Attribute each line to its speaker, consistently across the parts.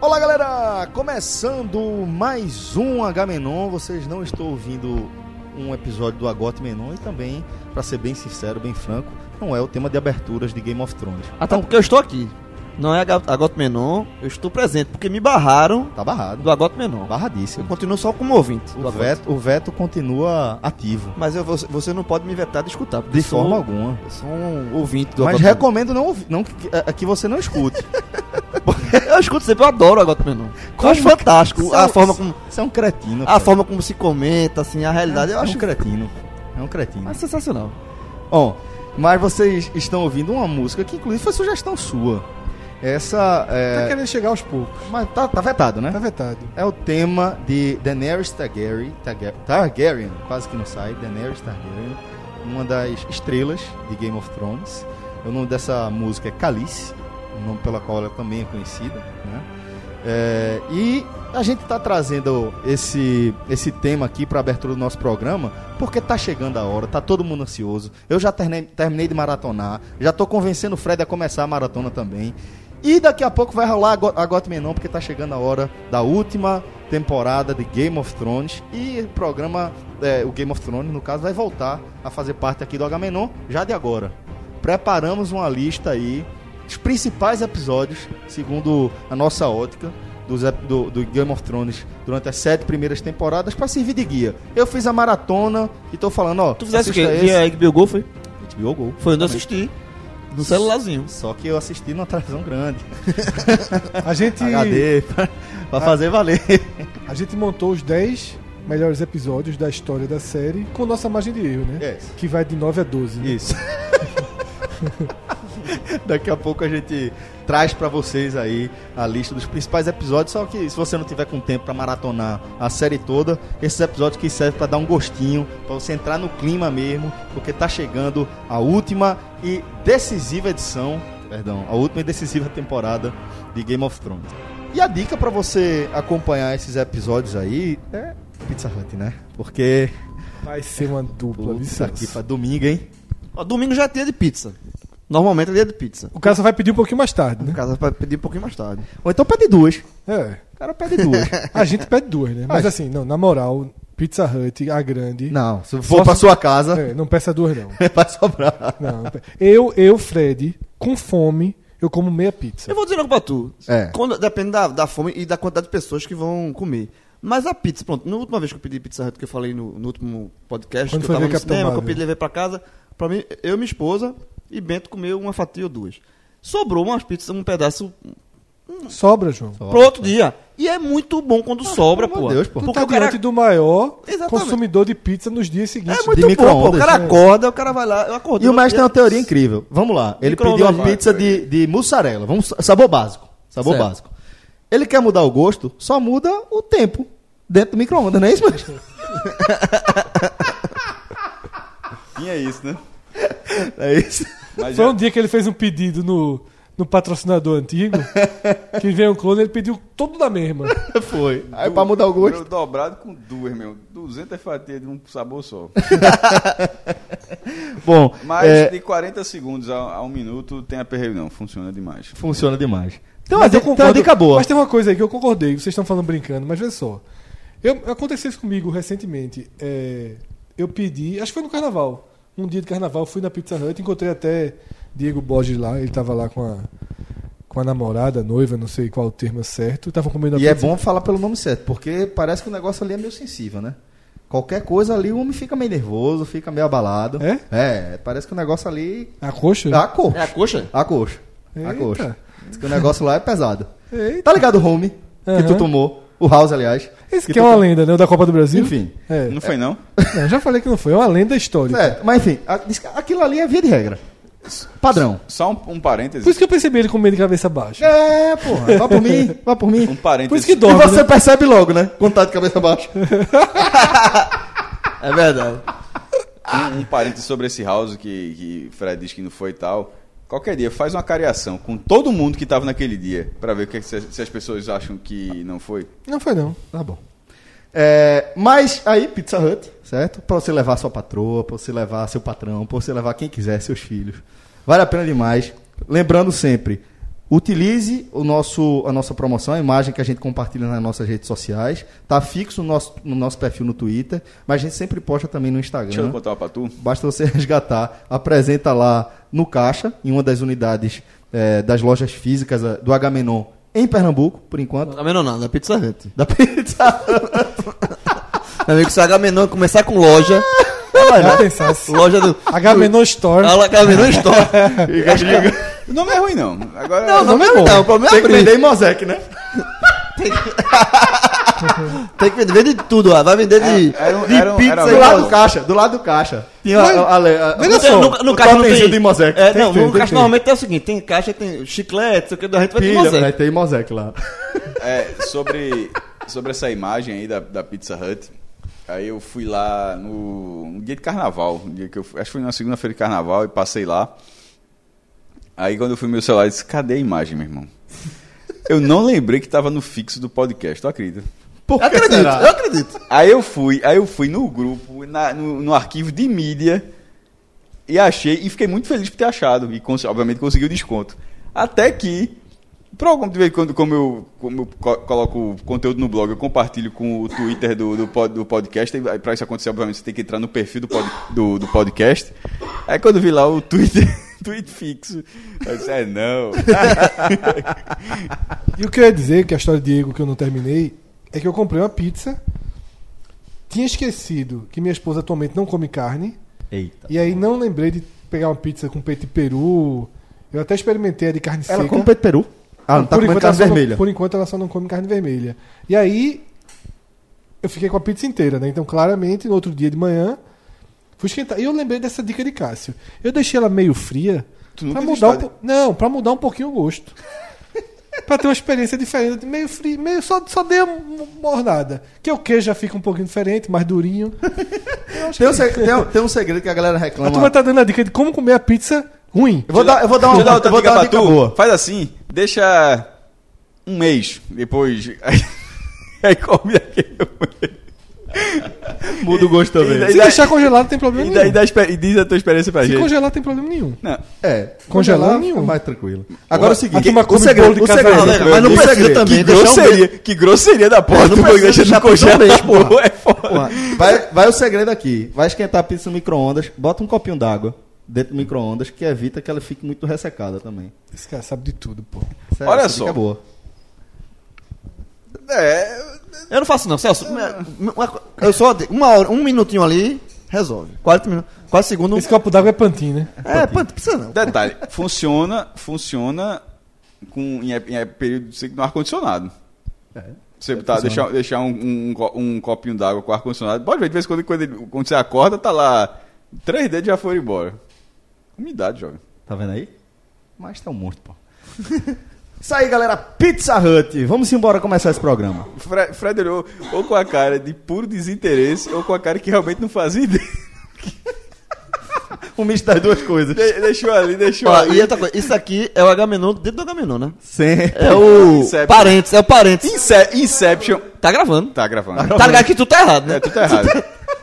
Speaker 1: Olá galera, começando mais um H-Menon, vocês não estão ouvindo um episódio do Agote Menon e também, pra ser bem sincero, bem franco, não é o tema de aberturas de Game of Thrones.
Speaker 2: Até porque eu estou aqui. Não é Aga- Agote Menon, eu estou presente, porque me barraram
Speaker 1: Tá barrado,
Speaker 2: do Agote Menon. Eu
Speaker 1: barradíssimo.
Speaker 2: continuo só como ouvinte.
Speaker 1: O
Speaker 2: do Agote.
Speaker 1: veto, o veto continua ativo,
Speaker 2: Mas eu- você, você não pode me vetar de escutar. porque
Speaker 1: de
Speaker 2: eu sou-
Speaker 1: forma alguma.
Speaker 2: Eu sou um ouvinte do
Speaker 1: Mas
Speaker 2: Agote Menon.
Speaker 1: recomendo não, ouvi- não que, a- que você não escute.
Speaker 2: Eu escuto sempre, eu adoro o Agote Menon. Eu
Speaker 1: Como
Speaker 2: acho fantástico a
Speaker 1: São-
Speaker 2: forma como...
Speaker 1: Você é um cretino.
Speaker 2: A
Speaker 1: cara.
Speaker 2: forma como se comenta, assim, a realidade, eu
Speaker 1: é
Speaker 2: acho
Speaker 1: um cretino. É um cretino.
Speaker 2: é sensacional.
Speaker 1: Bom, mas vocês estão ouvindo uma música que inclusive foi sugestão sua. Essa
Speaker 3: Tá
Speaker 1: é.
Speaker 3: querendo chegar aos poucos.
Speaker 1: Mas tá, tá vetado, né?
Speaker 3: Tá vetado.
Speaker 1: É o tema de Daenerys Targaryen, Targa- Targaryen, quase que não sai, Daenerys Targaryen, uma das estrelas de Game of Thrones. O nome dessa música é Calice, o nome pela qual ela também é conhecida, né? É, e a gente está trazendo esse, esse tema aqui para abertura do nosso programa, porque tá chegando a hora, tá todo mundo ansioso. Eu já terne- terminei de maratonar, já tô convencendo o Fred a começar a maratona também. E daqui a pouco vai rolar a Go- a Got Menon, porque tá chegando a hora da última temporada de Game of Thrones. E o programa, é, o Game of Thrones, no caso, vai voltar a fazer parte aqui do H-Menon já de agora. Preparamos uma lista aí os principais episódios, segundo a nossa ótica, dos ep- do, do Game of Thrones durante as sete primeiras temporadas para servir de guia. Eu fiz a maratona e tô falando, ó,
Speaker 2: Tu fizesse o quê?
Speaker 1: assista
Speaker 2: Via HBO Go, foi?
Speaker 1: esse. HBO Go.
Speaker 2: Foi onde eu assisti. No celularzinho.
Speaker 1: Só que eu assisti numa televisão grande,
Speaker 3: A gente,
Speaker 1: HD, pra,
Speaker 2: Ah.
Speaker 1: pra fazer valer.
Speaker 3: a gente montou os 10 melhores episódios da história da série com nossa margem de erro, né?
Speaker 1: Yes.
Speaker 3: Que vai de 9 a 12. né?
Speaker 1: Isso. Daqui a pouco a gente traz pra vocês aí a lista dos principais episódios. Só que se você não tiver com tempo pra maratonar a série toda, esses episódios que servem pra dar um gostinho, pra você entrar no clima mesmo, porque tá chegando a última e decisiva edição, perdão, a última e decisiva temporada de Game of Thrones. E a dica pra você acompanhar esses episódios aí é Pizza Hut, né? Porque
Speaker 3: Vai ser uma dupla, viu,
Speaker 1: isso aqui
Speaker 3: Celso?
Speaker 1: pra domingo, hein?
Speaker 2: Ó, domingo já é dia de pizza. Normalmente é dia de pizza.
Speaker 3: O cara só vai pedir um pouquinho mais tarde,
Speaker 2: No
Speaker 3: né?
Speaker 2: caso, vai pedir um pouquinho mais tarde.
Speaker 1: Ou então pede duas.
Speaker 3: É.
Speaker 1: O cara pede duas.
Speaker 3: A gente pede duas, né? Mas assim, não, na moral, Pizza Hut, a grande.
Speaker 1: Não, se for
Speaker 3: Só
Speaker 1: pra
Speaker 3: se-
Speaker 1: sua casa,
Speaker 3: É, não peça duas, não.
Speaker 1: vai sobrar.
Speaker 3: não não pe- eu, eu, Fred, com fome, eu como meia pizza.
Speaker 2: Eu vou dizer algo pra tu.
Speaker 1: É.
Speaker 2: Quando- depende da, da fome e da quantidade de pessoas que vão comer. Mas a pizza, pronto, na última vez que eu pedi pizza Hut, que eu falei no, no último podcast,
Speaker 3: Quando
Speaker 2: que
Speaker 3: foi
Speaker 2: eu tava
Speaker 3: ver
Speaker 2: no
Speaker 3: Capitão
Speaker 2: cinema, que eu
Speaker 3: Marvel.
Speaker 2: pedi, levei pra casa, pra mim, eu, minha esposa e Bento comeu uma fatia ou duas. Sobrou umas pizzas, um pedaço
Speaker 3: Sobra, João.
Speaker 2: pro outro dia. E é muito bom quando sobra,
Speaker 1: pelo
Speaker 2: pô.
Speaker 1: amor de Deus, pô.
Speaker 3: Tu
Speaker 2: Porque
Speaker 3: tá
Speaker 2: o cara...
Speaker 3: diante do maior
Speaker 2: Exatamente.
Speaker 3: consumidor de pizza nos dias
Speaker 2: É
Speaker 3: seguintes.
Speaker 1: De
Speaker 2: muito bom, pô. O
Speaker 1: micro-ondas,
Speaker 2: cara
Speaker 1: né?
Speaker 2: acorda, o cara vai lá, eu acordei.
Speaker 1: E o mestre tem
Speaker 2: eu-
Speaker 1: uma teoria incrível. Vamos lá. Ele pediu uma
Speaker 2: Micro-ondas.
Speaker 1: pizza de, de mussarela. Vamos, sabor básico. Sabor
Speaker 2: Certo.
Speaker 1: básico. Ele quer mudar o gosto, só muda o tempo. Dentro do micro-ondas, não é isso, mestre?
Speaker 4: Tinha isso, né?
Speaker 1: É isso.
Speaker 4: Mas
Speaker 3: Foi
Speaker 4: já,
Speaker 3: um dia que ele fez um pedido no, no patrocinador antigo, que veio um clone, ele pediu todo da mesma.
Speaker 1: Foi. Aí
Speaker 4: du-
Speaker 1: pra mudar o gosto.
Speaker 4: Meu dobrado com duas, meu. 200 fatias de um sabor só.
Speaker 1: Bom,
Speaker 4: Mas
Speaker 1: é,
Speaker 4: de 40 segundos a, a um minuto tem aperreio, não. Funciona demais.
Speaker 1: funciona demais. Então,
Speaker 3: Mas
Speaker 1: a
Speaker 3: eu
Speaker 1: dica, então a
Speaker 3: concordo-
Speaker 1: dica boa.
Speaker 3: Mas tem uma coisa aí que eu concordei, vocês estão falando brincando, mas veja só. Eu, aconteceu isso comigo recentemente. É, eu pedi, acho que foi no carnaval. Um dia de carnaval, eu fui na Pizza Hut, encontrei até Diego Borges lá, ele tava lá com a, com a namorada, noiva, não sei qual o termo é certo, estavam comendo a
Speaker 1: E
Speaker 3: pizza.
Speaker 1: é bom falar pelo nome certo, porque parece que o negócio ali é meio sensível, né? Qualquer coisa ali, o homem fica meio nervoso, fica meio abalado.
Speaker 3: É?
Speaker 1: É, parece que o negócio ali.
Speaker 3: A coxa?
Speaker 1: Dá a coxa.
Speaker 2: É a coxa?
Speaker 1: A coxa. A
Speaker 3: Eita.
Speaker 1: coxa. Diz que o negócio lá é pesado.
Speaker 3: Eita.
Speaker 1: Tá ligado o home que tu
Speaker 3: Aham.
Speaker 1: tomou? O house, aliás.
Speaker 3: Esse que,
Speaker 1: tu
Speaker 3: é uma
Speaker 1: tomou.
Speaker 3: lenda, né? Da Copa do Brasil?
Speaker 1: Enfim.
Speaker 3: É.
Speaker 4: Não foi, não?
Speaker 3: Não, já falei que não foi, é uma lenda histórica.
Speaker 1: É, mas enfim, a- diz que aquilo ali é via de regra. Padrão.
Speaker 4: Só um, um
Speaker 3: Por
Speaker 4: parêntese.
Speaker 3: isso que eu percebi ele comendo de cabeça baixa.
Speaker 1: É, porra. Vá por mim, vá por
Speaker 4: Um
Speaker 1: mim.
Speaker 4: parêntese.
Speaker 3: Por isso que
Speaker 1: E
Speaker 3: dorme.
Speaker 1: você
Speaker 3: né?
Speaker 1: percebe logo, né? Contato de cabeça baixa.
Speaker 2: É verdade.
Speaker 4: Um, um parêntese sobre esse house que, que Fred diz que não foi e tal. Qualquer dia, faz uma cariação com todo mundo que estava naquele dia, para ver o que é que se, se as pessoas acham que não foi.
Speaker 3: Não foi, não.
Speaker 1: Tá bom. É, mas aí, Pizza Hut, certo? Pra você levar sua patroa, pra você levar seu patrão, pra você levar quem quiser, seus filhos. Vale a pena demais. Lembrando sempre, utilize o nosso, a nossa promoção, a imagem que a gente compartilha nas nossas redes sociais. Tá fixo no nosso, no nosso perfil no Twitter, mas a gente sempre posta também no Instagram.
Speaker 4: Deixa eu contar uma pra tu.
Speaker 1: Basta você resgatar, apresenta lá no caixa, em uma das unidades eh, das lojas físicas eh, do Agamenon em Pernambuco, por enquanto.
Speaker 2: Não, não, não, da Pizza Hut.
Speaker 1: Da pizza.
Speaker 2: Meu amigo, se a Agamenon começar com loja,
Speaker 3: Já pensasse.
Speaker 2: loja do...
Speaker 3: HMNO Store.
Speaker 2: A Agamenon Store.
Speaker 4: O nome é ruim, não. Agora,
Speaker 2: Não, não,
Speaker 3: Não é
Speaker 2: não,
Speaker 3: bom.
Speaker 2: o problema é
Speaker 1: Tem que
Speaker 2: abrir.
Speaker 1: vender em Mosaic, né?
Speaker 2: Tem que vender, vende de tudo lá, vai vender de...
Speaker 4: Era, um-
Speaker 2: de
Speaker 4: era um-
Speaker 2: pizza
Speaker 4: era
Speaker 2: e
Speaker 1: do lado do
Speaker 2: loja.
Speaker 1: caixa, do lado do caixa. Tinha a, a, a, a,
Speaker 2: Não tem-
Speaker 1: só,
Speaker 2: no, no
Speaker 1: o
Speaker 2: caixa não
Speaker 1: totemzinho
Speaker 2: tem.
Speaker 1: de Mosaic.
Speaker 2: É,
Speaker 1: Tem
Speaker 2: não,
Speaker 1: que ter,
Speaker 2: no
Speaker 1: tem
Speaker 2: caixa
Speaker 1: que ter.
Speaker 2: normalmente é o seguinte: tem caixa, tem chiclete, sei o que, da gente vai ter
Speaker 1: Pilha, né? vai
Speaker 2: mosaico.
Speaker 1: ter em Mosaic lá.
Speaker 4: É, sobre, sobre essa imagem aí da, da Pizza Hut, aí eu fui lá no, no dia de carnaval. no dia que eu fui- acho que foi na segunda-feira de carnaval e passei lá. Aí quando eu fui no meu celular, eu disse, cadê a imagem, meu irmão? Eu não lembrei que tava no fixo do podcast, tu acredita?
Speaker 1: Por
Speaker 2: Eu
Speaker 1: que
Speaker 2: acredito,
Speaker 1: será?
Speaker 2: eu acredito.
Speaker 4: Aí eu fui, aí eu fui no grupo, na- no, no arquivo de mídia, e achei, e fiquei muito feliz por ter achado, e cons- obviamente consegui o desconto. Até que, por algum de vez em quando, como eu, como eu co- coloco o conteúdo no blog, eu compartilho com o Twitter do, do, pod- do podcast, e pra isso acontecer, obviamente, você tem que entrar no perfil do, pod- do, do podcast. Aí quando eu vi lá o Twitter, tweet fixo, eu disse, é não.
Speaker 3: E o que eu ia dizer, que é a história do Diego que eu não terminei, é que eu comprei uma pizza, tinha esquecido que minha esposa atualmente não come carne,
Speaker 1: Eita.
Speaker 3: e aí não lembrei de pegar uma pizza com peito de peru. Eu até experimentei a de carne
Speaker 1: Ela
Speaker 3: seca.
Speaker 1: come peito peru? Ah, não tá comendo
Speaker 3: ela
Speaker 1: carne
Speaker 3: só não-
Speaker 1: vermelha.
Speaker 3: por enquanto ela só não come carne vermelha. E aí eu fiquei com a pizza inteira, né? Então claramente no outro dia de manhã fui esquentar. E eu lembrei dessa dica de Cássio. Eu deixei ela meio fria
Speaker 4: Tu nunca
Speaker 3: pra
Speaker 4: viu
Speaker 3: mudar um,
Speaker 4: estado-
Speaker 3: po- não, para mudar um pouquinho o gosto. Pra ter uma experiência diferente, meio frio, meio só só dei uma mornada. Que o queijo já fica um pouquinho diferente, mais durinho. Eu acho
Speaker 1: Tem um,
Speaker 3: que-
Speaker 1: se- tem um- tem um segredo que a galera
Speaker 3: A turma
Speaker 1: reclama.
Speaker 3: tá dando a dica de como comer a pizza ruim.
Speaker 1: Eu vou dar, eu vou dar uma,
Speaker 4: Deixa eu dar outra
Speaker 1: eu vou
Speaker 4: dica
Speaker 1: dar uma
Speaker 4: pra
Speaker 1: dica
Speaker 4: tu.
Speaker 1: boa.
Speaker 4: Faz assim, deixa um mês depois. Aí, aí come aquele mês.
Speaker 1: Muda o gosto
Speaker 4: E
Speaker 1: também.
Speaker 4: daí-
Speaker 3: Se deixar congelado, tem
Speaker 2: Hum.
Speaker 3: problema
Speaker 4: E,
Speaker 3: nenhum.
Speaker 4: daí dá exper- e diz a tua experiência pra
Speaker 3: Se
Speaker 4: gente.
Speaker 3: congelar, tem problema nenhum.
Speaker 4: Não,
Speaker 1: É,
Speaker 3: Congelar,
Speaker 1: congelar
Speaker 3: nenhum.
Speaker 1: fica mais tranquilo. Agora é o
Speaker 3: a
Speaker 1: seguinte,
Speaker 3: turma
Speaker 1: o
Speaker 3: come
Speaker 1: segredo,
Speaker 3: bolo de
Speaker 1: o
Speaker 3: casal,
Speaker 1: segredo,
Speaker 2: né? Mas não
Speaker 1: o
Speaker 2: precisa
Speaker 1: segredo-
Speaker 2: também.
Speaker 4: que
Speaker 2: deixar um
Speaker 4: grosseria, que grosseria da porra.
Speaker 2: não
Speaker 4: Tu
Speaker 2: precisa
Speaker 4: foi deixando
Speaker 2: deixar
Speaker 4: de
Speaker 2: pra
Speaker 4: congelar,
Speaker 2: um mês, porra.
Speaker 4: porra, é foda.
Speaker 1: Vai, vai o segredo aqui. Vai esquentar a pizza no micro-ondas, bota um copinho d'água dentro do micro-ondas, que evita que ela fique muito ressecada também.
Speaker 3: Esse cara sabe de tudo, pô.
Speaker 1: Sério,
Speaker 4: Olha
Speaker 1: essa dica
Speaker 4: só.
Speaker 1: é boa.
Speaker 4: É,
Speaker 2: Eu não faço, não, Celso. Uma- uma- Eu só. Uma hora, um minutinho ali, resolve. 40 minutos. 4 segundos.
Speaker 3: Esse copo d'água é pantin, né?
Speaker 2: É, pô, não precisa não.
Speaker 4: detalhe, funciona, funciona com, em, em período de- no ar-condicionado. Você tá, deixar, deixar um, um co- um copinho d'água com ar-condicionado. Pode ver, de vez em quando, quando, ele- quando você acorda, tá lá. Três dedos já foram embora. Umidade, jovem.
Speaker 1: Tá vendo aí? Mas tá um monstro, pô. Isso aí, galera. Pizza Hut. Vamos embora começar esse programa.
Speaker 4: Fre Fred olhou ou com a cara de puro desinteresse ou com a cara que realmente não fazia ideia.
Speaker 1: O misto das duas coisas.
Speaker 4: De- deixou ali, deixou
Speaker 2: Ó,
Speaker 4: ali.
Speaker 2: e outra coisa, isso aqui é o Agamenon dentro do Agamenon, né?
Speaker 1: Sempre.
Speaker 2: É o.
Speaker 4: Inception.
Speaker 2: Parentes, é o parentes.
Speaker 4: Ince- Inception.
Speaker 2: Tá gravando.
Speaker 4: Tá gravando.
Speaker 2: Tá ligado que tu tá errado, né?
Speaker 4: É, tu tá errado.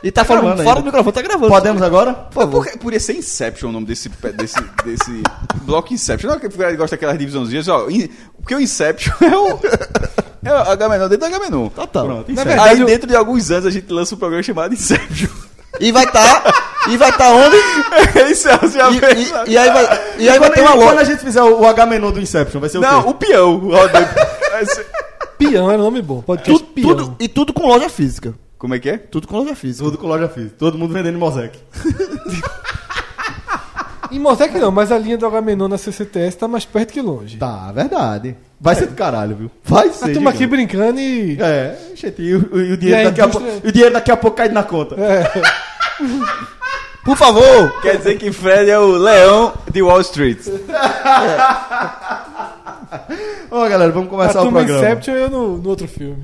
Speaker 2: E tá falando
Speaker 1: gravando
Speaker 2: fora
Speaker 1: ainda.
Speaker 2: do microfone, tá gravando.
Speaker 1: Podemos agora?
Speaker 4: Mas Por que, podia ser Inception o nome desse, pe- desse, desse bloco Inception. Não é que o cara gosta daquelas divisãozinhas, ó. in- porque o Inception é o. É o H-Menor dentro do H-Menor.
Speaker 2: Total.
Speaker 1: Pronto.
Speaker 3: Na
Speaker 1: encerra.
Speaker 3: verdade,
Speaker 4: Aí
Speaker 3: eu-
Speaker 4: dentro de alguns anos a gente lança um programa chamado Inception.
Speaker 2: E vai tá. E vai tá onde?
Speaker 4: Esse é o seu
Speaker 2: E, e- e aí vai. E aí vai ter uma
Speaker 1: Quando é
Speaker 2: loja.
Speaker 1: a gente fizer o o H-Menu do Inception, vai ser o
Speaker 4: Não,
Speaker 1: quê?
Speaker 4: o peão. É rodando. Vai ser-
Speaker 3: Peão era um nome bom. Pode
Speaker 2: Tudo, tudo, e tudo com loja física.
Speaker 4: Como é que é?
Speaker 2: Tudo com loja física.
Speaker 1: Tudo com loja física. Todo mundo vendendo em Mosaic.
Speaker 3: Em Mosaic não, mas a linha do Agamenon na CCTS tá mais perto que longe.
Speaker 1: Tá, verdade. Vai ser do caralho, viu? Vai ser.
Speaker 3: a turma aqui
Speaker 1: digamos.
Speaker 3: brincando e.
Speaker 1: É, gente, e o, e o
Speaker 3: E a
Speaker 1: dinheiro daqui a
Speaker 3: indústria-
Speaker 1: pouco- e o dinheiro daqui a pouco cai na
Speaker 3: É.
Speaker 1: conta.
Speaker 4: É.
Speaker 2: Por favor!
Speaker 4: Quer dizer que Fred é o leão de Wall Street.
Speaker 1: Ô, galera, vamos
Speaker 4: Tá
Speaker 3: A
Speaker 1: começar o
Speaker 3: turma
Speaker 1: programa.
Speaker 3: Inception e eu no, no outro filme.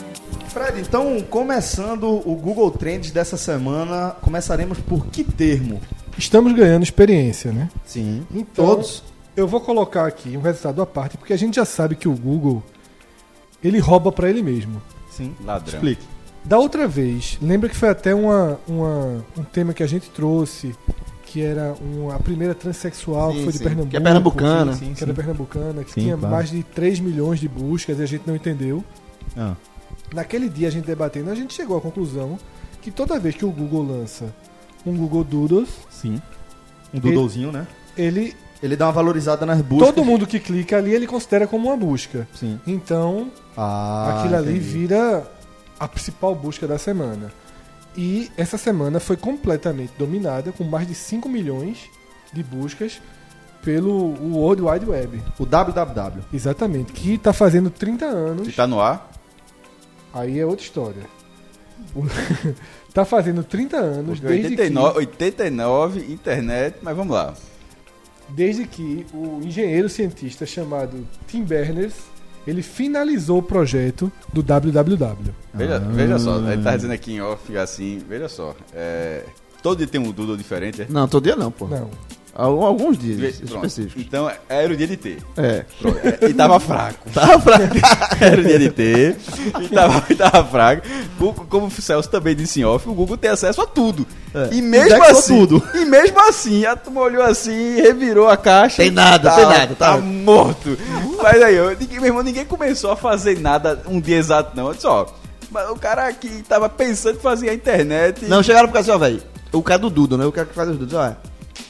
Speaker 1: Fred, Fred, então começando o Google Trends dessa semana, começaremos por que termo?
Speaker 3: Estamos ganhando experiência, né?
Speaker 1: Sim.
Speaker 3: Então,
Speaker 1: Todos.
Speaker 3: Eu vou colocar aqui um resultado à parte, porque a gente já sabe que o Google ele rouba para ele mesmo.
Speaker 1: Sim.
Speaker 4: Ladrão.
Speaker 1: Explique.
Speaker 3: Da outra vez, lembra que foi até uma, uma- um tema que a gente trouxe, que era uma, a primeira transexual que
Speaker 2: Sim,
Speaker 3: foi de
Speaker 2: sim.
Speaker 3: Pernambuco.
Speaker 2: Que é pernambucana.
Speaker 1: Sim,
Speaker 3: que era
Speaker 1: sim.
Speaker 3: pernambucana, que
Speaker 1: Sim,
Speaker 3: tinha
Speaker 1: claro.
Speaker 3: mais de 3 milhões de buscas e a gente não entendeu.
Speaker 1: Ah,
Speaker 3: Naquele dia a gente debatendo, a gente chegou à conclusão que toda vez que o Google lança um Google Doodles,
Speaker 1: sim. Um doodlezinho, né?
Speaker 3: ele
Speaker 1: Ele dá uma valorizada nas buscas.
Speaker 3: todo mundo que clica ali ele considera como uma busca.
Speaker 1: Sim.
Speaker 3: Então,
Speaker 1: Ah,
Speaker 3: aquilo ali
Speaker 1: entendi.
Speaker 3: vira a principal busca da semana. E essa semana foi completamente dominada com mais de 5 milhões de buscas pelo World Wide Web.
Speaker 1: O www.
Speaker 3: Exatamente, que está fazendo 30
Speaker 4: Se
Speaker 3: anos.
Speaker 4: tá no ar,
Speaker 3: Aí é outra história. Está fazendo 30 anos
Speaker 4: porque
Speaker 3: desde
Speaker 4: 89, 89, internet, mas vamos lá.
Speaker 3: que, desde que o engenheiro cientista chamado Tim Berners ele finalizou o projeto do WWW.
Speaker 4: Veja,
Speaker 1: Ah.
Speaker 4: veja só, ele tá dizendo aqui em off, assim, veja só. é, todo dia tem um doodle diferente, é?
Speaker 2: Não, todo dia não, pô.
Speaker 3: Não,
Speaker 2: Al- Alguns dias
Speaker 4: Pronto.
Speaker 2: específicos.
Speaker 4: Então era o dia de ter.
Speaker 2: É.
Speaker 4: Pronto. É, E tava fraco.
Speaker 2: Tá.
Speaker 4: Tava fraco. Era o dia de ter. E tava, e tava fraco. Co- Como o Celso também disse em off, o Google tem acesso a tudo.
Speaker 2: É.
Speaker 4: E mesmo
Speaker 2: Indexou
Speaker 4: assim.
Speaker 2: tudo.
Speaker 4: E mesmo assim, a turma olhou assim, revirou a caixa.
Speaker 2: Tem nada,
Speaker 4: tá,
Speaker 2: tem nada,
Speaker 4: Tá,
Speaker 2: tá.
Speaker 4: morto. Mas aí, eu, ninguém, meu irmão, ninguém começou a fazer nada um dia exato, não. Eu disse, ó. Mas o cara que tava pensando em fazer a internet.
Speaker 2: Não, chegaram pro cara assim, ó, velho. O cara do Dudo, né? O cara que faz os Dudos, ó.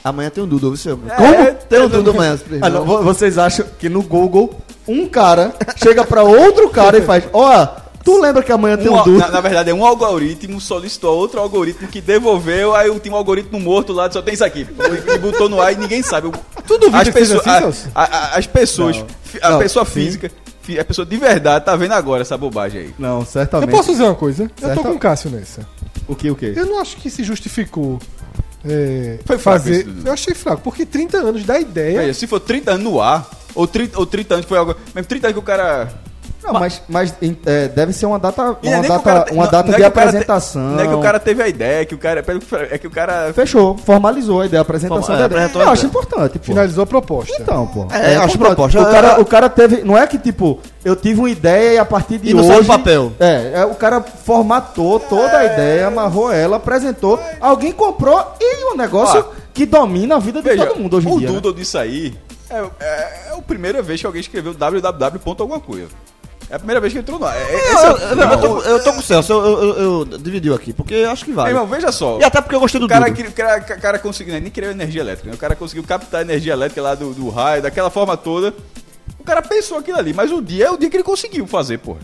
Speaker 2: Amanhã tem um Dudo, você. É,
Speaker 4: É,
Speaker 2: Tem um Dudo amanhã.
Speaker 1: Ah, não, vo- vocês acham que no Google um cara chega pra outro cara e faz: Ó, tu lembra que amanhã tem
Speaker 4: Um
Speaker 1: um
Speaker 4: al-
Speaker 1: Dudu?
Speaker 4: na, na verdade, é um algoritmo solicitou a outro algoritmo que devolveu, aí tem um algoritmo morto lá, só tem isso aqui. E botou no ar e ninguém sabe.
Speaker 3: Tudo vídeo
Speaker 4: as,
Speaker 3: que seja
Speaker 4: pessoa-
Speaker 3: assim, Celso?
Speaker 4: a- a- a- as pessoas, fi- a
Speaker 1: Não,
Speaker 4: pessoa
Speaker 1: sim.
Speaker 4: física, fi- a pessoa de verdade tá vendo agora essa bobagem aí.
Speaker 1: Não,
Speaker 3: Eu
Speaker 1: certamente.
Speaker 3: posso dizer uma coisa? Eu
Speaker 1: Certo.
Speaker 3: tô com o Cássio nessa.
Speaker 1: O que, o que?
Speaker 3: Eu não acho que se justificou é,
Speaker 4: Foi fraco
Speaker 3: fazer.
Speaker 4: isso, Dudu.
Speaker 3: eu achei fraco, porque 30 anos da
Speaker 1: É?
Speaker 3: ideia.
Speaker 4: Veja, se for 30 anos no ar, ou 30, ou 30 anos foi algo. Mesmo 30 anos que o cara.
Speaker 1: Não, mas, mas em- é, deve ser uma data,
Speaker 4: E não é
Speaker 1: uma
Speaker 4: nem que o cara
Speaker 1: data,
Speaker 4: te-
Speaker 1: uma
Speaker 4: não-
Speaker 1: data
Speaker 4: não é
Speaker 1: de
Speaker 4: que o cara te-
Speaker 1: apresentação.
Speaker 4: Não é que o cara teve a ideia, que o cara. É que o cara.
Speaker 1: Fechou, formalizou a ideia, a apresentação
Speaker 2: Forma- é,
Speaker 1: da ideia.
Speaker 2: apresentou a
Speaker 1: Eu acho
Speaker 2: ideia.
Speaker 1: importante, pô.
Speaker 3: Finalizou a proposta.
Speaker 1: Então, pô.
Speaker 2: É, eu acho
Speaker 1: importante.
Speaker 2: proposta.
Speaker 1: O cara, o cara teve. Não é que, tipo, eu tive uma ideia e a partir de
Speaker 2: E não
Speaker 1: hoje.
Speaker 2: saiu do papel.
Speaker 1: É, é, o cara formatou toda a ideia, amarrou ela, apresentou. Alguém comprou e um negócio
Speaker 4: Ó,
Speaker 1: que domina a vida de
Speaker 4: Ah. Veja,
Speaker 1: todo mundo hoje em
Speaker 4: o
Speaker 1: dia. né?
Speaker 4: doodle disso aí é, é, é a primeira vez que alguém escreveu www. ponto alguma coisa. É a primeira vez que entrou no ar. É- é-
Speaker 2: Eu,
Speaker 4: esse é o-
Speaker 2: eu- eu tô, eu tô com o Celso, eu, eu, eu- eu dividiu aqui, porque eu acho que
Speaker 4: Meu
Speaker 2: vale.
Speaker 4: irmão, veja só.
Speaker 2: E até porque eu gostei do
Speaker 4: O cara,
Speaker 2: Dudo.
Speaker 4: cri- o cara, o cara conseguiu, né, nem criou energia elétrica, né? O cara conseguiu captar a energia elétrica lá do, do raio, daquela forma toda. O cara pensou aquilo ali, mas o dia é o dia que ele conseguiu fazer, porra.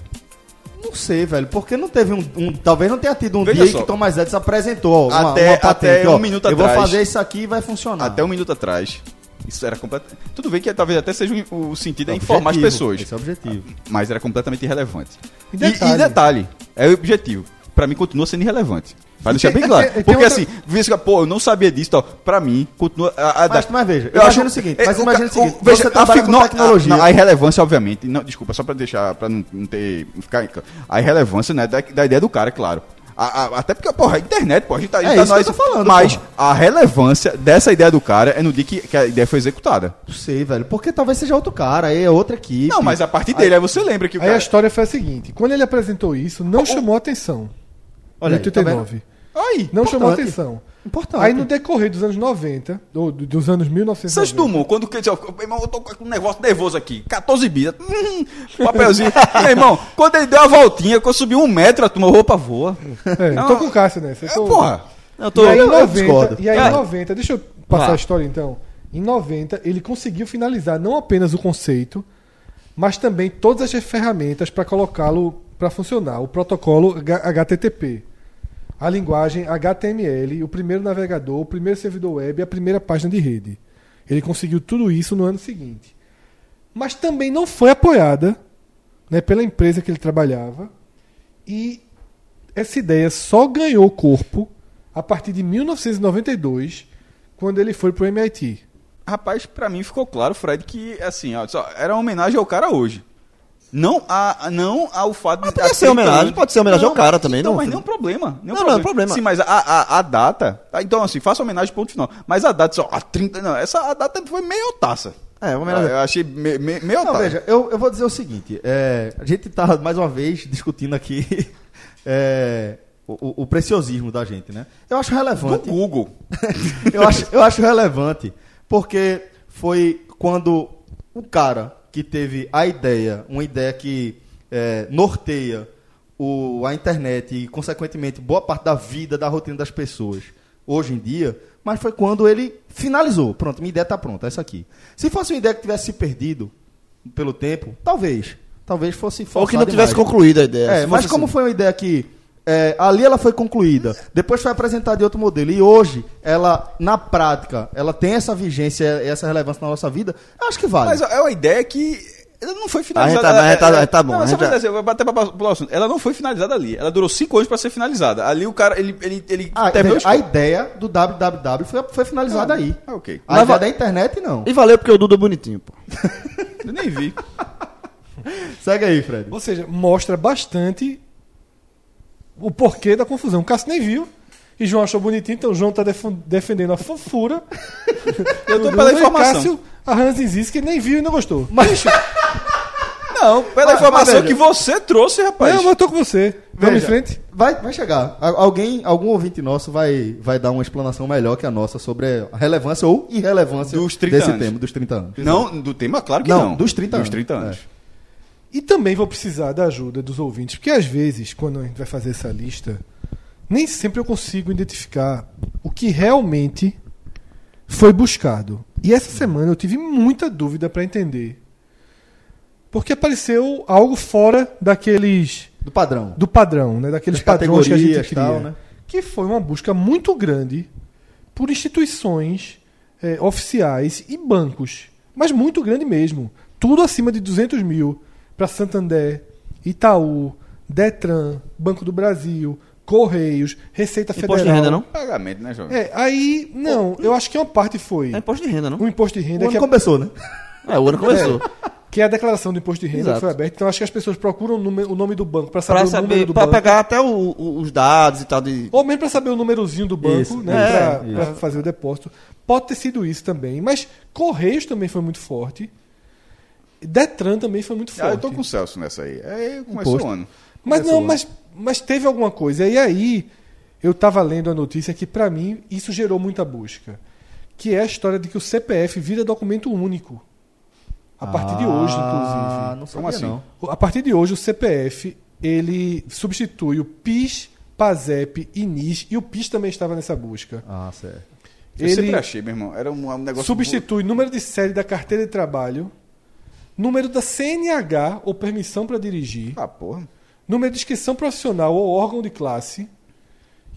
Speaker 1: Não sei, velho, porque não teve um. um- talvez não tenha tido um
Speaker 4: Veja
Speaker 1: dia em
Speaker 4: só.
Speaker 1: que Thomas Edison apresentou ó, uma,
Speaker 4: Até-
Speaker 1: uma patente.
Speaker 4: até
Speaker 1: ó,
Speaker 4: um minuto
Speaker 1: eu
Speaker 4: atrás.
Speaker 1: vou fazer isso aqui e vai funcionar.
Speaker 4: Até um minuto atrás. Isso era completamente. Tudo bem que talvez até seja o, o sentido é informar as pessoas.
Speaker 1: Esse é o objetivo.
Speaker 4: Mas era completamente irrelevante.
Speaker 3: E
Speaker 4: E
Speaker 3: detalhe.
Speaker 4: detalhe, e, detalhe é o objetivo. Pra mim continua sendo irrelevante. Pra deixar bem claro.
Speaker 3: tem- tem
Speaker 4: Porque
Speaker 3: outra-
Speaker 4: assim, visto que, pô, eu não sabia disso, tal. Pra mim, continua. A, a,
Speaker 1: Mas, mas veja, eu imagino o seguinte,
Speaker 4: é,
Speaker 1: mas imagina
Speaker 4: ca-
Speaker 1: o seguinte,
Speaker 4: veja,
Speaker 1: você
Speaker 4: a,
Speaker 1: trabalha
Speaker 4: fi-
Speaker 1: com
Speaker 4: não,
Speaker 1: tecnologia.
Speaker 4: A, não, a irrelevância, obviamente. Não, desculpa, só pra deixar, pra não, não ter. não Ficar, em- a irrelevância, né, da, da ideia do cara, claro. A- a- até porque, porra, a internet, porra, a gente tá, a gente
Speaker 1: É
Speaker 4: tá
Speaker 1: isso que eu tô falando,
Speaker 4: Mas
Speaker 1: porra.
Speaker 4: a relevância dessa ideia do cara é no dia que, que a ideia foi executada.
Speaker 1: Não sei, velho, porque talvez seja outro cara, aí é outra equipe.
Speaker 4: Não, mas a partir dele, aí, você lembra que o
Speaker 3: Aí a
Speaker 4: cara.
Speaker 3: história foi a seguinte: quando ele apresentou isso, não chamou atenção.
Speaker 1: Olha
Speaker 4: tá
Speaker 1: aí,
Speaker 3: em 89.
Speaker 4: Aí,
Speaker 3: não chamou
Speaker 1: Importante.
Speaker 3: atenção.
Speaker 1: Importante.
Speaker 3: Aí no decorrer dos anos 90, ou do- dos anos 1990.
Speaker 4: Santos Dumont, quando que disse, ó, meu irmão, eu tô com um negócio nervoso aqui, 14 bis, hum, papelzinho. meu irmão, quando ele deu a voltinha, quando subiu um metro, a turma, roupa voa.
Speaker 3: É, eu tô
Speaker 4: Não.
Speaker 3: com o Cássio nessa. eu
Speaker 4: É,
Speaker 3: tô-
Speaker 4: porra,
Speaker 2: Eu
Speaker 3: E aí, em
Speaker 1: eu
Speaker 3: 90,
Speaker 1: discordo.
Speaker 3: e aí
Speaker 4: É.
Speaker 3: em 90, deixa eu passar
Speaker 2: Vá.
Speaker 3: a história então. Em 90, ele conseguiu finalizar não apenas o conceito, mas também todas as ferramentas para colocá-lo para funcionar. O protocolo H- HTTP, a linguagem HTML, o primeiro navegador, o primeiro servidor web e a primeira página de rede. Ele conseguiu tudo isso no ano seguinte. Mas também não foi apoiada né, pela empresa que ele trabalhava. E essa ideia só ganhou corpo a partir de 1992, quando ele foi pro MIT.
Speaker 4: rapaz, pra mim ficou claro, Fred, que assim, ó, só, era uma homenagem ao cara hoje. Não, a, não ao fato de.
Speaker 2: podia
Speaker 4: há
Speaker 2: ser
Speaker 4: 30
Speaker 2: homenagem,
Speaker 4: anos-
Speaker 2: pode ser homenagem ao cara também,
Speaker 4: então,
Speaker 2: não,
Speaker 4: Mas
Speaker 2: filho.
Speaker 4: nenhum problema.
Speaker 2: Não,
Speaker 4: Nenhum problema.
Speaker 2: não, problema.
Speaker 4: Sim, mas a, a, a data. ah, Então, assim, faça homenagem, ponto final. Mas a data, só. A 30. Não, essa a data foi meio taça.
Speaker 2: É, uma homenagem.
Speaker 4: Eu achei me, me, meio
Speaker 1: Não,
Speaker 4: taça.
Speaker 1: veja, eu, eu vou dizer o seguinte: é, a gente está mais uma vez discutindo aqui é, o, o- o preciosismo da gente, né? Eu acho
Speaker 4: do
Speaker 1: relevante.
Speaker 4: Google.
Speaker 1: eu, acho, eu acho relevante, porque foi quando o cara que teve a ideia, uma ideia que é, norteia o, a internet e, consequentemente, boa parte da vida, da rotina das pessoas hoje em dia, mas foi quando ele finalizou. Pronto, minha ideia está pronta, é essa aqui. Se fosse uma ideia que tivesse se perdido pelo tempo, talvez. Talvez fosse
Speaker 2: Ou que não
Speaker 1: forçada
Speaker 2: tivesse
Speaker 1: demais.
Speaker 2: concluído a ideia.
Speaker 1: É,
Speaker 2: se
Speaker 1: mas
Speaker 2: fosse
Speaker 1: como
Speaker 2: assim.
Speaker 1: foi uma ideia que é, ali ela foi concluída, depois foi apresentada de outro modelo e hoje ela na prática ela tem essa vigência e essa relevância na nossa vida, eu acho que vale.
Speaker 4: Mas é uma ideia que ela não foi finalizada.
Speaker 2: Ah, tá, mas
Speaker 4: Ela-
Speaker 2: tá-
Speaker 4: ela-
Speaker 2: tá bom,
Speaker 4: Não,
Speaker 2: a
Speaker 4: mas só
Speaker 2: gente
Speaker 4: pra
Speaker 2: já-
Speaker 4: dizer, eu vou bater pra, pra, pro assunto. Ela não foi finalizada ali. Ela durou cinco anos pra ser finalizada. Ali o cara, ele, ele, ele
Speaker 1: Ah,
Speaker 4: terminou
Speaker 1: veja,
Speaker 4: o
Speaker 1: a
Speaker 4: escopo.
Speaker 1: ideia do www foi, foi finalizada aí.
Speaker 4: Ah, ok.
Speaker 1: A
Speaker 2: Mas
Speaker 1: ideia
Speaker 2: va-
Speaker 1: da internet não.
Speaker 2: E valeu porque o Dudu é bonitinho, pô.
Speaker 4: Eu nem vi.
Speaker 1: Segue aí, Fred.
Speaker 3: Ou seja, mostra bastante o porquê da confusão. O Cássio nem viu. E João achou bonitinho, então o João tá defu- defendendo a fofura.
Speaker 4: Eu
Speaker 3: do
Speaker 4: tô pela
Speaker 3: Dudu, e
Speaker 4: informação.
Speaker 3: Cássio, a Hans Inzis, que nem viu e não gostou.
Speaker 1: Mas,
Speaker 4: Não, pela
Speaker 1: Mas-
Speaker 4: informação
Speaker 1: mas veja.
Speaker 4: que você trouxe, rapaz.
Speaker 3: não, mas eu tô com você. Vamos em frente.
Speaker 1: Vai, vai chegar. A- Alguém, algum ouvinte nosso vai, vai dar uma explanação melhor que a nossa sobre a relevância ou irrelevância
Speaker 4: Dos 30
Speaker 1: desse
Speaker 4: anos.
Speaker 1: tema, dos 30 anos.
Speaker 4: Não, do tema, claro que não.
Speaker 1: Não, dos 30 anos.
Speaker 4: Dos 30 anos.
Speaker 3: E também vou precisar da ajuda dos ouvintes, porque às vezes, quando a gente vai fazer essa lista, nem sempre eu consigo identificar o que realmente foi buscado. E essa semana eu tive muita dúvida para entender. Porque apareceu algo fora daqueles
Speaker 1: Do padrão.
Speaker 3: do padrão, né? Daqueles
Speaker 1: Das
Speaker 3: padrões que a gente
Speaker 1: categorias,
Speaker 3: cria,
Speaker 1: tal, né?
Speaker 3: que foi uma busca muito grande por instituições eh, oficiais e bancos, mas muito grande mesmo. Tudo acima de 200 mil para Santander, Itaú, Detran, Banco do Brasil, Correios, Receita
Speaker 2: Imposto
Speaker 3: Federal.
Speaker 2: de renda, não?
Speaker 4: Pagamento, né, jovem?
Speaker 3: É, aí não. Eu acho que uma parte foi
Speaker 2: É imposto de renda, não?
Speaker 3: o imposto de renda
Speaker 1: O
Speaker 3: que
Speaker 1: ano
Speaker 3: é
Speaker 1: começou, né?
Speaker 2: É, o ano começou.
Speaker 3: que é a declaração do imposto de renda
Speaker 2: Exato.
Speaker 3: que foi aberta. Então acho que as pessoas procuram o nome, o nome do banco para saber
Speaker 2: pra
Speaker 3: o número
Speaker 2: saber,
Speaker 3: do
Speaker 2: pra
Speaker 3: banco.
Speaker 2: pegar até o- o- os dados e tal. De...
Speaker 3: Ou mesmo para saber o númerozinho do banco,
Speaker 1: Isso,
Speaker 3: né?
Speaker 1: isso, é,
Speaker 3: pra-
Speaker 1: isso.
Speaker 3: pra fazer o depósito. Pode ter sido isso também. Mas Correios também foi muito forte. Detran também foi muito
Speaker 4: Ah,
Speaker 3: forte.
Speaker 4: eu tô com o Celso nessa aí. É, começou
Speaker 1: Imposto.
Speaker 4: o ano.
Speaker 3: Mas não, mas, mas teve alguma coisa. E aí, eu estava lendo a notícia que, para mim, isso gerou muita busca. Que é a história de que o CPF vira documento único. A partir de hoje, inclusive.
Speaker 1: Ah, não sabia
Speaker 4: Como assim?
Speaker 1: não.
Speaker 3: A partir de hoje, o CPF ele substitui o PIS, PASEP e NIS. E o PIS também estava nessa busca.
Speaker 1: Ah, certo.
Speaker 4: Eu
Speaker 3: Ele-
Speaker 4: sempre achei, meu irmão. Era um, um negócio...
Speaker 3: Substitui número de série da carteira de trabalho, número da CNH ou permissão para dirigir,
Speaker 4: Ah, porra.
Speaker 3: número de inscrição profissional ou órgão de classe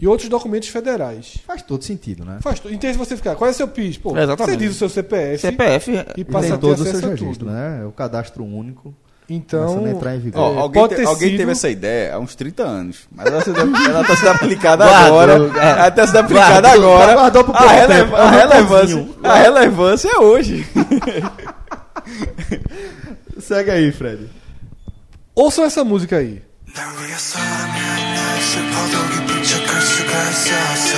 Speaker 3: e outros documentos federais.
Speaker 1: Faz todo sentido, né?
Speaker 3: Faz tu- então, se você ficar, qual é o seu PIS? Pô,
Speaker 2: É, exatamente.
Speaker 3: você diz o seu CPF.
Speaker 2: CPF.
Speaker 3: E
Speaker 1: E
Speaker 3: passa a
Speaker 1: tem
Speaker 3: ter
Speaker 1: todos os
Speaker 3: acesso
Speaker 1: seus
Speaker 3: a
Speaker 1: registros,
Speaker 3: tudo.
Speaker 1: né? É o cadastro único.
Speaker 3: Então,
Speaker 1: Começando a entrar em vigor.
Speaker 4: Ó,
Speaker 3: é,
Speaker 4: alguém,
Speaker 3: pode
Speaker 4: te-
Speaker 3: ter
Speaker 4: alguém
Speaker 3: sido-
Speaker 4: teve essa ideia há uns 30 anos. Mas ela, se- ela tá sendo aplicada
Speaker 2: Guarda,
Speaker 4: agora.
Speaker 2: guarda.
Speaker 4: Ela tá sendo aplicada
Speaker 2: Guarda,
Speaker 4: agora.
Speaker 1: guardou pro
Speaker 4: a,
Speaker 1: próprio
Speaker 4: rele-
Speaker 1: tempo.
Speaker 4: a
Speaker 1: É um
Speaker 4: relevância,
Speaker 1: raposinho.
Speaker 4: a relevância é hoje.
Speaker 1: Segue aí, Fred.
Speaker 3: ouçam essa música aí.
Speaker 5: 난 위에서 하면 슬퍼도 기쁜 척할 수가 있어서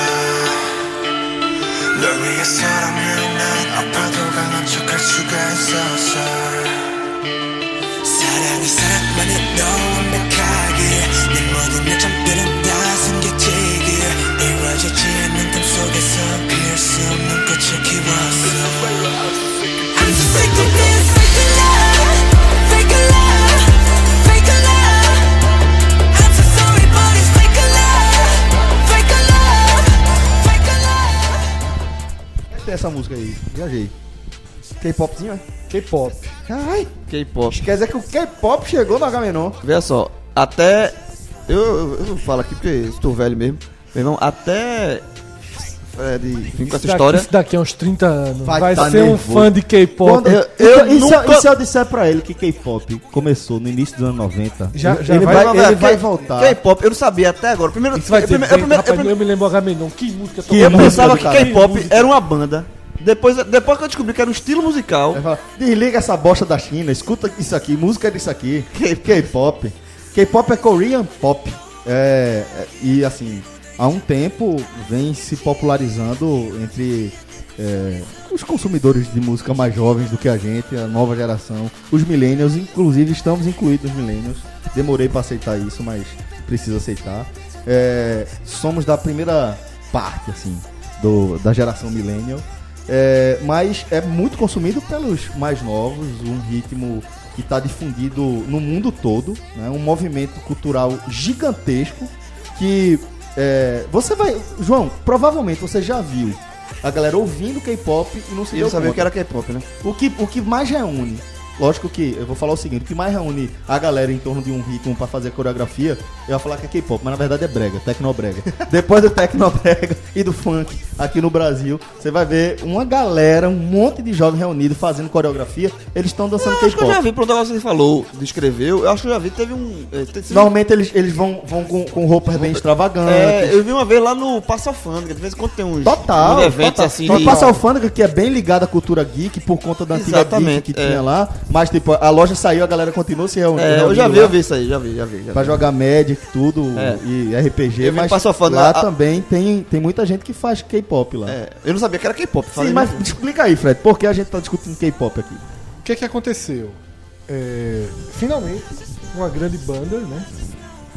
Speaker 5: 널 위해 사람은 난 아파도 강한 척할 수가 있어서 사랑이 사랑만은 너 완벽하게 내 모든 내 잠들은 다 숨겨지길 이루어지지 않는 꿈 속에서 피할 수 없는 꽃을 키웠어
Speaker 6: I'm sick of this fake love, fake love, fake love. I'm so sorry, but it's fake love, fake love, fake love.
Speaker 1: Tem essa música aí. Viajei. K-popzinho, é?
Speaker 3: K-pop.
Speaker 1: Caralho.
Speaker 2: K-pop.
Speaker 1: Quer dizer que o K-pop chegou no Agamenon.
Speaker 2: Veja só, até. Eu, eu, eu falo aqui porque estou velho mesmo. Meu irmão, até. Fred, vim com essa história.
Speaker 3: Isso daqui a uns 30 anos. Vai,
Speaker 1: Vai tá
Speaker 3: ser um
Speaker 1: nervoso.
Speaker 3: fã de K-pop.
Speaker 2: Eu-
Speaker 1: Então,
Speaker 2: eu
Speaker 1: e, se,
Speaker 2: nunca-
Speaker 1: e se eu disser pra ele que K-pop começou no início dos anos 90?
Speaker 3: Já-
Speaker 1: ele,
Speaker 3: já
Speaker 1: ele
Speaker 3: vai-
Speaker 1: vai,
Speaker 2: Não,
Speaker 1: ele
Speaker 2: velho,
Speaker 1: vai
Speaker 2: K-
Speaker 1: voltar.
Speaker 2: K-pop, eu não sabia até agora. Primeiro,
Speaker 3: Isso vai
Speaker 2: eu,
Speaker 3: ter.
Speaker 2: primeiro- eu, primeiro- eu
Speaker 3: rapaz,
Speaker 2: primeiro-
Speaker 3: eu me lembro H Menon. Que música
Speaker 1: Que
Speaker 2: eu
Speaker 1: música
Speaker 2: pensava
Speaker 1: do
Speaker 2: que
Speaker 1: cara.
Speaker 2: K-pop era uma banda Depois, depois que eu descobri que era um estilo musical,
Speaker 1: Aí fala, desliga essa bosta da China, escuta isso aqui, música disso aqui, K-pop. K-pop é Korean pop. É, é, e assim, há um tempo vem se popularizando entre é, os consumidores de música mais jovens do que a gente, a nova geração, os millennials, inclusive estamos incluídos os millennials. Demorei pra aceitar isso, mas preciso aceitar. É, somos da primeira parte, assim, do, da geração millennial. É, mas é muito consumido pelos mais novos, um ritmo que está difundido no mundo todo, né? um movimento cultural gigantesco que é, você vai, João, provavelmente você já viu a galera ouvindo K-pop e não se
Speaker 2: e eu
Speaker 1: deu
Speaker 2: sabia
Speaker 1: conta.
Speaker 2: que era K-pop, né?
Speaker 1: O que, o que mais reúne, lógico que eu vou falar o seguinte, o que mais reúne a galera em torno de um ritmo pra fazer coreografia, eu ia falar que é K-pop, mas na verdade é brega, tecnobrega. Depois do tecnobrega e do funk aqui no Brasil, você vai ver uma galera, um monte de jovens reunidos fazendo coreografia, eles estão dançando
Speaker 2: Eu acho que eu já
Speaker 1: K-pop.
Speaker 2: vi, pelo negócio que ele falou, descreveu, eu acho que eu já vi, teve um... eh, teve-
Speaker 1: Normalmente eles, eles vão, vão com, com roupas bem extravagantes.
Speaker 2: É, eu vi uma vez lá no Passa Alfândega, de vez em quando tem uns,
Speaker 1: Total.
Speaker 2: uns eventos
Speaker 1: total.
Speaker 2: assim.
Speaker 1: Então,
Speaker 2: de-
Speaker 1: Passa Alfândega, que é bem ligada à cultura geek, por conta da antiga geek
Speaker 2: Exatamente,
Speaker 1: que
Speaker 2: é.
Speaker 1: tinha lá. Mas, tipo, a loja saiu, a galera continuou se reunindo.
Speaker 2: É, eu já vi, eu vi isso aí, já vi, já vi. já
Speaker 1: Pra
Speaker 2: vi.
Speaker 1: jogar Magic, tudo,
Speaker 2: É.
Speaker 1: e RPG,
Speaker 2: Eu vi
Speaker 1: mas
Speaker 2: Passa Alfândega,
Speaker 1: lá
Speaker 2: a-
Speaker 1: também tem, tem muita gente que faz K-pop lá.
Speaker 2: É, eu não sabia que era K-pop.
Speaker 1: Sim,
Speaker 2: falei,
Speaker 1: mas
Speaker 2: né?
Speaker 1: explica aí, Fred, por que a gente tá discutindo K-pop aqui?
Speaker 3: O que é que aconteceu? É, finalmente, uma grande banda, né?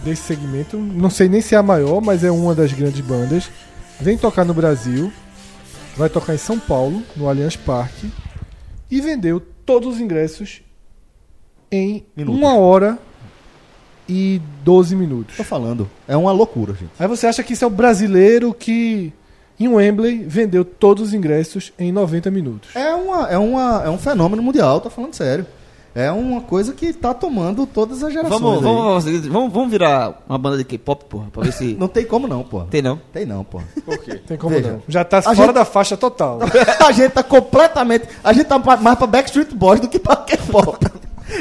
Speaker 3: Desse segmento, não sei nem se é a maior, mas é uma das grandes bandas. Vem tocar no Brasil, vai tocar em São Paulo, no Allianz Parque, e vendeu todos os ingressos em
Speaker 1: Minutos.
Speaker 3: uma hora e 12 minutos.
Speaker 1: Tô falando, é uma loucura, gente.
Speaker 3: Aí você acha que isso é o brasileiro que, em Wembley, vendeu todos os ingressos em 90 minutos.
Speaker 1: É, uma, é, uma, é um fenômeno mundial, tô falando sério. É uma coisa que tá tomando todas as gerações.
Speaker 2: Vamos,
Speaker 1: aí.
Speaker 2: vamos, vamos, vamos virar uma banda de K-pop, porra, pra ver se...
Speaker 1: Não tem como não, pô.
Speaker 2: Tem não.
Speaker 1: Tem não, pô.
Speaker 3: Tem como
Speaker 1: Veja,
Speaker 3: não. Já tá fora
Speaker 1: gente-
Speaker 3: da faixa total.
Speaker 1: a gente tá completamente. A gente tá pra- mais pra Backstreet Boys do que pra K-pop.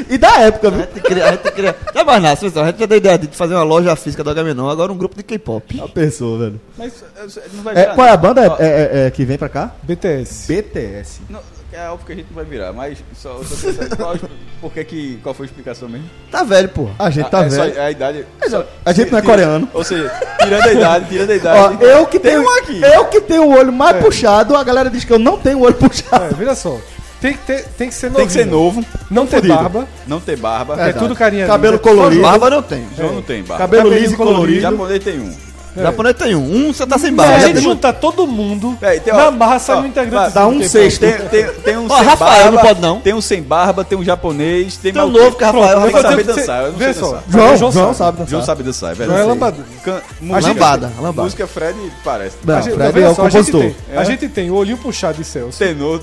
Speaker 1: E da época,
Speaker 2: A
Speaker 1: viu?
Speaker 2: gente queria, a gente queria... Tá mais nada, pessoal, a gente já deu ideia de fazer uma loja física do HMNO, agora um grupo de K-pop.
Speaker 1: Já pensou, velho.
Speaker 4: Mas é, não vai
Speaker 1: É,
Speaker 4: virar.
Speaker 1: qual é a
Speaker 4: não.
Speaker 1: banda
Speaker 4: Ó,
Speaker 1: é- é- é que vem pra cá?
Speaker 3: BTS.
Speaker 1: BTS.
Speaker 4: Não, é óbvio que a gente não vai virar, mas só, só pensando, qual, por que que- qual foi a explicação mesmo?
Speaker 2: Tá velho, porra.
Speaker 1: A gente tá
Speaker 4: é só-
Speaker 1: velho.
Speaker 4: é a idade. só-
Speaker 1: a gente não é
Speaker 4: tira-
Speaker 1: coreano.
Speaker 4: Ou seja, tirando a idade, tirando a
Speaker 1: Ó,
Speaker 4: idade.
Speaker 1: eu que
Speaker 4: Tem
Speaker 1: tenho,
Speaker 4: um aqui. É.
Speaker 1: eu que tenho o olho mais puxado, a galera diz que eu não tenho o olho puxado.
Speaker 3: É, veja só. Tem que, ter, tem que ser novinho.
Speaker 4: Tem que ser novo,
Speaker 3: Não ter
Speaker 1: Fudido.
Speaker 3: barba.
Speaker 4: não ter barba.
Speaker 3: É,
Speaker 1: Verdade.
Speaker 3: tudo carinha.
Speaker 1: Cabelo
Speaker 3: linda.
Speaker 1: colorido.
Speaker 2: Barba não tem.
Speaker 4: João não tem barba.
Speaker 1: Cabelo
Speaker 3: Cabelinho
Speaker 1: liso e
Speaker 4: O
Speaker 1: colorido.
Speaker 3: colorido.
Speaker 4: Japonês tem um.
Speaker 3: É.
Speaker 2: Japonês tem um. Um você tá sem
Speaker 3: Se
Speaker 2: barba.
Speaker 3: a
Speaker 2: já
Speaker 3: gente
Speaker 2: tem um.
Speaker 3: juntar todo mundo,
Speaker 4: Peraí, né? É, tem,
Speaker 3: na
Speaker 4: ó,
Speaker 3: barra sai
Speaker 4: ó,
Speaker 3: um integrante.
Speaker 1: dá um
Speaker 3: do K-pop.
Speaker 1: sexto.
Speaker 4: Tem, tem, tem um
Speaker 2: Ó, Rafael, não pode não.
Speaker 4: Tem um sem barba, tem um japonês, tem,
Speaker 2: Tem um
Speaker 4: maluco.
Speaker 2: novo que é Rafael,
Speaker 4: Tem que
Speaker 2: Rafael
Speaker 4: saber
Speaker 3: Você-
Speaker 4: dançar, eu não sei
Speaker 3: vê só.
Speaker 4: dançar.
Speaker 1: João,
Speaker 3: João
Speaker 1: João,
Speaker 3: sabe.
Speaker 1: sabe dançar.
Speaker 4: João sabe dançar, é
Speaker 3: João é
Speaker 4: verdade.
Speaker 3: lambador.
Speaker 4: Can-
Speaker 3: A gente-
Speaker 2: Lambada, lambada.
Speaker 4: Música Fred parece.
Speaker 1: Não,
Speaker 3: A gente-
Speaker 1: Fred
Speaker 3: veja
Speaker 1: é o
Speaker 3: só, a gente
Speaker 1: compositor.
Speaker 3: tem- A gente tem o olhinho puxado de Celso.
Speaker 4: Tenor.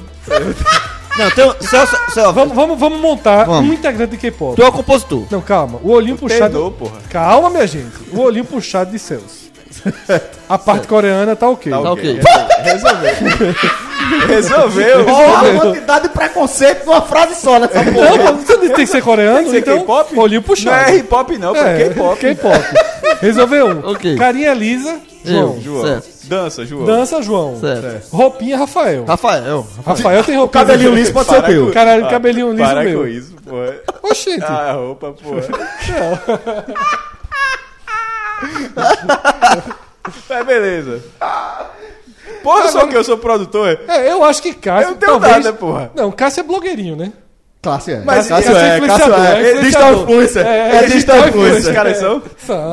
Speaker 2: Não, tem um. Celso, Celso,
Speaker 3: Vamos, vamos, vamos montar
Speaker 2: Vamos.
Speaker 3: um integrante de K-pop.
Speaker 2: Tu é o compositor.
Speaker 3: Não, calma. O olhinho puxado.
Speaker 4: tenor, porra.
Speaker 3: Calma, minha gente. O olhinho puxado de Celso. A parte coreana tá ok.
Speaker 4: Tá
Speaker 2: Tá
Speaker 4: ok.
Speaker 2: ok.
Speaker 4: Resolveu. Resolveu.
Speaker 1: Olha a quantidade de preconceito numa frase só nessa porra.
Speaker 3: Não, mas você tem que ser coreano,
Speaker 4: Tem que ser
Speaker 3: então
Speaker 4: K-pop?
Speaker 3: olhinho
Speaker 4: Não é
Speaker 3: puxado.
Speaker 4: hip-hop não, pô, é K-pop.
Speaker 3: K-pop. Resolveu um.
Speaker 2: Ok.
Speaker 3: Carinha lisa, João.
Speaker 2: Eu,
Speaker 4: João.
Speaker 2: Certo,
Speaker 4: Dança, João.
Speaker 3: Dança, João. É.
Speaker 2: certo.
Speaker 3: Roupinha, Rafael.
Speaker 2: Rafael.
Speaker 3: Rafael tem roupinha.
Speaker 1: Cabelinho liso pode ser o
Speaker 4: Para
Speaker 1: teu.
Speaker 4: com-
Speaker 3: Caralho, cabelinho liso
Speaker 4: Ah, Para
Speaker 3: meu.
Speaker 4: com isso, porra.
Speaker 3: Oxente.
Speaker 4: Ah, roupa, porra. Mas beleza. Porra, só que eu sou produtor.
Speaker 3: É, eu acho que Cássio.
Speaker 4: Eu não tenho
Speaker 3: talvez...
Speaker 4: nada, porra.
Speaker 3: Não, Cássio é blogueirinho, né?
Speaker 1: Classe é.
Speaker 4: Mas
Speaker 1: Classe
Speaker 4: isso
Speaker 1: é,
Speaker 3: é
Speaker 1: classe
Speaker 3: influenciador,
Speaker 1: é.
Speaker 3: é
Speaker 1: É digital
Speaker 3: influenciador.
Speaker 1: influencer.
Speaker 3: É,
Speaker 1: É digital
Speaker 4: Os
Speaker 1: influencer.
Speaker 4: caras são.
Speaker 2: Ah,
Speaker 3: São.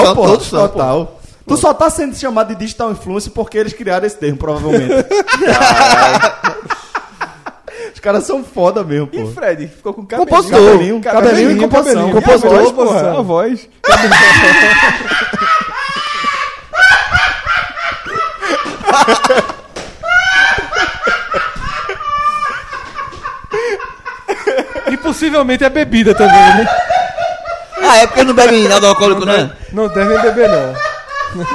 Speaker 1: Total,
Speaker 2: só
Speaker 1: pô.
Speaker 2: todos são, pô.
Speaker 1: Total. Tu só tá sendo chamado de digital influencer porque eles criaram esse termo, provavelmente. Os caras são foda mesmo,
Speaker 4: E
Speaker 1: pô.
Speaker 4: Fred, ficou com cabelinho.
Speaker 2: Compositor.
Speaker 1: Cabelinho, cabelinho
Speaker 4: Cabelinho,
Speaker 1: e composição.
Speaker 4: cabelinho.
Speaker 1: Compositor,
Speaker 4: E a voz,
Speaker 1: porra.
Speaker 4: porra, A voz.
Speaker 3: E possivelmente é bebida também, né?
Speaker 2: Ah, é porque não bebe nada alcoólico, né?
Speaker 3: Não devem beber, não.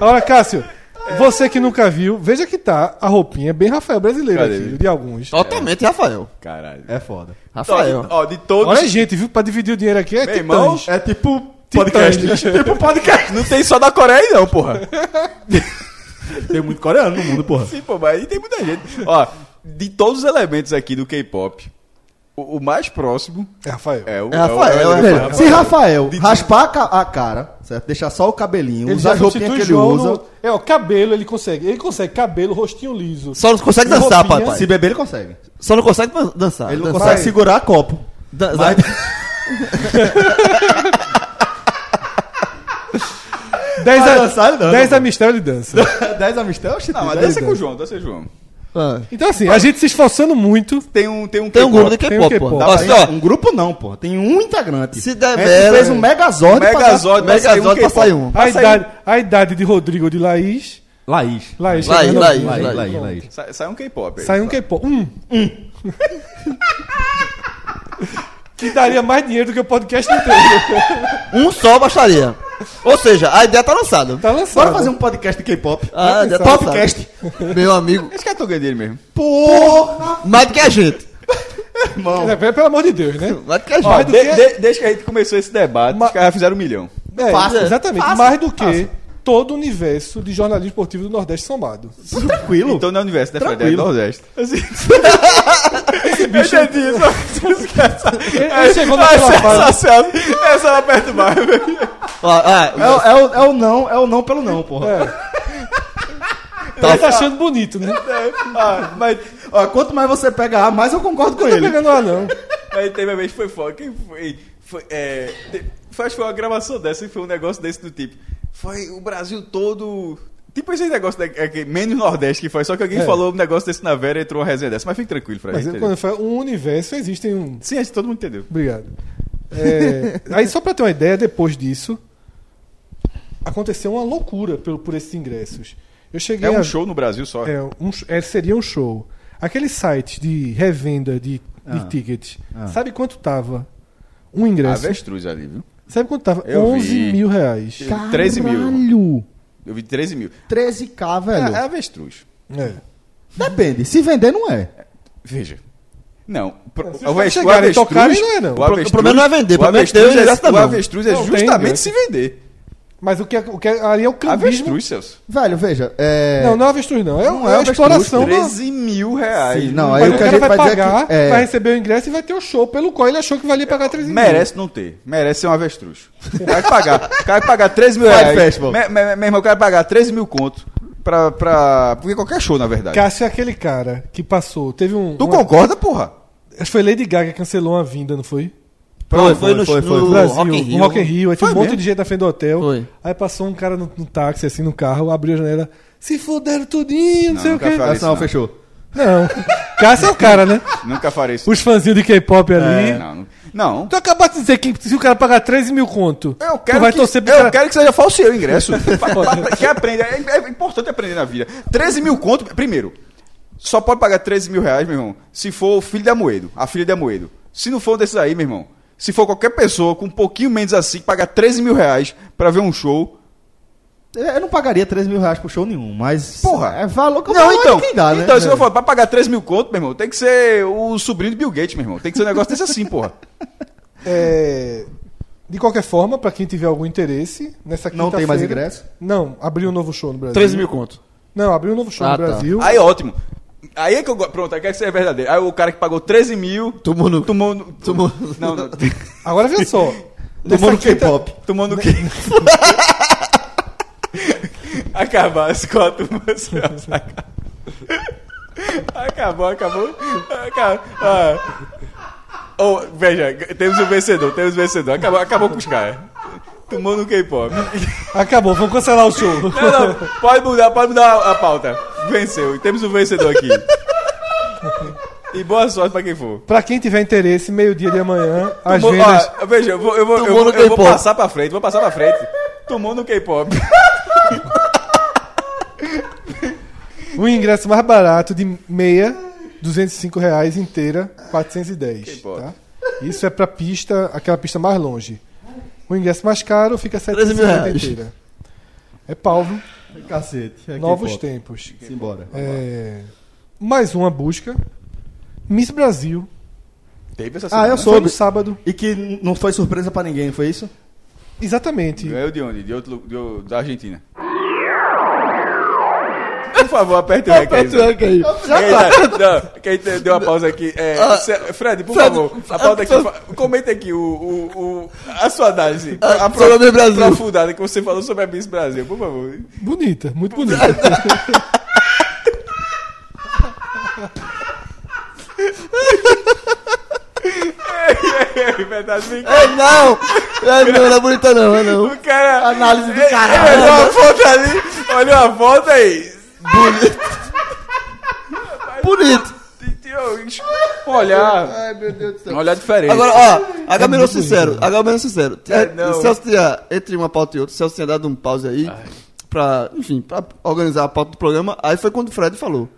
Speaker 3: Agora, Cássio, você que nunca viu, veja que tá a roupinha bem Rafael brasileiro
Speaker 4: Cadê?
Speaker 3: aqui, de alguns.
Speaker 2: Totalmente Rafael.
Speaker 4: Caralho.
Speaker 1: É foda.
Speaker 2: Rafael.
Speaker 4: Ó, de todos.
Speaker 3: Olha, gente, viu? Pra dividir o dinheiro aqui é
Speaker 4: Meu irmão,
Speaker 3: titãs.
Speaker 1: É tipo
Speaker 3: podcast.
Speaker 1: podcast. tipo podcast.
Speaker 4: Não tem só da Coreia, não, porra.
Speaker 7: Tem muito coreano no mundo, porra.
Speaker 4: Sim, pô, mas aí tem muita gente. Ó, de todos os elementos aqui do K-pop, o, o mais próximo
Speaker 3: É, Rafael.
Speaker 4: é o.
Speaker 2: É Rafael,
Speaker 4: o- o-
Speaker 2: é
Speaker 4: o-
Speaker 2: Rafael.
Speaker 1: Se Rafael
Speaker 4: De-
Speaker 1: raspar a ca- a cara, certo? Deixar só o cabelinho,
Speaker 3: Ele
Speaker 1: usar
Speaker 3: já
Speaker 1: as roupinhas que
Speaker 3: substitui
Speaker 1: ele
Speaker 3: João
Speaker 1: usa.
Speaker 3: no... É, o cabelo ele consegue. Ele consegue cabelo, rostinho liso.
Speaker 2: Só não consegue
Speaker 3: E
Speaker 2: dançar,
Speaker 3: roupinha?
Speaker 2: papai.
Speaker 1: Se beber, ele consegue.
Speaker 2: Só não consegue dan- dançar.
Speaker 1: Ele não
Speaker 2: Dançar.
Speaker 1: consegue segurar copo.
Speaker 2: Dan- dan-
Speaker 3: 10
Speaker 1: Vai
Speaker 3: a,
Speaker 1: dançar, ele dança,
Speaker 3: 10 a
Speaker 1: pô.
Speaker 3: Mistel ele dança.
Speaker 1: 10 Amistel, oxe,
Speaker 4: Não, mas dança com o João, dança com o João.
Speaker 2: Ah,
Speaker 3: Então, assim, a gente se esforçando muito.
Speaker 4: Tem um. Tem um,
Speaker 2: Tem um
Speaker 4: K-pop.
Speaker 2: grupo do
Speaker 3: Tem um
Speaker 2: K-pop,
Speaker 3: K-pop.
Speaker 2: pô.
Speaker 4: Dá
Speaker 2: Ó,
Speaker 4: pra-
Speaker 2: só,
Speaker 1: Um grupo não, pô. Tem um integrante.
Speaker 2: Se der
Speaker 1: A gente
Speaker 2: merda-
Speaker 1: fez um megazord pra dar-
Speaker 4: Megazord, mas tem um
Speaker 2: Megazord pra
Speaker 4: K-pop.
Speaker 2: sair um.
Speaker 3: A
Speaker 4: Passa aí.
Speaker 3: idade, a idade de Rodrigo ou de Laís.
Speaker 7: Laís.
Speaker 3: Laís,
Speaker 2: Laís,
Speaker 3: chegando ao
Speaker 2: Laís,
Speaker 3: fim.
Speaker 2: Laís,
Speaker 1: Laís, Laís,
Speaker 3: Pronto.
Speaker 1: Laís.
Speaker 4: Sai, sai um K-pop aí.
Speaker 3: Sai um K-pop. Um. Um. que daria mais dinheiro do que o podcast inteiro.
Speaker 2: Um só baixaria. Ou seja, a ideia tá lançada.
Speaker 3: Tá lançado.
Speaker 1: Bora fazer um podcast de K-pop.
Speaker 2: Ah, já tá
Speaker 1: Popcast.
Speaker 2: Meu amigo,
Speaker 4: Esse cara é ganhando dinheiro mesmo.
Speaker 1: Porra,
Speaker 2: mais do que a gente.
Speaker 1: irmão.
Speaker 3: É, pelo amor de Deus, né?
Speaker 2: Mais do que a gente.
Speaker 4: Ó,
Speaker 3: do
Speaker 4: de-
Speaker 3: que-
Speaker 4: de- desde que a gente começou esse debate,
Speaker 3: Ma-
Speaker 4: os caras já fizeram um milhão.
Speaker 3: É,
Speaker 2: Fácil.
Speaker 3: exatamente.
Speaker 2: Fácil.
Speaker 3: Mais do que todo o universo de jornalismo esportivo do Nordeste somado.
Speaker 1: Tranquilo.
Speaker 4: Então não é universo, né, Fred? É do
Speaker 1: Tranquilo.
Speaker 4: Nordeste.
Speaker 3: Esse bicho, ele, ele
Speaker 4: Essa,
Speaker 3: chegou naquela fase.
Speaker 4: essa, essa é ela perturbar.
Speaker 2: Ó, ah,
Speaker 1: É, o- é o, é o não, é o não pelo não, porra.
Speaker 3: Ele tá achando bonito, né?
Speaker 4: Ah, mas
Speaker 1: Ó, quanto mais você pega A, mais eu concordo com
Speaker 3: Não tô
Speaker 1: ele.
Speaker 3: pegando lá, não.
Speaker 4: Aí teve uma vez que foi foda. Quem foi? foi é, te- foi- acho que foi uma gravação dessa e foi um negócio desse do tipo. Foi o Brasil todo. Tipo esse negócio, da, é, que- menos Nordeste que foi, só que alguém
Speaker 3: É.
Speaker 4: falou um negócio desse na Vera e entrou uma resenha dessa. Mas fique tranquilo, Fred.
Speaker 3: Mas
Speaker 4: entendeu?
Speaker 3: quando fala um universo, existem um.
Speaker 4: Sim, acho que todo mundo entendeu.
Speaker 3: Obrigado. É, aí, só pra ter uma ideia, depois disso, aconteceu uma loucura pelo- por esses ingressos. Eu cheguei
Speaker 4: É um
Speaker 3: a-
Speaker 4: show no Brasil só.
Speaker 3: É, um sh- é, seria um show. Aquele site de revenda de, de
Speaker 1: Ah.
Speaker 3: tickets,
Speaker 1: Ah.
Speaker 3: sabe quanto tava? Um ingresso.
Speaker 4: É Avestruz ali, viu?
Speaker 3: Sabe quanto tava?
Speaker 4: Eu
Speaker 3: 11
Speaker 4: vi.
Speaker 3: mil reais.
Speaker 4: Eu- 13 mil.
Speaker 1: Caralho.
Speaker 4: Eu vi 13 mil.
Speaker 1: 13k,
Speaker 4: É,
Speaker 1: velho.
Speaker 4: é avestruz.
Speaker 3: É.
Speaker 1: Depende. Se vender, não é.
Speaker 4: Veja. Não, pro,
Speaker 3: Se os caras chegarem e tocarem, não é, não.
Speaker 4: o
Speaker 3: O pro- o
Speaker 4: avestruz-
Speaker 2: problema não é vender, o
Speaker 4: o
Speaker 2: problema é ter o
Speaker 4: avestruz
Speaker 2: ingresso
Speaker 4: é,
Speaker 2: na
Speaker 4: o
Speaker 2: mão.
Speaker 4: avestruz é
Speaker 3: Não, tem
Speaker 4: justamente
Speaker 3: ingresso.
Speaker 4: se vender.
Speaker 3: Mas o que, é- o que é- ali é o cambismo.
Speaker 4: Avestruz, Celso.
Speaker 1: Velho, veja. É...
Speaker 3: Não, não é avestruz, não. É,
Speaker 1: Não
Speaker 3: é,
Speaker 1: é
Speaker 3: a
Speaker 1: avestruz,
Speaker 3: exploração do.
Speaker 4: 13 mil reais.
Speaker 1: Sim, não,
Speaker 3: Mas
Speaker 1: aí
Speaker 3: o
Speaker 1: o que a
Speaker 3: cara
Speaker 1: gente
Speaker 3: vai
Speaker 1: vai dizer
Speaker 3: pagar,
Speaker 1: é que. é,
Speaker 3: vai receber o ingresso e vai ter o show pelo qual ele achou que valia pagar 13 mil.
Speaker 4: Merece não ter. Merece ser um avestruz. Vai pagar. O cara vai pagar 13 mil
Speaker 1: Fire
Speaker 4: reais.
Speaker 1: Festival.
Speaker 4: Me, me, meu irmão, o cara vai pagar 13 mil conto pra, pra... Porque qualquer show, na verdade.
Speaker 3: Cássio é aquele cara que passou. Teve um.
Speaker 4: Tu
Speaker 3: uma-
Speaker 4: concorda, porra?
Speaker 3: Acho que foi Lady Gaga que cancelou uma vinda, não foi?
Speaker 2: Foi, foi no
Speaker 1: foi, foi,
Speaker 2: no
Speaker 1: foi.
Speaker 3: Brasil,
Speaker 2: Rock in
Speaker 3: no
Speaker 2: Rio.
Speaker 3: Rock in Rio. Aí tinha um
Speaker 4: Foi
Speaker 3: monte
Speaker 4: mesmo?
Speaker 3: de gente na frente do hotel.
Speaker 2: Foi.
Speaker 3: Aí passou um cara no, no táxi, assim, no carro, abriu a janela. Se fuderam tudinho, não,
Speaker 4: Não,
Speaker 3: sei o
Speaker 4: nunca
Speaker 3: quê.
Speaker 4: falei.
Speaker 1: Não, fechou.
Speaker 3: Não. Cássio é o cara, né?
Speaker 4: Nunca farei isso.
Speaker 3: Os fãzinhos de K-pop ali.
Speaker 4: É, Não, não. não.
Speaker 3: Tu acabaste de dizer que se o cara pagar 13 mil conto,
Speaker 4: Eu
Speaker 3: tu
Speaker 4: quero,
Speaker 3: vai
Speaker 4: que,
Speaker 3: torcer pro
Speaker 4: eu
Speaker 3: cara...
Speaker 4: quero que seja falseiro o ingresso. Pra- pra- que aprenda. É, é importante aprender na vida. 13 mil conto. Primeiro, só pode pagar 13 mil reais, meu irmão, se for o filho da Moedo, a filha da Moedo. Se não for um desses aí, meu irmão, se for qualquer pessoa com um pouquinho menos assim, que pagar 13 mil reais pra ver um show.
Speaker 1: Eu não pagaria 3 mil reais pro show nenhum, mas.
Speaker 4: Porra.
Speaker 1: É valor que eu
Speaker 4: Não,
Speaker 1: valor de
Speaker 4: então.
Speaker 1: quem dá, né?
Speaker 4: então, se
Speaker 1: É.
Speaker 4: eu for pra pagar 13 mil conto, meu irmão, tem que ser o sobrinho do Bill Gates, meu irmão. Tem que ser um negócio desse assim, porra.
Speaker 3: É, De qualquer forma, pra quem tiver algum interesse, nessa quinta
Speaker 1: Não tem mais ingresso?
Speaker 3: Não, abriu um novo show no Brasil.
Speaker 2: 13 mil conto.
Speaker 3: Não, abriu um novo show
Speaker 2: Ah,
Speaker 3: no
Speaker 2: tá.
Speaker 3: Brasil.
Speaker 4: Aí ótimo. Aí é que eu. go- Pronto, aí quer que seja verdadeiro. Aí o cara que pagou 13 mil.
Speaker 2: Tomou no-
Speaker 4: Tomou no.
Speaker 2: tomou-
Speaker 4: Não, não.
Speaker 3: Agora veja só.
Speaker 1: Tomou no K-pop.
Speaker 4: Tomou
Speaker 2: Né?
Speaker 4: no quê? Acabar as quatro músicas. Acabou, acabou. acabou. Ah. Oh, veja, temos o vencedor, temos o vencedor. Acabou, acabou com os caras. Tomou no K-pop.
Speaker 3: Acabou, vamos cancelar o show.
Speaker 4: Não, não, pode mudar, pode mudar a pauta. Venceu, temos o vencedor aqui. E boa sorte pra quem for.
Speaker 3: Pra quem tiver interesse, meio-dia de amanhã, as
Speaker 4: Tomou-
Speaker 3: vendas.
Speaker 1: ah.
Speaker 4: ó, veja, eu vou, eu vou, eu
Speaker 2: Tomou
Speaker 4: vou-
Speaker 2: no
Speaker 4: eu vou
Speaker 2: K-pop.
Speaker 4: passar pra frente, vou passar pra frente. Tomou no K-pop.
Speaker 3: O um ingresso mais barato de meia, R$ 205 reais inteira, 410.
Speaker 4: K-pop.
Speaker 3: Tá? Isso é pra pista, aquela pista mais longe. O ingresso mais caro fica
Speaker 2: 13 mil
Speaker 3: 750
Speaker 2: reais.
Speaker 3: inteira. É palvo,
Speaker 1: Cacete. é
Speaker 3: novos
Speaker 1: K-pop.
Speaker 3: tempos.
Speaker 1: Simbora.
Speaker 3: É, mais uma busca. Miss Brasil.
Speaker 4: Teve essa
Speaker 1: Ah, eu
Speaker 3: Foi no
Speaker 1: soube.
Speaker 3: sábado.
Speaker 1: E que n- não foi surpresa pra ninguém, foi isso?
Speaker 3: Exatamente.
Speaker 4: É. Ganhou de onde? De outro, lu- de, o- da Argentina. Por favor, aperte o rec aí.
Speaker 2: Aperta o tá. rec aí.
Speaker 4: Eita, não, quem te- deu a pausa aqui. É,
Speaker 2: Ah,
Speaker 4: Cé- Fred, por favor, a pausa aqui. fa- Comenta aqui o, o, o- a sua análise. A, pro-
Speaker 2: sobre o Ah, Brasil.
Speaker 4: aprofundada que você falou sobre a Miss Brasil, por favor.
Speaker 3: Bonita, muito bonita.
Speaker 4: Verdade, vem cá.
Speaker 2: É, não! É, não, não é bonita não, é não.
Speaker 4: O cara.
Speaker 2: Análise do
Speaker 4: É,
Speaker 2: caralho.
Speaker 4: Olha uma foto ali. Olha uma foto aí.
Speaker 2: Bonito.
Speaker 4: Olha,
Speaker 2: Ai, meu Deus do céu.
Speaker 4: olha a diferença.
Speaker 2: Agora, ó, agora menos sincero, agora menos sincero.
Speaker 4: É,
Speaker 2: Tinha-
Speaker 4: não.
Speaker 2: Celso tinha, entre uma pauta e outra, Celso tinha dado um pause aí pra, enfim, pra organizar a pauta do programa. Aí foi quando o Fred falou,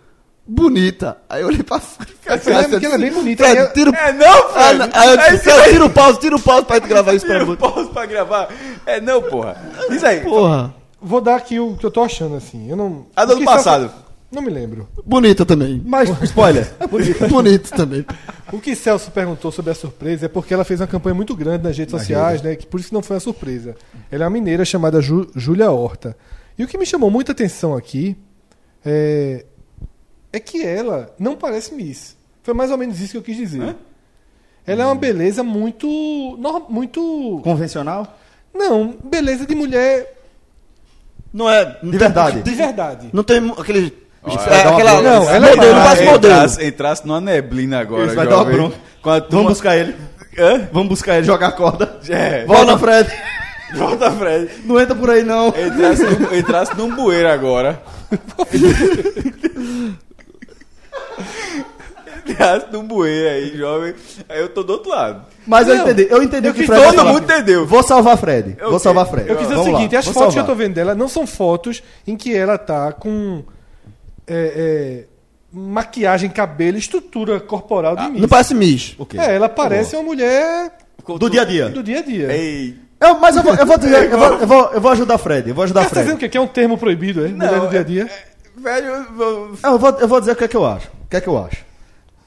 Speaker 2: bonita. Aí eu olhei pra Fred.
Speaker 3: ela é- porque ela é bem bonita,
Speaker 2: Fred,
Speaker 3: aí eu-
Speaker 2: tira o...
Speaker 4: é não,
Speaker 2: Ah,
Speaker 4: Fred.
Speaker 2: não, Aí eu disse,
Speaker 4: Aí você
Speaker 2: Celso,
Speaker 4: vai-
Speaker 2: tira o pause, tira o pause pra gente gravar isso pra
Speaker 4: Tira o
Speaker 2: muito.
Speaker 4: pause pra gravar. É não, porra. Diz aí.
Speaker 2: Porra,
Speaker 3: Vou dar aqui o que eu tô achando, assim. Eu não...
Speaker 4: A do
Speaker 3: o
Speaker 4: ano
Speaker 3: que
Speaker 4: passado.
Speaker 3: Celso- Não me lembro.
Speaker 2: bonita também.
Speaker 7: Mas, spoiler.
Speaker 2: Bonito também.
Speaker 3: O que Celso perguntou sobre a surpresa é porque ela fez uma campanha muito grande nas redes sociais, né? Que por isso que não foi uma surpresa. Ela é uma mineira chamada Ju- Júlia Horta. E o que me chamou muita atenção aqui é, é que ela não parece Miss. Foi mais ou menos isso que eu quis dizer. Ela é uma beleza muito. nor- muito.
Speaker 1: Convencional?
Speaker 3: Não, beleza de mulher
Speaker 2: Não é...
Speaker 1: De verdade.
Speaker 3: de verdade.
Speaker 2: Não tem mu- aquele...
Speaker 1: vai
Speaker 2: é,
Speaker 1: dar uma
Speaker 2: aquela...
Speaker 1: bronca.
Speaker 2: Não,
Speaker 3: Não,
Speaker 2: ela
Speaker 3: ela
Speaker 2: é
Speaker 3: é
Speaker 2: modelo,
Speaker 3: má.
Speaker 2: passa modelo.
Speaker 4: Ah, Entrasse, entrasse numa neblina agora.
Speaker 1: Isso, vai dar uma
Speaker 4: jovem.
Speaker 1: bronca.
Speaker 4: Com a
Speaker 1: Vamos
Speaker 4: turma...
Speaker 1: buscar ele.
Speaker 4: Hã?
Speaker 1: Vamos buscar ele, jogar a corda.
Speaker 4: É,
Speaker 2: Volta, Fred.
Speaker 4: volta, Fred.
Speaker 1: Não entra por aí, não.
Speaker 4: Entrasse, num- entrasse num bueiro agora. entrasse num bueiro aí, jovem. Aí eu tô do outro lado.
Speaker 1: Mas eu entendi. Eu entendi
Speaker 4: Eu
Speaker 1: que
Speaker 4: que
Speaker 1: Fred. vai
Speaker 4: todo
Speaker 1: falar.
Speaker 4: mundo entendeu.
Speaker 1: Vou salvar Fred.
Speaker 4: Eu
Speaker 1: vou
Speaker 4: que-
Speaker 1: salvar Fred.
Speaker 3: Eu quis dizer o
Speaker 1: Vamos lá,
Speaker 3: seguinte, as
Speaker 1: vou
Speaker 3: fotos que eu
Speaker 1: salvar.
Speaker 3: tô vendo dela não são fotos em que ela tá com é, é, maquiagem, cabelo, estrutura corporal
Speaker 1: Ah,
Speaker 3: de mim.
Speaker 2: Não parece Miss.
Speaker 1: Ok.
Speaker 3: É, ela parece
Speaker 1: Tá
Speaker 3: uma mulher
Speaker 1: Do dia a dia.
Speaker 3: do dia a dia.
Speaker 4: Ei,
Speaker 1: Eu, mas eu vou, eu vou dizer, eu vou, eu vou, eu vou ajudar Fred, eu vou ajudar
Speaker 3: Tá fazendo o
Speaker 1: Fred.
Speaker 3: quê? Que é um termo proibido, é? mulher do dia a dia.
Speaker 4: velho, eu vou-
Speaker 1: Eu vou, eu vou dizer o que é que eu acho. O que é que eu acho?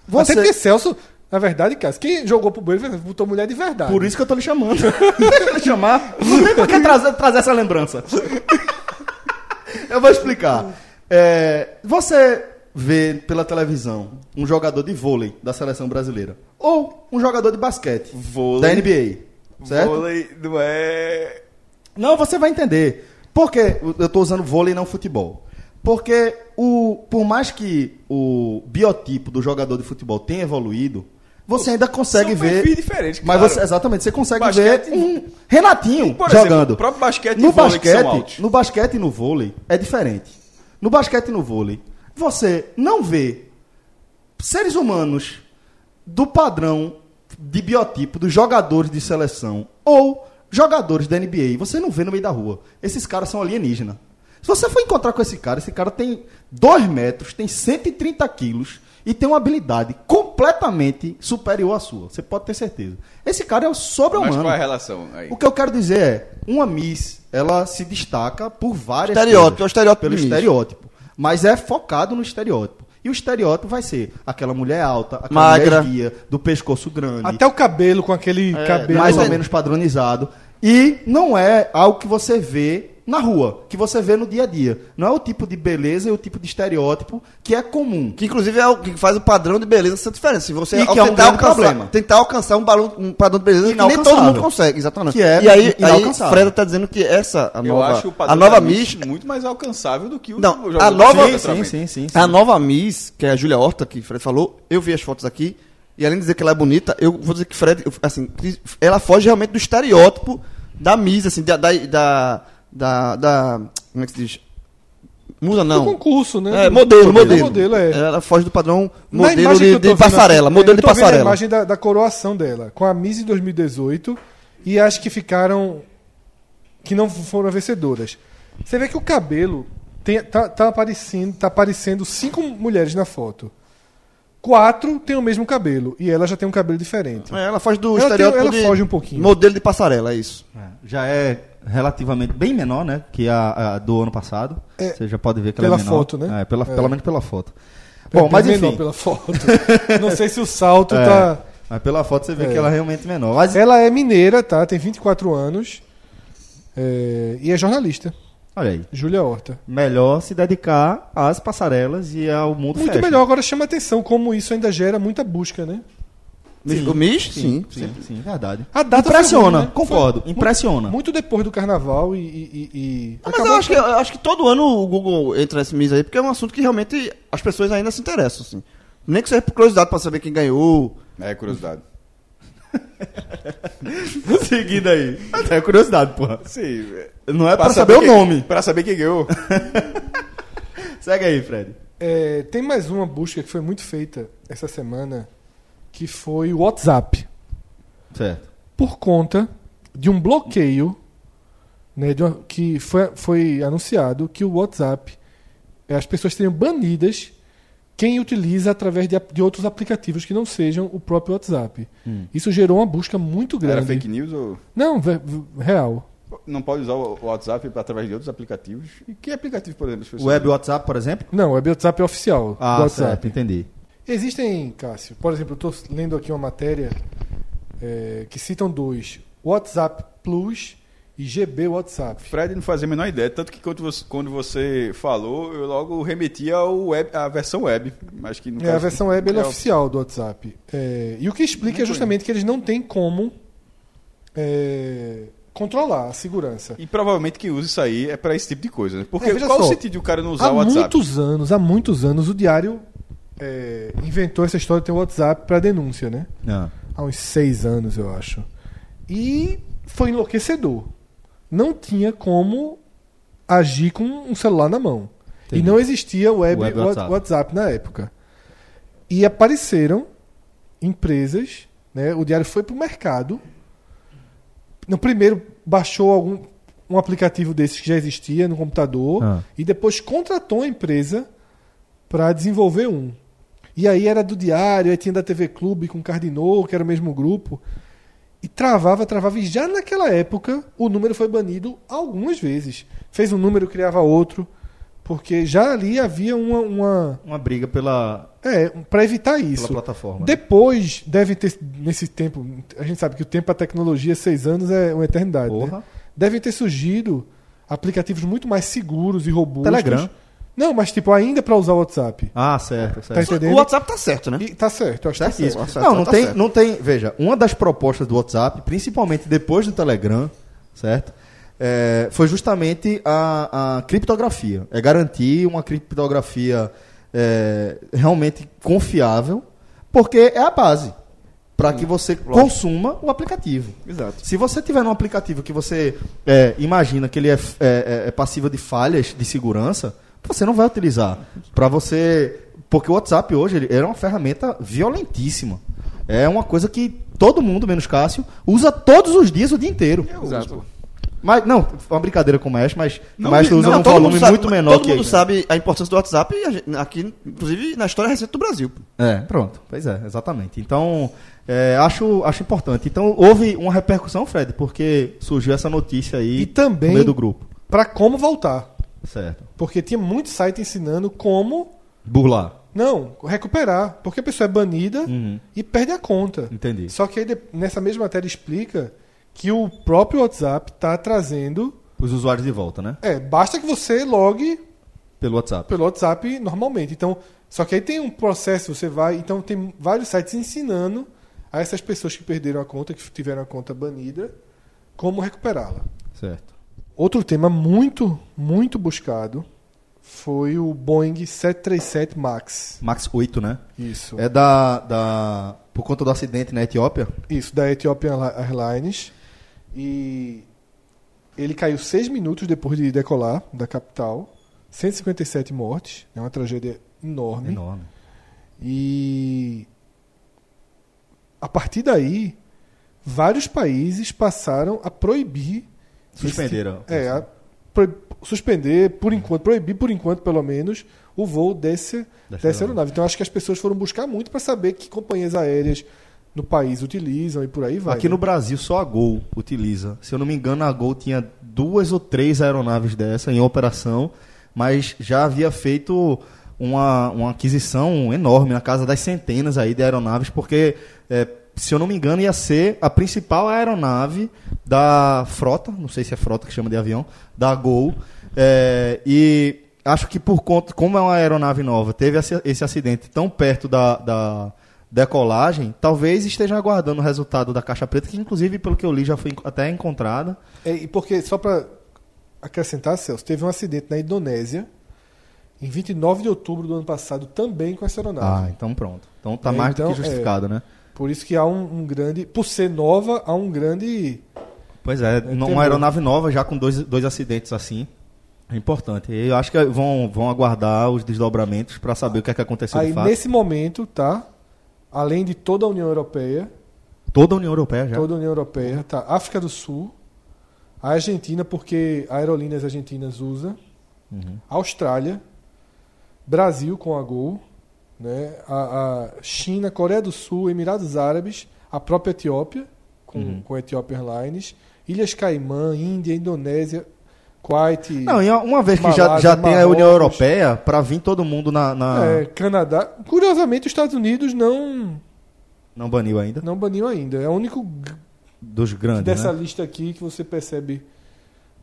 Speaker 1: Você,
Speaker 3: Até porque Celso, na verdade, cara, quem jogou pro banheiro botou mulher de verdade.
Speaker 1: por isso que eu tô lhe chamando. Deixa eu lhe chamar. Não tem por que trazer, trazer essa lembrança. Eu vou explicar. É, você vê pela televisão um jogador de vôlei da seleção brasileira ou um jogador de basquete
Speaker 4: Vôlei.
Speaker 1: da NBA, certo?
Speaker 4: vôlei não é...
Speaker 1: Não, você vai entender. Por que eu estou usando vôlei e não futebol? Porque o, por mais que o biotipo do jogador de futebol tenha evoluído, você ainda consegue
Speaker 4: São
Speaker 1: ver.
Speaker 4: perfis diferentes,
Speaker 1: mas
Speaker 4: é claro.
Speaker 1: você, exatamente, você consegue
Speaker 4: Basquete-
Speaker 1: ver um Renatinho
Speaker 4: Por exemplo,
Speaker 1: jogando.
Speaker 4: o próprio basquete e
Speaker 1: no
Speaker 4: vôlei que são altos.
Speaker 1: basquete, no basquete e no vôlei é diferente. No basquete e no vôlei, você não vê seres humanos do padrão de biotipo dos jogadores de seleção ou jogadores da NBA, você não vê no meio da rua. Esses caras são alienígenas. Se você for encontrar com esse cara, esse cara tem 2 metros, tem 130 quilos e tem uma habilidade completamente superior à sua. Você pode ter certeza. Esse cara é o
Speaker 4: Mas
Speaker 1: sobre-humano.
Speaker 4: qual é a relação aí?
Speaker 1: O que eu quero dizer é, uma Miss, ela se destaca por várias
Speaker 2: Estereótipo,
Speaker 1: coisas.
Speaker 2: é o estereótipo
Speaker 1: Pelo
Speaker 2: de Miss.
Speaker 1: estereótipo. Mas é focado no estereótipo. E o estereótipo vai ser aquela mulher alta, aquela
Speaker 2: Magra.
Speaker 1: mulher esguia, do pescoço grande,
Speaker 3: Até o cabelo com aquele cabelo.
Speaker 1: É,
Speaker 3: é
Speaker 1: mais
Speaker 2: é.
Speaker 1: ou menos padronizado. E não é algo que você vê na rua, que você vê no dia a dia. Não é o tipo de beleza e o tipo de estereótipo que é comum.
Speaker 2: Que inclusive é o que faz o padrão de beleza ser diferente. Se você
Speaker 1: E que é um
Speaker 2: tentar,
Speaker 1: grande
Speaker 2: alcançar,
Speaker 1: problema.
Speaker 2: tentar alcançar um, balão, um padrão de beleza que nem todo
Speaker 1: Inalcançável.
Speaker 2: mundo consegue, exatamente.
Speaker 1: Que é
Speaker 2: e aí, aí
Speaker 1: inalcançável.
Speaker 2: Freda tá dizendo que essa, a
Speaker 4: Eu
Speaker 2: nova,
Speaker 4: acho o padrão
Speaker 2: a nova
Speaker 4: da
Speaker 2: Miss,
Speaker 4: muito mais alcançável do que o
Speaker 2: Não,
Speaker 4: jogador
Speaker 2: a nova-
Speaker 4: de
Speaker 2: Sim,
Speaker 4: centroavante.
Speaker 1: sim.
Speaker 2: a nova Miss, que é a Júlia Horta, que o Fred falou, eu vi as fotos aqui, e além de dizer que ela é bonita, eu vou dizer que Fred, eu- assim, que ela foge realmente do estereótipo da Miss, assim, da, da, da, da- da- como é que se diz? Musa
Speaker 3: Do
Speaker 2: não.
Speaker 3: concurso, né?
Speaker 2: É, modelo,
Speaker 3: Do
Speaker 2: modelo.
Speaker 3: modelo, é.
Speaker 2: Ela foge do padrão
Speaker 3: Na
Speaker 2: modelo
Speaker 3: imagem que
Speaker 2: de,
Speaker 3: eu tô
Speaker 2: de
Speaker 3: vendo
Speaker 2: passarela.
Speaker 3: aqui, é,
Speaker 2: modelo
Speaker 3: eu
Speaker 2: de
Speaker 3: tô vendo a
Speaker 2: passarela.
Speaker 3: imagem da, da coroação dela, com a Miss de 2018 e as que ficaram. que não foram vencedoras. Você vê que o cabelo tem- tá, tá aparecendo, tá aparecendo cinco mulheres na foto. Quatro têm o mesmo cabelo e ela já tem um cabelo diferente.
Speaker 2: É, ela foge do
Speaker 3: Ela tem-
Speaker 2: estereótipo
Speaker 3: ela
Speaker 2: de
Speaker 3: foge um pouquinho.
Speaker 2: modelo de passarela, é isso.
Speaker 1: É, Já é relativamente bem menor, né? Que a, a do ano passado.
Speaker 3: É,
Speaker 1: Você já pode ver que ela
Speaker 3: pela
Speaker 1: é menor.
Speaker 3: foto, né?
Speaker 1: É, pela,
Speaker 3: É.
Speaker 1: pelo menos pela foto. Bom, mas
Speaker 3: Bem menor
Speaker 1: enfim.
Speaker 3: pela foto. Não sei se o salto
Speaker 1: é,
Speaker 3: tá.
Speaker 1: Mas pela foto você vê
Speaker 3: É.
Speaker 1: que ela é realmente menor. Mas
Speaker 3: Ela é mineira, tá? Tem 24 anos. é, e é jornalista.
Speaker 1: Olha aí.
Speaker 3: Júlia Horta.
Speaker 1: Melhor se dedicar às passarelas e ao mundo
Speaker 3: Muito
Speaker 1: fashion.
Speaker 3: melhor, agora chama atenção como isso ainda gera muita busca, né?
Speaker 2: Miss Gomes?
Speaker 1: Sim, sim, sim, é verdade.
Speaker 3: A data foi
Speaker 1: impressiona,
Speaker 3: ruim, né?
Speaker 1: concordo,
Speaker 3: Foi
Speaker 1: impressiona.
Speaker 3: Muito depois do carnaval e. e- e- e-
Speaker 2: Ah, mas eu acho, que, eu acho que todo ano o Google entra nesse mês aí, porque é um assunto que realmente as pessoas ainda se interessam, assim. Nem que seja por curiosidade pra saber quem ganhou.
Speaker 4: É curiosidade.
Speaker 1: Seguida aí. É curiosidade, porra.
Speaker 4: Sim, é
Speaker 1: Não é pra, saber, o nome.
Speaker 4: Pra saber quem ganhou.
Speaker 1: Segue aí, Fred.
Speaker 3: É, tem mais uma busca que foi muito feita essa semana, que foi o WhatsApp.
Speaker 1: Certo.
Speaker 3: por conta de um bloqueio né, de uma- que foi, foi anunciado que o WhatsApp, eh, as pessoas seriam banidas quem utiliza através de, ap- de outros aplicativos que não sejam o próprio WhatsApp.
Speaker 2: Hum.
Speaker 3: Isso gerou uma busca muito
Speaker 4: Era
Speaker 3: grande.
Speaker 4: fake news ou...
Speaker 3: Não, ve- ve- real.
Speaker 4: Não pode usar o WhatsApp através de outros aplicativos? E que aplicativo, por exemplo? as pessoas-
Speaker 1: Web WhatsApp, por exemplo?
Speaker 3: Não, o WhatsApp é oficial. do
Speaker 1: Ah,
Speaker 3: WhatsApp.
Speaker 1: certo, entendi.
Speaker 3: Existem, Cássio, por exemplo, eu estou lendo aqui uma matéria eh, que citam dois: WhatsApp Plus e GB WhatsApp.
Speaker 4: Fred não fazia a menor ideia. Tanto que quando você, quando você falou, eu logo remeti ao web, à versão web. Mas que no
Speaker 3: É, a
Speaker 4: caso-
Speaker 3: versão web ela é
Speaker 4: É,
Speaker 3: oficial do WhatsApp. É, e o que explica é justamente que eles não têm como é, controlar a segurança.
Speaker 4: E provavelmente quem usa isso aí é pra esse tipo de coisa, né? Porque
Speaker 3: É, veja
Speaker 4: qual
Speaker 3: só.
Speaker 4: o sentido de o cara não usar
Speaker 3: Há
Speaker 4: o WhatsApp?
Speaker 3: muitos anos, há muitos anos, o Diário é, inventou essa história de ter o WhatsApp para denúncia, né?
Speaker 1: Não.
Speaker 3: Há uns seis anos, eu acho. E foi enlouquecedor. Não tinha como agir com um celular na mão.
Speaker 1: Entendi.
Speaker 3: E não existia web,
Speaker 1: Web
Speaker 3: wa-
Speaker 1: WhatsApp.
Speaker 3: WhatsApp. na época. E apareceram empresas, né? O diário foi pro mercado. No primeiro baixou algum um aplicativo desses que já existia no computador
Speaker 1: Ah.
Speaker 3: e depois contratou a empresa para desenvolver um. E aí era do diário, aí tinha da TV Clube com Cardinô, que era o mesmo grupo. E travava, travava. E já naquela época o número foi banido algumas vezes. Fez um número, criava outro. Porque já ali havia uma. uma
Speaker 1: Uma briga pela,
Speaker 3: é, para evitar
Speaker 1: pela
Speaker 3: isso.
Speaker 1: plataforma. né?
Speaker 3: Depois, deve ter, nesse tempo, a gente sabe que o tempo para tecnologia, seis anos, é uma eternidade. Né?
Speaker 1: Porra.
Speaker 3: Devem ter surgido aplicativos muito mais seguros e robustos.
Speaker 1: Telegram.
Speaker 3: Não, mas tipo, ainda para usar o WhatsApp.
Speaker 1: Ah, certo,
Speaker 3: Tá
Speaker 1: certo.
Speaker 3: entendendo?
Speaker 2: O WhatsApp tá certo, né?
Speaker 3: E tá certo, eu acho que tá certo.
Speaker 1: Ah. Certíssimo.
Speaker 2: certo,
Speaker 1: Não, não
Speaker 2: tá
Speaker 1: tem,
Speaker 2: certo.
Speaker 1: não tem. Veja, uma das propostas do WhatsApp, principalmente depois do Telegram, certo? É, foi justamente a, a criptografia. É garantir uma criptografia é, realmente confiável, porque é a base para que você consuma o aplicativo.
Speaker 2: Exato.
Speaker 1: Se você tiver num aplicativo que você é, imagina que ele é, f- é- é- é passível de falhas de segurança, você não vai utilizar. Para você. Porque o WhatsApp hoje ele é uma ferramenta violentíssima. É uma coisa que todo mundo, menos Cássio, usa todos os dias o dia inteiro.
Speaker 4: Exato.
Speaker 1: Mas, não, foi uma brincadeira com o Maestro, mas
Speaker 4: Não,
Speaker 1: o Maestro usa
Speaker 2: Não,
Speaker 1: um
Speaker 2: todo mundo
Speaker 1: volume
Speaker 2: sabe-
Speaker 1: muito menor
Speaker 2: Todo
Speaker 1: que
Speaker 2: mundo
Speaker 1: isso.
Speaker 2: sabe a importância do WhatsApp e a gente- aqui, inclusive, na história recente do Brasil.
Speaker 1: É, pronto. Pois é, exatamente. Então, é, acho, acho importante. Então, houve uma repercussão, Fred, porque surgiu essa notícia aí
Speaker 3: E também-
Speaker 1: no meio do grupo.
Speaker 3: Pra como voltar.
Speaker 1: Certo.
Speaker 3: Porque tinha muito site ensinando como.
Speaker 1: Burlar.
Speaker 3: Não, recuperar. Porque a pessoa é banida e perde a conta.
Speaker 1: Hum. Entendi.
Speaker 3: Só que aí de- nessa mesma matéria explica que o próprio WhatsApp tá trazendo.
Speaker 1: Os usuários de volta, né?
Speaker 3: É, basta que você logue
Speaker 1: Pelo WhatsApp.
Speaker 3: pelo WhatsApp normalmente. Então, só que aí tem um processo, você vai. Então tem vários sites ensinando a essas pessoas que perderam a conta, que tiveram a conta banida, como recuperá-la.
Speaker 1: Certo.
Speaker 3: Outro tema muito, muito buscado foi o Boeing 737 MAX.
Speaker 1: Max 8, né?
Speaker 3: Isso.
Speaker 1: É da, da. Por conta do acidente na Etiópia?
Speaker 3: Isso, da Ethiopian Airlines. E ele caiu seis minutos depois de decolar da capital. 157 mortes. É uma tragédia enorme.
Speaker 1: Enorme.
Speaker 3: E a partir daí, vários países passaram a proibir. esse
Speaker 1: Suspenderam.
Speaker 3: tipo- É, a pro- suspender, por enquanto, proibir por enquanto, pelo menos, o voo desse,
Speaker 1: Dessa
Speaker 3: dessa aeronave. Então acho que as pessoas foram buscar muito para saber que companhias aéreas no país utilizam e por aí vai.
Speaker 1: Aqui
Speaker 3: né?
Speaker 1: no Brasil só a Gol utiliza. Se eu não me engano, a Gol tinha duas ou três aeronaves dessa em operação, mas já havia feito uma, uma aquisição enorme na casa das centenas aí de aeronaves, porque é, se eu não me engano, ia ser a principal aeronave da frota, não sei se é frota que chama de avião, da Gol. É, e acho que por conta, como é uma aeronave nova, teve esse- esse acidente tão perto da, da decolagem, talvez esteja aguardando o resultado da caixa preta, que inclusive, pelo que eu li, já foi enco- até encontrada.
Speaker 3: É, e porque, só para acrescentar, Celso, teve um acidente na Indonésia em 29 de outubro do ano passado, também com essa aeronave.
Speaker 1: Ah, então pronto. Então tá
Speaker 3: É,
Speaker 1: mais do
Speaker 3: então,
Speaker 1: que justificado, né?
Speaker 3: Por isso que há um, um grande. Por ser nova, há um grande.
Speaker 1: Pois é, n-
Speaker 3: terror.
Speaker 1: uma aeronave nova já com dois, dois acidentes assim. É importante. E eu acho que vão, vão aguardar os desdobramentos para saber o que é que aconteceu
Speaker 3: Aí,
Speaker 1: de fato.
Speaker 3: nesse momento, tá? Além de toda a União Europeia,
Speaker 1: Toda a União Europeia já.
Speaker 3: toda a União Europeia, tá? África do Sul, a Argentina, porque aerolíneas argentinas usa,
Speaker 1: Uhum.
Speaker 3: Austrália, Brasil com a Gol, né? a, a China, Coreia do Sul, Emirados Árabes, a própria Etiópia, com,
Speaker 1: Uhum.
Speaker 3: com a Ethiopia Airlines, Ilhas Caimã, Índia, Indonésia, Kuwait,
Speaker 1: Não, e uma vez que já,
Speaker 3: Malásia,
Speaker 1: já tem a União
Speaker 3: Marrocos.
Speaker 1: Europeia, para vir todo mundo na, na-
Speaker 3: é, Canadá. Curiosamente, os Estados Unidos não,
Speaker 1: Não baniu ainda.
Speaker 3: não baniu ainda. É o único g-
Speaker 1: Dos grandes,
Speaker 3: dessa
Speaker 1: né?
Speaker 3: lista aqui que você percebe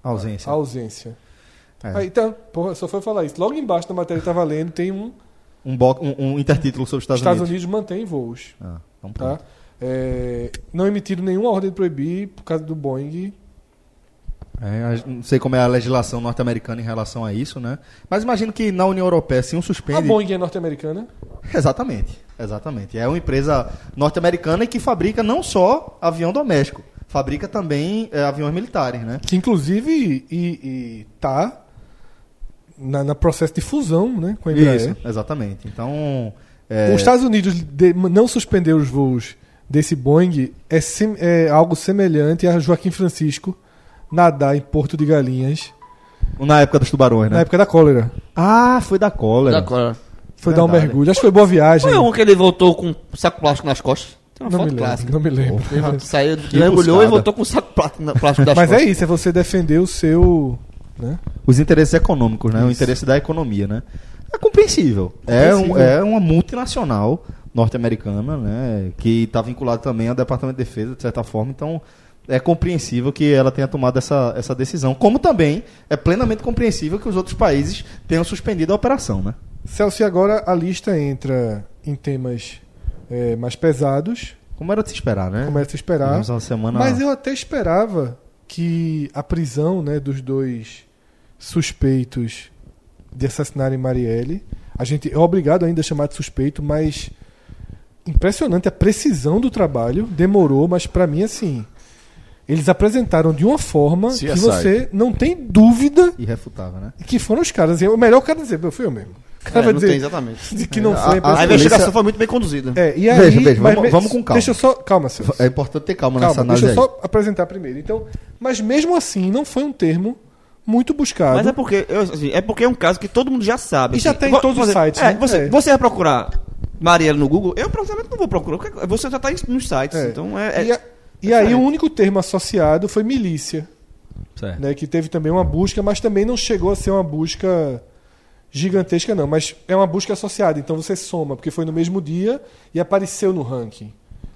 Speaker 1: Ausência.
Speaker 3: a ausência.
Speaker 1: É.
Speaker 3: Aí, então, porra, só foi falar isso. Logo embaixo da matéria que tá valendo, tem um.
Speaker 1: Um, bo- um- um intertítulo sobre os Estados,
Speaker 3: Estados
Speaker 1: Unidos.
Speaker 3: Unidos, mantém voos.
Speaker 1: Ah, então
Speaker 3: Tá?
Speaker 1: pronto.
Speaker 3: É, não emitido nenhuma ordem de proibir por causa do Boeing.
Speaker 1: É, a- não sei como é a legislação norte-americana em relação a isso, né? Mas imagino que na União Europeia, se um
Speaker 3: A
Speaker 1: suspende.
Speaker 3: Boeing é norte-americana.
Speaker 1: Exatamente, exatamente. É uma empresa norte-americana que fabrica não só avião doméstico, fabrica também é, aviões militares, né?
Speaker 3: Que inclusive e, e tá na, na processo de fusão né, com a Embraer.
Speaker 1: é? exatamente. Então, é,
Speaker 3: Os Estados Unidos de- não suspender os voos desse Boeing é, sim- é algo semelhante a Joaquim Francisco nadar em Porto de Galinhas
Speaker 1: na época dos tubarões,
Speaker 3: na
Speaker 1: né?
Speaker 3: época da cólera.
Speaker 1: Ah, foi da cólera.
Speaker 2: Da cólera.
Speaker 3: Foi dar um
Speaker 1: Verdade.
Speaker 3: mergulho. Acho que foi boa viagem.
Speaker 2: Foi um que ele voltou com um saco plástico nas costas. Tem uma
Speaker 3: não,
Speaker 2: foto
Speaker 3: me lembro,
Speaker 2: clássica.
Speaker 3: não me lembro.
Speaker 2: Saiu, mergulhou
Speaker 1: buscada.
Speaker 2: e voltou com um saco plástico na- plástico das
Speaker 3: Mas é
Speaker 2: costas.
Speaker 3: isso, é você defender o seu. Né?
Speaker 1: Os interesses econômicos, né? O interesse da economia, né? É compreensível. É, um-
Speaker 3: Compreensível.
Speaker 1: é uma multinacional norte-americana, né? Que está vinculada também ao Departamento de Defesa, de certa forma. Então, é compreensível que ela tenha tomado essa, essa decisão. Como também é plenamente compreensível que os outros países tenham suspendido a operação, né?
Speaker 3: Celso, e agora a lista entra em temas eh, mais pesados,
Speaker 1: Como era de se esperar, né?
Speaker 3: começa a esperar.
Speaker 1: Tivemos uma semana...
Speaker 3: Mas eu até esperava que a prisão né, dos dois suspeitos de assassinarem Marielle. A gente é obrigado ainda a chamar de suspeito, mas impressionante a precisão do trabalho. Demorou, mas pra mim, assim. Eles apresentaram de uma forma
Speaker 4: CSI.
Speaker 3: que você não tem dúvida
Speaker 1: Irrefutável, né?
Speaker 3: que foram os caras. E O melhor o cara dizer, eu fui eu mesmo. O cara
Speaker 2: É, não
Speaker 3: vai dizer
Speaker 2: tem exatamente. É,
Speaker 3: de que não
Speaker 1: A-
Speaker 3: foi.
Speaker 1: a-
Speaker 2: A
Speaker 1: polícia-
Speaker 2: investigação foi muito bem conduzida.
Speaker 3: É, e aí,
Speaker 1: Veja, veja,
Speaker 3: mas
Speaker 1: vamos-
Speaker 3: me-
Speaker 1: vamos com calma.
Speaker 3: Deixa eu só. Calma, Celso.
Speaker 1: É importante ter calma, nessa
Speaker 3: Calma,
Speaker 1: análise
Speaker 3: deixa eu
Speaker 1: aí.
Speaker 3: só apresentar primeiro. Então, mas mesmo assim, não foi um termo muito buscado.
Speaker 2: Mas é porque, eu, assim, é porque é um caso que todo mundo já sabe.
Speaker 3: E já
Speaker 2: assim.
Speaker 3: tem em
Speaker 2: Vo-
Speaker 3: todos os
Speaker 2: você-
Speaker 3: sites,
Speaker 2: É,
Speaker 3: né?
Speaker 2: você,
Speaker 3: É.
Speaker 2: você vai procurar Marielle no Google? Eu, provavelmente, não vou procurar. porque Você já tá em- nos sites.
Speaker 3: É.
Speaker 2: Então, é... é-
Speaker 3: e a- e aí o único termo associado foi milícia,
Speaker 1: Certo.
Speaker 3: né, que teve também uma busca, mas também não chegou a ser uma busca gigantesca não, mas é uma busca associada, então você soma, porque foi no mesmo dia e apareceu no ranking.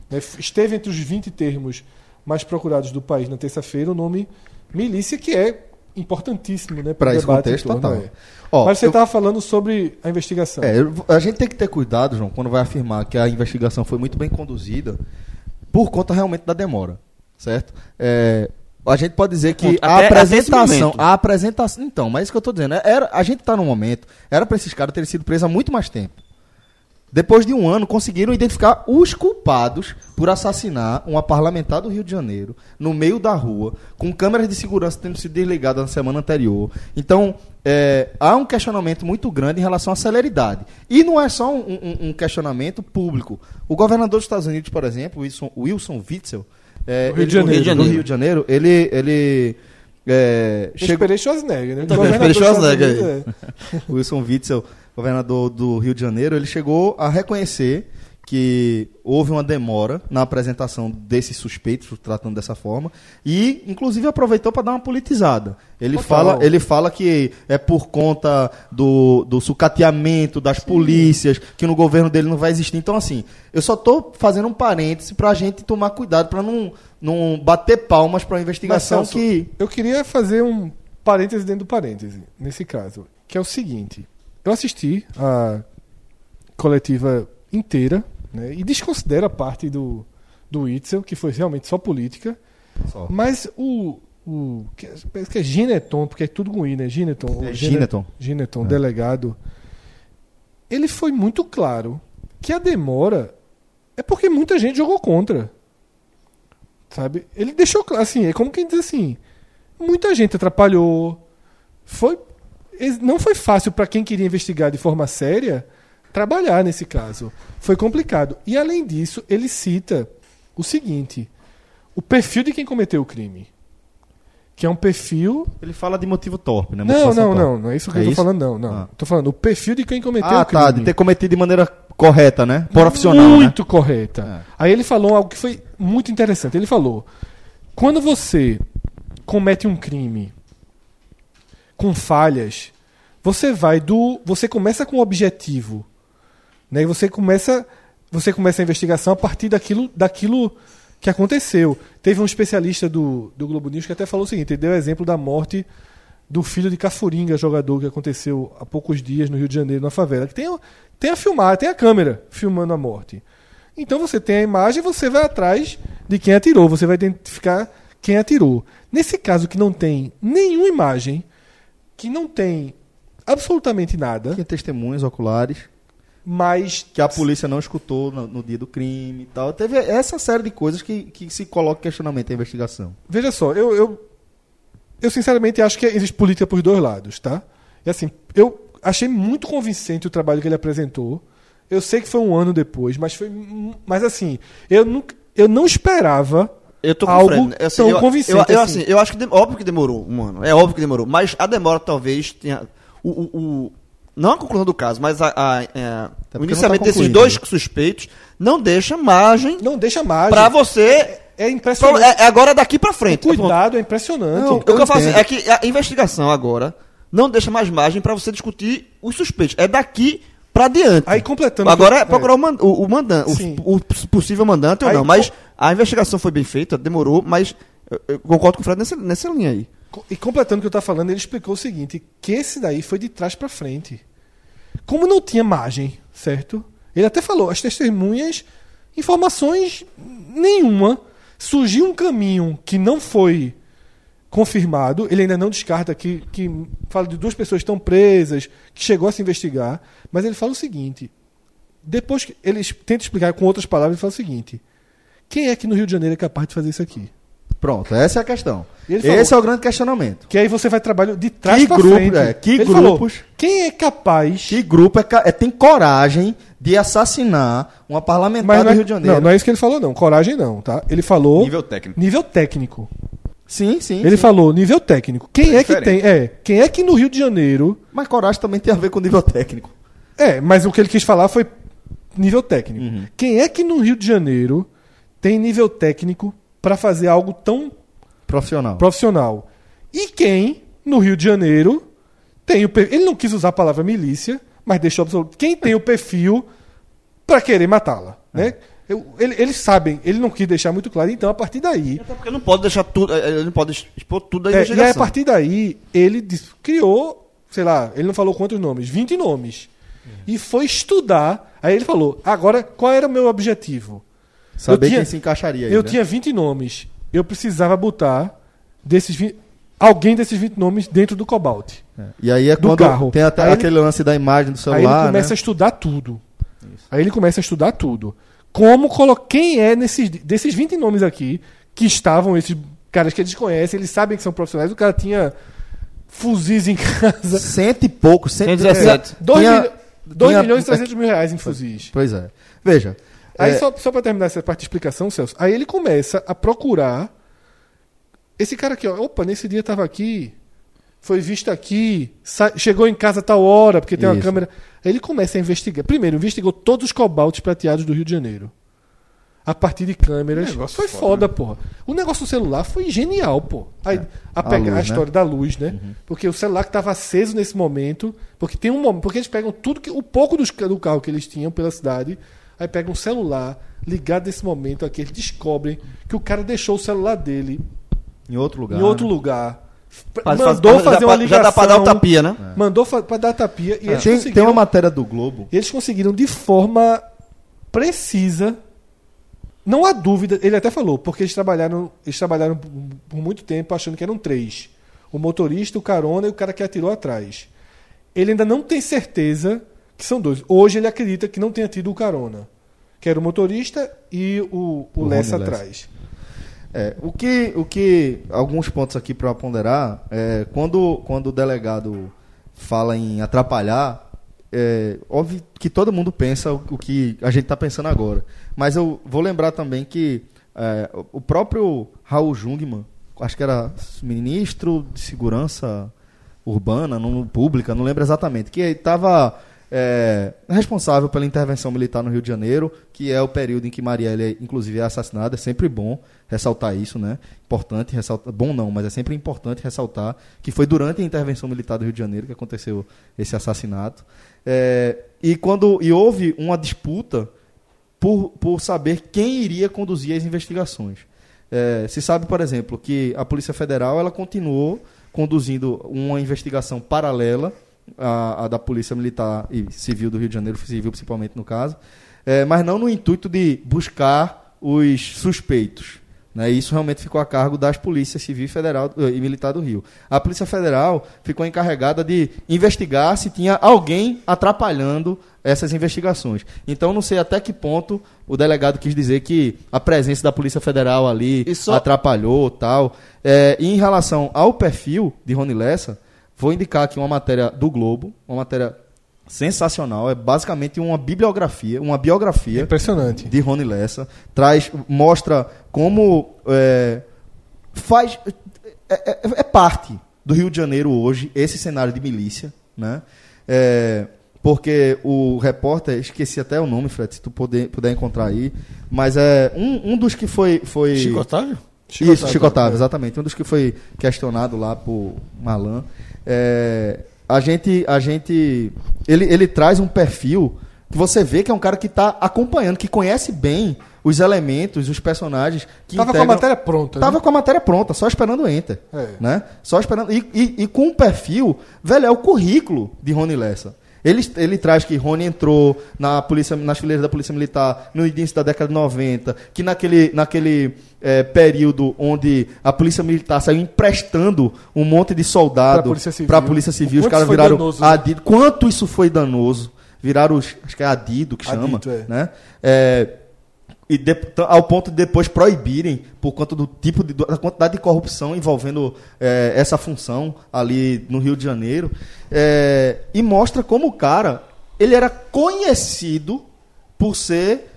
Speaker 3: Né, f- Esteve entre os 20 termos mais procurados do país na terça-feira o nome milícia, que é importantíssimo, né, pro
Speaker 1: Para esse
Speaker 3: debate em
Speaker 1: contexto,
Speaker 3: torno,
Speaker 1: total.
Speaker 3: é.
Speaker 1: Ó,
Speaker 3: mas você
Speaker 1: eu-
Speaker 3: estava falando sobre a investigação.
Speaker 1: É, eu- a gente tem que ter cuidado, João, quando vai afirmar que a investigação foi muito bem conduzida, por conta realmente da demora, certo? É, a gente pode dizer que
Speaker 2: Até-
Speaker 1: a
Speaker 2: até esse
Speaker 1: apresentação,
Speaker 2: momento.
Speaker 1: a apresentação, então, mas é isso que eu tô dizendo, era, a gente tá num momento, era para esses caras terem sido presos há muito mais tempo. Depois de um ano, conseguiram identificar os culpados por assassinar uma parlamentar do Rio de Janeiro, no meio da rua, com câmeras de segurança tendo sido desligadas na semana anterior. Então, é, há um questionamento muito grande em relação à celeridade. E não é só um, um- um questionamento público. O governador dos Estados Unidos, por exemplo, Wilson, Wilson Witzel, é,
Speaker 3: Do Rio de
Speaker 1: ele-
Speaker 3: Janeiro.
Speaker 1: do Rio de Janeiro, ele, ele é,
Speaker 3: Eu
Speaker 1: chegou- Então,
Speaker 3: esperei Schwarzenegger, né?
Speaker 2: também
Speaker 3: Governador é.
Speaker 2: esperei Schwarzenegger
Speaker 3: dos Estados Unidos,
Speaker 1: Wilson Witzel, governador do Rio de Janeiro, ele chegou a reconhecer que houve uma demora na apresentação desses suspeitos, tratando dessa forma, e inclusive aproveitou para dar uma politizada. Ele fala, ele fala que é por conta do, do sucateamento das polícias, que no governo dele não vai existir. Então, assim, eu só tô fazendo um parêntese para a gente tomar cuidado, para não, não bater palmas para a investigação
Speaker 3: Mas, Celso,
Speaker 1: que.
Speaker 3: Eu queria fazer um parêntese dentro do parêntese, nesse caso, que é o seguinte. Eu assisti a coletiva inteira, né, e desconsidero a parte do, do Itzel, que foi realmente só política,
Speaker 1: Só.
Speaker 3: mas o... o que, é- parece que é Gineton, porque é tudo com I, né? Gineton. ou
Speaker 1: É
Speaker 3: Gine-
Speaker 1: Gineton. É.
Speaker 3: Gineton, delegado. Ele foi muito claro que a demora é porque muita gente jogou contra. Sabe? Ele deixou claro, assim, é como quem diz assim, muita gente atrapalhou. Foi es- não foi fácil para quem queria investigar de forma séria trabalhar nesse caso. Foi complicado. E além disso, ele cita o seguinte: o perfil de quem cometeu o crime, que é um perfil
Speaker 1: Ele fala de motivo torpe, né?
Speaker 3: não,
Speaker 1: Motivação
Speaker 3: não,
Speaker 1: torpe.
Speaker 3: não, não é isso que
Speaker 1: É
Speaker 3: eu tô
Speaker 1: isso?
Speaker 3: falando não, não.
Speaker 1: Ah.
Speaker 3: Tô falando o perfil de quem cometeu
Speaker 1: Ah,
Speaker 3: o crime.
Speaker 1: tá, de ter cometido de maneira correta, né? Profissional, né?
Speaker 3: muito correta. Aí ele falou algo que foi muito interessante. Ele falou: quando você comete um crime com falhas, você vai do, você começa com o objetivo, né? E você começa, você começa a investigação a partir daquilo, daquilo que aconteceu. Teve um especialista do, do Globo News que até falou o seguinte: ele deu o exemplo da morte do filho de Cafuringa, jogador que aconteceu há poucos dias no Rio de Janeiro, na favela. Que tem, o- tem a filmar, tem a câmera filmando a morte. Então você tem a imagem, você vai atrás de quem atirou, você vai identificar quem atirou. Nesse caso que não tem nenhuma imagem, que não tem absolutamente nada,
Speaker 1: Tinha testemunhas oculares
Speaker 3: mas
Speaker 1: que a polícia não escutou no, no dia do crime e tal. Teve essa série de coisas que, que se coloca em questionamento a investigação.
Speaker 3: Veja só, eu, eu, eu sinceramente acho que existe política por dois lados, tá? E assim, eu achei muito convincente o trabalho que ele apresentou. Eu sei que foi um ano depois, mas foi. mu- Mas assim, eu, nunca, eu não esperava.
Speaker 2: Eu tô com
Speaker 3: Algo
Speaker 2: o Fred, né? Eu, assim,
Speaker 3: tão
Speaker 2: eu,
Speaker 3: convincente,
Speaker 2: Eu, eu,
Speaker 3: assim.
Speaker 2: assim. eu acho que de- óbvio que demorou, mano. É óbvio que demorou. Mas a demora talvez tenha. O, o- o- não a conclusão do caso, mas a, a- é,
Speaker 1: porque
Speaker 2: o
Speaker 1: não
Speaker 2: iniciamento
Speaker 1: tá
Speaker 2: desses
Speaker 1: concluído,
Speaker 2: dois
Speaker 1: né?
Speaker 2: suspeitos não deixa margem
Speaker 3: Não deixa margem.
Speaker 2: pra você.
Speaker 3: É
Speaker 2: Pro-
Speaker 3: impressionante.
Speaker 2: É, é agora daqui pra frente.
Speaker 3: Cuidado, é impressionante. Então,
Speaker 2: O que eu, falo assim,
Speaker 1: entendo.
Speaker 2: é que a investigação agora não deixa mais margem pra você discutir os suspeitos. É daqui pra diante.
Speaker 3: Aí completando.
Speaker 2: Agora
Speaker 3: é.
Speaker 2: é procurar o, man- o- o mandante,
Speaker 3: Sim.
Speaker 2: o, o possível mandante ou
Speaker 3: Aí,
Speaker 2: não. Mas a investigação foi bem feita, demorou, mas eu, eu concordo com o Fred nessa, nessa linha aí.
Speaker 3: Co- E completando o que eu estava falando, ele explicou o seguinte: que esse daí foi de trás para frente. Como não tinha margem, certo? Ele até falou, as testemunhas, informações nenhuma. Surgiu um caminho que não foi confirmado, ele ainda não descarta que, que fala de duas pessoas que estão presas, que chegou a se investigar, mas ele fala o seguinte: depois que ele es- tenta explicar com outras palavras, ele fala o seguinte: quem é que no Rio de Janeiro é capaz de fazer isso aqui?
Speaker 1: Pronto, essa é a questão.
Speaker 3: E ele
Speaker 1: Esse
Speaker 3: falou-
Speaker 1: é o grande questionamento.
Speaker 3: Que aí você vai trabalhar de trás
Speaker 1: Que
Speaker 3: pra
Speaker 1: grupo,
Speaker 3: frente.
Speaker 1: é, que
Speaker 3: Ele
Speaker 1: grupos-
Speaker 3: falou, quem é capaz...
Speaker 1: Que grupo é, ca- é- tem coragem de assassinar uma parlamentar
Speaker 3: Mas
Speaker 1: do
Speaker 3: não é,
Speaker 1: Rio de Janeiro?
Speaker 3: Não, não é isso que ele falou, não. Coragem não, tá? Ele falou...
Speaker 4: Nível técnico.
Speaker 3: Nível técnico.
Speaker 1: Sim, sim.
Speaker 3: Ele
Speaker 1: sim.
Speaker 3: falou nível técnico. Quem é,
Speaker 4: É
Speaker 3: que tem...
Speaker 4: diferente.
Speaker 3: É, quem é que no Rio de Janeiro...
Speaker 1: Mas coragem também tem a ver com nível técnico.
Speaker 3: É, mas o que ele quis falar foi nível técnico.
Speaker 4: Uhum.
Speaker 3: Quem é que no Rio de Janeiro tem nível técnico pra fazer algo tão
Speaker 1: Profissional.
Speaker 3: profissional. E quem, no Rio de Janeiro, tem o per- Ele não quis usar a palavra milícia, mas deixou absoluto. Quem tem o perfil para querer matá-la. Né?
Speaker 1: É.
Speaker 3: Eu- ele- eles sabem, ele não quis deixar muito claro, então a partir daí.
Speaker 2: Até porque não pode deixar tudo, eh, ele não pode expor tudo da
Speaker 3: É, e
Speaker 2: investigação.
Speaker 3: aí, a partir daí, ele dis- criou, sei lá, ele não falou quantos nomes, 20 nomes.
Speaker 1: É.
Speaker 3: E foi estudar. Aí ele falou: agora, qual era o meu objetivo?
Speaker 1: Saber
Speaker 3: Eu tinha-
Speaker 1: quem se encaixaria aí.
Speaker 3: Eu
Speaker 1: né?
Speaker 3: tinha 20 nomes. Eu precisava botar desses 20 alguém desses 20 nomes dentro do Cobalt.
Speaker 1: E aí é
Speaker 3: do
Speaker 1: quando
Speaker 3: carro.
Speaker 1: tem até
Speaker 3: Aí ele-
Speaker 1: aquele lance da imagem do
Speaker 3: Aí ele
Speaker 1: celular,
Speaker 3: começa a
Speaker 1: né?
Speaker 3: estudar tudo. Aí ele começa a estudar tudo. Como colocar. Quem é nesses, desses 20 nomes aqui que estavam esses caras que eles conhecem, eles sabem que são profissionais, o cara tinha fuzis em casa.
Speaker 1: Cento e pouco, cento e
Speaker 2: 117.
Speaker 3: 2
Speaker 1: Tinha- tinha-
Speaker 3: milhões e 300 mil reais em fuzis.
Speaker 1: Pois é. Veja.
Speaker 3: Aí,
Speaker 1: é,
Speaker 3: só, só pra terminar essa parte de explicação, Celso, aí ele começa a procurar. Esse cara aqui, ó. Opa, nesse dia tava aqui. foi vista aqui, sa- chegou em casa a tal hora, porque tem uma
Speaker 1: Isso.
Speaker 3: câmera. Aí ele começa a investigar. Primeiro, investigou todos os cobaltos prateados do Rio de Janeiro. A partir de câmeras.
Speaker 7: Negócio
Speaker 3: Foi
Speaker 7: foda,
Speaker 3: foda, porra. O negócio do celular foi genial, pô. Aí, a, pegar
Speaker 1: luz,
Speaker 3: a
Speaker 1: né? Uhum.
Speaker 3: história da luz, né? Porque o celular que estava aceso nesse momento, porque tem um momento, porque eles pegam tudo que o pouco dos ca- do carro que eles tinham pela cidade, aí pegam um celular ligado nesse momento aqui, eles descobrem que o cara deixou o celular dele
Speaker 1: Em outro lugar.
Speaker 3: em outro
Speaker 1: né?
Speaker 3: lugar. F-
Speaker 2: Faz- faz-
Speaker 3: mandou
Speaker 2: já
Speaker 3: fazer
Speaker 2: dá
Speaker 3: uma
Speaker 2: pra-
Speaker 3: ligação.
Speaker 2: Já dá pra dar o tapinha, né?
Speaker 3: Mandou fa- pra dar tapia e
Speaker 1: É.
Speaker 3: eles,
Speaker 1: Tem, tem
Speaker 3: conseguiram,
Speaker 1: uma matéria do Globo.
Speaker 3: eles conseguiram de forma precisa. Não há dúvida, ele até falou, porque eles trabalharam, eles trabalharam por por muito tempo achando que eram três: o motorista, o carona e o cara que atirou atrás. Ele ainda não tem certeza que são dois. Hoje ele acredita que não tenha tido o carona, que era o motorista e o, o,
Speaker 1: O
Speaker 3: Lessa
Speaker 1: Rony Lessa.
Speaker 3: atrás.
Speaker 1: É, o que, o que alguns pontos aqui para ponderar é quando, quando o delegado fala em atrapalhar, é óbvio que todo mundo pensa o, o que a gente está pensando agora. Mas eu vou lembrar também que é, o- o próprio Raul Jungmann, acho que era ministro de segurança urbana, não pública, não lembro exatamente, que estava é, responsável pela intervenção militar no Rio de Janeiro, que é o período em que Marielle, inclusive, é assassinada. É sempre bom ressaltar isso, né? Importante ressaltar. Bom não, mas é sempre importante ressaltar que foi durante a intervenção militar do Rio de Janeiro que aconteceu esse assassinato. É, e quando e houve uma disputa por, por saber quem iria conduzir as investigações. É, se sabe, por exemplo, que a Polícia Federal ela continuou conduzindo uma investigação paralela à, à da Polícia Militar e Civil do Rio de Janeiro, civil principalmente no caso, é, mas não no intuito de buscar os suspeitos. Né? E Isso realmente ficou a cargo das polícias civil e federal eh, e militar do Rio. A Polícia Federal ficou encarregada de investigar se tinha alguém atrapalhando essas investigações. Então não sei até que ponto o delegado quis dizer que a presença da Polícia Federal ali
Speaker 2: E só-
Speaker 1: atrapalhou tal. Eh, e em relação ao perfil de Rony Lessa, vou indicar aqui uma matéria do Globo, uma matéria sensacional, é basicamente uma bibliografia, uma biografia
Speaker 3: É Impressionante.
Speaker 1: de Rony Lessa traz mostra como é, faz é, é- é parte do Rio de Janeiro hoje esse cenário de milícia né É, porque o repórter esqueci até o nome Fred se tu puder, puder encontrar aí mas é um, um dos que foi foi
Speaker 7: Otávio?
Speaker 1: isso, Chico Otávio, exatamente. Um dos que foi questionado lá por Malan. É, a gente. A gente ele, ele traz um perfil que você vê que é um cara que está acompanhando, que conhece bem os elementos, os personagens. Que
Speaker 3: Tava com a
Speaker 1: integram-
Speaker 3: matéria pronta. né?
Speaker 1: Tava com a matéria pronta, só esperando o enter.
Speaker 3: É.
Speaker 1: Né? Só esperando. E, e- e com um perfil, velho, é o currículo de Rony Lessa. Ele, ele traz que Rony entrou na polícia, nas fileiras da Polícia Militar no início da década de 90, que naquele, naquele eh, período onde a Polícia Militar saiu emprestando um monte de soldado
Speaker 3: Pra Polícia Civil.
Speaker 1: pra Polícia Civil, os
Speaker 3: O quanto
Speaker 1: caras
Speaker 3: foi
Speaker 1: viraram
Speaker 3: danoso, né?
Speaker 1: adido. Quanto isso foi danoso? Viraram, os, acho que é adido que chama,
Speaker 3: Adido, é.
Speaker 1: né? É, e de- t- ao ponto de depois proibirem por conta do tipo de, da quantidade de corrupção envolvendo eh, essa função ali no Rio de Janeiro Eh, e mostra como o cara ele era conhecido por ser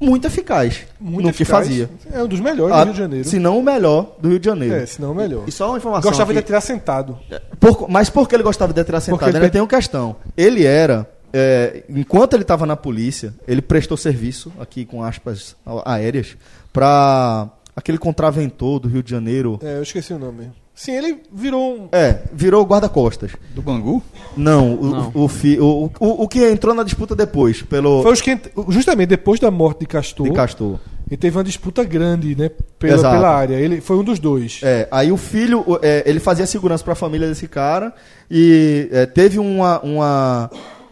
Speaker 1: muito eficaz
Speaker 3: Muito
Speaker 1: no que
Speaker 3: eficaz.
Speaker 1: fazia
Speaker 3: É um dos melhores
Speaker 1: Ah,
Speaker 3: do Rio de Janeiro.
Speaker 1: se não o melhor do Rio de Janeiro
Speaker 3: É, se não, melhor.
Speaker 2: E só uma informação.
Speaker 3: Gostava
Speaker 2: aqui.
Speaker 3: de atirar sentado.
Speaker 1: Por- mas por que ele gostava de atirar sentado?
Speaker 3: Porque ele
Speaker 1: Ainda tem uma questão. Ele era. é, enquanto ele estava na polícia, ele prestou serviço, aqui com aspas a- aéreas, para aquele contraventor do Rio de Janeiro.
Speaker 3: É, eu esqueci o nome. Sim, ele virou um.
Speaker 1: É, virou guarda-costas.
Speaker 4: Do Bangu?
Speaker 1: Não, o,
Speaker 2: Não.
Speaker 1: O, fi- o, o- o que entrou na disputa depois, pelo
Speaker 3: Foi os que, ent- justamente depois da morte de Castor,
Speaker 1: de Castor.
Speaker 3: ele teve uma disputa grande, né? Pela,
Speaker 1: Exato.
Speaker 3: pela área. Ele foi um dos dois.
Speaker 1: É, aí o filho, o- é, ele fazia segurança para a família desse cara e é, teve uma. uma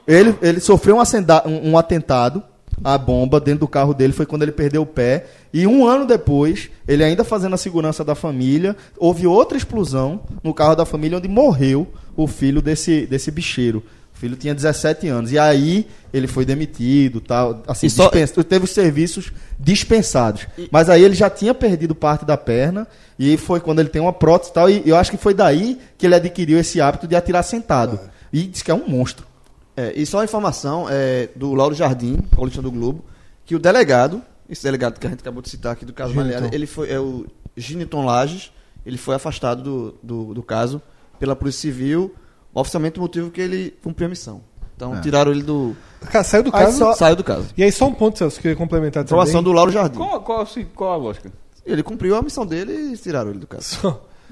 Speaker 1: ele, ele sofreu um, acenda- um- um atentado, a bomba dentro do carro dele foi quando ele perdeu o pé. E um ano depois, ele ainda fazendo a segurança da família, houve outra explosão no carro da família onde morreu o filho desse, desse bicheiro. O filho tinha 17 anos. E aí ele foi demitido, tal, assim,
Speaker 2: E só-
Speaker 1: dispen- dispensa- teve os serviços dispensados. Mas aí ele já tinha perdido parte da perna e foi quando ele tem uma prótese e tal. E eu acho que foi daí que ele adquiriu esse hábito de atirar sentado. E diz que é um monstro.
Speaker 2: É, e só uma informação é, do Lauro Jardim, colunista do Globo, que o delegado, esse delegado que a gente acabou de citar aqui do caso
Speaker 3: Giniton.
Speaker 2: Baleares, ele foi é o Giniton Lages, ele foi afastado do, do, do caso pela Polícia Civil, oficialmente o motivo que ele cumpriu a missão. Então
Speaker 1: É.
Speaker 2: tiraram ele do.
Speaker 3: Cara, saiu do
Speaker 2: Aí
Speaker 3: caso.
Speaker 2: só- Saiu do caso.
Speaker 3: E aí só um ponto, Celso, que eu ia complementar também.
Speaker 2: Informação do Lauro Jardim.
Speaker 4: Qual, qual, se- qual a lógica?
Speaker 2: Ele cumpriu a missão dele e tiraram ele do caso.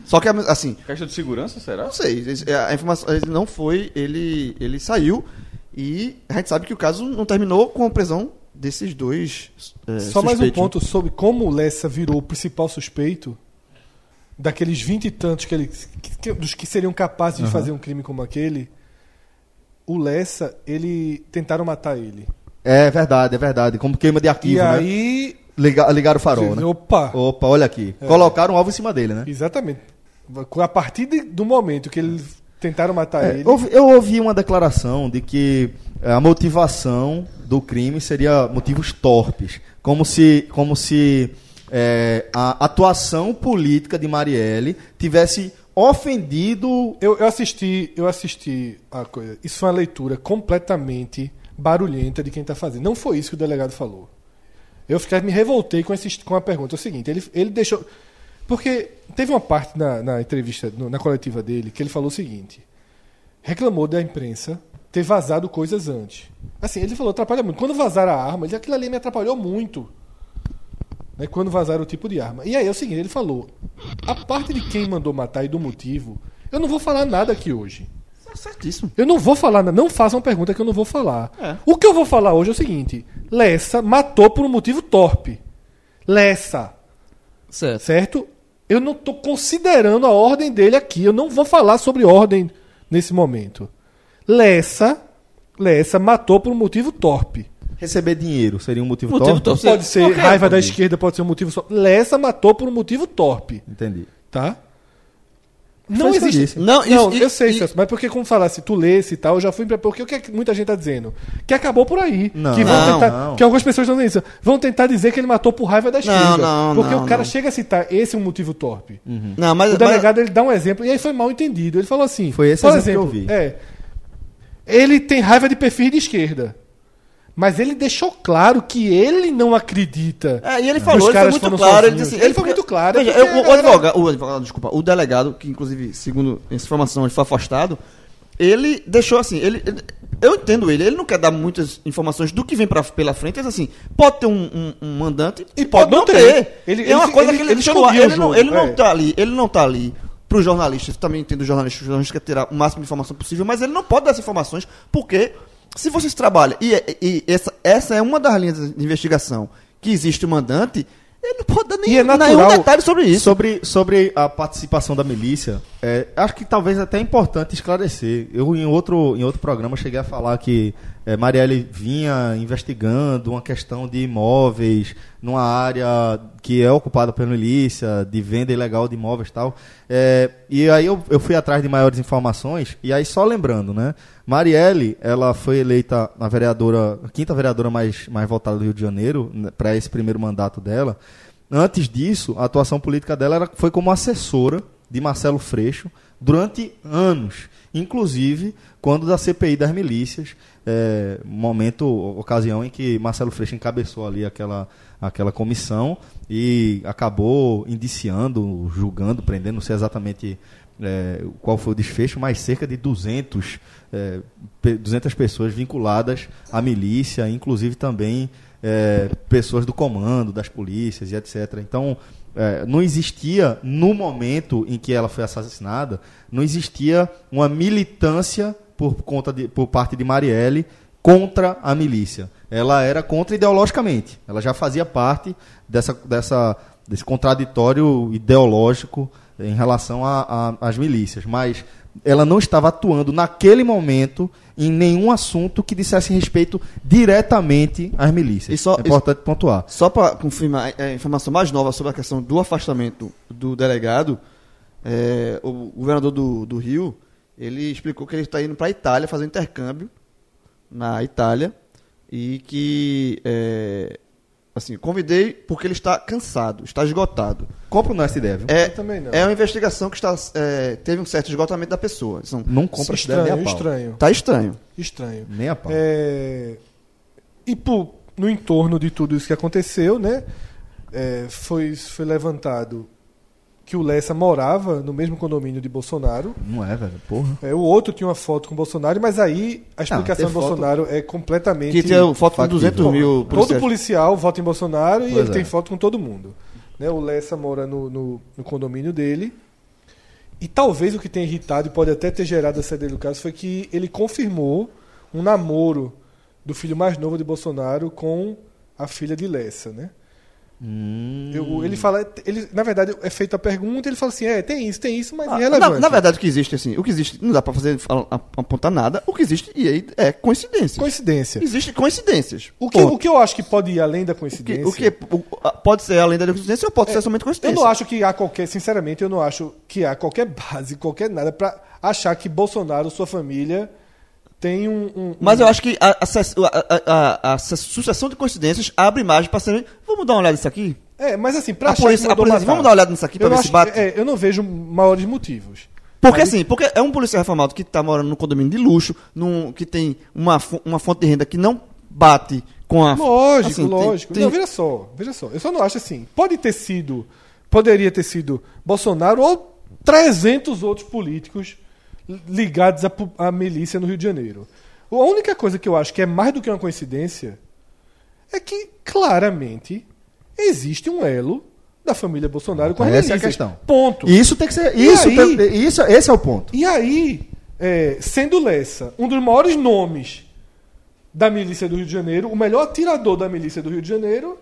Speaker 3: Só-
Speaker 2: Só que, assim,
Speaker 4: Caixa de segurança, será?
Speaker 2: não sei. eles- é, A informação ele não foi, ele, ele saiu e a gente sabe que o caso não terminou com a prisão desses dois. é,
Speaker 3: Só mais um
Speaker 2: suspeitos, né?
Speaker 3: ponto sobre como o Lessa virou o principal suspeito daqueles vinte e tantos que ele, que- que- dos que seriam capazes de fazer um crime como aquele. O Lessa, ele tentaram matar ele.
Speaker 1: É verdade, é verdade. Como queima de
Speaker 3: E
Speaker 1: arquivo, né?
Speaker 3: aí,
Speaker 1: Liga, ligaram o farol, né?
Speaker 3: opa,
Speaker 1: Opa, olha aqui. Colocaram um alvo em cima dele, né?
Speaker 3: exatamente. A partir de- do momento que eles tentaram matar
Speaker 1: É,
Speaker 3: ele,
Speaker 1: ouvi- eu ouvi uma declaração de que eh, a motivação do crime seria motivos torpes, como se, como se eh, a atuação política de Marielle tivesse ofendido.
Speaker 3: Eu, eu assisti, eu assisti a coisa. Isso é uma leitura completamente barulhenta de quem está fazendo. Não foi isso que o delegado falou. Eu fiquei, me revoltei com, esse, com a pergunta. É o seguinte, ele, ele deixou. Porque teve uma parte na, na entrevista, no- na coletiva dele, que ele falou o seguinte: reclamou da imprensa ter vazado coisas antes. Assim, ele falou, atrapalha muito. Quando vazaram a arma, ele, aquilo ali me atrapalhou muito. Né, quando vazaram o tipo de arma. E aí é o seguinte, ele falou, a parte de quem mandou matar e do motivo, eu não vou falar nada aqui hoje.
Speaker 2: Tá Certíssimo.
Speaker 3: Eu não vou falar, na- não façam pergunta que eu não vou falar. O que eu vou falar hoje é o seguinte, Lessa matou por um motivo torpe. Lessa,
Speaker 2: Certo.
Speaker 3: certo? Eu não estou considerando a ordem dele aqui. Eu não vou falar sobre ordem nesse momento. Lessa, Lessa matou por um motivo torpe.
Speaker 1: Receber dinheiro seria um motivo,
Speaker 2: Motivo
Speaker 1: torpe?
Speaker 2: torpe. Você-
Speaker 3: Pode ser
Speaker 2: Ok.
Speaker 3: raiva da esquerda, pode ser um motivo só. Lessa matou por um motivo torpe,
Speaker 1: Entendi.
Speaker 3: tá? Não
Speaker 1: isso que eu
Speaker 3: existe.
Speaker 1: disse.
Speaker 2: Não, isso-
Speaker 3: não
Speaker 2: e-
Speaker 3: eu sei,
Speaker 2: e-
Speaker 3: Celso, mas porque como falar, se tu lesse e tal, eu já fui... pra- Porque o que é que muita gente tá dizendo? Que acabou por aí.
Speaker 1: Não,
Speaker 3: que, vão
Speaker 2: não,
Speaker 3: tentar,
Speaker 1: não.
Speaker 3: que algumas pessoas estão dizendo isso. Vão tentar dizer que ele matou por raiva da esquerda.
Speaker 2: não,
Speaker 3: porque
Speaker 2: não,
Speaker 3: o cara
Speaker 2: não.
Speaker 3: chega a citar esse é um motivo torpe.
Speaker 2: Não, mas,
Speaker 3: O delegado ele dá um exemplo e aí foi mal entendido. Ele falou assim:
Speaker 1: Foi esse
Speaker 3: por
Speaker 1: exemplo que eu vi.
Speaker 3: É, ele tem raiva de perfil de esquerda. Mas ele deixou claro que ele não acredita.
Speaker 2: É, e ele falou,
Speaker 3: Os
Speaker 2: ele foi
Speaker 3: caras
Speaker 2: muito
Speaker 3: foram
Speaker 2: claro. Ele,
Speaker 3: sozinhos.
Speaker 2: disse,
Speaker 3: Ele foi muito claro, é
Speaker 2: Veja,
Speaker 3: porque
Speaker 2: eu-
Speaker 3: a
Speaker 2: o,
Speaker 3: galera-
Speaker 2: advogado, o advogado, desculpa, o delegado, que inclusive, segundo essa informação, ele foi afastado, ele deixou assim, ele, ele- eu entendo ele, ele não quer dar muitas informações do que vem pra, pela frente, mas assim, pode ter um, um- um mandante
Speaker 3: E pode não ter. Ele-
Speaker 2: é uma
Speaker 3: ele-
Speaker 2: coisa
Speaker 3: ele-
Speaker 2: que ele,
Speaker 3: ele
Speaker 2: deixou no ar,
Speaker 3: escondia
Speaker 2: ele
Speaker 3: o
Speaker 2: não,
Speaker 3: jogo,
Speaker 2: ele não
Speaker 3: é.
Speaker 2: tá ali, ele não tá ali pro jornalista, eu também entendo o jornalista, o jornalista quer tirar o máximo de informação possível, mas ele não pode dar essas informações, porque se vocês trabalham, e, e- e essa, essa é uma das linhas de investigação, que existe o mandante, ele não pode dar
Speaker 3: E é
Speaker 2: nenhum,
Speaker 3: natural-
Speaker 2: nenhum detalhe sobre isso.
Speaker 1: Sobre, sobre a participação da milícia, é, acho que talvez até é importante esclarecer. Eu, em outro, em outro programa, cheguei a falar que é, Marielle vinha investigando uma questão de imóveis numa área que é ocupada pela milícia, de venda ilegal de imóveis e tal. É, e aí eu, eu fui atrás de maiores informações, e aí só lembrando, né? Marielle, ela foi eleita a vereadora, a quinta vereadora mais, mais votada do Rio de Janeiro, para esse primeiro mandato dela. Antes disso, a atuação política dela era- foi como assessora de Marcelo Freixo durante anos, inclusive quando da CPI das milícias, é, momento, ocasião em que Marcelo Freixo encabeçou ali aquela, aquela comissão e acabou indiciando, julgando, prendendo, não sei exatamente é, qual foi o desfecho, mas cerca de 200, é, pe- 200 pessoas vinculadas à milícia, inclusive também é, pessoas do comando, das polícias e etc. Então, é, não existia, no momento em que ela foi assassinada, não existia uma militância por, conta de, por parte de Marielle contra a milícia. Ela era contra ideologicamente. Ela já fazia parte dessa, dessa, desse contraditório ideológico em relação a- a- às milícias. Mas ela não estava atuando naquele momento em nenhum assunto que dissesse respeito diretamente às milícias.
Speaker 2: E só-
Speaker 1: é importante pontuar.
Speaker 2: Só para confirmar é, a informação mais nova sobre a questão do afastamento do delegado, é, o governador do, do Rio, ele explicou que ele está indo para a Itália fazer um intercâmbio na Itália e que é, assim convidei porque ele está cansado, está esgotado.
Speaker 1: Compra no SD, viu?
Speaker 2: É,
Speaker 3: Eu também não.
Speaker 2: é uma investigação que está é, teve um certo esgotamento da pessoa. São,
Speaker 1: Não compra esse
Speaker 3: estranho,
Speaker 1: ideia nem a pau.
Speaker 3: estranho,
Speaker 2: tá estranho.
Speaker 3: estranho.
Speaker 1: Nem a pau.
Speaker 3: É, E pô, no entorno de tudo isso que aconteceu, né? é, foi, foi levantado que o Lessa morava no mesmo condomínio de Bolsonaro.
Speaker 1: Não é, velho. Porra.
Speaker 3: É, o outro tinha uma foto com o Bolsonaro, mas aí a explicação
Speaker 1: tem
Speaker 3: de
Speaker 1: foto-
Speaker 3: Bolsonaro é completamente.
Speaker 2: Que tinha foto com
Speaker 1: Factível.
Speaker 2: 200 mil
Speaker 3: Todo
Speaker 2: policiais.
Speaker 3: policial vota em Bolsonaro e
Speaker 1: Pois
Speaker 3: ele
Speaker 1: é.
Speaker 3: tem foto com todo mundo. Né, O Lessa mora no, no- no condomínio dele. E talvez o que tenha irritado e pode até ter gerado a saída do caso foi que ele confirmou um namoro do filho mais novo de Bolsonaro com a filha de Lessa, né?
Speaker 2: Hum.
Speaker 3: Eu- ele fala, ele, na verdade, é feita a pergunta, ele fala assim, é, tem isso, tem isso, mas
Speaker 2: Ah, na,
Speaker 3: irrelevante.
Speaker 2: na verdade, o que existe, assim, o que existe, não dá pra fazer, fala- ap- apontar nada, o que existe e aí é coincidência.
Speaker 3: coincidência.
Speaker 2: Existem coincidências.
Speaker 3: O que, é
Speaker 2: Ponto.
Speaker 3: o que eu acho que pode ir além da
Speaker 2: O que,
Speaker 3: coincidência...
Speaker 2: o que- o- a- pode ser além da coincidência ou pode ser somente
Speaker 3: É, Eu
Speaker 2: coincidência.
Speaker 3: não acho que há qualquer, sinceramente, eu não acho que há qualquer base, qualquer nada pra achar que Bolsonaro, sua família, tem um. um-
Speaker 2: Mas
Speaker 3: um-
Speaker 2: eu acho que a, a ses- a- a- a- a ses- sucessão de coincidências abre margem pra ser. Vamos dar uma olhada nisso aqui?
Speaker 3: É, mas assim, pra
Speaker 2: a
Speaker 3: achar
Speaker 2: polícia-
Speaker 3: que
Speaker 2: a
Speaker 3: mandou
Speaker 2: polícia-
Speaker 3: matar.
Speaker 2: vamos dar uma olhada nisso aqui pra
Speaker 3: eu
Speaker 2: ver
Speaker 3: não
Speaker 2: se
Speaker 3: acho-
Speaker 2: bate.
Speaker 3: é, eu não vejo maiores motivos.
Speaker 2: Porque assim, porque é um policial reformado que tá morando num condomínio de luxo, num, que tem uma, fo- uma fonte de renda que não bate com a.
Speaker 3: Lógico,
Speaker 2: assim, tem-
Speaker 3: lógico.
Speaker 2: tem-
Speaker 3: Não, veja só, veja só. Eu só não acho assim. Pode ter sido, poderia ter sido Bolsonaro ou 300 outros políticos li- ligados à, pu- à milícia no Rio de Janeiro. A única coisa que eu acho que é mais do que uma coincidência é que claramente existe um elo da família Bolsonaro com a
Speaker 1: Essa é a
Speaker 3: milícia.
Speaker 1: questão.
Speaker 3: Ponto.
Speaker 1: E Isso tem que ser.
Speaker 3: E
Speaker 1: Isso,
Speaker 3: aí?
Speaker 1: tem- isso, esse é o ponto.
Speaker 3: E aí, é, sendo Lessa um dos maiores nomes da milícia do Rio de Janeiro, o melhor atirador da milícia do Rio de Janeiro,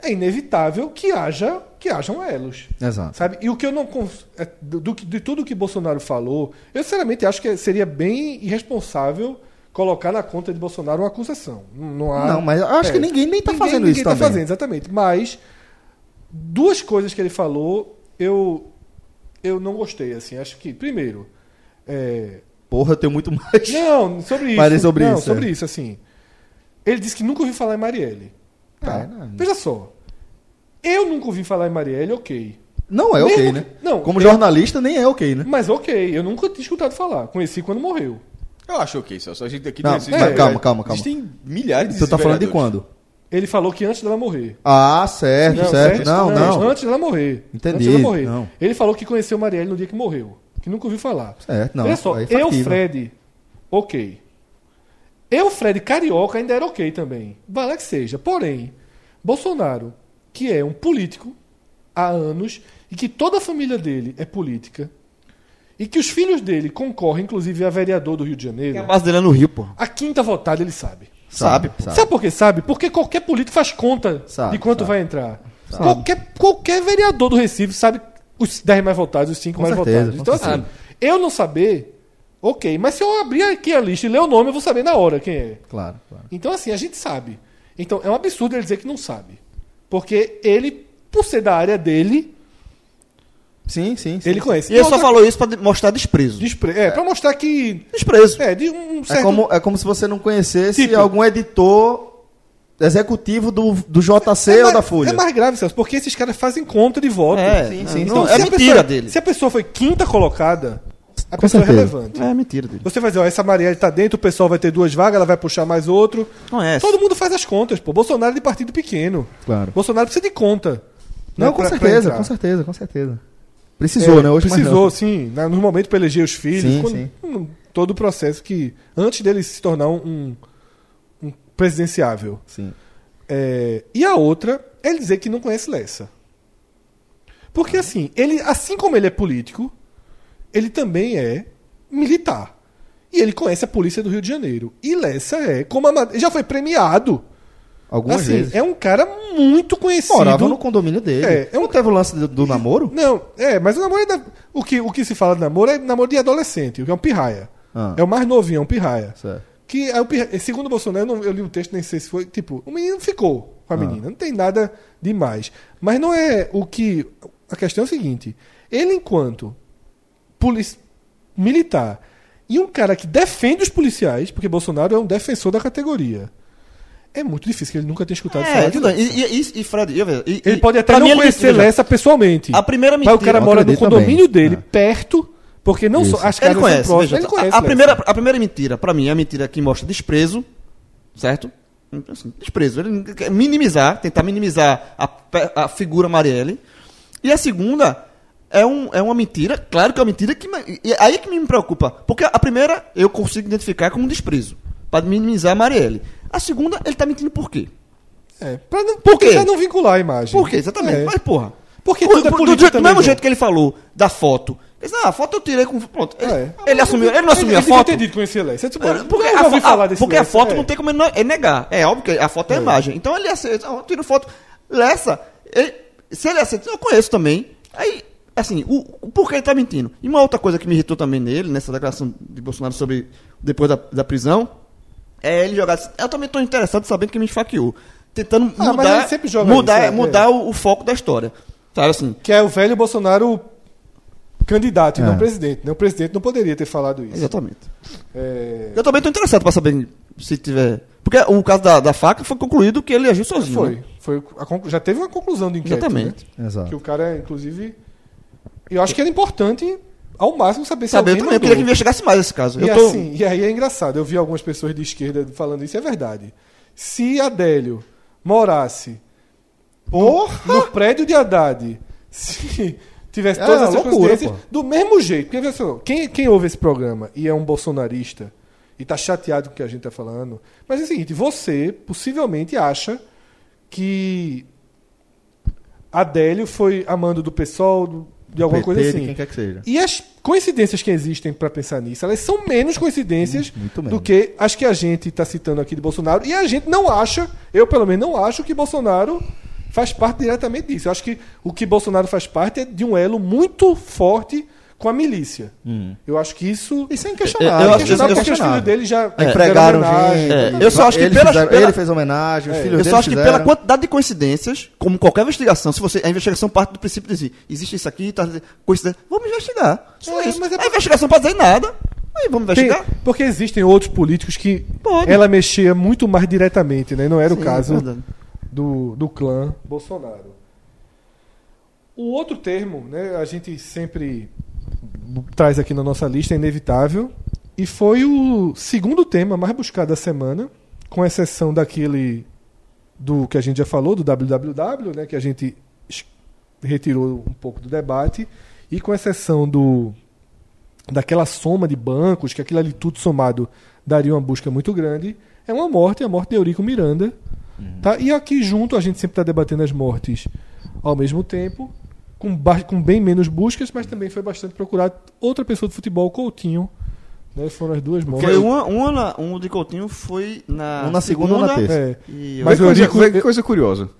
Speaker 3: é inevitável que haja que hajam elos.
Speaker 1: Exato.
Speaker 3: Sabe? E o que eu não. cons- é, do- do que- de tudo que Bolsonaro falou, eu sinceramente acho que seria bem irresponsável colocar na conta de Bolsonaro uma acusação. Não, não há.
Speaker 1: Não, mas eu acho
Speaker 3: É.
Speaker 1: que ninguém nem tá
Speaker 3: Ninguém-
Speaker 1: fazendo
Speaker 3: ninguém
Speaker 1: isso
Speaker 3: tá
Speaker 1: também.
Speaker 3: fazendo, exatamente. Mas duas coisas que ele falou, eu eu não gostei assim. Acho que primeiro, é,
Speaker 1: Porra, eu tenho muito mais.
Speaker 3: não sobre isso.
Speaker 1: Mas é sobre
Speaker 3: não,
Speaker 1: isso,
Speaker 3: sobre
Speaker 1: é.
Speaker 3: isso assim. Ele disse que nunca ouviu falar em Marielle. Tá?
Speaker 1: É, não.
Speaker 3: Veja só. Eu nunca ouvi falar em Marielle, ok.
Speaker 1: Não é ok,
Speaker 3: Mesmo
Speaker 1: né?
Speaker 3: que- não,
Speaker 1: Como
Speaker 3: eu-
Speaker 1: jornalista, nem é ok, né?
Speaker 3: Mas ok, eu nunca tinha escutado falar. Conheci quando morreu.
Speaker 4: Eu acho ok, só. só a gente aqui
Speaker 1: Não,
Speaker 4: desses
Speaker 1: mas
Speaker 4: vereadores.
Speaker 1: calma, calma, calma.
Speaker 4: Existem milhares de
Speaker 1: Tu tá
Speaker 3: é
Speaker 1: falando de quando?
Speaker 3: Ele falou que antes dela morrer.
Speaker 1: Ah, certo, certo. Não, não.
Speaker 3: Antes dela morrer.
Speaker 1: Entendi,
Speaker 3: Antes dela morrer.
Speaker 1: não.
Speaker 3: Ele falou que conheceu Marielle no dia que morreu. Que nunca ouviu falar.
Speaker 1: Certo, não.
Speaker 3: Olha só,
Speaker 1: aí é
Speaker 3: eu,
Speaker 1: factível.
Speaker 3: Fred, ok. Eu, Fred, carioca, ainda era ok também. Vai lá que seja. Porém, Bolsonaro, que é um político há anos, e que toda a família dele é política, e que os filhos dele concorrem, inclusive, a vereador do Rio de
Speaker 2: A
Speaker 3: Janeiro,
Speaker 2: base dele é no Rio, pô.
Speaker 3: a quinta votada ele sabe.
Speaker 1: Sabe,
Speaker 3: Sabe.
Speaker 1: sabe.
Speaker 3: por quê? Sabe? Porque qualquer político faz conta
Speaker 1: Tá. Sabe,
Speaker 3: de quanto
Speaker 1: sabe.
Speaker 3: vai entrar. Qualquer, qualquer vereador do Recife sabe os 10 mais votados, os 5
Speaker 1: Com
Speaker 3: mais
Speaker 1: certeza,
Speaker 3: votados.
Speaker 1: com
Speaker 3: Então, assim, eu não saber, ok. Mas se eu abrir aqui a lista e ler o nome, eu vou saber na hora quem é.
Speaker 1: Claro, claro.
Speaker 3: Então, assim, a gente sabe. Então, é um absurdo ele dizer que não sabe. Porque ele, por ser da área dele,
Speaker 1: Sim, sim, sim.
Speaker 3: ele conhece.
Speaker 2: E ele
Speaker 3: Então,
Speaker 2: só
Speaker 3: outra-
Speaker 2: falou isso pra de- mostrar desprezo.
Speaker 3: despre- É, pra mostrar que.
Speaker 2: Desprezo.
Speaker 3: É, de um certo.
Speaker 1: É como, é como se você não conhecesse
Speaker 3: Tipo-
Speaker 1: algum editor executivo do, do JC
Speaker 3: é
Speaker 1: ou
Speaker 3: mais-
Speaker 1: da Folha.
Speaker 3: É mais grave, Celso, porque esses caras fazem conta de voto.
Speaker 2: É,
Speaker 1: sim,
Speaker 2: não-
Speaker 1: sim,
Speaker 2: não-
Speaker 3: se
Speaker 2: é
Speaker 3: a
Speaker 2: mentira
Speaker 3: pessoa-
Speaker 2: dele.
Speaker 3: Se a pessoa foi quinta colocada, a
Speaker 1: Com
Speaker 3: pessoa é
Speaker 1: certeza.
Speaker 3: relevante.
Speaker 2: É mentira dele.
Speaker 3: Você vai dizer, ó, essa Marielle tá dentro, o pessoal vai ter duas vagas, ela vai puxar mais outro.
Speaker 2: Não é.
Speaker 3: Todo mundo faz as contas, pô. Bolsonaro é de partido pequeno.
Speaker 1: Claro.
Speaker 3: Bolsonaro precisa de conta.
Speaker 1: Não,
Speaker 3: né,
Speaker 1: com
Speaker 3: pra- pra
Speaker 1: certeza,
Speaker 3: entrar.
Speaker 1: com certeza, com certeza. Precisou,
Speaker 3: É,
Speaker 1: né? Hoje mais
Speaker 3: precisou,
Speaker 1: não.
Speaker 3: sim. né, no momento para eleger os filhos.
Speaker 1: Sim,
Speaker 3: quando-
Speaker 1: sim.
Speaker 3: hum, todo o processo que. Antes dele se tornar um- um- um presidenciável.
Speaker 1: Sim.
Speaker 3: É, e a outra é ele dizer que não conhece Lessa. Porque assim, ele, assim como ele é político, ele também é militar. E ele conhece a polícia do Rio de Janeiro. E Lessa é, como a, Mad- já foi premiado.
Speaker 1: Algumas
Speaker 3: assim,
Speaker 1: vezes.
Speaker 3: é um cara muito conhecido.
Speaker 1: Morava no condomínio dele.
Speaker 3: É, é um-
Speaker 1: Não teve o lance do, do namoro?
Speaker 3: Não, é, mas o namoro é da- o que o que se fala de namoro é namoro de adolescente, o que é um pirraia.
Speaker 1: Ah.
Speaker 3: É o mais novinho, é um pirraia.
Speaker 1: Certo.
Speaker 3: Que é o pirra- eh, segundo o Bolsonaro, eu, não- eu li o texto, nem sei se foi. Tipo, o menino ficou com a
Speaker 2: Ah.
Speaker 3: menina, não tem nada demais. Mas não é o que. A questão é o seguinte: ele, enquanto polici- militar e um cara que defende os policiais, porque Bolsonaro é um defensor da categoria, é muito difícil que ele nunca tenha escutado
Speaker 2: É,
Speaker 3: falar
Speaker 2: tudo
Speaker 3: disso.
Speaker 2: bem. E, e, e- e Fred, eu, vejo, e-
Speaker 3: Ele
Speaker 2: e-
Speaker 3: pode até
Speaker 2: pra
Speaker 3: não
Speaker 2: mim é
Speaker 3: conhecer
Speaker 2: mentira.
Speaker 3: Lessa pessoalmente.
Speaker 2: A primeira
Speaker 3: Mas
Speaker 2: mentira. Ah.
Speaker 3: o cara
Speaker 1: Eu
Speaker 3: mora no
Speaker 1: acredito
Speaker 3: condomínio
Speaker 1: também.
Speaker 3: dele, perto, porque não
Speaker 1: Isso.
Speaker 3: só as
Speaker 2: Ele
Speaker 3: casas são
Speaker 2: conhece,
Speaker 3: próximas,
Speaker 2: veja,
Speaker 3: ele
Speaker 2: a-
Speaker 3: conhece. né?
Speaker 2: a,
Speaker 3: Lessa.
Speaker 2: primeira, a primeira mentira, pra mim, é a mentira que mostra desprezo, certo? Então, assim, desprezo. Ele quer minimizar, tentar minimizar a, pe- a figura Marielle. E a segunda é, um, é uma mentira, claro que é uma mentira, que, ma- e aí é que me preocupa. Porque a primeira eu consigo identificar como um desprezo, para minimizar a Marielle. A segunda, ele tá mentindo por quê?
Speaker 3: É, pra não,
Speaker 2: Por
Speaker 3: porque
Speaker 2: quê?
Speaker 3: já não vincular a imagem.
Speaker 2: Por quê? Exatamente.
Speaker 3: É.
Speaker 2: Mas, porra.
Speaker 3: Porque
Speaker 2: o-
Speaker 3: tudo é
Speaker 2: do-
Speaker 3: político
Speaker 2: do, jeito- do
Speaker 3: também,
Speaker 2: mesmo
Speaker 3: João.
Speaker 2: jeito que ele falou da foto. Ele disse, ah, a foto eu tirei com. Pronto. Ele,
Speaker 3: É.
Speaker 2: ele assumiu, ele não assumiu a
Speaker 3: devia
Speaker 2: foto.
Speaker 3: ter dito que conhecia Leia. Você disse, pô,
Speaker 2: Tipo, Porque,
Speaker 3: eu
Speaker 2: a,
Speaker 3: já ouvi
Speaker 2: fo-
Speaker 3: falar
Speaker 2: a-
Speaker 3: desse
Speaker 2: porque a
Speaker 3: Leia.
Speaker 2: foto
Speaker 3: É.
Speaker 2: não tem como ele não- ele negar. É óbvio que a foto é, a imagem. Então ele aceita, ah, eu tiro foto. Lessa, ele- se ele aceita, eu conheço também. Aí, assim, o, o porquê ele tá mentindo? E uma outra coisa que me irritou também nele, nessa declaração de Bolsonaro sobre depois da, da prisão, é ele jogar assim, eu também tô interessado sabendo que me esfaqueou. Tentando
Speaker 3: Ah, mas
Speaker 2: mudar,
Speaker 3: ele sempre joga
Speaker 2: mudar,
Speaker 3: isso, é,
Speaker 2: mudar
Speaker 3: é.
Speaker 2: O, o foco da história. Sabe assim?
Speaker 3: Que é o velho Bolsonaro candidato e
Speaker 1: É.
Speaker 3: não presidente. Né? O presidente não poderia ter falado isso.
Speaker 2: Exatamente. tá
Speaker 3: É,
Speaker 2: Eu também tô interessado pra saber se tiver. Porque o caso da, da faca foi concluído que ele agiu sozinho. né?
Speaker 3: Foi. foi a conclu- já teve uma conclusão do inquérito.
Speaker 2: Exatamente.
Speaker 3: né?
Speaker 1: Exato.
Speaker 3: Que o cara, inclusive. Eu acho que era importante, ao máximo, saber se
Speaker 2: Saber, eu
Speaker 3: alguém
Speaker 2: também. Eu
Speaker 3: mandou.
Speaker 2: queria que investigasse mais esse caso.
Speaker 3: E,
Speaker 2: eu tô...
Speaker 3: assim, e aí é engraçado, eu vi algumas pessoas de esquerda falando isso, é verdade. Se Adélio morasse no, no prédio de Haddad, se tivesse
Speaker 1: É,
Speaker 3: todas essas
Speaker 1: loucura,
Speaker 3: coincidências,
Speaker 1: pô.
Speaker 3: do mesmo jeito. Porque, veja só, quem, quem ouve esse programa e é um bolsonarista e tá chateado com o que a gente tá falando, mas é o seguinte, você possivelmente acha que Adélio foi a mando do pessoal, do- de alguma
Speaker 1: PT,
Speaker 3: coisa
Speaker 1: de
Speaker 3: assim.
Speaker 1: quem quer que seja.
Speaker 3: E as coincidências que existem para pensar nisso, elas são menos coincidências
Speaker 1: Muito
Speaker 3: do
Speaker 1: menos.
Speaker 3: que as que a gente está citando aqui de Bolsonaro. E a gente não acha, eu pelo menos não acho que Bolsonaro faz parte diretamente disso. Eu acho que o que Bolsonaro faz parte é de um elo muito forte com a milícia.
Speaker 1: Hum.
Speaker 3: Eu acho que isso.
Speaker 1: Isso é
Speaker 2: Eu-
Speaker 1: inquestionável.
Speaker 2: eu
Speaker 3: é
Speaker 2: acho-
Speaker 3: questionável porque os
Speaker 1: inquestionável.
Speaker 3: filhos dele já
Speaker 1: Aí
Speaker 2: É.
Speaker 1: pregaram
Speaker 3: fizeram homenagem. tá né?
Speaker 1: gente.
Speaker 2: É, eu só acho que
Speaker 1: eles
Speaker 2: pelas-
Speaker 1: fizeram-
Speaker 2: pela-
Speaker 1: Ele fez homenagem, os
Speaker 3: É.
Speaker 1: filhos
Speaker 2: Eu
Speaker 1: dele
Speaker 2: só acho que
Speaker 1: fizeram.
Speaker 2: pela quantidade de coincidências, como qualquer investigação, se você a investigação parte do princípio de dizer, existe isso aqui, tá, coincidência, vamos investigar. Só
Speaker 3: É,
Speaker 2: isso.
Speaker 3: mas é
Speaker 2: a
Speaker 3: pra-
Speaker 2: investigação não pode dizer nada, aí vamos
Speaker 3: Tem-
Speaker 2: investigar.
Speaker 3: porque existem outros políticos que
Speaker 2: Pode.
Speaker 3: ela mexia muito mais diretamente, né? Não era o
Speaker 2: Sim,
Speaker 3: caso.
Speaker 2: é verdade.
Speaker 3: do, do clã Bolsonaro. O outro termo, né, a gente sempre bu- traz aqui na nossa lista, é inevitável, e foi o segundo tema mais buscado da semana, com exceção daquele do que a gente já falou, do www, né, que a gente es- retirou um pouco do debate, e com exceção do daquela soma de bancos, que aquilo ali tudo somado daria uma busca muito grande, é uma morte, a morte de Eurico Miranda, Tá? E aqui junto a gente sempre está debatendo as mortes ao mesmo tempo, com, ba- com bem menos buscas, mas também foi bastante procurado outra pessoa do futebol, Coutinho. Né? Foram as duas mortes.
Speaker 2: Foi uma, uma na- um de Coutinho foi na.
Speaker 1: Um na segunda, um na terça.
Speaker 3: É,
Speaker 2: E mas
Speaker 3: Mas
Speaker 4: Mas
Speaker 3: eu
Speaker 4: coisa,
Speaker 3: digo-
Speaker 4: vê que coisa curiosa.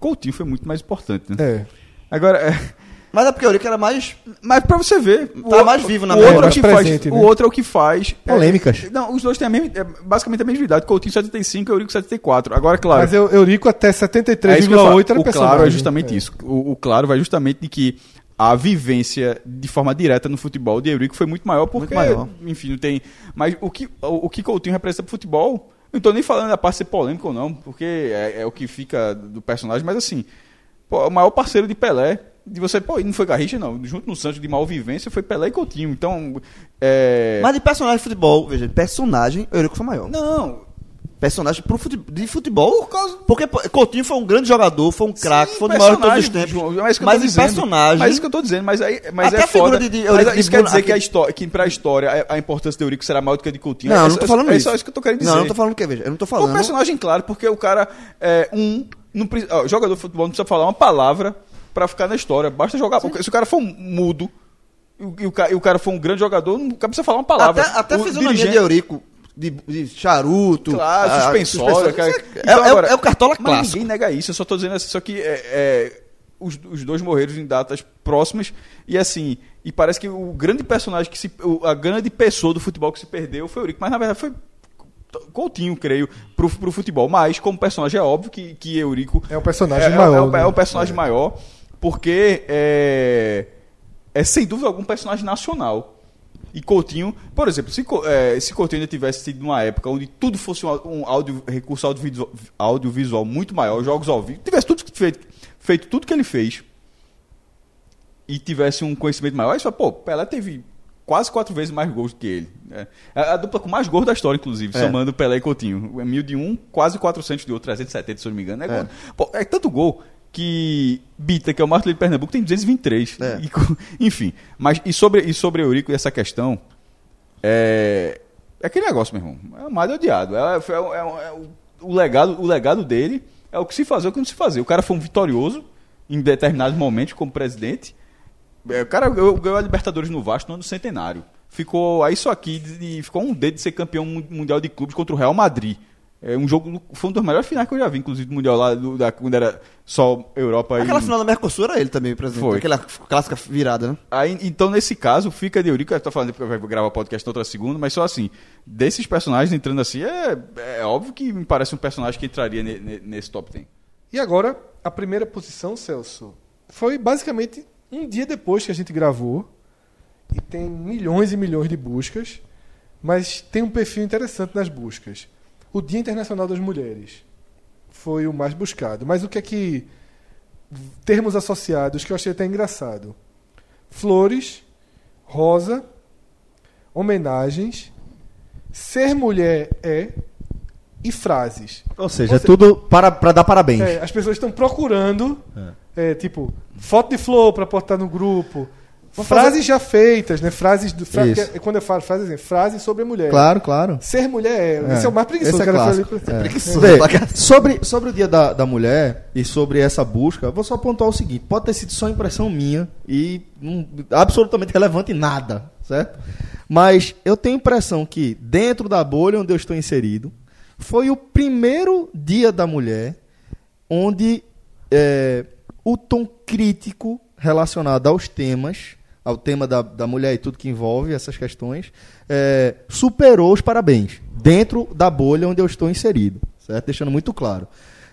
Speaker 4: Coutinho foi muito mais importante, né?
Speaker 3: é.
Speaker 4: Agora, é,
Speaker 2: é porque o Eurico era mais.
Speaker 4: mas pra você ver. o
Speaker 2: Tá mais vivo na
Speaker 4: o
Speaker 2: memória.
Speaker 4: outro é o
Speaker 3: Mais
Speaker 4: que
Speaker 3: presente,
Speaker 4: faz,
Speaker 3: né?
Speaker 4: O outro é o que faz. é,
Speaker 1: Polêmicas.
Speaker 4: não, os dois têm a mesma, é, basicamente a mesma idade. Coutinho 75 e Eurico 74. Agora, claro.
Speaker 3: Mas eu, Eurico até
Speaker 4: É isso que eu falo.
Speaker 3: 73,8 era
Speaker 4: O
Speaker 3: personagem.
Speaker 4: claro é justamente
Speaker 3: É.
Speaker 4: isso. O, o claro vai justamente de que a vivência de forma direta no futebol de Eurico foi muito maior porque,
Speaker 2: maior.
Speaker 4: enfim, não tem. Mas o que o, o que Coutinho representa pro futebol, não tô nem falando da parte de ser polêmica ou não, porque é, é o que fica do personagem, mas assim, pô, o maior parceiro de Pelé, de você, pô, e não foi Garrincha não, junto no Santos de mal vivência foi Pelé e Coutinho. Então, é
Speaker 2: Mas de personagem de futebol, veja, personagem, o Eurico foi maior.
Speaker 4: não,
Speaker 2: Personagem pro fute- de futebol. Porque pô, Coutinho foi um grande jogador, foi um craque,
Speaker 4: Sim,
Speaker 2: foi um dos maiores de todos os
Speaker 4: personagem,
Speaker 2: tempos.
Speaker 4: João, é
Speaker 2: mas
Speaker 4: isso que eu tô
Speaker 2: em
Speaker 4: dizendo.
Speaker 2: personagem.
Speaker 4: Mas é isso que eu tô dizendo, mas, aí, mas
Speaker 2: Até
Speaker 4: é
Speaker 2: a figura
Speaker 4: foda.
Speaker 2: de- de
Speaker 4: mas
Speaker 2: Eurico de
Speaker 4: isso quer dizer
Speaker 2: Bono-
Speaker 4: que, a história, que pra história é, a, a importância do Eurico será maior do que a de Coutinho?
Speaker 2: Não, eu
Speaker 4: É-
Speaker 2: não tô
Speaker 4: é-
Speaker 2: falando
Speaker 4: é
Speaker 2: isso.
Speaker 4: só isso que eu tô querendo dizer.
Speaker 2: Não, eu não tô falando o que, veja. Eu não tô
Speaker 4: Um
Speaker 2: falando.
Speaker 4: personagem, claro, porque o cara é um. Não, pre- ó, jogador de futebol não precisa falar uma palavra pra ficar na história. Basta jogar. Se o cara for um mudo e o, e o ca- e o cara for um grande jogador, não o cara precisa falar uma palavra.
Speaker 2: Até, até a
Speaker 4: o
Speaker 2: fisionomia de
Speaker 4: dirigente-
Speaker 2: Eurico, de, de charuto,
Speaker 4: Claro,
Speaker 2: ah,
Speaker 4: suspensório. cara.
Speaker 2: isso É, é-
Speaker 4: Então,
Speaker 2: é o-
Speaker 4: agora-
Speaker 2: é o cartola
Speaker 4: mas
Speaker 2: clássico.
Speaker 4: Ninguém nega isso, eu só tô dizendo assim, só que é, é, os, os dois morreram em datas próximas e assim, e parece que o grande personagem que se. o- a grande pessoa do futebol que se perdeu foi o Eurico, mas na verdade foi. Coutinho, creio, pro, pro futebol. Mas, como personagem, é óbvio que, que Eurico.
Speaker 3: É um personagem
Speaker 4: é- é-
Speaker 3: maior,
Speaker 4: É, o- é
Speaker 3: né?
Speaker 4: o personagem maior, porque é, é sem dúvida algum personagem nacional. E Coutinho, por exemplo, se, Co- eh, se Coutinho ainda tivesse sido numa época onde tudo fosse um, au- um audio- recurso audiovisual, audiovisual muito maior, jogos ao vivo, tivesse tudo feito, feito tudo que ele fez e tivesse um conhecimento maior, aí você fala, pô, Pelé teve quase quatro vezes mais gols do que ele. né? É a dupla com mais gols da história, inclusive, somando Pelé e Coutinho. É Mil de um, quase 400 de outro, 370, se eu não me engano. É, gol. Pô, é tanto gol que Bita, que é o maior artilheiro de Pernambuco, tem 223.
Speaker 2: É.
Speaker 4: E co- enfim, mas e sobre, e sobre Eurico e essa questão, é, é aquele negócio, meu irmão. É amado e odiado. É, é- é- é o, o legado, o legado dele é o que se fazer, o que não se fazer. O cara foi um vitorioso em determinados momentos como presidente. É, o cara ganhou, ganhou a Libertadores no Vasco no ano do centenário. Ficou aí só aqui e ficou um dedo de ser campeão mun- mundial de clubes contra o Real Madrid. É um jogo, foi um dos melhores finais que eu já vi, inclusive do mundial lá do- da, quando era só Europa
Speaker 2: Aquela
Speaker 4: e
Speaker 2: final da Mercosul era ele também, presidente.
Speaker 4: Foi.
Speaker 2: Aquela clássica virada, né?
Speaker 4: Aí, então, nesse caso, fica de Eurico, eu tô falando porque vai gravar podcast na outra segunda, mas só assim, desses personagens entrando assim, é, é óbvio que me parece um personagem que entraria ne- ne- nesse top 10.
Speaker 3: E agora, a primeira posição, Celso, foi basicamente um dia depois que a gente gravou. E tem milhões e milhões de buscas. Mas tem um perfil interessante nas buscas. O Dia Internacional das Mulheres foi o mais buscado. Mas o que é que. Termos associados que eu achei até engraçado: flores, rosa, homenagens, ser mulher é e frases.
Speaker 1: Ou seja, é tudo para, para dar parabéns.
Speaker 3: É, as pessoas estão procurando, é, tipo, foto de flor pra postar no grupo. frases já feitas, né? Frases do. fra-
Speaker 1: Isso.
Speaker 3: que é- quando eu falo frases, assim, frases sobre mulher.
Speaker 1: Claro, claro.
Speaker 3: Ser mulher é. Esse é o mais preguiçoso
Speaker 1: Esse é
Speaker 3: que ela fala
Speaker 1: clássico.
Speaker 3: ali pra-
Speaker 1: É.
Speaker 2: Preguiçoso
Speaker 1: Vê,
Speaker 2: pra cacete.
Speaker 1: sobre, sobre o Dia da, da Mulher e sobre essa busca, vou só pontuar o seguinte: pode ter sido só impressão minha e não- absolutamente relevante em nada, certo? Mas eu tenho a impressão que, dentro da bolha onde eu estou inserido, foi o primeiro Dia da Mulher onde é, o tom crítico relacionado aos temas, ao tema da, da mulher e tudo que envolve essas questões, é, superou os parabéns dentro da bolha onde eu estou inserido, certo? Deixando muito claro.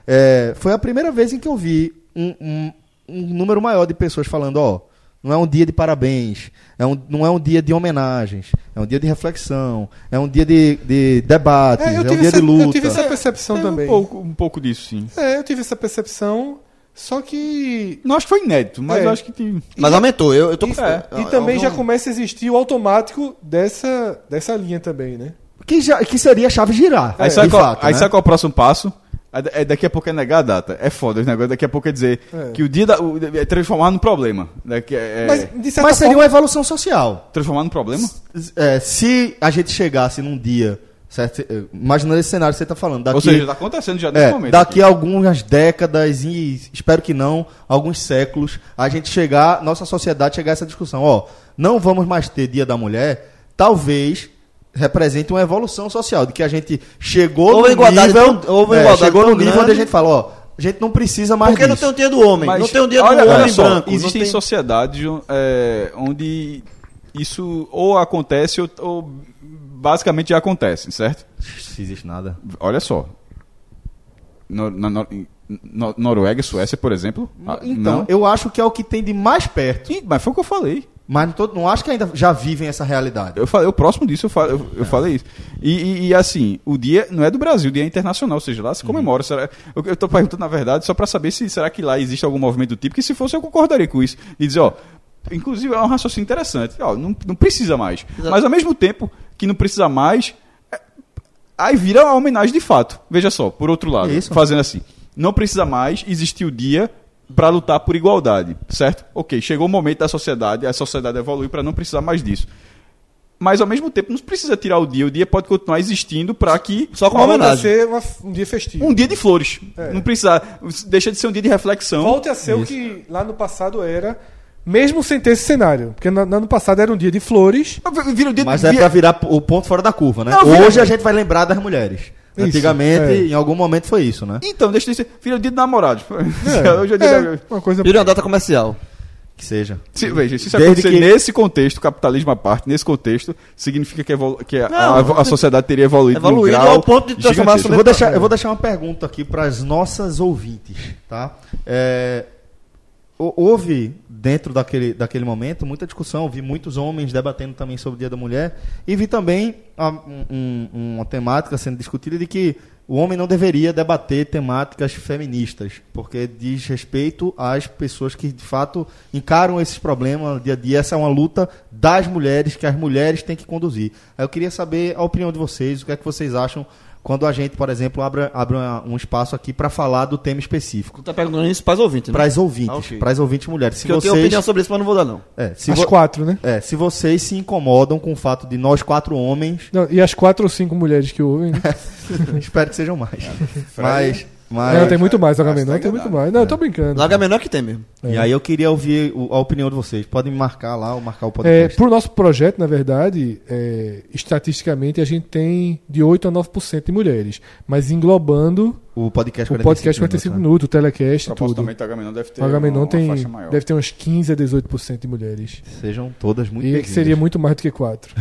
Speaker 1: É, foi a primeira vez em que eu vi um, um- um número maior de pessoas falando, ó, não é um dia de parabéns, é um- não é um dia de homenagens, é um dia de reflexão, é um dia de, de debates,
Speaker 3: É,
Speaker 1: é,
Speaker 3: eu,
Speaker 1: um
Speaker 3: tive
Speaker 1: dia
Speaker 3: essa,
Speaker 1: de luta. É
Speaker 3: eu tive essa percepção
Speaker 4: Teve
Speaker 3: Então também.
Speaker 4: Um pouco, um pouco disso, sim.
Speaker 3: É, eu tive essa percepção, só que.
Speaker 4: Não acho que foi inédito, mas
Speaker 3: É.
Speaker 4: eu acho que tem.
Speaker 2: Mas aumentou, eu, eu tô
Speaker 3: E,
Speaker 2: com
Speaker 1: É.
Speaker 3: e também já começa a existir o automático dessa, dessa linha também, né?
Speaker 1: Que, já- que seria a chave girar.
Speaker 4: Aí,
Speaker 1: de
Speaker 4: sabe, qual,
Speaker 1: fato,
Speaker 4: aí
Speaker 1: né?
Speaker 4: sabe qual é o próximo passo? Aí da- É, daqui a pouco é negar a data. É foda os negócios. Daqui a pouco é dizer
Speaker 3: É.
Speaker 4: que o dia da, o- é transformar num problema. Daqui é, é
Speaker 3: Mas, de certa
Speaker 1: Mas seria
Speaker 3: forma,
Speaker 1: uma evolução social.
Speaker 4: transformar num problema?
Speaker 1: tá É, se a gente chegasse num dia, certo? Eh, imaginando esse cenário que você está falando, daqui,
Speaker 4: Ou seja, tá acontecendo já nesse
Speaker 1: é,
Speaker 4: momento.
Speaker 1: daqui a algumas décadas e espero que não, alguns séculos, a gente chegar, nossa sociedade chegar a essa discussão, ó, não vamos mais ter Dia da Mulher, talvez represente uma evolução social de que a gente chegou é,
Speaker 2: Houve igualdade tão- houve igualdade
Speaker 1: chegou no
Speaker 2: tão
Speaker 1: nível onde a
Speaker 2: grande.
Speaker 1: gente fala, ó, a gente não precisa mais
Speaker 2: Porque não
Speaker 1: disso.
Speaker 2: tem o dia do homem,
Speaker 4: Mas
Speaker 2: não tem o dia
Speaker 4: olha-
Speaker 2: do
Speaker 4: olha
Speaker 2: homem
Speaker 4: só,
Speaker 2: branco. não
Speaker 4: Existem
Speaker 2: tem-
Speaker 4: sociedades é, onde isso ou acontece ou, ou basicamente já acontece, certo?
Speaker 1: Não existe nada.
Speaker 4: Olha só. No- na Nor- em- no- Noruega e Suécia, por exemplo. ah,
Speaker 1: Então,
Speaker 4: não.
Speaker 1: eu acho que é o que tem de mais perto.
Speaker 4: Ih, mas foi o que eu falei.
Speaker 1: Mas não, tô- não acho que ainda já vivem essa realidade.
Speaker 4: Eu falei, o próximo disso eu, fa- eu, eu falei isso. E, e- e, assim, o dia não é do Brasil, o dia é internacional, ou seja, lá se comemora. Será, eu, eu tô perguntando, na verdade, só para saber se será que lá existe algum movimento do tipo, que se fosse eu concordaria com isso. E dizer, ó, inclusive é um raciocínio interessante, ó, não, não precisa mais. Mas ao mesmo tempo que não precisa mais, é, aí vira uma homenagem de fato. Veja só, por outro lado,
Speaker 1: Isso.
Speaker 4: fazendo assim, não precisa mais existir o dia para lutar por igualdade, certo? Ok, chegou o momento da sociedade, a sociedade evolui para não precisar mais disso. Mas ao mesmo tempo não precisa tirar o dia. O dia pode continuar existindo para que.
Speaker 2: Só com uma
Speaker 3: volta a
Speaker 2: homenagem.
Speaker 3: ser uma- um dia festivo.
Speaker 4: Um dia de flores.
Speaker 3: É.
Speaker 4: Não precisa. Deixa de ser um dia de reflexão.
Speaker 3: Volte a ser o que lá no passado era, mesmo sem ter esse cenário. Porque no ano passado era um dia de flores.
Speaker 4: Vira um dia
Speaker 1: Mas
Speaker 4: de.
Speaker 1: é
Speaker 4: vira-
Speaker 1: pra virar p- o ponto fora da curva, né?
Speaker 4: Não, vira-
Speaker 1: Hoje a gente vai lembrar das mulheres.
Speaker 3: Isso,
Speaker 1: Antigamente,
Speaker 3: é.
Speaker 1: em algum momento foi isso, né?
Speaker 4: Então, deixa de ser. Vira o dia de namorados. Hoje é o dia
Speaker 3: É,
Speaker 4: da-
Speaker 3: uma coisa
Speaker 2: Vira uma data comercial.
Speaker 1: Que seja.
Speaker 4: Se, veja, se isso
Speaker 1: Desde
Speaker 4: acontecer
Speaker 1: que-
Speaker 4: nesse contexto, capitalismo à parte, nesse contexto, significa que, evolu- que a- a, a sociedade teria evoluído. num
Speaker 2: Evoluído
Speaker 4: grau
Speaker 2: ao ponto de transformar
Speaker 4: gigantesco.
Speaker 1: Eu vou, deixar, eu vou deixar uma pergunta aqui para as nossas ouvintes, tá? É, hou- houve, dentro daquele, daquele momento, muita discussão. Vi muitos homens debatendo também sobre o Dia da Mulher. E vi também a- um- um- uma temática sendo discutida de que o homem não deveria debater temáticas feministas, porque diz respeito às pessoas que, de fato, encaram esses problemas no dia a dia. Essa é uma luta das mulheres, que as mulheres têm que conduzir. Aí eu queria saber a opinião de vocês, o que é que vocês acham quando a gente, por exemplo, abre, abre uma- um espaço aqui para falar do tema específico.
Speaker 2: Tu tá perguntando isso pras ouvintes, né?
Speaker 1: Para as ouvintes,
Speaker 2: Ah, ok.
Speaker 1: para as ouvintes mulheres. Se
Speaker 2: Porque eu tenho
Speaker 1: vocês-
Speaker 2: opinião sobre isso, mas não vou dar, não.
Speaker 1: é, se
Speaker 3: as
Speaker 1: vo-
Speaker 3: quatro, né?
Speaker 1: é, se vocês se incomodam com o fato de nós quatro homens,
Speaker 3: Não, e as quatro ou cinco mulheres que ouvem. né?
Speaker 1: espero que sejam mais.
Speaker 2: É,
Speaker 1: mas,
Speaker 4: Ah,
Speaker 1: mas...
Speaker 3: não, tem muito mais, Agamemnon.
Speaker 4: tá
Speaker 3: Não, tem muito
Speaker 4: enganado.
Speaker 3: mais. Não, eu tô brincando.
Speaker 2: Larga menor que tem mesmo.
Speaker 1: E aí eu queria ouvir o- a opinião de vocês. Podem me marcar lá ou marcar o
Speaker 3: É,
Speaker 1: podcast.
Speaker 3: pro nosso projeto, na verdade, é, estatisticamente a gente tem de 8 a 9% de mulheres. Mas englobando
Speaker 1: O podcast
Speaker 3: o podcast 45 minutos, o telecast, tudo.
Speaker 4: Propositalmente, o Agamenon tá, deve ter
Speaker 3: O Agamenon
Speaker 4: né? uma,
Speaker 3: tem,
Speaker 4: uma faixa maior.
Speaker 3: deve ter uns 15 a 18% de mulheres.
Speaker 1: né? Sejam todas muito
Speaker 3: e que
Speaker 1: bem-vindas.
Speaker 3: seria muito mais do que 4.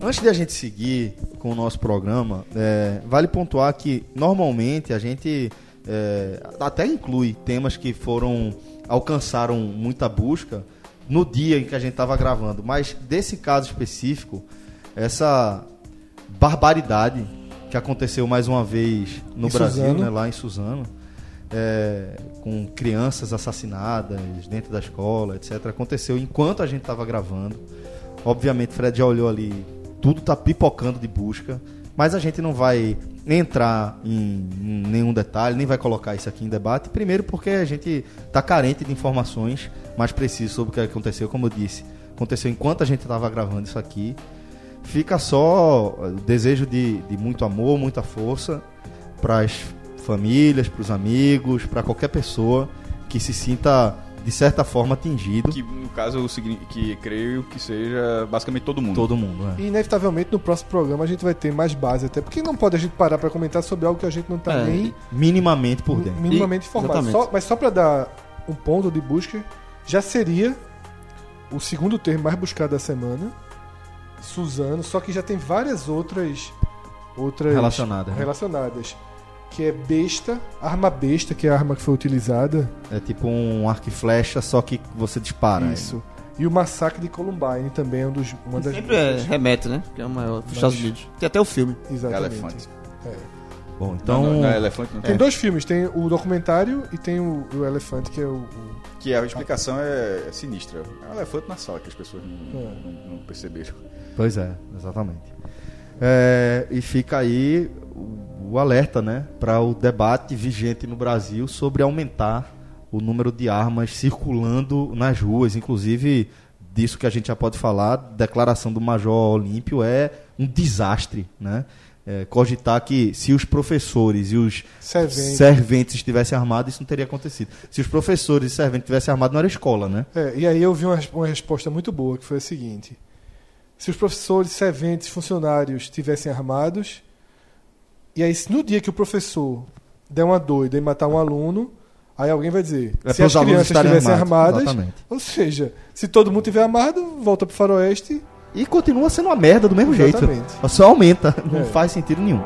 Speaker 1: Antes de a gente seguir com o nosso programa, é, vale pontuar que normalmente a gente é, até inclui temas que foram alcançaram muita busca no dia em que a gente estava gravando, mas desse caso específico, essa barbaridade que aconteceu mais uma vez no
Speaker 3: Em
Speaker 1: Brasil,
Speaker 3: Suzano.
Speaker 1: né, lá em Suzano, é, com crianças assassinadas dentro da escola, etc. Aconteceu enquanto a gente estava gravando. Obviamente, Fred já olhou ali, tudo tá pipocando de busca, mas a gente não vai entrar em em nenhum detalhe, nem vai colocar isso aqui em debate. Primeiro, porque a gente tá carente de informações mais precisas sobre o que aconteceu, como eu disse. Aconteceu enquanto a gente estava gravando isso aqui. Fica só eh, o desejo de, de muito amor, muita força para as famílias, para os amigos, para qualquer pessoa que se sinta de certa forma atingido.
Speaker 4: Que, no caso, o signi- que creio que seja basicamente todo mundo.
Speaker 1: Todo mundo, né?
Speaker 3: E inevitavelmente no próximo programa a gente vai ter mais base até. Porque não pode a gente parar pra comentar sobre algo que a gente não tá
Speaker 2: É,
Speaker 3: nem
Speaker 1: minimamente por dentro.
Speaker 3: minimamente
Speaker 2: E-
Speaker 3: informado.
Speaker 2: exatamente.
Speaker 3: Só- mas só pra dar um ponto de busca, já seria o segundo termo mais buscado da semana, Suzano, só que já tem várias outras outras
Speaker 1: Relacionadas, né?
Speaker 3: relacionadas, que é besta, arma besta, que é a arma que foi utilizada,
Speaker 1: É tipo um arco e flecha, só que você dispara.
Speaker 3: isso. E o massacre de Columbine também é um dos uma das
Speaker 2: Sempre é, remete, né? Que é o maior dos Estados Unidos. Tem até o filme. tá?
Speaker 3: Exatamente. É.
Speaker 4: Elefante.
Speaker 1: Bom, então.
Speaker 4: Então, não, não, não é elefante, não
Speaker 3: Tem
Speaker 4: tem.
Speaker 3: dois filmes, tem o documentário e tem o, o Elefante, que é o, o-
Speaker 4: Que a explicação é, é sinistra. É um elefante na sala que as pessoas não,
Speaker 3: É.
Speaker 4: não- não perceberam.
Speaker 1: Pois é, exatamente. É, e fica aí o, o alerta, né? Para o debate vigente no Brasil sobre aumentar o número de armas circulando nas ruas. Inclusive, disso que a gente já pode falar, declaração do Major Olímpio é um desastre, né? É, cogitar que se os professores e os
Speaker 3: Serventes.
Speaker 1: serventes estivessem armados, isso não teria acontecido. Se os professores e serventes estivessem armados, não era escola, né?
Speaker 3: É, e aí eu vi uma, res- uma resposta muito boa, que foi a seguinte. Se os professores, serventes, funcionários tivessem armados, e aí se no dia que o professor der uma doida e matar um aluno, aí alguém vai dizer,
Speaker 1: É
Speaker 3: se as
Speaker 1: pros alunos
Speaker 3: crianças
Speaker 1: estarem
Speaker 3: estivessem
Speaker 1: armados,
Speaker 3: armadas,
Speaker 1: exatamente.
Speaker 3: ou seja, se todo mundo tiver armado, volta pro faroeste.
Speaker 1: E continua sendo uma merda do mesmo jeito.
Speaker 3: Exatamente.
Speaker 1: Só aumenta, não
Speaker 3: É.
Speaker 1: faz sentido nenhum.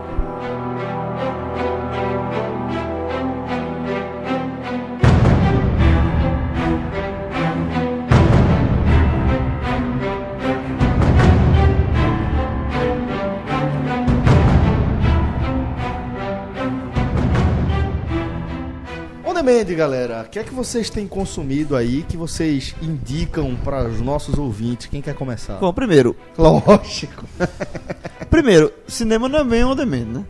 Speaker 1: On demand, galera, o que é que vocês têm consumido aí que vocês indicam para os nossos ouvintes? Quem quer começar?
Speaker 2: Bom, primeiro,
Speaker 1: Lógico.
Speaker 2: primeiro, cinema não é bem on demand, né?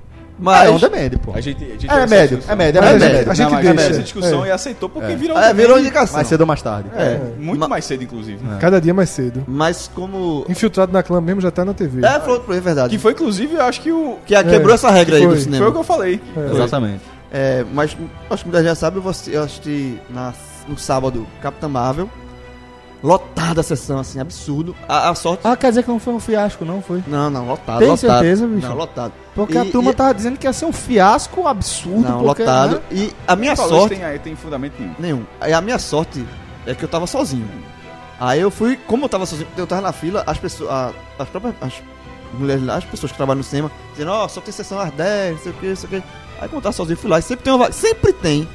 Speaker 1: Ah, é
Speaker 2: Mas.
Speaker 1: on demand, pô.
Speaker 4: A gente, a gente
Speaker 1: É
Speaker 4: essa
Speaker 1: médio,
Speaker 4: discussão.
Speaker 1: é médio, é médio.
Speaker 3: Mas a
Speaker 1: é
Speaker 3: gente-
Speaker 1: médio.
Speaker 3: a gente
Speaker 1: Não, mas
Speaker 4: Teve
Speaker 1: é
Speaker 3: deixa.
Speaker 4: essa
Speaker 1: médio.
Speaker 4: discussão e aceitou porque virou um
Speaker 2: É, virou
Speaker 4: meme
Speaker 2: indicação.
Speaker 1: Mais cedo ou mais tarde.
Speaker 2: É.
Speaker 4: Muito
Speaker 2: Ma-
Speaker 4: mais cedo, inclusive.
Speaker 3: Cada dia mais cedo.
Speaker 2: Mas como.
Speaker 3: Infiltrado na clã mesmo já tá na TV.
Speaker 2: É, falou outro, é verdade.
Speaker 4: Que foi, inclusive, eu acho que o.
Speaker 2: Que a-
Speaker 1: É.
Speaker 2: quebrou essa regra aí
Speaker 3: Foi.
Speaker 2: do cinema.
Speaker 4: Foi o que eu falei. que
Speaker 3: É.
Speaker 4: foi.
Speaker 1: Exatamente.
Speaker 2: É, mas acho que muita gente já sabe, eu vou- eu assisti na- no sábado Capitã Marvel. Lotada a sessão, assim, absurdo. A, a sorte.
Speaker 1: Ah, quer dizer que não foi um fiasco, não foi?
Speaker 2: Não, não, lotado.
Speaker 1: Tem
Speaker 2: lotado.
Speaker 1: certeza, bicho?
Speaker 2: Não, lotado.
Speaker 1: Porque
Speaker 2: E-
Speaker 1: a turma
Speaker 2: e-
Speaker 1: tava dizendo que ia ser um fiasco absurdo.
Speaker 2: Não,
Speaker 1: porque,
Speaker 2: lotado.
Speaker 1: né?
Speaker 2: E a minha
Speaker 4: Quem falou isso
Speaker 2: sorte.
Speaker 4: Tem, aí, tem fundamento nenhum.
Speaker 2: Nenhum. Aí a minha sorte é que eu tava sozinho. Aí eu fui, como eu tava sozinho, eu tava na fila, as pessoas. a- as próprias. As mulheres lá, as pessoas que trabalham no cinema, dizendo, ó, só tem sessão às 10, não sei o que, não sei o que. Aí quando eu tava sozinho, eu fui lá e sempre tem uma. va- Sempre tem
Speaker 4: Eu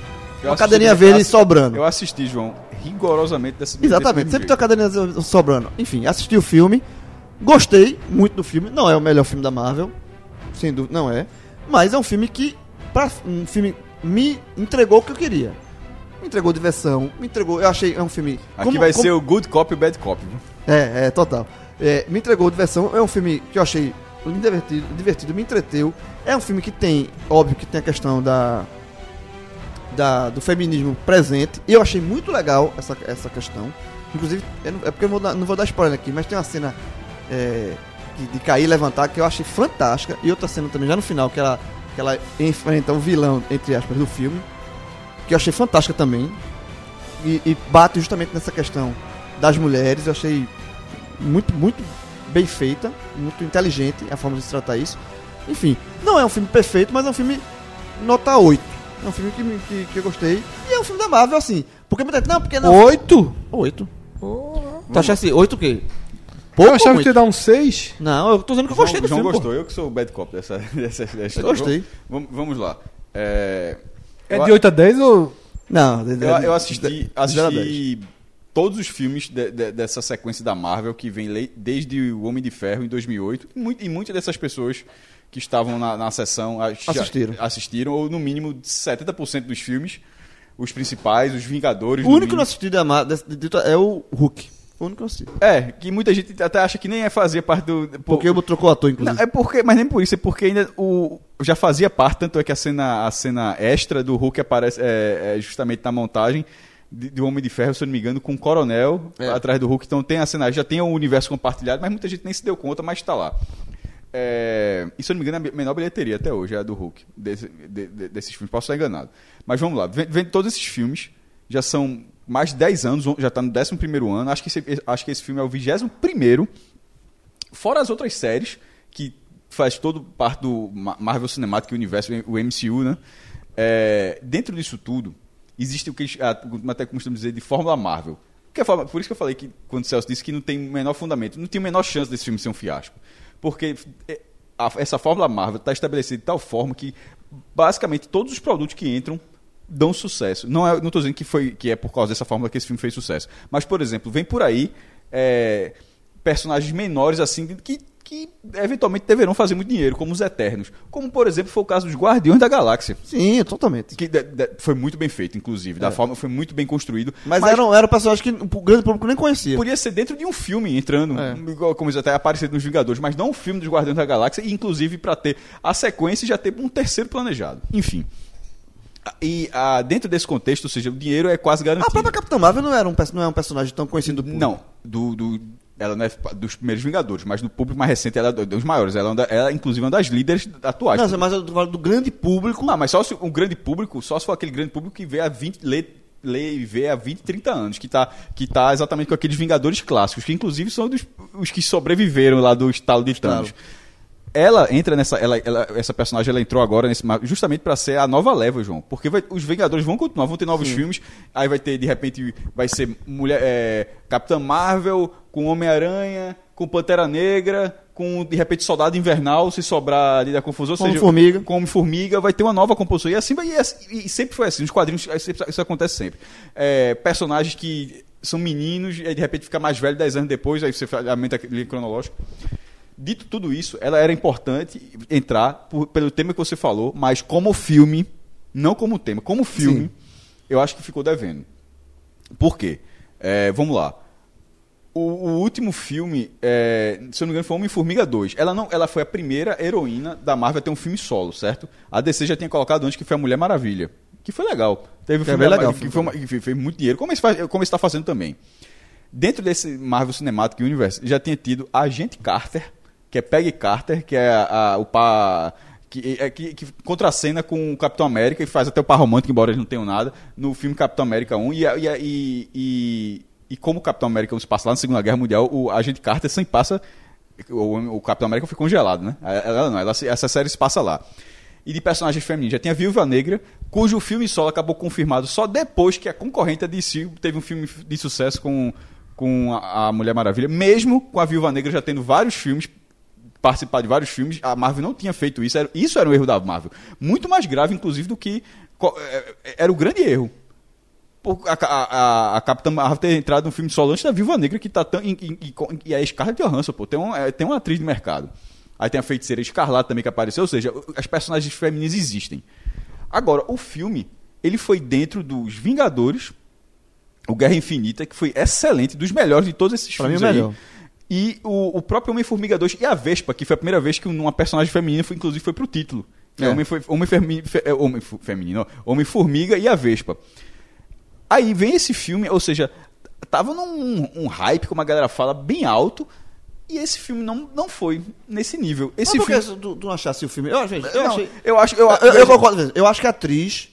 Speaker 2: uma
Speaker 4: assisti-
Speaker 2: cadeirinha
Speaker 4: eu
Speaker 2: verde
Speaker 4: assisti-
Speaker 2: sobrando.
Speaker 4: Eu assisti, João, rigorosamente dessa
Speaker 2: Exatamente,
Speaker 4: desse
Speaker 2: sempre tem
Speaker 4: mesmo
Speaker 2: uma cadeirinha so- sobrando. Enfim, assisti o filme, gostei muito do filme. Não é o melhor filme da Marvel, sem dúvida, não é. Mas é um filme que, pra, um filme me entregou o que eu queria. me entregou diversão, me entregou. Eu achei. É um filme.
Speaker 4: Aqui
Speaker 2: como-
Speaker 4: vai
Speaker 2: como-
Speaker 4: ser o good cop e o bad cop. viu?
Speaker 2: É, é, total. É, me entregou diversão, é um filme que eu achei divertido, divertido, me entreteu. É um filme que tem, óbvio, que tem a questão da, da do feminismo presente. E eu achei muito legal essa, essa questão. Inclusive, eu não- é porque eu não vou, dar, não vou dar spoiler aqui, mas tem uma cena é, que- de cair e levantar que eu achei fantástica. E outra cena também, já no final, que ela, que ela enfrenta um vilão, entre aspas, do filme, que eu achei fantástica também. E, e bate justamente nessa questão das mulheres. Eu achei muito, muito bem feita, muito inteligente a forma de se tratar isso. Enfim, não é um filme perfeito, mas é um filme nota 8. É um filme que, me- que, que eu gostei. E é um filme da Marvel, assim. Porque muita gente. Não, porque não.
Speaker 3: Oito?
Speaker 8: 8. Tu achasse 8 o quê? Pouco
Speaker 3: Eu achava
Speaker 8: ou
Speaker 3: que tu ia
Speaker 8: muito?
Speaker 3: dar um seis.
Speaker 8: Não, eu tô dizendo que eu gostei
Speaker 4: João,
Speaker 8: do
Speaker 4: João
Speaker 8: filme. pô.
Speaker 4: gostou, eu que sou o bad cop dessa, dessa dessa história.
Speaker 2: gostei.
Speaker 4: Vamos, vamos lá. É,
Speaker 3: É
Speaker 4: eu-
Speaker 3: de 8 a 10 ou.
Speaker 2: Não, é,
Speaker 4: Eu, eu assisti,
Speaker 2: zero a
Speaker 4: assisti todos os filmes de- de- dessa sequência da Marvel que vem lei- desde o Homem de Ferro em 2008 e, mui- e muitas dessas pessoas que estavam na, na sessão as- já-
Speaker 2: Assistiram.
Speaker 4: assistiram ou no mínimo 70% dos filmes, os principais, os Vingadores.
Speaker 2: O
Speaker 4: no
Speaker 2: único que eu não
Speaker 4: mínimo.
Speaker 2: assisti da Marvel desse- de- de- é o Hulk. O único que eu assisti.
Speaker 4: é que muita gente até acha que nem é fazer parte do pô-
Speaker 2: Porque eu trocou o ator,
Speaker 4: Não,
Speaker 2: inclusive.
Speaker 4: é porque, mas nem por isso, é porque ainda o já fazia parte, tanto é que a cena, a cena extra do Hulk aparece é, é justamente na montagem de, do Homem de Ferro, se eu não me engano, com o Coronel atrás do Hulk. Então tem a cena, já tem o universo compartilhado, mas muita gente nem se deu conta, mas está lá. É, e se eu não me engano, é a menor bilheteria até hoje é a do Hulk, desse- de- de- desses filmes. Posso estar enganado. Mas vamos lá, vendo todos esses filmes, já são mais de 10 anos, já está no 11 ano, acho que, esse, acho que esse filme é o 21 fora as outras séries que faz todo parte do Ma- Marvel Cinematic Universe, o MCU, né? É, dentro disso tudo existe o que eles- a- até costumam dizer de fórmula Marvel. Que é a forma- por isso que eu falei que quando o Celso disse que não tem o menor fundamento, não tem a menor chance desse filme ser um fiasco, porque é, a- essa fórmula Marvel está estabelecida de tal forma que basicamente todos os produtos que entram dão sucesso. Não é, não estou dizendo que foi que é por causa dessa fórmula que esse filme fez sucesso, mas por exemplo vem por aí é, personagens menores assim que, que eventualmente deverão fazer muito dinheiro, como os Eternos. Como, por exemplo, foi o caso dos Guardiões da Galáxia.
Speaker 2: Sim, totalmente.
Speaker 4: Que de- de- foi muito bem feito, inclusive. Da forma foi muito bem construído.
Speaker 2: É. Mas, era, um- era um personagem que o grande público nem conhecia.
Speaker 4: podia ser dentro de um filme entrando,
Speaker 2: É.
Speaker 4: igual como eles até aparecendo nos Vingadores, mas não um filme dos Guardiões da Galáxia, e inclusive para ter a sequência e já ter um terceiro planejado. Enfim. E ah, dentro desse contexto, ou seja, o dinheiro é quase garantido.
Speaker 2: A própria Capitã Marvel não, era um, pers- não é um personagem tão conhecido do público.
Speaker 4: Não, do, do- ela não é dos primeiros Vingadores, mas do público mais recente, ela é dos maiores. Ela é, uma da- ela é, inclusive, uma das líderes atuais.
Speaker 2: Não, mas eu tô falando do grande público.
Speaker 4: Ah, mas só se um grande público, só se for aquele grande público que vê há 20, lê, lê e vê há 20, 30 anos, que tá, que tá exatamente com aqueles Vingadores clássicos, que inclusive são dos, os que sobreviveram lá do estalo de Thanos. Ela entra nessa. Ela, ela- essa personagem ela entrou agora nesse mapa justamente pra ser a nova leva, João. Porque vai- os Vingadores vão continuar, vão ter novos filmes. Aí vai ter, de repente, vai ser mulher, é, Capitã Marvel, com Homem-Aranha, com Pantera Negra, com, de repente, Soldado Invernal, se sobrar ali da confusão. ou seja,
Speaker 2: Homem-Formiga.
Speaker 4: como formiga vai ter uma nova composição. E assim vai. E, assim- e sempre foi assim. Nos quadrinhos isso- isso, isso acontece sempre. É, personagens que são meninos e aí, de repente fica mais velho 10 anos depois, aí você fa- aumenta aquele linha cronológico. Dito tudo isso, ela era importante entrar por- pelo tema que você falou, mas como filme, não como tema, como filme, eu acho que ficou devendo. Por quê? É, vamos lá. O, o último filme, é, se eu não me engano, foi Homem-Formiga 2. Ela, não, ela foi a primeira heroína da Marvel a ter um filme solo, certo? A DC já tinha colocado antes que foi a Mulher Maravilha. Que foi legal. Teve um
Speaker 2: é
Speaker 4: filme
Speaker 2: bem
Speaker 4: da-
Speaker 2: legal o
Speaker 4: que,
Speaker 2: filme
Speaker 4: foi uma- que fez fez muito dinheiro, como está fazendo também. Dentro desse Marvel Cinematic Universe, já tinha tido a Agente Carter, que é Peggy Carter, que é a- a- o par. Que, é, que, que contracena com o Capitão América e faz até o par romântico, embora eles não tenham nada, no filme Capitão América 1. E, a- e, a- e, e, e como o Capitão América se passa lá na Segunda Guerra Mundial, o Agente Carter sempre passa. O, o Capitão América foi congelado, né? Ela não, ela se- essa série se passa lá e de personagens femininas. Já tinha Viúva Negra, cujo filme solo acabou confirmado só depois que a concorrente de si teve um filme de sucesso com, com a, a Mulher Maravilha. Mesmo com a Viúva Negra já tendo vários filmes, participado de vários filmes, a Marvel não tinha feito isso. Era- isso era um erro da Marvel. Muito mais grave, inclusive, do que... co- é- é- Era o grande erro. Por- a, a, a- a Capitã Marvel ter entrado no filme solo antes da Viúva Negra, que tá tão. E, e, e a Scarlett Johansson, pô, tem, um, é, tem uma atriz de mercado. Aí tem a feiticeira Escarlate também que apareceu, ou seja, o- as personagens femininas existem. Agora, o filme, Ele foi dentro dos Vingadores, o Guerra Infinita, que foi excelente, dos melhores de todos esses
Speaker 2: Pra mim,
Speaker 4: filmes
Speaker 2: o
Speaker 4: aí.
Speaker 2: melhor.
Speaker 4: E o, o próprio Homem-Formiga 2 e a Vespa, que foi a primeira vez que uma personagem feminina, foi, inclusive, foi pro título. É.
Speaker 2: É.
Speaker 4: Homem, foi, homem, fermi, fe- é, homem fu- feminino, ó. Homem-Formiga e a Vespa. Aí vem esse filme, ou seja, tava num um hype, como a galera fala, bem alto, e esse filme não, não foi nesse nível. Esse
Speaker 2: Mas por
Speaker 4: filme...
Speaker 2: que tu, tu não achasse o filme? Eu, achei- eu
Speaker 4: Não,
Speaker 2: achei. É,
Speaker 4: eu acho...
Speaker 2: Eu,
Speaker 4: Eu,
Speaker 2: eu,
Speaker 4: veja,
Speaker 2: concordo, veja, eu acho que a atriz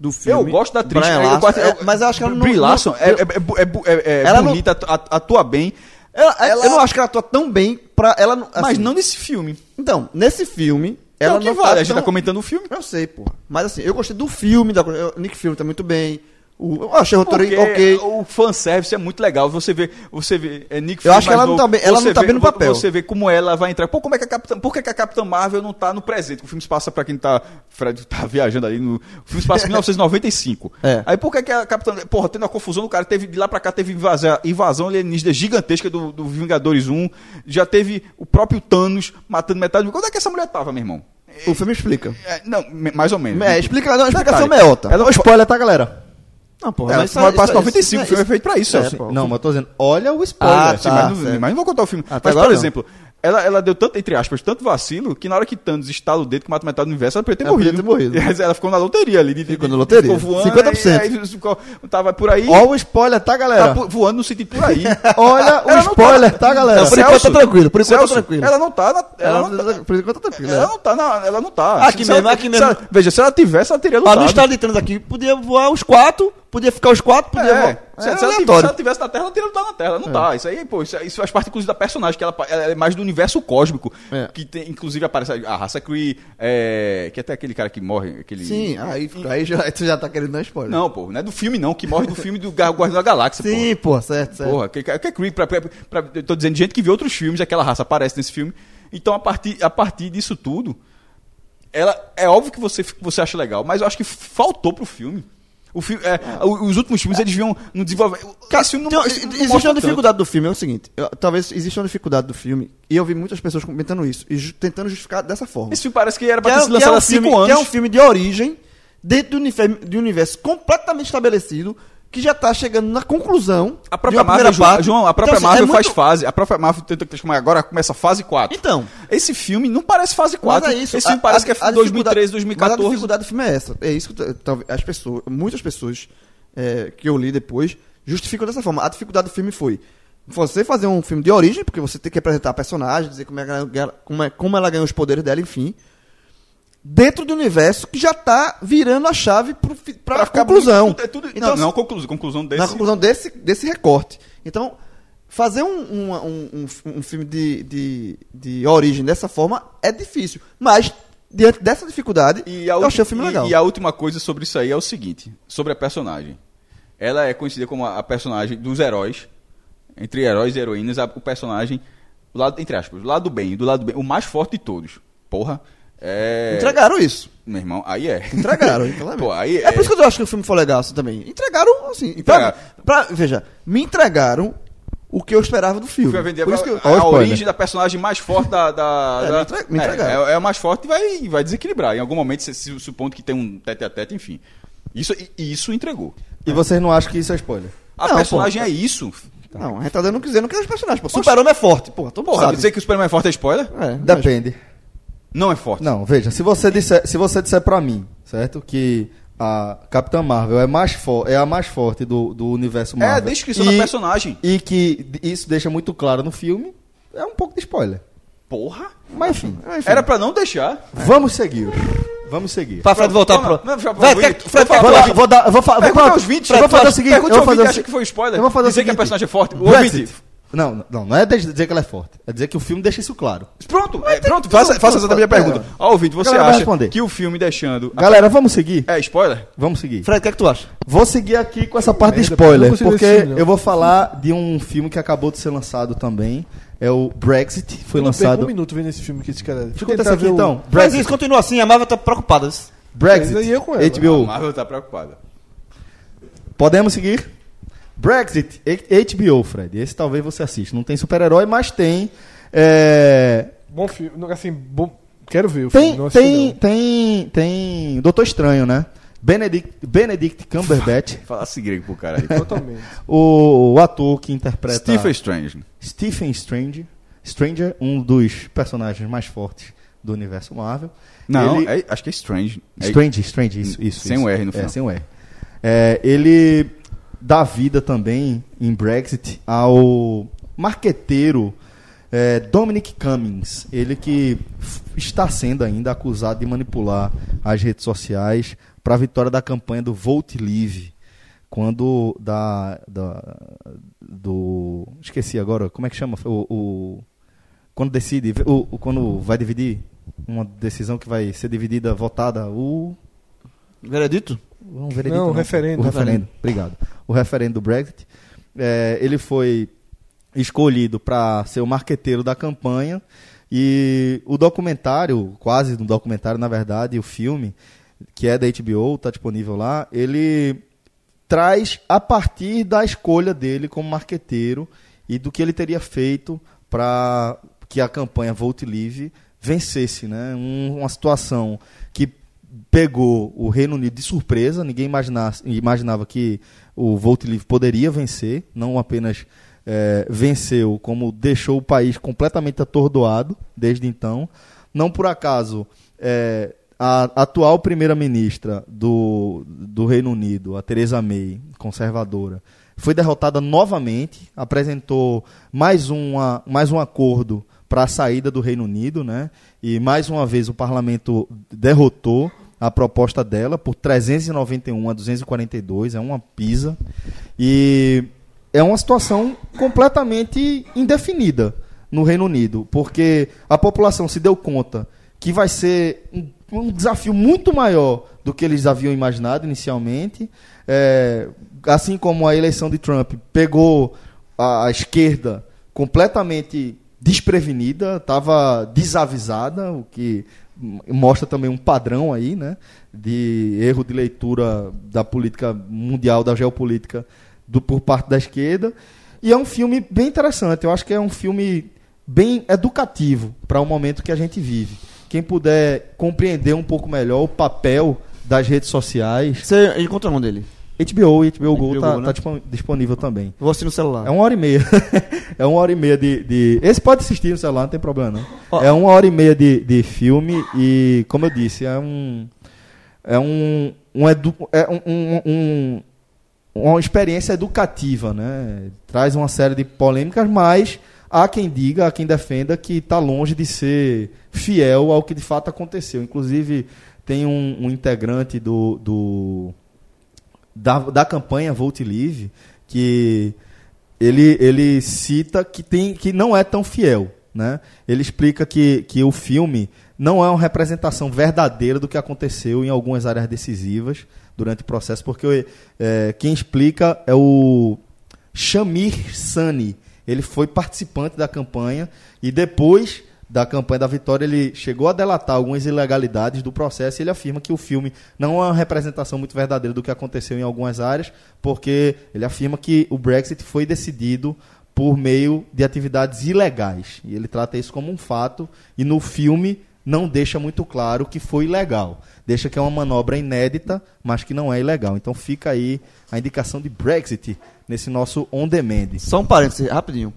Speaker 2: do filme.
Speaker 4: eu gosto da atriz.
Speaker 2: Brian
Speaker 4: eu- eu-
Speaker 2: Larson,
Speaker 4: eu-
Speaker 2: é, mas eu acho que ela não.
Speaker 4: Brie Larson
Speaker 2: não-
Speaker 4: é,
Speaker 2: eu-
Speaker 4: é- bu- é bu- é- é
Speaker 2: Ela não-
Speaker 4: bonita, atu- atu- atua bem,
Speaker 2: ela- é, eu
Speaker 4: ela-
Speaker 2: não acho que ela atua tão bem pra. Ela, não-
Speaker 4: mas
Speaker 2: assim,
Speaker 4: não nesse filme.
Speaker 2: Então, nesse filme,
Speaker 4: É
Speaker 2: ela
Speaker 4: o que
Speaker 2: não
Speaker 4: vale, a gente
Speaker 2: tão-
Speaker 4: tá comentando o filme.
Speaker 2: Eu sei, porra. Mas assim, eu gostei do filme, da coisa. eu- Nick Fury tá muito bem. O, eu achei o roteiro
Speaker 4: Porque
Speaker 2: ok.
Speaker 4: o fanservice é muito legal. Você vê, você vê é Nick
Speaker 2: Eu acho que
Speaker 4: mas
Speaker 2: ela não
Speaker 4: o-
Speaker 2: tá bem- ela
Speaker 4: você
Speaker 2: não tá
Speaker 4: vê-
Speaker 2: bem no
Speaker 4: vo-
Speaker 2: papel.
Speaker 4: Você vê como ela vai entrar. Pô, como é que a Capitã, por que, que a Capitã Marvel não tá no presente? O filme se passa pra quem tá, Fred tá viajando ali no, o filme se passa em 1995.
Speaker 2: É.
Speaker 4: Aí por que que a Capitã, porra, tendo uma confusão, o cara teve de lá pra cá teve invasão, invasão alienígena gigantesca do, do Vingadores 1, já teve o próprio Thanos matando metade do Quando é que essa mulher tava, meu irmão?
Speaker 2: O filme explica.
Speaker 4: É, não, me- mais ou menos.
Speaker 2: É, explica, não, a explicação
Speaker 4: Detalhe.
Speaker 2: meota.
Speaker 1: Ela não spoiler, tá, galera?
Speaker 2: Não, porra.
Speaker 4: Ela
Speaker 2: mas isso-
Speaker 4: passa
Speaker 2: isso-
Speaker 4: 95, o
Speaker 2: isso-
Speaker 4: filme é feito pra isso,
Speaker 2: é,
Speaker 4: Celso.
Speaker 2: pô.
Speaker 1: Não, mas eu tô dizendo, olha o spoiler.
Speaker 2: Ah,
Speaker 4: Sim,
Speaker 2: tá.
Speaker 4: mas, não,
Speaker 2: certo.
Speaker 4: mas não vou contar o filme.
Speaker 2: Até
Speaker 4: mas, por
Speaker 2: agora não.
Speaker 4: exemplo, ela, ela deu tanto, entre aspas, tanto vacilo, que na hora que Thanos estala o dedo que mata metade do universo, ela podia ter
Speaker 2: Ela podia
Speaker 4: morrido.
Speaker 2: ter morrido.
Speaker 4: E ela ficou na loteria ali. de- de-
Speaker 2: Ficou na loteria.
Speaker 4: Ficou voando.
Speaker 2: 50%.
Speaker 4: Aí, aí ficou- tava por aí.
Speaker 1: Olha o spoiler, tá,
Speaker 4: tá
Speaker 1: galera?
Speaker 4: pu- voando no sentido por aí.
Speaker 1: Olha o
Speaker 4: Ela não
Speaker 1: spoiler, tá, galera?
Speaker 2: Não, por enquanto tá tranquilo, por enquanto tá
Speaker 4: Celso,
Speaker 2: tranquilo.
Speaker 4: Ela não tá. na- Ela, não tá.
Speaker 2: Por enquanto tá tranquilo.
Speaker 4: Ela
Speaker 2: é.
Speaker 4: não tá, na- ela não tá.
Speaker 2: Aqui
Speaker 4: Se
Speaker 2: mesmo,
Speaker 4: ela-
Speaker 2: aqui
Speaker 4: se
Speaker 2: mesmo.
Speaker 4: ela- veja, se ela tivesse, ela teria
Speaker 2: Ah,
Speaker 4: lutado.
Speaker 2: no estado de Trans aqui, podia voar os quatro, podia ficar os quatro, podia
Speaker 4: É,
Speaker 2: voar.
Speaker 4: se,
Speaker 2: Era
Speaker 4: se ela tivesse, se
Speaker 2: aleatório. É.
Speaker 4: ela tivesse na Terra, ela teria lutado na Terra. Ela Não tá. Isso aí, pô, isso, isso faz parte, inclusive, da personagem, que ela, pa- ela é mais do universo cósmico.
Speaker 2: É.
Speaker 4: Que tem, inclusive, aparece a raça Kree, é, que até aquele cara que morre, aquele.
Speaker 2: Sim, aí, aí, já, aí tu já tá querendo dar spoiler.
Speaker 4: Não, pô, não é do filme, não, que morre do filme do Gar- Guardião da Galáxia, pô.
Speaker 2: Sim, porra, certo, certo.
Speaker 4: Porra, que, que é Kree, pra, pra, pra- eu tô dizendo gente que vê outros filmes, aquela raça aparece nesse filme. Então, a partir, a partir disso tudo, ela é óbvio que você, fi- você acha legal, mas eu acho que faltou pro filme. O filme é, o- Os últimos filmes, eles deviam não desenvolver. Esse filme
Speaker 2: Ah. Então,
Speaker 4: não, esse
Speaker 2: e-
Speaker 4: filme não
Speaker 2: existe
Speaker 4: mostra
Speaker 2: uma
Speaker 4: tanto.
Speaker 2: dificuldade do filme, é o seguinte. eu- talvez exista uma dificuldade do filme, e eu vi muitas pessoas comentando isso, e ju- tentando justificar dessa forma.
Speaker 4: Esse filme parece que era
Speaker 2: que
Speaker 4: pra
Speaker 2: é,
Speaker 4: ter sido
Speaker 2: que é
Speaker 4: lançado
Speaker 2: um
Speaker 4: há 5
Speaker 2: filme,
Speaker 4: anos.
Speaker 2: que é um filme de origem, dentro do universo, de um universo completamente estabelecido, que já tá chegando na conclusão de
Speaker 4: A
Speaker 2: uma
Speaker 4: própria Marvel,
Speaker 2: primeira
Speaker 4: João,
Speaker 2: parte.
Speaker 4: João, a própria
Speaker 2: Então, assim,
Speaker 4: Marvel
Speaker 2: é
Speaker 4: faz
Speaker 2: muito-
Speaker 4: fase. A própria Marvel tenta transformar agora, começa a fase 4.
Speaker 2: Então.
Speaker 4: Esse filme não parece fase 4.
Speaker 2: Mas é isso.
Speaker 4: Esse filme
Speaker 2: A-
Speaker 4: parece
Speaker 2: a-
Speaker 4: que é
Speaker 2: a
Speaker 4: 2013,
Speaker 2: dificuldade- Mas a
Speaker 4: 2014.
Speaker 2: dificuldade do filme é essa. É isso que eu- talvez as pessoas, muitas pessoas é, que eu li depois justificam dessa forma. A dificuldade do filme foi você fazer um filme de origem, porque você tem que apresentar a personagem, dizer como, é que ela, como, é- como ela ganhou os poderes dela, enfim. Dentro do universo que já tá virando a chave pro, fi- pra,
Speaker 4: Pra ficar
Speaker 2: conclusão.
Speaker 4: bonito, é tudo- então, não, conclusão, conclusão desse.
Speaker 2: Na é conclusão desse, desse recorte. Então, fazer um, um, um, um- um filme de, de, de origem dessa forma é difícil. Mas, diante dessa dificuldade,
Speaker 4: E a
Speaker 2: eu
Speaker 4: ulti-
Speaker 2: achei o filme
Speaker 4: e-
Speaker 2: legal.
Speaker 4: E a última coisa sobre isso aí é o seguinte: sobre a personagem. Ela é conhecida como a a personagem dos heróis. Entre heróis e heroínas, a- o personagem, o lado, entre aspas, do lado bem, do lado bem, o mais forte de todos. Porra. É.
Speaker 2: Entregaram isso.
Speaker 4: Meu irmão, aí é.
Speaker 2: Entregaram, claramente.
Speaker 4: Pô, aí
Speaker 2: é por isso que eu acho que o filme foi legal assim, também. Entregaram, assim.
Speaker 4: Entregaram.
Speaker 2: Pra, pra- veja, me entregaram o que eu esperava do filme.
Speaker 4: Fui vender
Speaker 2: por isso que eu-
Speaker 4: a, a origem da personagem mais forte da. da-
Speaker 2: É,
Speaker 4: da-
Speaker 2: me entre- me
Speaker 4: é,
Speaker 2: entregaram.
Speaker 4: é- é o mais forte e vai, vai desequilibrar. Em algum momento, você se- supondo que tem um tete a tete, enfim. Isso, e- e isso entregou.
Speaker 1: E vocês não acham que isso é spoiler?
Speaker 4: A
Speaker 2: Não,
Speaker 4: personagem é isso.
Speaker 2: Não, a gente tá dando, dizendo que é os personagens. pô. Super-Homem é forte, porra. Todo mundo
Speaker 4: Porra,
Speaker 2: sabe.
Speaker 4: dizer que o Superman é forte é spoiler?
Speaker 2: É,
Speaker 1: Depende.
Speaker 4: Não é forte.
Speaker 1: Não, veja, se você disser, se você disser para mim, certo, que a Capitã Marvel é mais fo- é a mais forte do, do universo
Speaker 4: É
Speaker 1: Marvel.
Speaker 4: a descrição da
Speaker 1: e-
Speaker 4: personagem.
Speaker 1: E que d- isso deixa muito claro no filme, é um pouco de spoiler.
Speaker 4: Porra.
Speaker 1: Mas enfim,
Speaker 4: Era pra não deixar.
Speaker 1: vamos seguir. Vamos seguir.
Speaker 2: Pra Fred voltar
Speaker 4: Vamos lá.
Speaker 2: pro...
Speaker 4: Não, já-
Speaker 2: Vai,
Speaker 4: vamos-
Speaker 2: quer- Fred, quer
Speaker 4: vamos
Speaker 1: Vou,
Speaker 4: falar-
Speaker 2: falar-
Speaker 1: lá, vou dar, eu vou falar,
Speaker 4: Pergunta
Speaker 1: Ah, pronto,
Speaker 4: aos 20.
Speaker 1: eu vou fazer o seguinte, eu
Speaker 4: Pergunta
Speaker 1: vou
Speaker 4: ao
Speaker 1: fazer o
Speaker 4: ouvinte, acha
Speaker 1: seguinte,
Speaker 4: que foi spoiler?
Speaker 1: Eu vou fazer
Speaker 4: dizer
Speaker 1: o
Speaker 4: que a
Speaker 1: seguinte.
Speaker 4: personagem é forte. O
Speaker 1: Brexit.
Speaker 4: ouvinte.
Speaker 1: Não, não, não é de- dizer que ela é forte. É dizer que o filme deixa isso claro.
Speaker 4: Pronto, é, pronto, faça, faça essa minha pergunta. Ó, ouvinte, você
Speaker 1: É. Galera, vai
Speaker 4: acha
Speaker 1: responder.
Speaker 4: que o filme deixando. a-
Speaker 1: Galera, vamos seguir?
Speaker 4: É spoiler?
Speaker 1: Vamos seguir.
Speaker 2: Fred, o que é que tu acha?
Speaker 1: Vou seguir aqui com essa parte de
Speaker 3: merda, eu não
Speaker 1: spoiler,
Speaker 3: consigo
Speaker 1: porque
Speaker 3: assistir, não.
Speaker 1: eu vou falar de um filme que acabou de ser lançado também. É o Brexit, foi
Speaker 3: Eu perco um
Speaker 1: lançado.
Speaker 3: minuto vendo esse filme que esse cara. Fui
Speaker 1: Escuta
Speaker 3: tentar
Speaker 1: essa aqui
Speaker 3: ver o-
Speaker 1: então.
Speaker 2: Mas isso
Speaker 1: Brexit.
Speaker 2: continua assim, a Marvel tá preocupada.
Speaker 1: Brexit.
Speaker 3: Mas aí eu com ela.
Speaker 4: A
Speaker 1: HBO.
Speaker 4: Marvel tá preocupada.
Speaker 1: Podemos seguir? Brexit, H- HBO, Fred. Esse talvez você assista. Não tem super-herói, mas tem. é,
Speaker 3: Bom filme. Assim, bom... Quero ver o filme.
Speaker 1: Tem,
Speaker 3: não assisti,
Speaker 1: tem,
Speaker 3: não.
Speaker 1: tem, tem. Doutor Estranho, né? Benedict, Benedict Cumberbatch,
Speaker 4: Fala assim grego pro cara aí.
Speaker 3: Totalmente.
Speaker 1: o, o ator que interpreta
Speaker 4: Stephen Strange.
Speaker 1: Stephen Strange, Stranger, um dos personagens mais fortes do universo Marvel.
Speaker 4: Não,
Speaker 1: Ele-
Speaker 4: é- acho que é Strange. É-
Speaker 1: Strange, Strange, isso, isso.
Speaker 4: Sem
Speaker 1: isso.
Speaker 4: o R no
Speaker 1: É,
Speaker 4: final.
Speaker 1: sem o R. É, ele dá vida também em Brexit ao marqueteiro é, Dominic Cummings. Ele que f- está sendo ainda acusado de manipular as redes sociais para a vitória da campanha do Vote Leave. Quando da, da- do esqueci agora como é que chama o, o- quando decide o, o- quando vai dividir uma decisão que vai ser dividida votada o
Speaker 2: Veredito?
Speaker 1: não, Um veredito,
Speaker 3: Não, referendo.
Speaker 1: O referendo, obrigado. O referendo do Brexit. É, ele foi escolhido para ser o marqueteiro da campanha e o documentário, quase um documentário, na verdade, o filme, que é da HBO, está disponível lá, ele traz a partir da escolha dele como marqueteiro e do que ele teria feito para que a campanha Vote Leave vencesse, né? Um- uma situação que pegou o Reino Unido de surpresa, ninguém imaginasse- imaginava que o Vote Leave poderia vencer, não apenas eh, venceu, como deixou o país completamente atordoado desde então. Não por acaso eh, a atual primeira-ministra do, do Reino Unido, a Theresa May, conservadora, foi derrotada novamente, apresentou mais, uma, mais um acordo para a saída do Reino Unido, né? E mais uma vez o parlamento derrotou a proposta dela por 391 a 242, é uma pisa. E é uma situação completamente indefinida no Reino Unido, porque a população se deu conta que vai ser um, um desafio muito maior do que eles haviam imaginado inicialmente. É, assim como a eleição de Trump pegou a, a esquerda completamente desprevenida, estava desavisada, o que m- mostra também um padrão aí, né, de erro de leitura da política mundial, da geopolítica do, por parte da esquerda. E é um filme bem interessante. Eu acho que é um filme bem educativo para o momento que a gente vive. Quem puder compreender um pouco melhor o papel das redes sociais,
Speaker 2: Você encontra onde ele?
Speaker 1: HBO e HBO Go
Speaker 2: HBO
Speaker 1: tá,
Speaker 2: Go, né?
Speaker 1: tá dispon- disponível também.
Speaker 2: Eu vou assistir no celular.
Speaker 1: É uma hora e meia. é uma hora e meia de, de- Esse pode assistir no celular, não tem problema não.
Speaker 2: Ó.
Speaker 1: É uma hora e meia de, de filme e, como eu disse, é um. É um. um edu... É um, um- um- uma experiência educativa, né? Traz uma série de polêmicas, mas há quem diga, há quem defenda que está longe de ser fiel ao que de fato aconteceu. Inclusive, tem um, um integrante do- do da, da campanha Vote Leave que ele, ele cita que, tem, que não é tão fiel. Né? Ele explica que, que o filme não é uma representação verdadeira do que aconteceu em algumas áreas decisivas durante o processo, porque eh, quem explica é o Shamir Sani. Ele foi participante da campanha e depois da campanha da vitória ele chegou a delatar algumas ilegalidades do processo e ele afirma que o filme não é uma representação muito verdadeira do que aconteceu em algumas áreas, porque ele afirma que o Brexit foi decidido por meio de atividades ilegais. E ele trata isso como um fato e no filme não deixa muito claro que foi ilegal. Deixa que é uma manobra inédita, mas que não é ilegal. Então fica aí a indicação de Brexit nesse nosso on demand.
Speaker 2: Só um parênteses, rapidinho.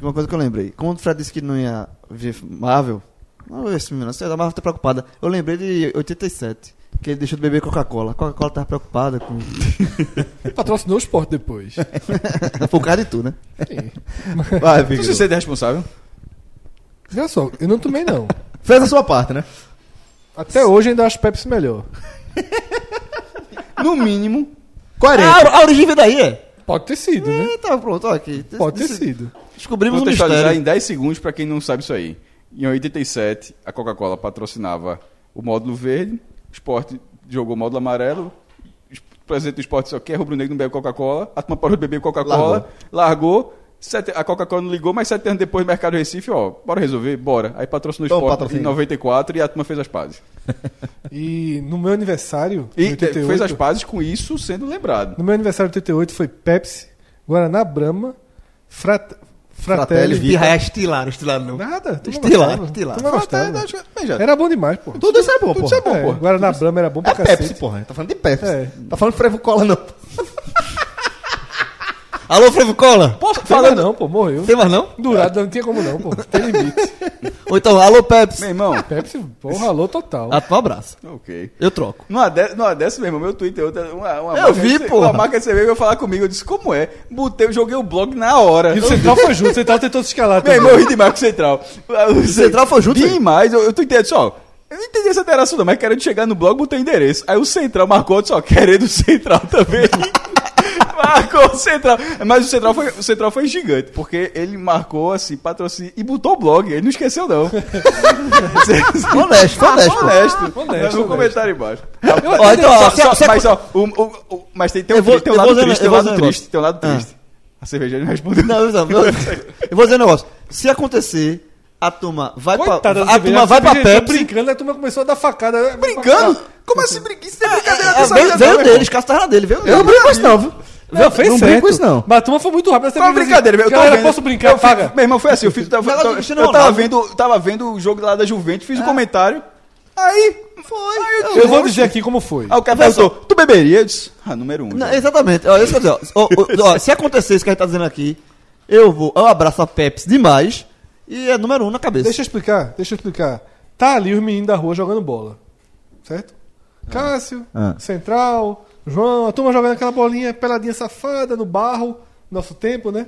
Speaker 2: Uma coisa que eu lembrei. Quando o Fred disse que não ia ver Marvel, não vou ver esse filme, não. Sei lá, Marvel tá preocupada. Eu lembrei de 87, que ele deixou de beber Coca-Cola. Coca-Cola tava preocupada com.
Speaker 3: Patrocinou o esporte depois.
Speaker 2: Foi o cara de tu, né?
Speaker 1: Vai,
Speaker 4: Então,
Speaker 1: Vigor.
Speaker 4: se você é responsável,
Speaker 3: Veja só, eu não tomei, não.
Speaker 1: Fez a sua parte, né?
Speaker 3: Até hoje ainda acho Pepsi melhor.
Speaker 4: no mínimo,
Speaker 1: Coerente.
Speaker 2: Ah, a origem veio daí, é?
Speaker 3: Pode ter sido, né?
Speaker 2: É, tá pronto, ó, aqui.
Speaker 3: Pode ter
Speaker 2: Des-
Speaker 3: sido.
Speaker 2: Descobrimos um
Speaker 4: contextualizar
Speaker 2: mistério.
Speaker 4: em 10 segundos pra quem não sabe isso aí. Em 87, a Coca-Cola patrocinava o módulo verde, o esporte jogou o módulo amarelo, o presidente do esporte só quer é rubro-negro não bebe Coca-Cola, a turma parou de beber Coca-Cola, largou, sete- a Coca-Cola não ligou, mas sete anos depois o Mercado Recife, ó, bora resolver, bora. Aí patrocinou o
Speaker 1: Toma,
Speaker 4: esporte
Speaker 1: patrocínio.
Speaker 4: em 94 e a turma fez as pazes.
Speaker 3: E no meu aniversário,
Speaker 4: E
Speaker 3: em 88,
Speaker 4: fez as pazes com isso sendo lembrado.
Speaker 3: no meu aniversário de 88 foi Pepsi, Guaraná Brahma, Frat-
Speaker 1: Fratelli
Speaker 3: Fratelli.
Speaker 1: Vita.
Speaker 2: é
Speaker 8: Pirraia estilar, estilar não.
Speaker 3: Nada. tu não
Speaker 8: Estilar,
Speaker 3: gostava.
Speaker 8: estilar.
Speaker 3: Tu não gostava.
Speaker 4: Tá, tá, veja,
Speaker 3: Era bom demais, pô.
Speaker 1: Tudo isso é bom,
Speaker 3: Tudo
Speaker 1: pô.
Speaker 3: isso é bom, pô. Guaraná Brahma era bom pra
Speaker 1: É Pepsi,
Speaker 3: cacete.
Speaker 1: porra. Tá falando de Pepsi.
Speaker 3: É.
Speaker 1: Tá falando de frevo cola, não.
Speaker 8: Alô, Frevo Cola?
Speaker 3: Posso falar? Não, pô, morreu.
Speaker 8: Tem mais não?
Speaker 3: Durado não tinha como não, pô. Tem limite.
Speaker 8: Ou então, alô, Pepsi.
Speaker 4: Meu irmão,
Speaker 3: Pepsi, pô, ralou total.
Speaker 8: Ah, tu
Speaker 2: um
Speaker 8: abraço.
Speaker 4: ok.
Speaker 8: Eu troco.
Speaker 4: Numa, de, numa dessa, meu irmão, meu Twitter, é outra, uma, uma
Speaker 8: Eu
Speaker 4: marca
Speaker 8: vi,
Speaker 4: de, ce-
Speaker 8: porra.
Speaker 4: Uma marca de cerveja veio falar comigo, eu disse, como é? Botei, eu joguei o blog na hora.
Speaker 3: E o Central foi junto, o Central tentou se escalar
Speaker 4: Meu
Speaker 3: também.
Speaker 4: irmão, eu ri demais com o Central. O
Speaker 2: Central foi junto,
Speaker 4: Demais, eu, eu tô entendendo, só. Eu não entendi essa interação, não, mas querendo chegar no blog, botei o endereço. Aí o Central marcou, só, querendo o Central também. marcou o Central. Mas o Central, foi, o Central foi gigante, porque ele marcou, assim, patrocínio e botou o blog. Ele não esqueceu, não. Ah,
Speaker 8: Honesto,
Speaker 2: Ah,
Speaker 8: honesto.
Speaker 4: honesto.
Speaker 3: honesto.
Speaker 4: No comentário embaixo.
Speaker 8: Ó, então, ó, se-
Speaker 4: Só-
Speaker 8: se-
Speaker 4: só- mas, ó, o- o- o- mas tem, tem, um,
Speaker 8: Eu vou-
Speaker 4: tri- tem um
Speaker 8: eu vou
Speaker 4: lado
Speaker 8: dizer- eu
Speaker 4: triste, tem um
Speaker 8: vou
Speaker 4: lado
Speaker 8: dizer um
Speaker 4: triste, tem um lado
Speaker 8: Ah.
Speaker 4: triste. A cerveja não respondeu.
Speaker 2: Não, eu, eu, eu vou dizer um negócio. Se acontecer, a turma vai
Speaker 3: Coitada
Speaker 2: pra. A
Speaker 3: dessa
Speaker 2: turma vai pra
Speaker 3: mulher, essa
Speaker 2: Pepsi.
Speaker 3: tá Brincando, a turma começou a dar facada.
Speaker 4: Brincando? Como assim brincando? Isso é brincadeira
Speaker 2: É,
Speaker 4: dessa
Speaker 2: veio
Speaker 4: vida,
Speaker 2: veio
Speaker 4: não, meu
Speaker 2: deles, caso tava dele, veio
Speaker 1: Eu não
Speaker 2: dele.
Speaker 1: brinco com isso, não. viu?
Speaker 3: Não, fez
Speaker 1: não
Speaker 3: certo.
Speaker 1: brinco com isso, não.
Speaker 3: Mas a turma foi muito rápida. Essa
Speaker 4: Foi uma
Speaker 3: menina
Speaker 4: brincadeira,
Speaker 3: disse,
Speaker 4: eu tô
Speaker 3: Galera,
Speaker 4: vendo.
Speaker 3: posso brincar?
Speaker 4: Eu fiz-
Speaker 3: Paga.
Speaker 4: Meu irmão, foi assim, eu fiz. Eu tava,
Speaker 2: Negócio
Speaker 4: eu
Speaker 2: do Cristiano
Speaker 4: tava
Speaker 2: Ronaldo.
Speaker 4: vendo, tava vendo o jogo lá da Juventus, fiz um comentário. Aí, foi. Aí eu,
Speaker 3: Ah, Eu vou dizer aqui como foi.
Speaker 4: Aí o cara perguntou, tu beberia? Eu disse, ah, número um.
Speaker 2: Não,
Speaker 4: já.
Speaker 2: exatamente. Ó, isso que eu ia dizer, ó. Ó, ó, ó, se acontecer isso que a gente tá dizendo aqui, eu vou. Eu abraço a Pepsi demais e é número um na cabeça.
Speaker 3: Deixa eu explicar, deixa eu explicar. Tá ali os meninos da rua jogando bola. Certo? Ah. Cássio, Central, João, a turma jogando aquela bolinha peladinha safada no barro, nosso tempo, né?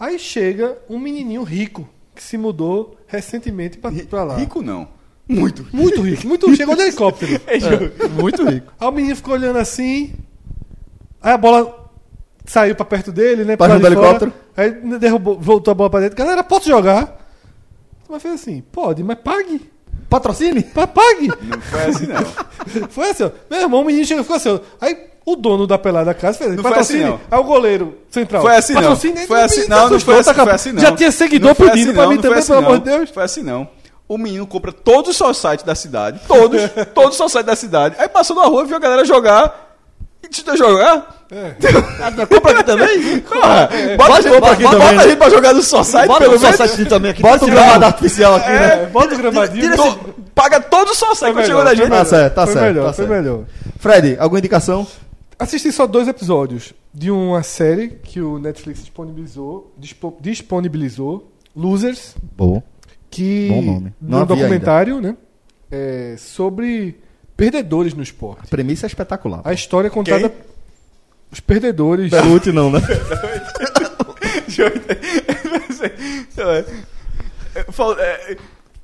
Speaker 3: Aí chega um menininho rico que se mudou recentemente pra, pra lá.
Speaker 4: Rico não. Muito.
Speaker 3: Muito rico, muito rico. É, Chegou de helicóptero.
Speaker 2: Muito rico.
Speaker 3: Aí o menino ficou olhando assim. Aí a bola saiu pra perto dele, né?
Speaker 2: Pra
Speaker 3: pra lá
Speaker 2: junto
Speaker 3: de
Speaker 2: do
Speaker 3: fora.
Speaker 2: helicóptero?
Speaker 3: Aí derrubou, voltou a bola pra dentro. Galera, posso jogar? Mas fez assim: pode, mas pague.
Speaker 1: Patrocine?
Speaker 3: Mas pague.
Speaker 4: Não foi assim, não.
Speaker 3: Foi assim, ó. Meu irmão, o menino chegou e ficou assim, ó. Aí o dono da pelada da casa fez
Speaker 4: Não foi
Speaker 3: patrocínio.
Speaker 4: assim,
Speaker 3: Aí o goleiro central.
Speaker 4: Foi assim, não.
Speaker 3: Patrocínio, aí
Speaker 4: Foi
Speaker 3: o
Speaker 4: assim,
Speaker 3: menino
Speaker 4: não, não
Speaker 3: assustou,
Speaker 4: foi assim,
Speaker 3: tá com a-
Speaker 4: foi assim, não.
Speaker 3: Já tinha seguidor
Speaker 4: Não foi
Speaker 3: pedindo
Speaker 4: assim,
Speaker 3: pra
Speaker 4: não,
Speaker 3: mim
Speaker 4: não foi
Speaker 3: também,
Speaker 4: assim,
Speaker 3: pelo
Speaker 4: não.
Speaker 3: amor de Deus.
Speaker 4: Foi assim, não. O menino compra todos os societies da cidade. Todos. todos os societies da cidade. Aí passou na rua, viu a galera jogar. E te deu jogar?
Speaker 2: Compra aqui também?
Speaker 4: Porra,
Speaker 3: É.
Speaker 4: bota,
Speaker 2: Bota-
Speaker 4: bota,
Speaker 2: bota aqui
Speaker 4: bota
Speaker 2: também,
Speaker 4: a gente pra jogar no society,
Speaker 2: Bota
Speaker 4: pelo
Speaker 2: o
Speaker 4: menos.
Speaker 2: site também aqui.
Speaker 1: Bota o
Speaker 2: Esse gramado
Speaker 1: gramado.
Speaker 2: artificial aqui, né?
Speaker 4: É,
Speaker 3: Bota o gramadinho.
Speaker 2: tira
Speaker 3: Foi
Speaker 2: esse-
Speaker 4: Paga todos os societies
Speaker 3: melhor,
Speaker 4: que chegou da gente.
Speaker 3: foi
Speaker 1: Tá certo, tá
Speaker 3: foi
Speaker 1: certo,
Speaker 3: melhor,
Speaker 1: tá
Speaker 3: foi
Speaker 1: certo.
Speaker 3: melhor.
Speaker 1: Fred, alguma indicação?
Speaker 3: Assisti só dois episódios de uma série que o Netflix disponibilizou, dispo- disponibilizou Losers,
Speaker 1: Bom.
Speaker 3: que
Speaker 1: Bom nome.
Speaker 3: de
Speaker 1: Não
Speaker 3: um
Speaker 1: havia
Speaker 3: documentário, né? é, sobre perdedores no esporte.
Speaker 1: Premissa espetacular.
Speaker 3: A história é contada
Speaker 4: Quem?
Speaker 3: os perdedores
Speaker 1: Lute não, né?
Speaker 3: tá
Speaker 4: Eu falo, é,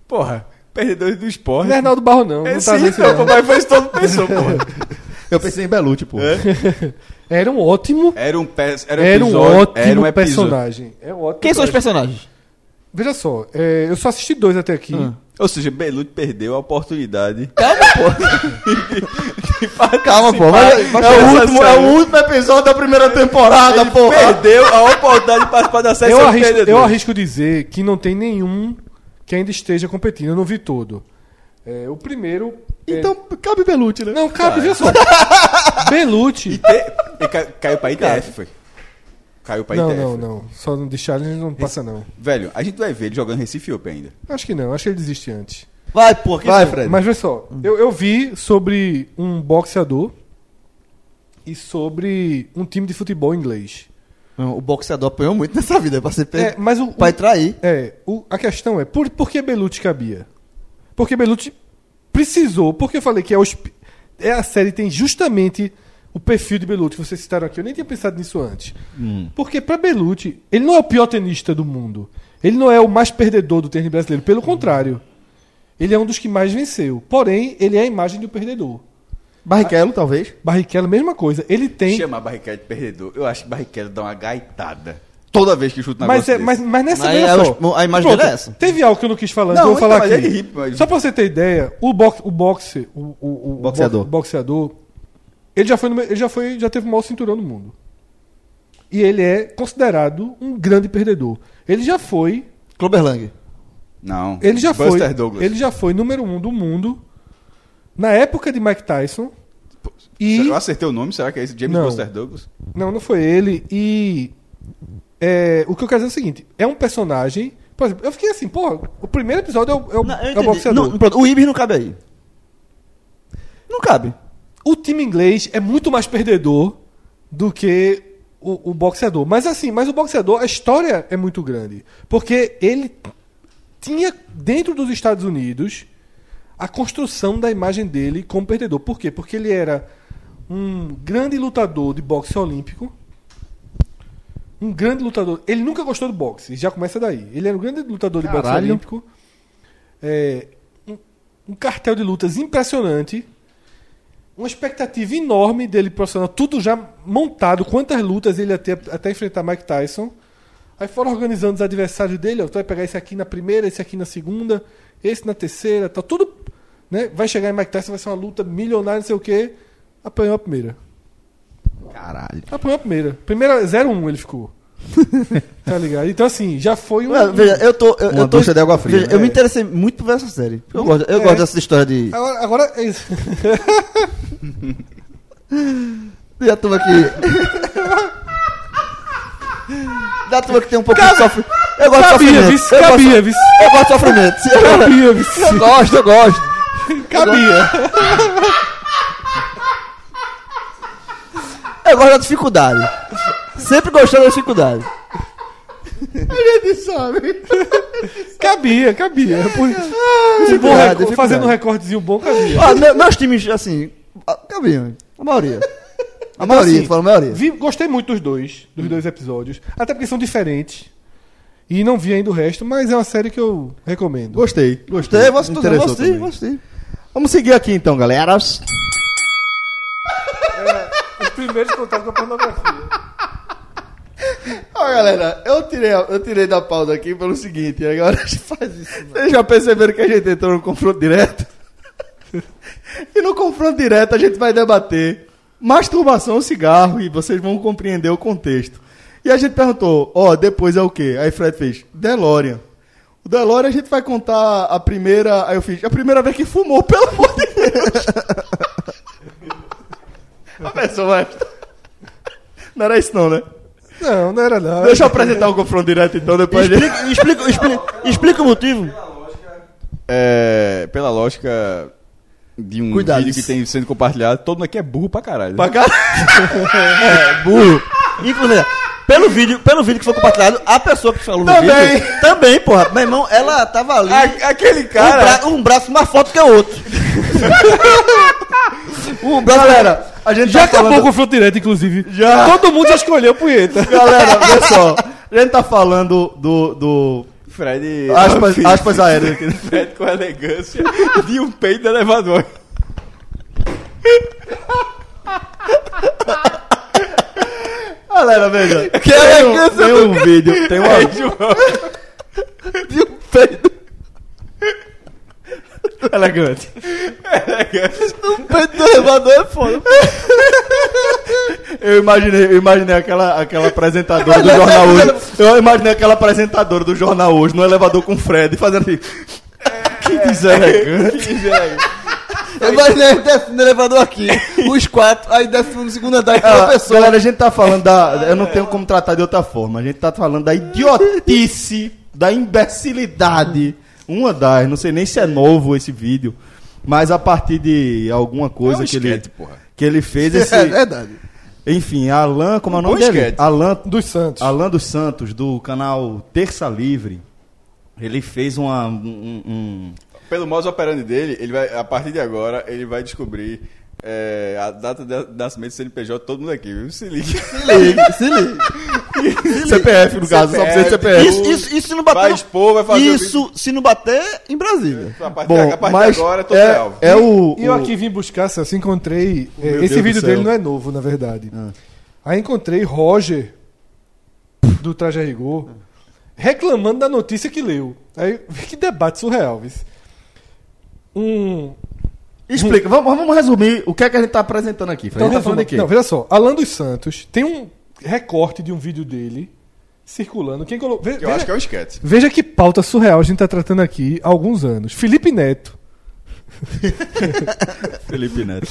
Speaker 4: Porra, perdedores do esporte.
Speaker 3: Não é Arnaldo Barro, não.
Speaker 4: É,
Speaker 3: não tá
Speaker 4: sim,
Speaker 3: nesse,
Speaker 4: não,
Speaker 3: não.
Speaker 4: mas foi isso todo pensou, porra.
Speaker 1: Eu pensei em Belute, pô.
Speaker 3: É? Era um ótimo.
Speaker 4: Era um, pe- era um
Speaker 3: Era um
Speaker 4: episódio,
Speaker 3: ótimo
Speaker 4: era um episódio.
Speaker 3: personagem. É um ótimo
Speaker 8: Quem são os
Speaker 3: personagem.
Speaker 8: personagens?
Speaker 3: Veja só, é, eu só assisti dois até aqui.
Speaker 8: Ah.
Speaker 4: Ou seja, Belucci perdeu a oportunidade.
Speaker 2: Calma, pô. Mas, mas
Speaker 4: É o
Speaker 2: essa
Speaker 4: último-
Speaker 2: série-
Speaker 4: é o
Speaker 1: último episódio da primeira temporada,
Speaker 4: Ele perdeu a oportunidade de participar da série
Speaker 3: Eu,
Speaker 4: sobre
Speaker 3: arrisco,
Speaker 4: Tá perdedor.
Speaker 3: eu arrisco dizer que não tem nenhum que ainda esteja competindo. Eu não vi todo. É, o primeiro. é-
Speaker 1: Então, cabe Belute, né?
Speaker 3: Não, cabe, veja só. Belucci.
Speaker 4: Te- e tá cai- Caiu pra ITF, foi. Caiu pra
Speaker 3: Não,
Speaker 4: ITF.
Speaker 3: não, não. Só no de Challenge não passa, não.
Speaker 4: Velho, a gente vai ver ele jogando Recife Open ainda.
Speaker 3: Acho que não, acho que ele desiste antes.
Speaker 2: Vai, pô. que
Speaker 1: Vai,
Speaker 2: isso?
Speaker 1: Fred.
Speaker 3: Mas veja só,
Speaker 4: Hum.
Speaker 3: eu, eu vi sobre um boxeador e sobre um time de futebol inglês.
Speaker 2: Não, O boxeador apanhou muito nessa vida pra ser
Speaker 3: É,
Speaker 2: pego.
Speaker 3: mas o,
Speaker 2: Pra trair.
Speaker 3: é, o- a questão é, por, por que Belucci cabia? Porque Belucci precisou, porque eu falei que é, o, esp- é a série tem justamente o perfil de Belucci, que vocês citaram aqui, eu nem tinha pensado nisso antes. Porque pra Belucci, ele não é o pior tenista do mundo. Ele não é o mais perdedor do tênis brasileiro, pelo contrário. Ele é um dos que mais venceu. Porém, ele é a imagem do perdedor.
Speaker 2: Ah.
Speaker 1: Barrichello, talvez.
Speaker 3: Barrichello, mesma coisa. Ele tem.
Speaker 4: Chamar Barrichello de perdedor. Eu acho que Barrichello dá uma gaitada. Toda vez que chuta na
Speaker 3: Mas, é, mas, mas nessa
Speaker 2: Mas
Speaker 3: veja
Speaker 2: é
Speaker 3: só.
Speaker 2: o- a imagem dele é essa.
Speaker 3: Teve algo que eu não quis falar,
Speaker 4: Não,
Speaker 3: então eu vou
Speaker 4: então,
Speaker 3: falar
Speaker 4: mas
Speaker 3: aqui.
Speaker 2: é
Speaker 4: ele ri, mas-
Speaker 3: Só pra você ter ideia, o, box, o boxe. O, o, o
Speaker 1: Boxeador.
Speaker 3: bo- boxeador. Ele já foi, no- ele já foi. Já teve o maior cinturão do mundo. E ele é considerado um grande perdedor. Ele já foi.
Speaker 2: Cluberlang.
Speaker 4: Não.
Speaker 3: Ele já
Speaker 4: Buster
Speaker 3: foi.
Speaker 4: Douglas.
Speaker 3: Ele já foi número um do mundo. Na época de Mike Tyson. E.
Speaker 4: Eu acertei o nome, será que é esse? James
Speaker 3: Não.
Speaker 4: Buster Douglas?
Speaker 3: Não, não foi ele. E é, o que eu quero dizer é o seguinte: é um personagem. Por exemplo, eu fiquei assim, porra, o primeiro episódio é o, é o,
Speaker 2: Não, eu
Speaker 3: é o
Speaker 2: entendi.
Speaker 3: boxeador.
Speaker 2: Não, pronto, o Ibis não cabe aí. Não cabe.
Speaker 3: O time inglês é muito mais perdedor do que o, o boxeador. Mas assim, mas o boxeador, a história é muito grande. Porque ele tinha dentro dos Estados Unidos a construção da imagem dele como perdedor. Por quê? Porque ele era um grande lutador de boxe olímpico. Um grande lutador. Ele nunca gostou de boxe, já começa daí. Ele era um grande lutador de boxe
Speaker 1: Caralho.
Speaker 3: olímpico. É, um, um cartel de lutas impressionante. Uma expectativa enorme dele profissional, tudo já montado, quantas lutas ele ia ter até enfrentar Mike Tyson. Aí foram organizando os adversários dele, ó, tu vai pegar esse aqui na primeira, esse aqui na segunda, esse na terceira, tá tudo, né? Vai chegar em Mike Tyson, vai ser uma luta milionária, não sei o quê. Apanhou a primeira.
Speaker 2: Caralho.
Speaker 3: Apanhou a primeira. Primeira 0-1 ele ficou. tá ligado? Então assim, já foi um
Speaker 2: Ué, veja, eu tô. Eu,
Speaker 1: Uma
Speaker 2: eu tô-
Speaker 1: ducha de água fria,
Speaker 2: veja,
Speaker 1: né?
Speaker 2: Eu me interessei muito por ver essa série. Eu, gosto, eu
Speaker 3: É.
Speaker 2: gosto dessa história de.
Speaker 3: Agora, agora é isso.
Speaker 2: Da turma que. da turma que tem um pouco de sofrimento. Eu gosto de
Speaker 3: Cabia,
Speaker 2: sofrimento.
Speaker 3: vice,
Speaker 2: eu, gosto,
Speaker 3: cabia, vice.
Speaker 2: eu gosto de sofrimento.
Speaker 3: Cabia, vice.
Speaker 2: Eu gosto, eu gosto.
Speaker 3: Cabia.
Speaker 2: Eu gosto da dificuldade. Sempre gostei da dificuldade.
Speaker 3: Cabia,
Speaker 1: É,
Speaker 3: cabia. Por- um bom
Speaker 2: dificuldade,
Speaker 3: recor- fazendo um
Speaker 2: dificuldade.
Speaker 3: recortezinho bom, cabia.
Speaker 2: Ó, me- meus times, assim. ah, Cabinho. A maioria. A maioria,
Speaker 3: assim,
Speaker 2: tu fala a maioria.
Speaker 3: Vi- gostei muito dos dois, dos
Speaker 1: Hum.
Speaker 3: dois episódios. Até porque são diferentes. E não vi ainda o resto, mas é uma série que eu recomendo.
Speaker 1: Gostei, gostei. tá
Speaker 2: Gostei, gostei,
Speaker 1: Me interessou
Speaker 2: gostei,
Speaker 1: também.
Speaker 2: gostei.
Speaker 1: Vamos seguir aqui então, galera.
Speaker 3: Os primeiros contatos com a pornografia.
Speaker 1: Ó, galera, eu tirei, a- eu tirei da pauta aqui pelo seguinte, agora a gente faz isso. Vocês já perceberam que a gente entrou no confronto direto? e no confronto direto a gente vai debater masturbação ou cigarro e vocês vão compreender o contexto. E a gente perguntou, ó, depois é o quê? Aí Fred fez, DeLorean. O DeLorean a gente vai contar a primeira. Aí eu fiz, a primeira vez que fumou, pelo amor de Deus! a pessoa vai. Não era isso, não, né?
Speaker 3: Não, não era não.
Speaker 1: Deixa eu apresentar o confronto direto então, depois. gente-
Speaker 2: Explica, explica, explica, explica o motivo.
Speaker 4: É, pela lógica de um
Speaker 2: Cuidado.
Speaker 4: vídeo que tem sendo compartilhado, todo mundo aqui é burro pra caralho.
Speaker 1: Pra cá.
Speaker 2: Burro. Inclusive, pelo vídeo, pelo vídeo que foi compartilhado, a pessoa que falou
Speaker 1: Também.
Speaker 2: no vídeo... Também, porra. Meu irmão, ela tava ali...
Speaker 4: A- aquele
Speaker 2: um,
Speaker 4: cara.
Speaker 2: bra- um braço mais forte que o outro. um braço...
Speaker 1: Galera, a gente
Speaker 3: Já
Speaker 1: tá
Speaker 3: acabou
Speaker 1: falando...
Speaker 3: o confronto direto, inclusive.
Speaker 1: Já.
Speaker 3: Todo mundo já escolheu punheta.
Speaker 1: Galera, vê só. A gente tá falando do. do...
Speaker 4: Fred.
Speaker 1: Aspas, aspas aéreas aqui.
Speaker 4: Fred com elegância de um peito de elevador.
Speaker 1: Galera, Ah, veja.
Speaker 2: Que elegância
Speaker 1: Tem um vídeo, tem uma.
Speaker 2: de um peito.
Speaker 1: Elegante.
Speaker 2: Um peito do elevador é foda.
Speaker 1: Eu imaginei, eu imaginei aquela, aquela apresentadora do jornal hoje. Eu imaginei aquela apresentadora do jornal hoje no elevador com o Fred fazendo assim.
Speaker 2: É,
Speaker 1: Que deselegante.
Speaker 2: Eu imaginei desce no elevador aqui, os quatro, aí desce no segundo andar e tem uma
Speaker 1: Ah,
Speaker 2: pessoa.
Speaker 1: Galera, a gente tá falando da. Eu não tenho como tratar de outra forma. A gente tá falando da idiotice, da imbecilidade. Uma das, não sei nem se é novo esse vídeo, mas a partir de alguma coisa
Speaker 4: É um
Speaker 1: que, ele,
Speaker 4: esquete, porra.
Speaker 1: que ele fez.
Speaker 2: É
Speaker 1: Esse,
Speaker 2: verdade.
Speaker 1: enfim, Alan, como é o nome
Speaker 4: bom
Speaker 1: dele?
Speaker 4: esquete.
Speaker 1: Alan,
Speaker 3: Dos Santos.
Speaker 1: Alan dos Santos, do canal Terça Livre. Ele fez uma. um- um-
Speaker 4: Pelo modo operando dele, ele vai, a partir de agora, ele vai descobrir é, a data de de nascimento do CNPJ, todo mundo aqui, viu? Se liga.
Speaker 2: Se liga, se liga.
Speaker 1: um CPF, no caso, só precisa de
Speaker 4: CPF.
Speaker 1: CPF.
Speaker 2: Isso, isso, isso se não bater.
Speaker 4: Vai
Speaker 2: no-
Speaker 4: expor, vai fazer o
Speaker 2: Isso se não bater em Brasília.
Speaker 4: A partir,
Speaker 1: Bom,
Speaker 4: a partir
Speaker 1: mas
Speaker 4: de agora, todo é,
Speaker 1: é,
Speaker 4: alvo.
Speaker 1: é o.
Speaker 3: E eu
Speaker 1: o-
Speaker 3: aqui vim buscar, Celso, encontrei. é,
Speaker 1: Meu
Speaker 3: esse
Speaker 1: Deus
Speaker 3: vídeo
Speaker 1: do
Speaker 3: dele
Speaker 1: céu. Ah.
Speaker 3: não é novo, na verdade. Aí encontrei Roger, do Traje a Rigor, reclamando da notícia que leu. Aí, que debate surreal, viu? Um.
Speaker 1: Explica, vamos, vamos resumir o que é que a gente tá apresentando aqui. Fred. a gente tá falando
Speaker 3: resuma-
Speaker 1: aqui.
Speaker 3: Então, Não, veja só. Alan dos Santos tem um recorte de um vídeo dele circulando. Quem colocou. ve-
Speaker 4: Que eu
Speaker 3: veja-
Speaker 4: acho que é um esquete.
Speaker 3: Veja que pauta surreal a gente tá tratando aqui há alguns anos. Felipe Neto
Speaker 1: Felipe Neto.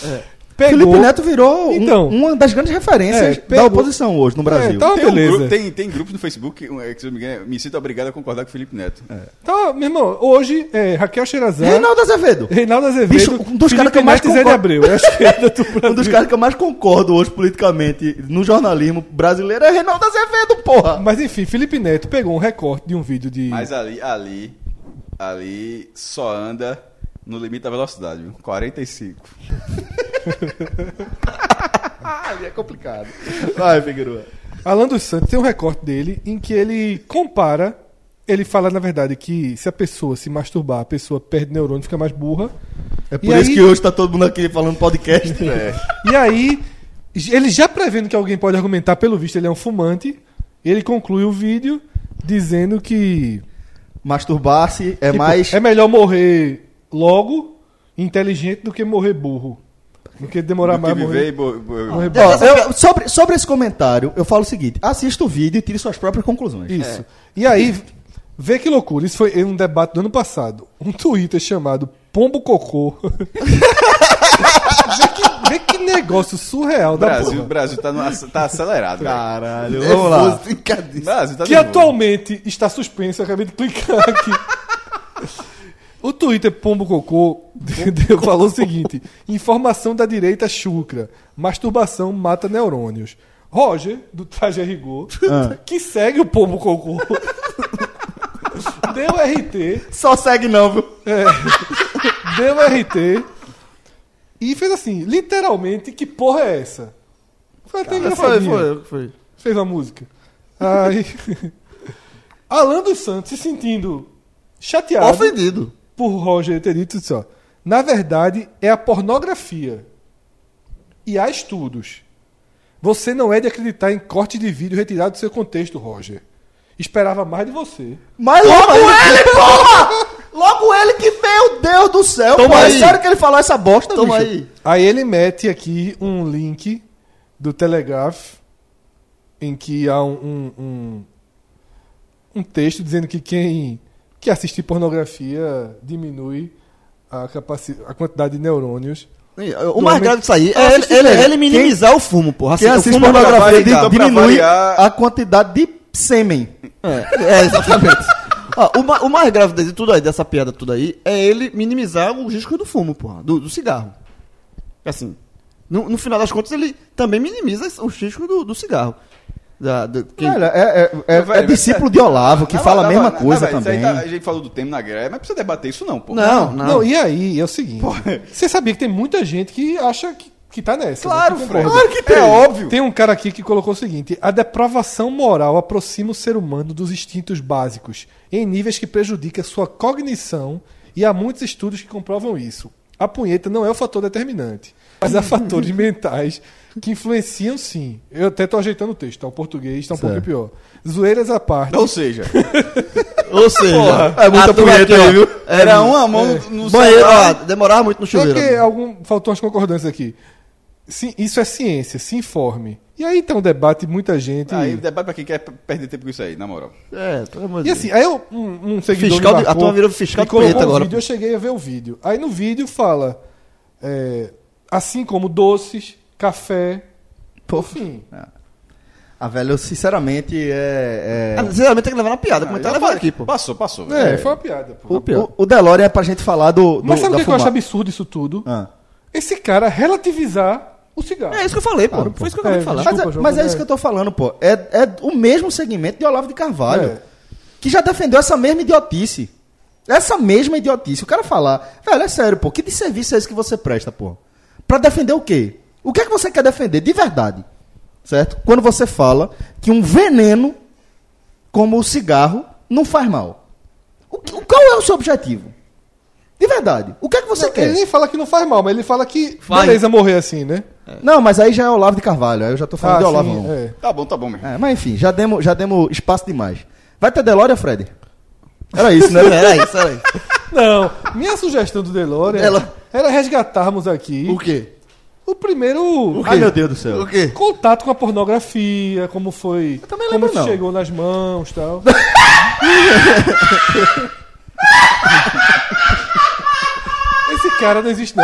Speaker 3: Pegou.
Speaker 1: Felipe Neto virou um-
Speaker 3: Então.
Speaker 1: uma das grandes referências
Speaker 3: É,
Speaker 1: da
Speaker 3: pegou.
Speaker 1: oposição hoje no Brasil.
Speaker 3: É, tá uma
Speaker 4: Tem, um
Speaker 3: beleza.
Speaker 4: grupo- tem, tem grupos no Facebook que, eh, que, se eu não me engano, me sinto obrigado a concordar com o Felipe Neto.
Speaker 1: É.
Speaker 3: Tá, meu irmão, hoje é Raquel Xerazade.
Speaker 1: Reinaldo Azevedo.
Speaker 3: Reinaldo Azevedo.
Speaker 1: Bicho, um dos
Speaker 3: Felipe
Speaker 1: caras que eu mais
Speaker 3: Neto e Zé de
Speaker 1: concordo.
Speaker 3: Abreu. É a esquerda do
Speaker 1: Um dos
Speaker 3: Brasil.
Speaker 1: caras que eu mais concordo hoje politicamente no jornalismo brasileiro é Reinaldo Azevedo, porra.
Speaker 3: Mas enfim, Felipe Neto pegou um recorte de um vídeo de.
Speaker 4: Mas ali, ali, ali só anda no limite da velocidade, viu? 45.
Speaker 1: Ali é complicado. Vai, Figueiredo.
Speaker 3: Alan dos Santos tem um recorte dele em que ele compara. Ele fala, na verdade, que se a pessoa se masturbar, a pessoa perde neurônio, fica mais burra.
Speaker 1: É por
Speaker 3: E
Speaker 1: isso
Speaker 3: aí-
Speaker 1: que hoje tá todo mundo aqui falando podcast.
Speaker 3: E aí, ele já prevendo que alguém pode argumentar, pelo visto ele é um fumante, ele conclui o vídeo dizendo que
Speaker 1: Masturbar-se é
Speaker 3: tipo,
Speaker 1: mais.
Speaker 3: é melhor morrer logo inteligente do que morrer burro. Do que demorar
Speaker 4: Do que
Speaker 3: mais a
Speaker 4: viver
Speaker 3: morrer.
Speaker 4: e bo- bo-
Speaker 3: morrer burro.
Speaker 1: Ó,
Speaker 2: é,
Speaker 1: eu- sobre, sobre esse comentário, eu falo o seguinte: assista o vídeo e tire suas próprias conclusões.
Speaker 3: Isso. E aí, vê que loucura. Isso foi em um debate do ano passado. Um Twitter chamado Pombo Cocô. vê, que, vê que negócio surreal
Speaker 4: O
Speaker 3: da
Speaker 4: Brasil,
Speaker 3: porra.
Speaker 4: o Brasil tá, no- tá acelerado. velho.
Speaker 1: Caralho, vamos lá.
Speaker 4: O Brasil tá
Speaker 3: que
Speaker 4: nervoso.
Speaker 3: atualmente está suspenso. Eu acabei de clicar aqui. O Twitter Pombo Cocô deu- falou o seguinte: informação da direita chucra, masturbação mata neurônios. Roger, do Traje a Rigor,
Speaker 2: Ah.
Speaker 3: que segue o Pombo Cocô, deu RT
Speaker 1: Só segue não, viu?
Speaker 3: deu RT e fez assim, literalmente, que porra é essa? Foi até
Speaker 2: Foi,
Speaker 3: engraçadinho.
Speaker 2: foi, foi.
Speaker 3: Fez uma música. Aí... Alan dos Santos se sentindo chateado
Speaker 2: Ofendido.
Speaker 3: por Roger ter dito isso, ó. Na verdade, é a pornografia. E há estudos. Você não é de acreditar em corte de vídeo retirado do seu contexto, Roger. Esperava mais de você.
Speaker 1: Mas logo ele, porra! Logo ele que, meu Deus do céu,
Speaker 2: Toma
Speaker 1: porra,
Speaker 2: aí.
Speaker 1: é sério que ele falou essa bosta,
Speaker 2: Toma
Speaker 1: bicho?
Speaker 2: aí.
Speaker 3: Aí ele mete aqui um link do Telegraph em que há um, um, um, um texto dizendo que quem que assistir pornografia diminui a, capaci- a quantidade de neurônios.
Speaker 2: O mais
Speaker 3: homem-
Speaker 2: grave disso aí
Speaker 1: Ah,
Speaker 2: é ele,
Speaker 1: assiste
Speaker 2: ele-
Speaker 1: mesmo.
Speaker 2: ele minimizar o fumo, porra.
Speaker 1: Quem
Speaker 2: Assim, o
Speaker 1: assiste
Speaker 2: fumo
Speaker 1: pornografia
Speaker 4: pra
Speaker 1: di-
Speaker 4: variar-
Speaker 1: diminui
Speaker 4: pra variar-
Speaker 1: a quantidade de sêmen.
Speaker 2: É, é, exatamente. Ó, o, ma- o mais grave de tudo aí, dessa piada tudo aí, é ele minimizar o risco do fumo, porra, do, do cigarro. Assim, no, no final das contas, ele também minimiza o risco do, do cigarro. Da, do- quem-
Speaker 1: Cara, é, é- é-
Speaker 4: Não, vai,
Speaker 1: é discípulo de Olavo, que
Speaker 4: Não,
Speaker 1: fala
Speaker 4: não,
Speaker 1: a mesma
Speaker 4: não, não,
Speaker 1: coisa
Speaker 4: velho, isso aí
Speaker 1: também.
Speaker 4: tá- a gente falou do tema na guerra, mas não precisa debater isso não, pô.
Speaker 2: não,
Speaker 3: Não.
Speaker 2: não.
Speaker 3: e aí é o seguinte. Você sabia que tem muita gente que acha que, que tá nessa.
Speaker 4: Claro,
Speaker 3: né? Que
Speaker 4: Fred.
Speaker 3: concorda.
Speaker 4: Claro que tem. É óbvio.
Speaker 3: Tem um cara aqui que colocou o seguinte: a depravação moral aproxima o ser humano dos instintos básicos, em níveis que prejudica sua cognição, e há muitos estudos que comprovam isso. A punheta não é o fator determinante, mas há fatores mentais que influenciam sim. Eu até tô ajeitando o texto, tá? O português tá um pouquinho pior. Zoeiras à parte.
Speaker 4: Ou seja,
Speaker 2: Ou seja,
Speaker 1: é muita
Speaker 2: a turma
Speaker 1: punheta
Speaker 2: aqui,
Speaker 1: aí,
Speaker 2: ó,
Speaker 1: viu?
Speaker 4: era uma mão
Speaker 2: É.
Speaker 4: no
Speaker 2: Banheiro, ó,
Speaker 4: celular.
Speaker 2: demorava muito no
Speaker 3: É
Speaker 2: chuveiro.
Speaker 3: que algum, faltou umas concordâncias aqui. Sim, isso é ciência, se informe. E aí tá um debate, muita gente.
Speaker 4: Aí debate pra quem quer perder tempo com isso aí, na moral.
Speaker 2: É, pelo amor de
Speaker 3: E
Speaker 2: Deus.
Speaker 3: assim, aí eu, um, um seguidor.
Speaker 2: Fiscal
Speaker 3: me
Speaker 2: de- a
Speaker 3: marcou
Speaker 2: turma virou fiscal
Speaker 3: e
Speaker 2: de
Speaker 3: colocou
Speaker 2: punheta
Speaker 3: um
Speaker 2: agora.
Speaker 3: Vídeo, eu cheguei a ver o vídeo. Aí no vídeo fala. é, assim como doces, café. Enfim.
Speaker 1: Ah, velho, eu, sinceramente, é. é-
Speaker 2: Ah, Sinceramente, tem que levar na piada, como
Speaker 4: Ah,
Speaker 2: é que
Speaker 4: já
Speaker 2: levar
Speaker 4: falei.
Speaker 2: aqui, pô.
Speaker 4: Passou, passou.
Speaker 3: É,
Speaker 4: velho.
Speaker 3: foi uma piada. pô.
Speaker 1: O, o, o DeLorean é pra gente falar do. do
Speaker 3: Mas sabe o
Speaker 1: da
Speaker 3: que, que eu acho
Speaker 1: fumaça.
Speaker 3: absurdo isso tudo?
Speaker 1: Ah.
Speaker 3: Esse cara relativizar o cigarro.
Speaker 2: É isso que eu falei, pô. Foi isso que eu acabei de
Speaker 3: É,
Speaker 2: falar.
Speaker 1: Mas,
Speaker 3: Desculpa,
Speaker 1: é,
Speaker 3: João,
Speaker 1: mas é
Speaker 3: mas é-
Speaker 1: isso que eu tô falando, pô. É, é o mesmo segmento de Olavo de Carvalho,
Speaker 3: É.
Speaker 1: que já defendeu essa mesma idiotice. Essa mesma idiotice. O cara falar, velho, é sério, pô, que desserviço é esse que você presta, pô? Pra defender o quê? O que é que você quer defender de verdade? Certo? Quando você fala que um veneno, como o cigarro, não faz mal. O, que- qual é o seu objetivo? De verdade. O que é que você
Speaker 3: Não,
Speaker 1: quer?
Speaker 3: Ele nem fala que não faz mal, mas ele fala que.
Speaker 2: Faz.
Speaker 3: Beleza, morrer assim, né?
Speaker 1: Não, mas aí já é Olavo de Carvalho. Aí eu já tô falando de
Speaker 3: sim,
Speaker 1: Olavo. não.
Speaker 3: é.
Speaker 4: Tá bom, tá bom, meu. irmão.
Speaker 1: É, mas enfim, já demos, já demos espaço demais. Vai ter Delória, Fred? Era isso, né?
Speaker 2: Era isso, era isso.
Speaker 3: Não, minha sugestão do DeLorean
Speaker 2: Ela-
Speaker 3: era resgatarmos aqui
Speaker 2: O quê?
Speaker 3: o primeiro
Speaker 1: Ai, meu Deus do céu.
Speaker 2: O quê?
Speaker 3: contato com a pornografia, como foi,
Speaker 1: também
Speaker 3: como
Speaker 1: lembro, não.
Speaker 3: chegou nas mãos, tal. Esse cara não existe não.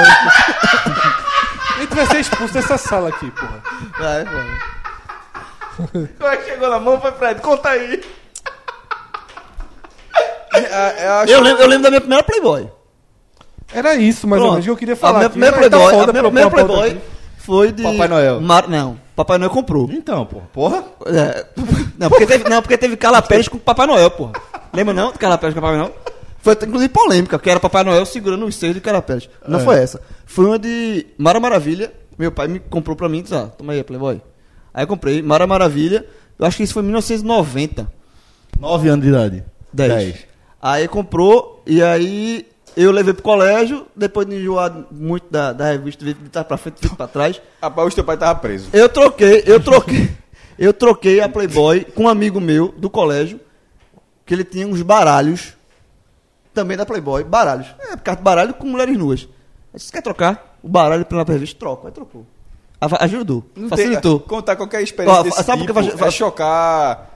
Speaker 3: Ele Tu vai ser expulso dessa sala aqui, porra.
Speaker 2: Vai, vai.
Speaker 4: Como é que chegou na mão, foi Fred? Conta aí. É, é, acho-
Speaker 2: Eu lembro, eu lembro da minha primeira Playboy.
Speaker 3: Era isso, mais ou
Speaker 2: Pronto.
Speaker 3: menos, que eu queria
Speaker 2: a
Speaker 3: falar.
Speaker 2: minha
Speaker 3: aqui.
Speaker 2: primeira
Speaker 3: Mas tá
Speaker 2: Playboy,
Speaker 3: foda
Speaker 2: a minha
Speaker 3: pra eu
Speaker 2: primeira
Speaker 3: pôr a pauta
Speaker 2: Playboy
Speaker 3: aqui.
Speaker 2: foi de.
Speaker 1: Papai Noel.
Speaker 2: Mar- Não, Papai Noel comprou.
Speaker 1: Então, porra. Porra?
Speaker 2: É,
Speaker 8: Não, porque teve, não, porque teve Carla Pérez com Papai Noel, porra. Lembra não do Carla Pérez com Papai Noel?
Speaker 2: foi até, inclusive polêmica,
Speaker 8: Que era Papai Noel segurando os seios de Carla Pérez.
Speaker 2: Pérez. Não foi essa. Foi uma de Mara Maravilha. Meu pai me comprou pra mim e disse, ah, toma aí, Playboy. Aí eu comprei Mara Maravilha. Eu acho que isso foi em 1990.
Speaker 1: 9 anos de idade.
Speaker 2: 10. Aí comprou, e aí eu levei pro colégio, depois de enjoar muito da, da revista, de estar pra frente, de pra trás.
Speaker 4: Rapaz, o teu pai tava preso.
Speaker 2: Eu troquei, eu troquei, eu troquei a Playboy com um amigo meu do colégio, que ele tinha uns baralhos, também da Playboy, baralhos. É, carta de baralho com mulheres nuas. Aí você quer trocar o baralho pela revista? Troca, aí trocou. A- Ajudou,
Speaker 4: Não tem-
Speaker 2: facilitou.
Speaker 4: contar qualquer experiência
Speaker 2: Ó,
Speaker 4: desse
Speaker 2: sabe
Speaker 4: tipo
Speaker 2: por que eu fa-
Speaker 4: vai chocar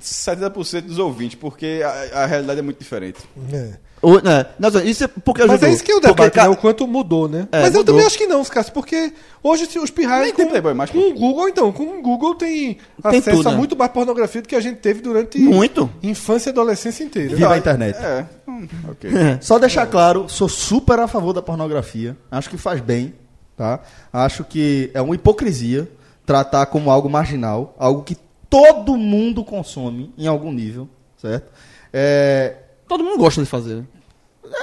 Speaker 4: 70% dos ouvintes, porque a, a realidade é muito diferente.
Speaker 3: É.
Speaker 2: O- né, não, isso é porque ajudou.
Speaker 3: Mas é isso que é o
Speaker 2: Porque
Speaker 3: debate,
Speaker 2: ca-
Speaker 3: né? O quanto mudou, né?
Speaker 2: É,
Speaker 3: Mas eu
Speaker 2: mudou.
Speaker 3: também acho que não, os caras, porque hoje se os pirrais.
Speaker 4: Nem tem Playboy mais, pô.
Speaker 3: Com o Google, então. Com o Google tem, acesso
Speaker 2: tudo,
Speaker 3: a
Speaker 2: né?
Speaker 3: muito mais pornografia do que a gente teve durante
Speaker 2: Muito.
Speaker 3: infância e adolescência inteira. Tá.
Speaker 1: Viva a internet.
Speaker 4: É, hum, ok.
Speaker 8: É.
Speaker 2: É.
Speaker 1: Só deixar claro, sou super a favor da pornografia. Acho que faz bem, tá? Acho que é uma hipocrisia tratar como algo marginal, algo que todo mundo consome em algum nível, certo? É,
Speaker 8: Todo mundo gosta de fazer.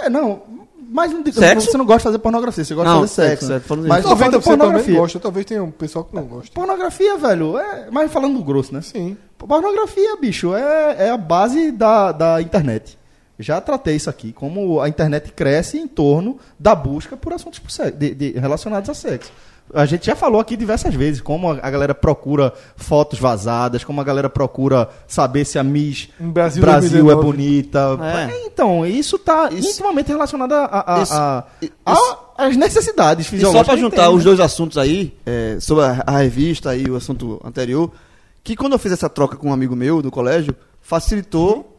Speaker 1: é, não, mas não digo,
Speaker 8: Sexo?
Speaker 1: você não gosta de fazer pornografia, você gosta
Speaker 8: Não,
Speaker 1: de fazer sexo.
Speaker 8: sexo,
Speaker 1: né?
Speaker 8: é, tô falando
Speaker 1: mas
Speaker 8: disso.
Speaker 1: tô falando
Speaker 3: 90%
Speaker 1: de pornografia.
Speaker 3: pornografia. gosta, talvez tenha um pessoal que não gosta.
Speaker 1: Pornografia, velho, é, mas falando grosso, né?
Speaker 3: Sim.
Speaker 1: Pornografia, bicho, é, é a base da, da internet. Já tratei isso aqui, como a internet cresce em torno da busca por assuntos por sexo, de- de- relacionados a sexo. A gente já falou aqui diversas vezes como a a galera procura fotos vazadas, como a galera procura saber se a Miss
Speaker 3: Em Brasil
Speaker 1: é
Speaker 3: 2019.
Speaker 1: bonita.
Speaker 8: É.
Speaker 1: Então, isso está
Speaker 2: Isso-
Speaker 1: intimamente relacionado a- a- a-
Speaker 2: Isso-
Speaker 1: a-
Speaker 2: isso-
Speaker 1: a- às necessidades
Speaker 2: E só
Speaker 1: fisiológicas.
Speaker 2: pra
Speaker 1: que
Speaker 2: juntar
Speaker 1: tem,
Speaker 2: os
Speaker 1: né?
Speaker 2: dois assuntos aí, é, sobre a, a revista e o assunto anterior, que quando eu fiz essa troca com um amigo meu do colégio, facilitou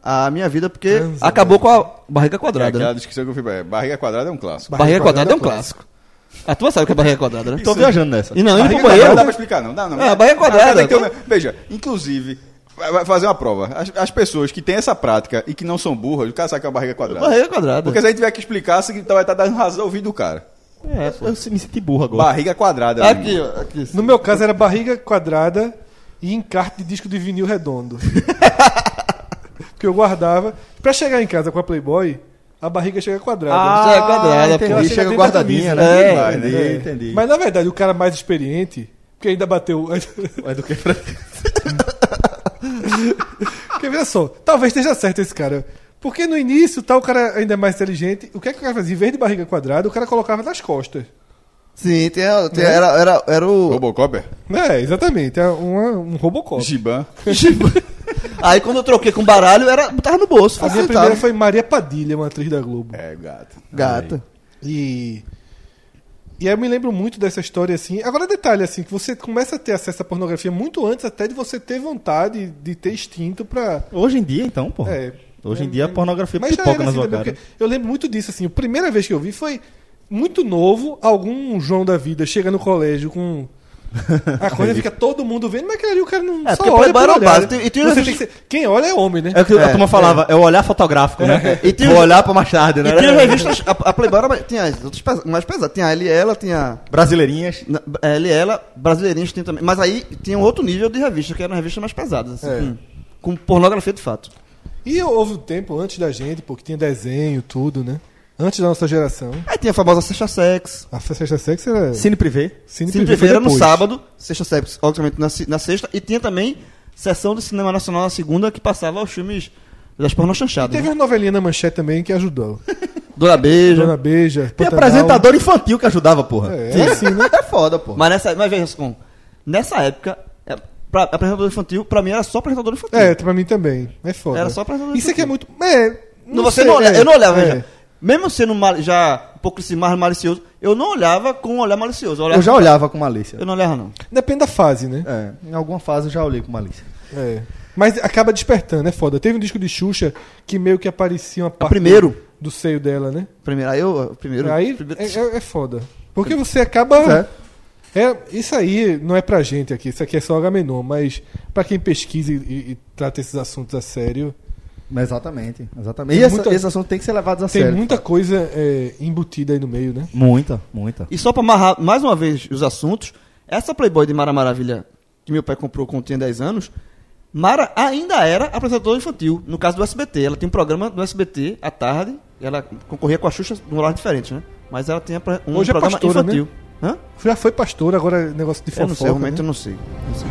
Speaker 2: a minha vida, porque
Speaker 3: Transa,
Speaker 2: acabou com a Uhum. barriga
Speaker 4: É
Speaker 2: quadrada.
Speaker 4: aquela
Speaker 2: né?
Speaker 4: descrição que eu fiz. é, Barriga quadrada é um clássico.
Speaker 8: Barriga quadrada é um clássico. A tua sabe o que é barriga quadrada, né?
Speaker 1: Tô viajando nessa.
Speaker 8: E não, indo pro
Speaker 4: Barriga quadrada
Speaker 8: banheiro.
Speaker 4: Não dá pra explicar, não. Dá, não. Ah,
Speaker 8: É, barriga quadrada.
Speaker 4: Tem que ter um- Veja, inclusive, vai vai fazer uma prova. As, as pessoas que têm essa prática e que não são burras, o cara sabe que é uma barriga quadrada.
Speaker 2: Barriga quadrada.
Speaker 4: Porque se a gente tiver que explicar, você então vai estar dando razão ao ouvido do cara.
Speaker 1: Eu se- me senti burro agora.
Speaker 4: Barriga quadrada. meu irmão.
Speaker 2: É, Aqui, ó, aqui.
Speaker 3: No meu caso era barriga quadrada e encarte de disco de vinil redondo. que eu guardava. Pra chegar em casa com a Playboy, a barriga chega quadrada. Então,
Speaker 8: Ah, é quadrada,
Speaker 1: entendi.
Speaker 8: pô.
Speaker 3: Ela
Speaker 1: Chega
Speaker 3: dentro da
Speaker 1: guardadinha,
Speaker 3: camisa,
Speaker 1: né?
Speaker 3: né?
Speaker 1: É, entendi,
Speaker 3: É.
Speaker 1: entendi.
Speaker 3: Mas na verdade, o cara mais experiente, porque ainda bateu.
Speaker 1: É do que pra...
Speaker 3: Porque veja só, talvez esteja certo esse cara. Porque no início, tá, o cara ainda é mais inteligente. O que é que o cara fazia? Em vez de barriga quadrada, o cara colocava nas costas.
Speaker 2: Sim, tem, a- tem a- era, era, era o.
Speaker 4: Robocop? é?
Speaker 3: É, exatamente. É uma- um robocop.
Speaker 4: Giban.
Speaker 2: Aí quando eu troquei com baralho, era botava no bolso,
Speaker 3: A minha
Speaker 2: facilitava.
Speaker 3: primeira foi Maria Padilha, uma atriz da Globo.
Speaker 4: É, gato.
Speaker 2: Gata.
Speaker 3: E. E aí eu me lembro muito dessa história assim. Agora, detalhe assim: que você começa a ter acesso à pornografia muito antes até de você ter vontade de ter instinto pra.
Speaker 1: Hoje em dia, então, pô.
Speaker 3: É.
Speaker 1: Hoje em dia a pornografia
Speaker 3: Mas já
Speaker 1: pipoca né?
Speaker 3: era
Speaker 1: na
Speaker 3: assim
Speaker 1: sua
Speaker 3: também,
Speaker 1: cara.
Speaker 3: porque eu lembro muito disso, assim. A primeira vez que eu vi foi muito novo. Algum João da vida chega no colégio com. A coisa fica todo mundo vendo, mas aquele ali o cara não.
Speaker 2: É,
Speaker 3: só
Speaker 2: porque
Speaker 3: olha
Speaker 2: Playboy
Speaker 3: pra
Speaker 2: era o
Speaker 3: olhar,
Speaker 2: básico.
Speaker 3: né?
Speaker 2: E tinha
Speaker 3: Você
Speaker 2: os-
Speaker 3: tem que ser- Quem olha é homem, né?
Speaker 1: É o que a
Speaker 2: É,
Speaker 1: turma falava, é. o olhar fotográfico, né?
Speaker 3: É.
Speaker 2: E tem-
Speaker 1: Vou olhar pra mais tarde, né?
Speaker 2: E tinha as revistas. A, a Playboy era, mais- tinha as outras pesa- mais pesadas. Tinha a L e ela, tinha.
Speaker 1: Brasileirinhas.
Speaker 2: Na- Ela e ela, brasileirinhos tem também. Mas aí tinha um outro nível de revista, que eram revistas mais pesadas, assim,
Speaker 3: É.
Speaker 2: com, com pornografia de fato.
Speaker 3: E houve um tempo antes da gente, porque tinha desenho, tudo, né? Antes da nossa geração.
Speaker 2: Aí tinha a famosa Sexta Sex.
Speaker 3: A sexta sexo era.
Speaker 1: Cine privê.
Speaker 3: Cine Privé
Speaker 2: Sexta-feira no
Speaker 3: depois.
Speaker 2: sábado, Sexta Sex, obviamente na, se- na sexta, e tinha também sessão de cinema nacional na segunda que passava os filmes das pornô chanchadas.
Speaker 3: Teve
Speaker 2: Né?
Speaker 3: uma novelinha na manchete também que ajudou.
Speaker 2: Dona Beija.
Speaker 3: Dona Beija.
Speaker 1: Tem
Speaker 3: Pantanal.
Speaker 1: apresentador infantil que ajudava, porra.
Speaker 3: É,
Speaker 1: Sim.
Speaker 3: era assim, né?
Speaker 1: É foda, porra.
Speaker 2: Mas nessa, mas veja, com nessa época, é, pra, apresentador infantil, pra mim era só apresentador infantil.
Speaker 3: É, pra mim também. É foda.
Speaker 2: Era só apresentador
Speaker 3: Isso aqui é muito.
Speaker 2: infantil.
Speaker 3: É.
Speaker 2: não, você
Speaker 3: sei,
Speaker 2: não olha,
Speaker 3: é,
Speaker 2: eu não olhava,
Speaker 3: é.
Speaker 2: veja. Mesmo sendo mal- já um pouco assim, mais malicioso, eu não olhava com um olhar malicioso. Eu, olhava-
Speaker 1: Eu já olhava com malícia.
Speaker 2: Eu não olhava, não.
Speaker 3: Depende da fase, né?
Speaker 1: É, em alguma fase eu já olhei com malícia.
Speaker 3: É. Mas acaba despertando, é foda. Teve um disco de Xuxa que meio que aparecia uma parte
Speaker 2: É primeiro?
Speaker 3: do seio dela, né?
Speaker 2: Primeiro, aí eu. Primeiro.
Speaker 3: Aí
Speaker 2: primeiro-
Speaker 3: é, é- é foda. Porque você acaba.
Speaker 1: Pois é.
Speaker 3: É, isso aí não é pra gente aqui, isso aqui é só Agamenon, mas pra quem pesquisa e, e- e trata esses assuntos a sério,
Speaker 1: Mas Exatamente, exatamente. E
Speaker 3: Tem
Speaker 1: essa-
Speaker 3: muita-
Speaker 1: esse assunto tem que ser levado a
Speaker 3: tem
Speaker 1: sério.
Speaker 3: muita coisa é, embutida aí no meio, né?
Speaker 1: Muita, muita.
Speaker 2: E só pra amarrar mais uma vez os assuntos, essa Playboy de Mara Maravilha que meu pai comprou quando tinha 10 anos, Mara ainda era apresentadora infantil, no caso do SBT. Ela tinha um programa do SBT à tarde, e ela concorria com a Xuxa num horário diferente, né? Mas ela tinha pra- um
Speaker 3: Hoje é
Speaker 2: programa
Speaker 3: pastora,
Speaker 2: infantil. Hã?
Speaker 3: Já foi pastor, agora é negócio de
Speaker 2: Eu não sei,
Speaker 3: fofoca.
Speaker 2: realmente
Speaker 3: né?
Speaker 2: eu não sei. Não sei.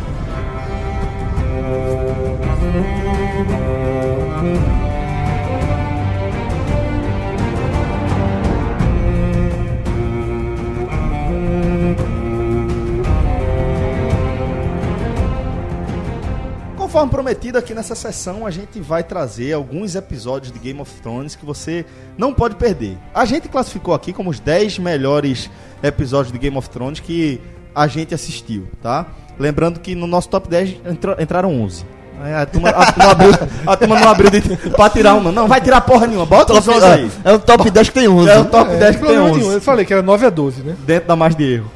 Speaker 1: Conforme prometido, aqui nessa sessão a gente vai trazer alguns episódios de Game of Thrones que você não pode perder. A gente classificou aqui como os 10 melhores episódios de Game of Thrones que a gente assistiu, tá? Lembrando que no nosso top 10 entrou- entraram 11. Aí A turma, a turma abriu, a turma não abriu de, pra tirar uma. Não, vai tirar porra nenhuma. Bota os 11 aí.
Speaker 2: É o top 10 que tem né? 11.
Speaker 1: É o top
Speaker 3: É,
Speaker 1: 10 que tem
Speaker 3: problema
Speaker 1: 11
Speaker 3: nenhum, Eu falei que era 9 a 12, né?
Speaker 1: dentro da margem de erro.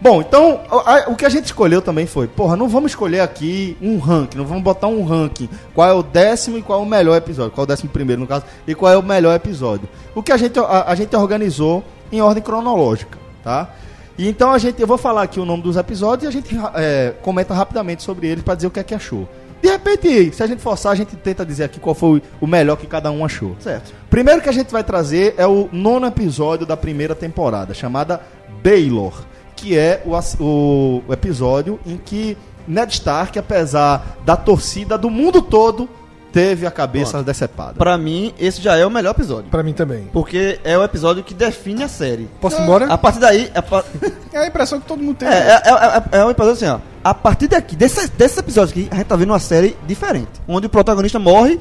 Speaker 1: Bom, então, a- a- o que a gente escolheu também foi, porra, não vamos escolher aqui um ranking, não vamos botar um ranking. Qual é o décimo e qual é o melhor episódio, qual é o décimo primeiro no caso, e qual é o melhor episódio. O que a gente, a, a gente organizou em ordem cronológica, tá? E então a gente, eu vou falar aqui o nome dos episódios e a gente ra- é, comenta rapidamente sobre eles pra dizer o que é que achou. De repente, se a gente forçar, a gente tenta dizer aqui qual foi o melhor que cada um achou.
Speaker 2: Certo.
Speaker 1: Primeiro que a gente vai trazer é o nono episódio da primeira temporada, chamada Baylor, que é o, ass- o episódio em que Ned Stark, apesar da torcida do mundo todo, teve a cabeça decepada.
Speaker 2: Pra mim, esse já é o melhor episódio.
Speaker 3: Pra mim também.
Speaker 2: Porque é o episódio que define a série.
Speaker 3: Posso ir embora?
Speaker 2: A partir daí. a pa-
Speaker 4: É a impressão que todo mundo tem.
Speaker 2: É, é, é, é, é um episódio assim, ó. A partir daqui, desse, desse episódio aqui, a gente tá vendo uma série diferente. Onde o protagonista morre.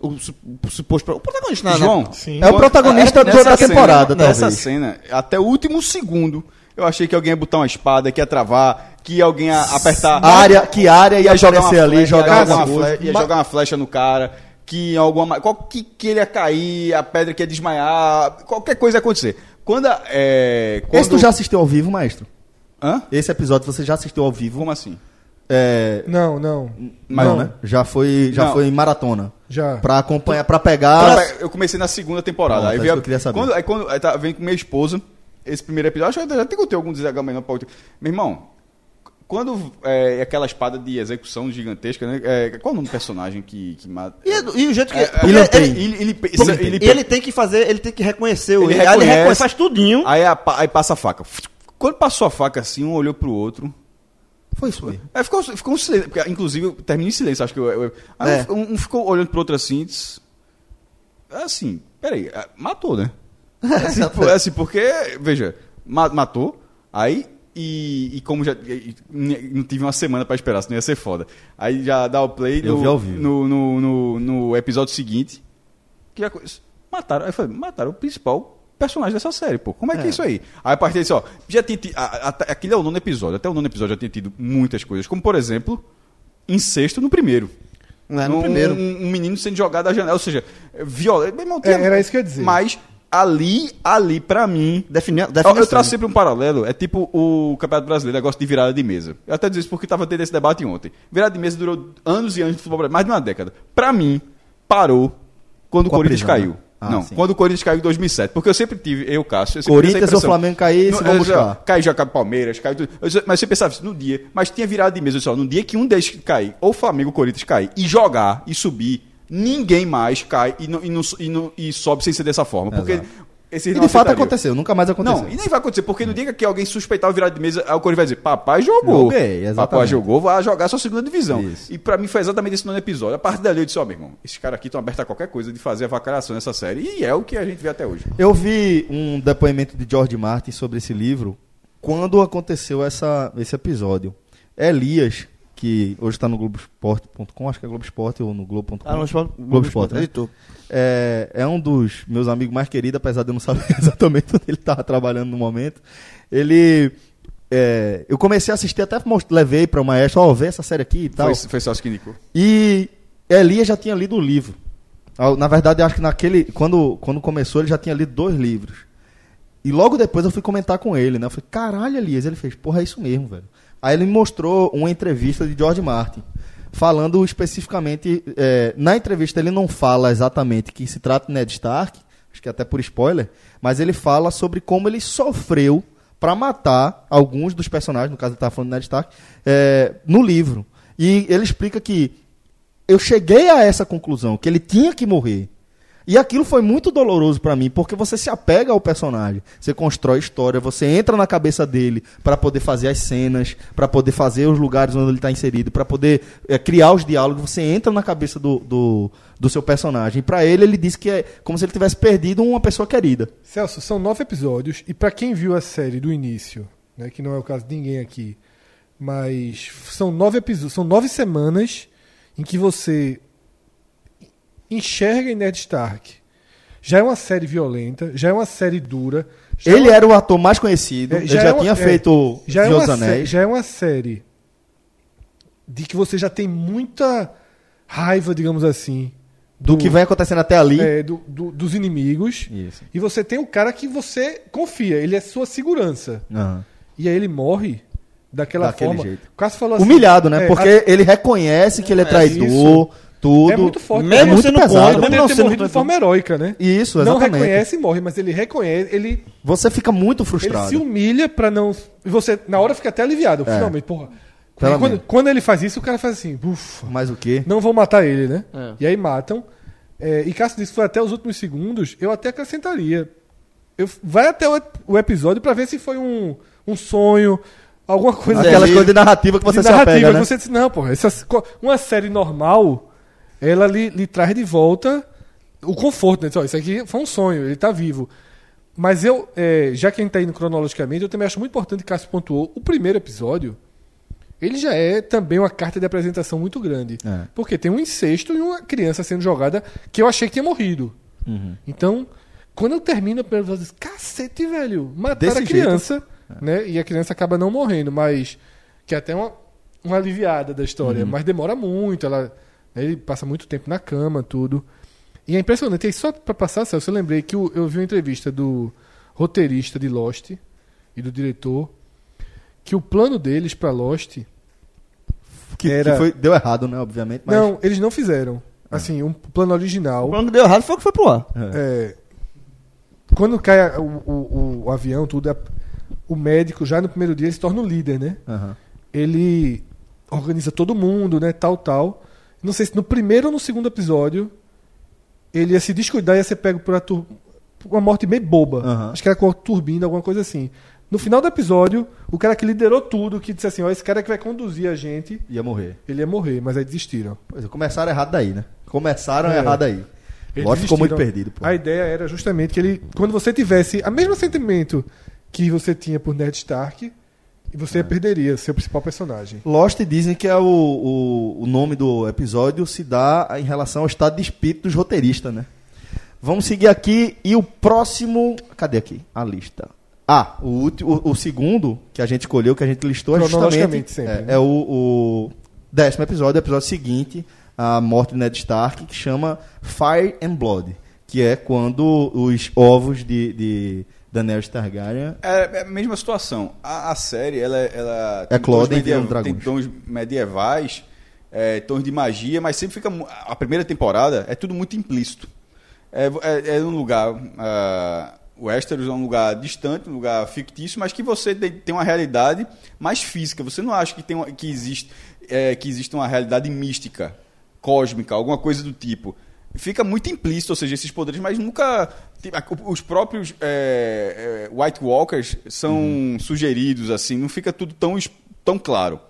Speaker 2: O, su- o suposto. pro- O protagonista, né, na- na-
Speaker 4: João,
Speaker 3: Sim.
Speaker 1: É o protagonista
Speaker 4: nessa
Speaker 1: do- da
Speaker 4: cena-
Speaker 1: temporada,
Speaker 4: Nessa
Speaker 1: talvez.
Speaker 4: cena, até o último segundo, eu achei que alguém ia botar uma espada, que ia travar, que alguém ia apertar...
Speaker 1: área, que área ia,
Speaker 4: jogar uma
Speaker 1: aparecer ali,
Speaker 4: flecha,
Speaker 1: jogar
Speaker 4: ia
Speaker 1: alguma
Speaker 4: uma
Speaker 1: coisa.
Speaker 4: flecha, ia jogar uma flecha no cara, que alguma ma- qual que, que ele ia cair, a pedra que ia desmaiar, qualquer coisa ia acontecer. Quando a- é, quando...
Speaker 1: Esse tu já assistiu ao vivo, maestro?
Speaker 4: Hã?
Speaker 1: Esse episódio você já assistiu ao vivo?
Speaker 4: Como assim?
Speaker 1: É,
Speaker 3: Não, não.
Speaker 4: Mas-
Speaker 1: não, né? Já foi, já
Speaker 4: Não.
Speaker 1: foi em maratona.
Speaker 3: Já.
Speaker 1: Pra acompanhar, pra pegar.
Speaker 4: Pra- Ah, Eu comecei na segunda temporada.
Speaker 1: Pronto,
Speaker 4: aí
Speaker 1: é isso
Speaker 4: veio,
Speaker 1: que eu queria saber.
Speaker 4: Quando, aí quando aí tá- vem com minha esposa, esse primeiro episódio, acho que eu já até contei algum desagão menor pra outro. Meu irmão, quando é, aquela espada de execução gigantesca, né? é, qual é o nome do personagem que, que mata?
Speaker 2: E, é do- e o jeito que.
Speaker 4: É,
Speaker 2: porque
Speaker 1: Ele tem.
Speaker 2: ele,
Speaker 4: Ele, ele, pe-
Speaker 2: porque
Speaker 4: ele-
Speaker 2: ele,
Speaker 4: ele-
Speaker 2: tem que fazer. Ele tem que reconhecer o.
Speaker 4: Ele
Speaker 2: Ele, ele reconhece,
Speaker 4: reconhece, Ah,
Speaker 2: faz tudinho.
Speaker 4: Aí, a pa- aí passa a faca. Quando passou a faca assim, um olhou pro outro.
Speaker 1: Foi isso aí.
Speaker 4: Aí ficou, ficou um silêncio. Porque, inclusive, eu terminei em silêncio, acho que eu. eu- aí
Speaker 2: É.
Speaker 4: um, um ficou olhando pro outro assim. Disse, assim, peraí, ah, matou, né? Assim, por- assim, porque, veja, ma- matou, aí. E, e como já. e- e não tive uma semana pra esperar, senão ia ser foda. Aí já dá o play
Speaker 1: Eu
Speaker 4: no,
Speaker 1: vi ao vivo.
Speaker 4: no, no, no- no episódio seguinte. Que já, co- mataram. Aí foi, mataram o principal personagem dessa série, pô. Como é, que é isso aí? Aí a partir disso, ó, já tinha tido, a- a- até- aquele é o nono episódio, até o nono episódio já tinha tido muitas coisas, como por exemplo, incesto no primeiro.
Speaker 2: Não é no
Speaker 4: um,
Speaker 2: primeiro.
Speaker 4: Um, um menino sendo jogado da janela, ou seja, violento. Meu irmão,
Speaker 3: É, era isso que eu ia dizer.
Speaker 4: Mas ali, ali pra mim,
Speaker 2: Define,
Speaker 4: eu,
Speaker 2: define
Speaker 4: eu traço sempre um paralelo, é tipo o Campeonato Brasileiro, negócio de virada de mesa. Eu até disse isso porque estava tendo esse debate ontem. Virada de mesa durou anos e anos de futebol brasileiro, mais de uma década. Pra mim, parou quando
Speaker 1: Com
Speaker 4: o
Speaker 1: a
Speaker 4: Corinthians
Speaker 1: prisão,
Speaker 4: caiu.
Speaker 1: né? Ah,
Speaker 4: não,
Speaker 1: sim.
Speaker 4: quando o Corinthians caiu em 2007. Porque eu sempre tive, eu, Cássio... Eu sempre tive essa
Speaker 1: Corinthians ou
Speaker 4: impressão.
Speaker 1: Flamengo caísse,
Speaker 4: Não,
Speaker 1: vamos
Speaker 4: eu já-
Speaker 1: buscar.
Speaker 4: Caiu já caiu Palmeiras, caiu tudo. Eu já- Mas você pensava isso no dia. Mas tinha virada de mesa. Só, no dia que um deles cair, ou Flamengo ou Corinthians cair, e jogar, e subir, ninguém mais cai e, não, e, não- e não- e sobe sem ser dessa forma. Porque...
Speaker 1: Exato.
Speaker 4: esses
Speaker 1: E
Speaker 4: não
Speaker 1: de fato
Speaker 4: aceitariam.
Speaker 1: aconteceu, nunca mais aconteceu.
Speaker 4: Não, e nem vai acontecer, porque no dia que alguém suspeitar o virado de mesa, aí o Corinthians vai dizer, papai jogou.
Speaker 1: Joguei, exatamente.
Speaker 4: Papai jogou, vai jogar só segunda divisão.
Speaker 1: Isso.
Speaker 4: E pra mim foi exatamente esse nono episódio. A partir dali eu disse, ó, meu irmão, esses caras aqui estão abertos a qualquer coisa de fazer avacalhação nessa série. E é o que a gente vê até hoje.
Speaker 1: Eu vi um depoimento de George Martin sobre esse livro quando aconteceu essa, esse episódio. É Elias, que hoje está no Globoesporte.com, acho que é Globoesporte ou no Globo.com.
Speaker 2: Ah, não, Globo,
Speaker 1: Globo Esporte, né?
Speaker 2: editor.
Speaker 1: É, é um dos meus amigos mais queridos, apesar de eu não saber exatamente onde ele estava trabalhando no momento. Ele. é, eu comecei a assistir, até most- levei para o maestro, ó, vê essa série aqui e tal.
Speaker 4: Foi, foi só isso que indicou.
Speaker 1: E Elias já tinha lido o livro. Ah, Na verdade, eu acho que naquele. Quando, quando começou, ele já tinha lido dois livros. E logo depois eu fui comentar com ele, né? Eu falei, caralho, Elias. Ele fez, porra, é isso mesmo, velho. Aí ele me mostrou uma entrevista de George Martin, falando especificamente. eh, na entrevista ele não fala exatamente que se trata de Ned Stark, acho que é até por spoiler, mas ele fala sobre como ele sofreu pra matar alguns dos personagens, no caso ele tava falando de Ned Stark, eh, no livro. E ele explica que eu cheguei a essa conclusão, que ele tinha que morrer. E aquilo foi muito doloroso pra mim, porque você se apega ao personagem, você constrói história, você entra na cabeça dele pra poder fazer as cenas, pra poder fazer os lugares onde ele tá inserido, pra poder eh, criar os diálogos, você entra na cabeça do, do, do seu personagem. Pra ele, ele disse que é como se ele tivesse perdido uma pessoa querida.
Speaker 3: Celso, são nove episódios e pra quem viu a série do início, né, que não é o caso de ninguém aqui, mas são nove episódios, são nove semanas em que você enxerga em Ned Stark. Já é uma série violenta, já é uma série dura. já é
Speaker 1: ele
Speaker 3: uma-
Speaker 1: era o ator mais conhecido,
Speaker 3: É,
Speaker 1: ele já
Speaker 3: é uma-
Speaker 1: tinha
Speaker 3: é,
Speaker 1: feito
Speaker 3: já é
Speaker 1: Senhor
Speaker 3: uma
Speaker 1: dos
Speaker 3: sé-
Speaker 1: Anéis.
Speaker 3: já é uma série de que você já tem muita raiva, digamos assim,
Speaker 1: do que vem acontecendo até ali.
Speaker 3: é, do- do- dos inimigos.
Speaker 1: Isso.
Speaker 3: E você tem o cara que você confia, ele é sua segurança.
Speaker 1: Aham.
Speaker 3: E aí ele morre daquela
Speaker 1: Daquele
Speaker 3: forma.
Speaker 1: jeito.
Speaker 3: O Cássio falou assim,
Speaker 1: Humilhado, né?
Speaker 3: é,
Speaker 1: Porque
Speaker 3: a-
Speaker 1: ele reconhece que ele é
Speaker 3: isso.
Speaker 1: traidor, tudo.
Speaker 3: é muito forte.
Speaker 8: Mesmo
Speaker 3: né?
Speaker 1: muito
Speaker 8: sendo
Speaker 1: pesado.
Speaker 8: contra,
Speaker 3: Poderia
Speaker 8: mesmo
Speaker 3: ter
Speaker 8: sendo
Speaker 3: morrido de forma heróica, né?
Speaker 1: Isso,
Speaker 3: não
Speaker 1: exatamente.
Speaker 3: reconhece e morre, mas ele reconhece, ele,
Speaker 1: Você fica muito
Speaker 3: ele
Speaker 1: frustrado.
Speaker 3: se humilha pra não. E você, na hora, fica até aliviado. Finalmente, porra.
Speaker 1: Pelo
Speaker 3: Quando,
Speaker 1: menos.
Speaker 3: quando ele faz isso, o cara faz assim, ufa.
Speaker 1: Mas o quê?
Speaker 3: Não vão matar ele, né?
Speaker 8: É.
Speaker 3: E aí matam. É, e Cássio disse que foi até os últimos segundos. Eu até acrescentaria. Eu, vai até o, ep- o episódio pra ver se foi um, um sonho, alguma coisa
Speaker 1: Aquela
Speaker 2: delírio.
Speaker 1: coisa de narrativa que você
Speaker 3: um de narrativa.
Speaker 1: se apega, né?
Speaker 3: que Você disse, não, porra, essa, co- uma série normal, ela lhe, lhe traz de volta o conforto, né? Diz, ó, isso aqui foi um sonho, ele tá vivo. Mas eu, é, já que a gente tá indo cronologicamente, eu também acho muito importante que Cássio pontuou o primeiro episódio. Ele já é também uma carta de apresentação muito grande.
Speaker 1: É.
Speaker 3: Porque tem um incesto e uma criança sendo jogada que eu achei que tinha morrido.
Speaker 1: Uhum.
Speaker 3: Então, quando eu termino a primeira vez, eu disse, cacete, velho, mataram
Speaker 1: Desse É.
Speaker 3: a criança, né? E a criança acaba não morrendo, mas que é até uma, uma aliviada da história,
Speaker 1: Uhum.
Speaker 3: mas demora muito, ela né, ele passa muito tempo na cama, tudo. E é impressionante, e aí só pra passar, Celso, eu lembrei que eu, eu vi uma entrevista do roteirista de Lost e do diretor que o plano deles pra Lost
Speaker 1: Que, que
Speaker 3: Era-
Speaker 1: foi- deu errado, né? Obviamente, mas.
Speaker 3: não, eles não fizeram. Assim, um plano original.
Speaker 2: O plano que deu errado foi o que foi pro ar.
Speaker 3: É, quando cai a- o, o- o avião, tudo, a- o médico já no primeiro dia ele se torna o líder, né?
Speaker 1: Aham.
Speaker 3: Ele organiza todo mundo, né? Tal, tal. Não sei se no primeiro ou no segundo episódio ele ia se descuidar e ia ser pego por, a tur- por uma morte meio boba.
Speaker 1: Aham.
Speaker 3: Acho que era com a turbina, alguma coisa assim. No final do episódio, o cara que liderou tudo, que disse assim: ó, esse cara que vai conduzir a gente,
Speaker 1: Ia morrer.
Speaker 3: ele ia morrer, mas aí desistiram.
Speaker 1: Pois é, começaram errado daí, né? Começaram
Speaker 3: É. então.
Speaker 1: errado aí.
Speaker 3: Eles
Speaker 1: Lógico ficou muito
Speaker 3: desistiram.
Speaker 1: perdido, pô.
Speaker 3: A ideia era justamente que ele, quando você tivesse o mesmo sentimento que você tinha por Ned Stark, você
Speaker 1: É.
Speaker 3: perderia seu principal personagem.
Speaker 1: Lost dizem que é o, o, o nome do episódio se dá em relação ao estado de espírito dos roteiristas, né? Vamos seguir aqui e o próximo. Cadê aqui? A lista. Ah, o, último, o, o segundo que a gente escolheu, que a gente listou, é justamente
Speaker 3: Cronologicamente sempre,
Speaker 1: é,
Speaker 3: né?
Speaker 1: é o, o décimo episódio, o episódio seguinte, a morte de Ned Stark, que chama Fire and Blood, que é quando os ovos de, de Daenerys Targaryen
Speaker 4: É é a mesma situação. A, a série, ela, ela
Speaker 1: É Clóden
Speaker 4: tons
Speaker 1: virando
Speaker 4: tem
Speaker 1: dragões.
Speaker 4: tons medievais, é, tons de magia, mas sempre fica. mu- A primeira temporada é tudo muito implícito. É, vo- é- é um lugar. ah, Westeros é um lugar distante, um lugar fictício, mas que você tem tem uma realidade mais física. Você não acha que, tem uma- que, existe, é, que existe uma realidade mística, cósmica, alguma coisa do tipo. Fica muito implícito, ou seja, esses poderes, mas nunca. ti- a- Os próprios é, é, White Walkers são sugeridos, assim, não fica tudo tão, es- tão claro.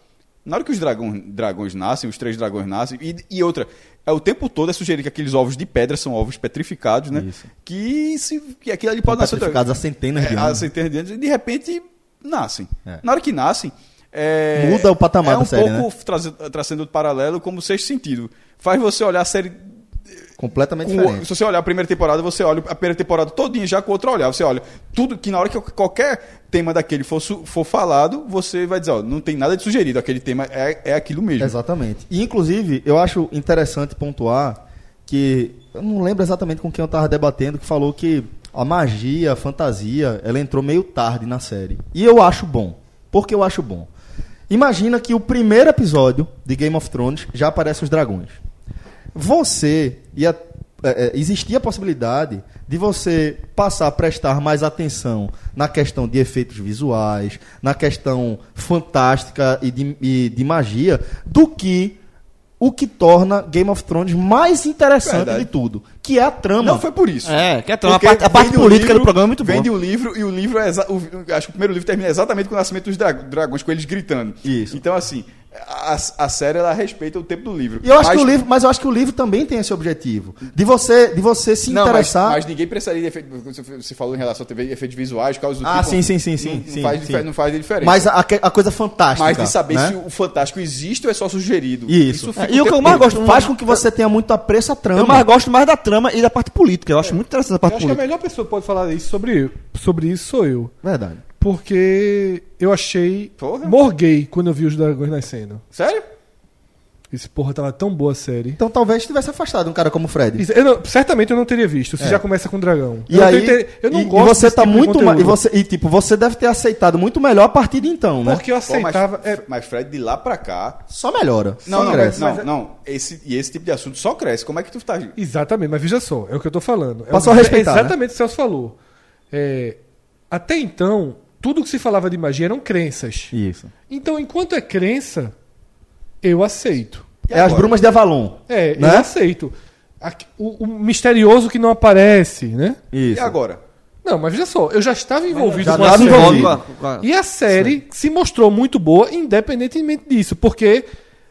Speaker 4: Na hora que os dragões, dragões nascem, os três dragões nascem, e, e outra, é o tempo todo é sugerido que aqueles ovos de pedra são ovos petrificados, né?
Speaker 1: Isso.
Speaker 4: Que, se, que aquilo ali
Speaker 1: são
Speaker 4: pode nascer. outra-
Speaker 1: petrificados há centenas de
Speaker 4: é, há
Speaker 1: anos.
Speaker 4: centenas de anos, e de repente nascem.
Speaker 1: É.
Speaker 4: Na hora que nascem. é-
Speaker 1: Muda o patamar
Speaker 4: é um
Speaker 1: da série, né?
Speaker 4: pouco traze- traçando outro paralelo como o sexto sentido. Faz você olhar a série.
Speaker 1: Completamente
Speaker 4: com-
Speaker 1: É diferente.
Speaker 4: se você olhar a primeira temporada, você olha a primeira temporada todinha já com outro olhar. Você olha tudo que na hora que qualquer tema daquele for, su- for falado, você vai dizer: ó, não tem nada de sugerido, aquele tema é, é aquilo mesmo.
Speaker 1: Exatamente. E, inclusive, eu acho interessante pontuar que. Eu não lembro exatamente com quem eu estava debatendo, que falou que a magia, a fantasia, ela entrou meio tarde na série. E eu acho bom. Por que eu acho bom? Imagina que o primeiro episódio de Game of Thrones já aparece os dragões. Você ia, é, é, existia a possibilidade de você passar a prestar mais atenção na questão de efeitos visuais, na questão fantástica e de- e de magia, do que o que torna Game of Thrones mais interessante
Speaker 4: Verdade.
Speaker 1: de tudo, que é a trama.
Speaker 4: Não foi por isso.
Speaker 8: É, quer
Speaker 4: Porque
Speaker 8: a parte, a parte
Speaker 4: vende o
Speaker 8: política
Speaker 4: livro-
Speaker 8: do programa é muito boa.
Speaker 4: Vende o livro e o livro é exa- o- o- acho que o primeiro livro termina exatamente com o nascimento dos dra- dragões, com eles gritando.
Speaker 1: Isso.
Speaker 4: Então, assim, a, a série ela respeita o tempo do livro.
Speaker 1: E eu acho
Speaker 4: Mas-
Speaker 1: que o livro, mas eu acho que o livro também tem esse objetivo de você, de você se
Speaker 4: Não, mas,
Speaker 1: interessar.
Speaker 4: mas ninguém precisaria de efeito. Você você falou em relação a TV, efeitos visuais, causa do
Speaker 1: Ah,
Speaker 4: tipo,
Speaker 1: sim, sim, sim, sim,
Speaker 4: Não, não
Speaker 1: sim,
Speaker 4: faz,
Speaker 1: sim.
Speaker 4: difer- não faz diferença.
Speaker 1: Mas a, a coisa fantástica.
Speaker 4: Mas de saber
Speaker 1: né?
Speaker 4: se o fantástico existe ou é só sugerido.
Speaker 1: isso.
Speaker 4: fica
Speaker 8: É, E o que eu
Speaker 4: tempo
Speaker 8: mais
Speaker 4: todo.
Speaker 8: gosto
Speaker 1: faz com que você tenha muito apreço à trama.
Speaker 8: Eu mais gosto mais da trama e da parte política. Eu acho muito interessante essa
Speaker 3: Eu
Speaker 8: parte
Speaker 3: acho que é a
Speaker 8: política.
Speaker 3: melhor pessoa que pode falar isso sobre, sobre isso sou eu.
Speaker 1: Verdade.
Speaker 3: Porque eu achei.
Speaker 4: Porra.
Speaker 3: Morguei quando eu vi os dragões nascendo.
Speaker 4: Sério?
Speaker 3: Esse porra tava tão boa a série.
Speaker 1: Então talvez tivesse afastado um cara como o Fred.
Speaker 3: Isso- eu não- certamente eu não teria visto, se já começa com dragão.
Speaker 1: É. E
Speaker 3: eu
Speaker 1: aí,
Speaker 3: não, tenho inter- eu não
Speaker 1: e,
Speaker 3: gosto
Speaker 1: e você
Speaker 3: desse
Speaker 1: tá
Speaker 3: tipo de
Speaker 1: muito mais, e
Speaker 3: conteúdo.
Speaker 1: você e tipo, você deve ter aceitado muito melhor a partir de então, né?
Speaker 3: Porque eu
Speaker 4: Pô, mas-
Speaker 3: aceitava. é,
Speaker 4: Mas, Fred, de lá pra cá.
Speaker 1: Só melhora.
Speaker 4: Não,
Speaker 1: só
Speaker 4: não,
Speaker 1: cresce.
Speaker 8: é-
Speaker 4: não, não. Esse, e esse tipo de assunto só cresce. Como é que tu tá.
Speaker 3: Exatamente, mas veja só, é o que eu tô falando. É
Speaker 1: Passou
Speaker 3: o-
Speaker 1: a respeitar, né?
Speaker 3: Exatamente o que o Celso falou. É, até então, tudo que se falava de magia eram crenças.
Speaker 1: Isso.
Speaker 3: Então, enquanto é crença, eu aceito.
Speaker 4: E
Speaker 1: É as
Speaker 4: agora?
Speaker 1: brumas de Avalon.
Speaker 3: É,
Speaker 1: Né?
Speaker 3: eu aceito. Aqui- O, o misterioso que não aparece, né?
Speaker 1: Isso.
Speaker 4: E agora?
Speaker 3: Não, mas veja só, eu já estava envolvido
Speaker 1: já
Speaker 3: com a
Speaker 1: tava
Speaker 3: série.
Speaker 1: envolvido.
Speaker 3: E a série se mostrou muito boa, independentemente disso, porque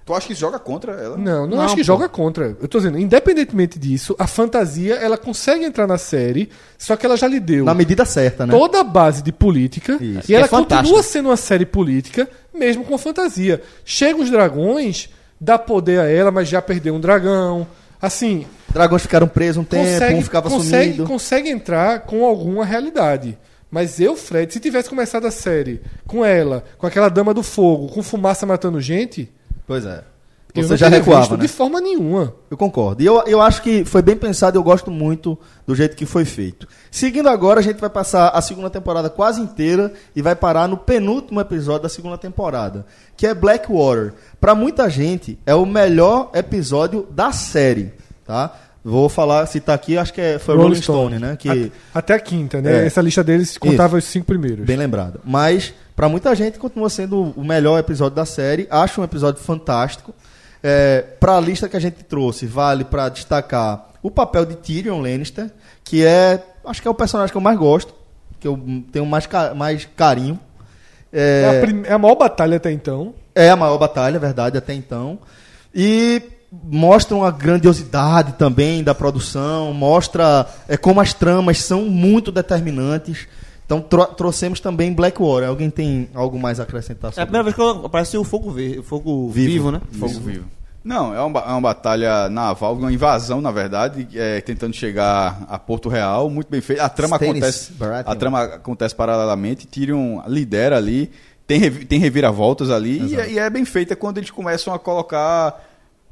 Speaker 4: Tu acha que joga contra ela?
Speaker 3: Não, não,
Speaker 8: Não,
Speaker 3: acho que
Speaker 8: pô.
Speaker 3: joga contra. Eu tô dizendo, independentemente disso, a fantasia ela consegue entrar na série, só que ela já lhe deu
Speaker 1: Na medida certa, né?
Speaker 3: toda a base de política
Speaker 1: Isso.
Speaker 3: e ela
Speaker 8: É fantástico.
Speaker 3: continua sendo uma série política, mesmo com a fantasia. Chega os dragões, dá poder a ela, mas já perdeu um dragão. Assim,
Speaker 1: Dragões ficaram presos um tempo, um
Speaker 3: consegue,
Speaker 1: ficava
Speaker 3: consegue,
Speaker 1: sumido.
Speaker 3: consegue entrar com alguma realidade. Mas eu, Fred, se tivesse começado a série com ela, com aquela dama do fogo, com fumaça matando gente,
Speaker 1: Pois é.
Speaker 3: eu
Speaker 1: Você
Speaker 3: não
Speaker 1: já
Speaker 3: teria
Speaker 1: recuava,
Speaker 3: visto
Speaker 1: né?
Speaker 3: de forma nenhuma.
Speaker 1: Eu concordo. E eu, eu acho que foi bem pensado e eu gosto muito do jeito que foi feito. Seguindo agora, a gente vai passar a segunda temporada quase inteira e vai parar no penúltimo episódio da segunda temporada, que é Blackwater. Pra muita gente, é o melhor episódio da série, tá? Vou falar, citar aqui, acho que é, foi Rolling, Stone, né? Que...
Speaker 3: A- até a quinta, né?
Speaker 1: É.
Speaker 3: Essa lista deles contava os cinco primeiros.
Speaker 1: Bem lembrado. Mas, pra muita gente, continua sendo o melhor episódio da série. Acho um episódio fantástico. É, para a lista que a gente trouxe, vale pra destacar o papel de Tyrion Lannister, que é, acho que é o personagem que eu mais gosto, que eu tenho mais, ca- mais carinho.
Speaker 3: É, a, prim- é a maior batalha até então.
Speaker 1: É a maior batalha, é verdade, até então. E mostram a grandiosidade também da produção, mostra é, como as tramas são muito determinantes. Então tro- trouxemos também Blackwater. Alguém tem algo mais a
Speaker 8: É
Speaker 1: acrescentar
Speaker 8: a
Speaker 1: sobre
Speaker 8: primeira vez que eu- aparece o fogo, verde, o fogo
Speaker 1: Vivo.
Speaker 8: vivo. né?
Speaker 4: Fogo vivo. Não, é uma, é uma batalha naval, uma invasão, na verdade, é, tentando chegar a Porto Real, muito bem feito. A trama
Speaker 1: Stannis
Speaker 4: acontece,
Speaker 1: Baratheon.
Speaker 4: a trama acontece paralelamente, Tyrion lidera ali, tem, revi- tem reviravoltas ali, e, é- e é bem feita quando eles começam a colocar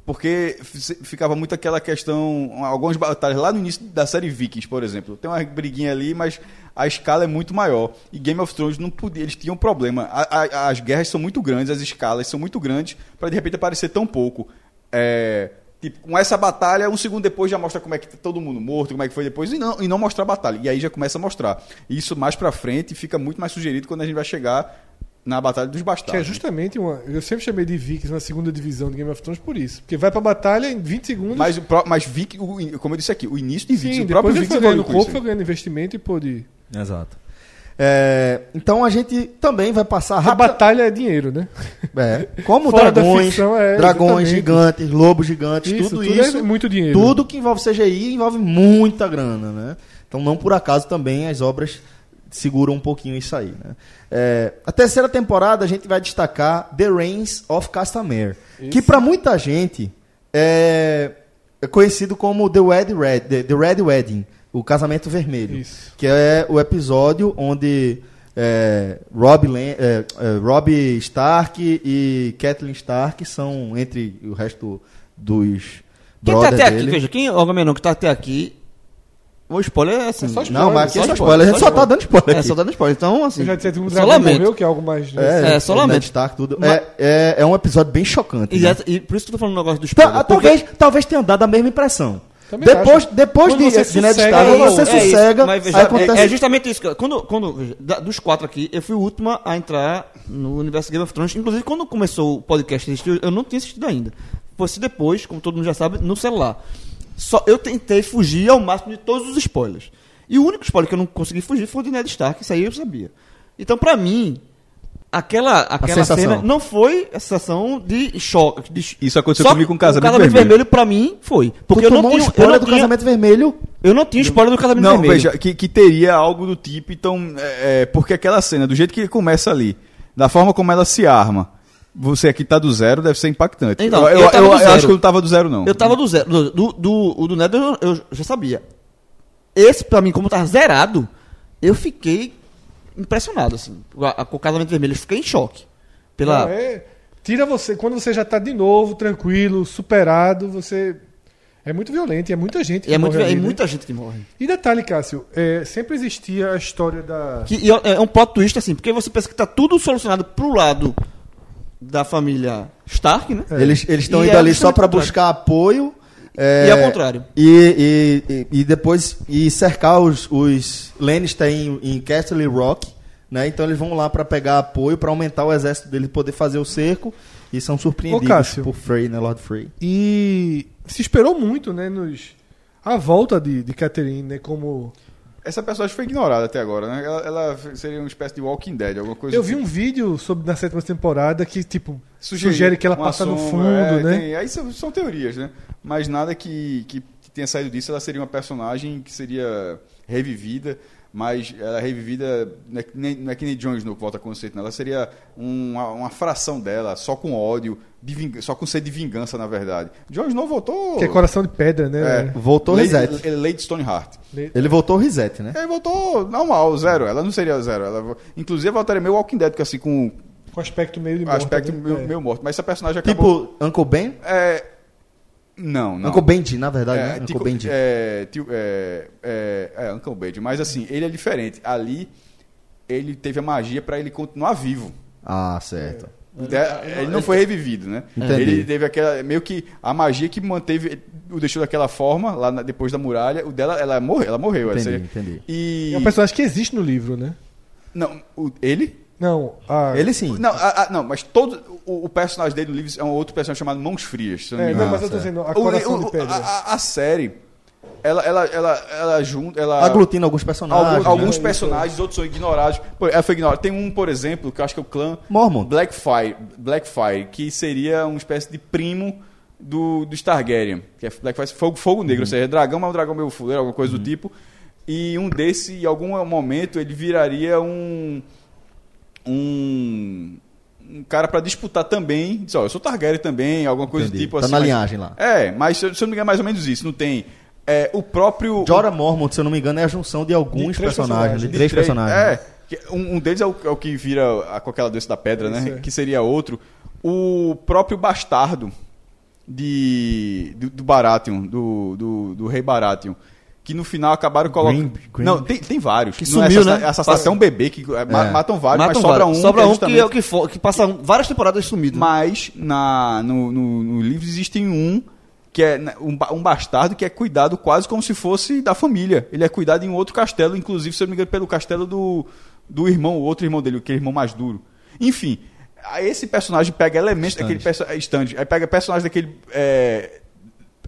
Speaker 4: porque f- ficava muito aquela questão, algumas batalhas lá no início da série Vikings, por exemplo. Tem uma briguinha ali, mas a escala é muito maior. E Game of Thrones não podia, eles tinham um problema. A- a- as guerras são muito grandes, as escalas são muito grandes, para de repente aparecer tão pouco. É, tipo, com essa batalha, um segundo depois já mostra como é que tá todo mundo morto, como é que foi depois, e não, e não mostrar a batalha. E aí já começa a mostrar. E Isso mais pra frente fica muito mais sugerido quando a gente vai chegar na Batalha dos Bastardos.
Speaker 3: Que é justamente uma. Eu sempre chamei de Vikings na segunda divisão de Game of Thrones por isso. Porque vai pra batalha em 20 segundos.
Speaker 4: Mas, o pró- mas Vic, o in- como eu disse aqui, o início de Vic,
Speaker 3: sim,
Speaker 4: o próprio
Speaker 3: depois eu
Speaker 4: Vic
Speaker 3: fui ganhando corpo, eu ganhando investimento e pôde.
Speaker 1: Exato. É, então a gente também vai passar
Speaker 3: A
Speaker 1: rápido.
Speaker 3: batalha é dinheiro, né?
Speaker 1: É, como
Speaker 3: Fora da
Speaker 1: dragões,
Speaker 3: ficção, é,
Speaker 1: dragões
Speaker 3: exatamente.
Speaker 1: gigantes, lobos gigantes,
Speaker 3: Isso,
Speaker 1: tudo,
Speaker 3: tudo é
Speaker 1: isso.
Speaker 3: muito dinheiro.
Speaker 1: Tudo que envolve CGI envolve muita grana, né? Então não por acaso também as obras seguram um pouquinho isso aí, né? É, a terceira temporada a gente vai destacar The Reigns of Castamere, que pra muita gente é, é conhecido como The Red, Red, The, The Red Wedding, o casamento vermelho,
Speaker 3: Isso.
Speaker 1: que é o episódio onde é, Rob, Lan- é, é, Rob Stark e Catelyn Stark são entre o resto dos
Speaker 8: Quem tá
Speaker 1: brother
Speaker 8: até aqui,
Speaker 1: dele.
Speaker 8: veja, quem, o Agamenon que tá até aqui
Speaker 9: O spoiler é assim.
Speaker 3: É só spoiler.
Speaker 1: Não, mas aqui é só spoiler. A gente só tá dando spoiler.
Speaker 9: É,
Speaker 1: aqui.
Speaker 9: só dando spoiler. Então, assim.
Speaker 3: Eu já disse que o
Speaker 9: só
Speaker 3: dragão
Speaker 9: lamento.
Speaker 3: morreu, que é algo mais.
Speaker 1: É,
Speaker 2: É, só lamento.
Speaker 1: Ned Stark, tudo.
Speaker 2: Mas-
Speaker 1: É, é, é um episódio bem chocante.
Speaker 2: E,
Speaker 1: né?
Speaker 2: essa- e por isso que eu tô falando do negócio do
Speaker 1: Tá-
Speaker 2: spoiler.
Speaker 1: ah,
Speaker 2: porque-
Speaker 1: talvez, talvez tenha dado a mesma impressão.
Speaker 3: Também
Speaker 1: Depois,
Speaker 3: acho.
Speaker 1: depois
Speaker 3: Quando
Speaker 1: de,
Speaker 3: você
Speaker 1: de Ned
Speaker 3: sossega,
Speaker 1: Stark,
Speaker 3: é
Speaker 1: você
Speaker 2: isso, é isso.
Speaker 1: sossega,
Speaker 2: Mas veja,
Speaker 1: aí acontece...
Speaker 2: É, é justamente isso. que eu- Quando, quando, veja, da- dos quatro aqui, eu fui o último a entrar no universo Game of Thrones. Inclusive, quando começou o podcast, assistir, eu não tinha assistido ainda. Fosse depois, como todo mundo já sabe, no celular. Só eu tentei fugir ao máximo de todos os spoilers. E o único spoiler que eu não consegui fugir foi o de Ned Stark, isso aí eu sabia. Então, pra mim, aquela, aquela
Speaker 1: sensação.
Speaker 2: cena não foi a sensação de choque. De...
Speaker 4: Isso aconteceu
Speaker 2: Só
Speaker 4: comigo com o Casamento
Speaker 2: Casamento
Speaker 4: Vermelho.
Speaker 2: Vermelho, pra mim, foi. Porque eu
Speaker 1: tu
Speaker 2: não,
Speaker 1: tomou um
Speaker 2: tinha, eu,
Speaker 1: spoiler
Speaker 2: não
Speaker 1: do
Speaker 2: tinha,
Speaker 1: Casamento Vermelho.
Speaker 2: eu não tinha spoiler do Casamento
Speaker 4: Não,
Speaker 2: Vermelho.
Speaker 4: veja, que, que teria algo do tipo, então, é, é, porque aquela cena, do jeito que começa ali, da forma como ela se arma, você aqui tá do zero, deve ser impactante.
Speaker 2: Então,
Speaker 4: eu,
Speaker 2: eu
Speaker 4: eu-
Speaker 2: tava
Speaker 4: eu-
Speaker 2: do
Speaker 4: eu
Speaker 2: zero.
Speaker 4: acho que eu não tava do zero, não.
Speaker 2: Eu tava do zero. Do, do, do, o do Neto eu, eu já sabia. Esse, pra mim, como tava zerado, eu fiquei impressionado, assim. Com a- Com o casamento vermelho, eu fiquei em choque. Pela...
Speaker 3: Não, é- Tira você, quando você já tá de novo, tranquilo, superado, você. É muito violento, e é muita gente.
Speaker 2: e é, muito,
Speaker 3: morre
Speaker 2: é
Speaker 3: ali, né?
Speaker 2: muita gente que morre.
Speaker 3: E detalhe, Cássio, é, sempre existia a história da.
Speaker 2: Que, e é é um plot twist, assim, porque você pensa que tá tudo solucionado pro lado da família Stark, né?
Speaker 1: Eles eles estão
Speaker 2: E
Speaker 1: indo
Speaker 2: é
Speaker 1: ali só
Speaker 2: justamente
Speaker 1: pra
Speaker 2: o contrário.
Speaker 1: buscar apoio. é,
Speaker 2: E ao contrário.
Speaker 1: E, e, e, e depois e cercar os, os Lannister em, em Castle Rock. Né? Então eles vão lá pra pegar apoio, pra aumentar o exército dele poder fazer o cerco. E são
Speaker 3: Ô,
Speaker 1: surpreendidos
Speaker 3: Cássio.
Speaker 1: por Frey, né? Lord Frey.
Speaker 3: E se esperou muito, né, nos. A volta de, de Catherine, né, como...
Speaker 4: Essa personagem foi ignorada até agora, né? Ela, ela seria uma espécie de Walking Dead, alguma coisa
Speaker 3: Eu vi
Speaker 4: assim.
Speaker 3: um vídeo sobre na sétima temporada que, tipo,
Speaker 4: Sugerir
Speaker 3: sugere que ela
Speaker 4: uma
Speaker 3: passa no
Speaker 4: sombra,
Speaker 3: fundo,
Speaker 4: é,
Speaker 3: né?
Speaker 4: tem- aí são, são teorias, né? Mas nada que, que, que tenha saído disso, ela seria uma personagem que seria revivida, mas ela é revivida, não é que nem, não é que nem Jon Snow que volta a conceito, né? ela seria uma, uma fração dela, só com ódio, de vingan- só com sede de vingança, na verdade. Jon Snow voltou...
Speaker 3: Que é coração de pedra,
Speaker 4: É.
Speaker 3: né?
Speaker 1: Voltou
Speaker 4: Lady,
Speaker 1: reset.
Speaker 4: Lady Stoneheart.
Speaker 1: Ele voltou o reset, né?
Speaker 4: E aí voltou normal, zero. Ela não seria zero. Ela, vo- inclusive, voltaria meio Walking Dead, que assim, com
Speaker 3: Com aspecto meio de morte.
Speaker 4: aspecto
Speaker 3: né?
Speaker 4: meio,
Speaker 3: É.
Speaker 4: meio morto. Mas essa personagem acabou...
Speaker 1: Tipo Uncle Ben?
Speaker 4: É... Não, não.
Speaker 1: Uncle Bendy, na verdade,
Speaker 4: é,
Speaker 1: né?
Speaker 4: tico-
Speaker 1: Uncle Bendy.
Speaker 4: é, tio- é, é, é, Uncle Bendy. Mas assim, ele é diferente. Ali, ele teve a magia pra ele continuar vivo.
Speaker 1: Ah, certo.
Speaker 4: É, Ele não foi revivido, né?
Speaker 1: Entendi.
Speaker 4: Ele teve aquela. Meio que a magia que manteve. O deixou daquela forma, lá na- depois da muralha. O dela, ela morreu. Ela morreu. ela
Speaker 1: Entendi,
Speaker 4: seria-
Speaker 1: entendi.
Speaker 4: E.
Speaker 3: É um personagem que existe no livro, né?
Speaker 4: Não, o- ele?
Speaker 3: Não, a...
Speaker 1: Ele sim.
Speaker 4: Não, a- a- não, mas todo o, o personagem dele no livro é um outro personagem chamado Mãos Frias. Se eu não me
Speaker 3: É,
Speaker 4: engano.
Speaker 3: não, mas eu tô
Speaker 1: certo.
Speaker 3: dizendo, a
Speaker 4: O-
Speaker 3: coração
Speaker 4: o-
Speaker 3: de pedra.
Speaker 4: a- a- a série, ela, ela, ela, ela junta. Ela,
Speaker 1: Aglutina alguns
Speaker 4: Algum-
Speaker 1: personagens. né?
Speaker 4: É. alguns
Speaker 3: né?
Speaker 4: personagens, outros são ignorados. Pô, ela foi ignorada. Tem um, por exemplo, que eu acho que é o clã
Speaker 1: Mormont.
Speaker 4: Blackfire, Blackfire que seria uma espécie de primo do, do Targaryen, que é Blackfire, fogo, fogo
Speaker 1: Uhum.
Speaker 4: negro, ou seja, é dragão, mas é um dragão meio fuleiro, alguma coisa do tipo. E um desse, em algum momento, ele viraria um um, um cara pra disputar também. Diz, ó, eu sou Targaryen também, alguma coisa
Speaker 1: Entendi.
Speaker 4: do tipo
Speaker 1: Tá
Speaker 4: assim.
Speaker 1: na
Speaker 4: mas-
Speaker 1: linhagem lá.
Speaker 4: É, mas se eu se eu não me engano, é mais ou menos isso. Não tem. É, o próprio.
Speaker 1: Jorah Mormont, se eu não me engano, é a junção de alguns
Speaker 3: três
Speaker 1: personagens,
Speaker 3: personagens.
Speaker 1: de
Speaker 4: De
Speaker 1: três, personagens.
Speaker 4: É. que Um, um deles é o, é o que vira a, com aquela doença da pedra, né?
Speaker 3: Isso, é.
Speaker 4: Que seria outro. O próprio bastardo de, do, do Baratheon, do, do, do rei Baratheon. Que no final acabaram colocando.
Speaker 1: Grimb, Grimb.
Speaker 4: Não, tem, tem vários.
Speaker 2: Que
Speaker 4: Não é
Speaker 2: sumiu,
Speaker 4: assassina-
Speaker 2: né?
Speaker 4: assassinato é um bebê que é, ma-
Speaker 1: É.
Speaker 4: matam vários,
Speaker 2: Matam
Speaker 4: mas sobra
Speaker 2: vários.
Speaker 4: um.
Speaker 2: Sobra um
Speaker 4: justamente-
Speaker 2: que é o que, for, que passa várias temporadas sumido.
Speaker 4: Mas na, no, no, no livro existe um que é na- um, ba- um bastardo que é cuidado quase como se fosse da família. Ele é cuidado em outro castelo, inclusive, se eu não me engano, pelo castelo do, do irmão, o outro irmão dele, o que é irmão mais duro. Enfim, aí esse personagem pega elementos daquele perso- é, stand, aí pega personagem daquele. É,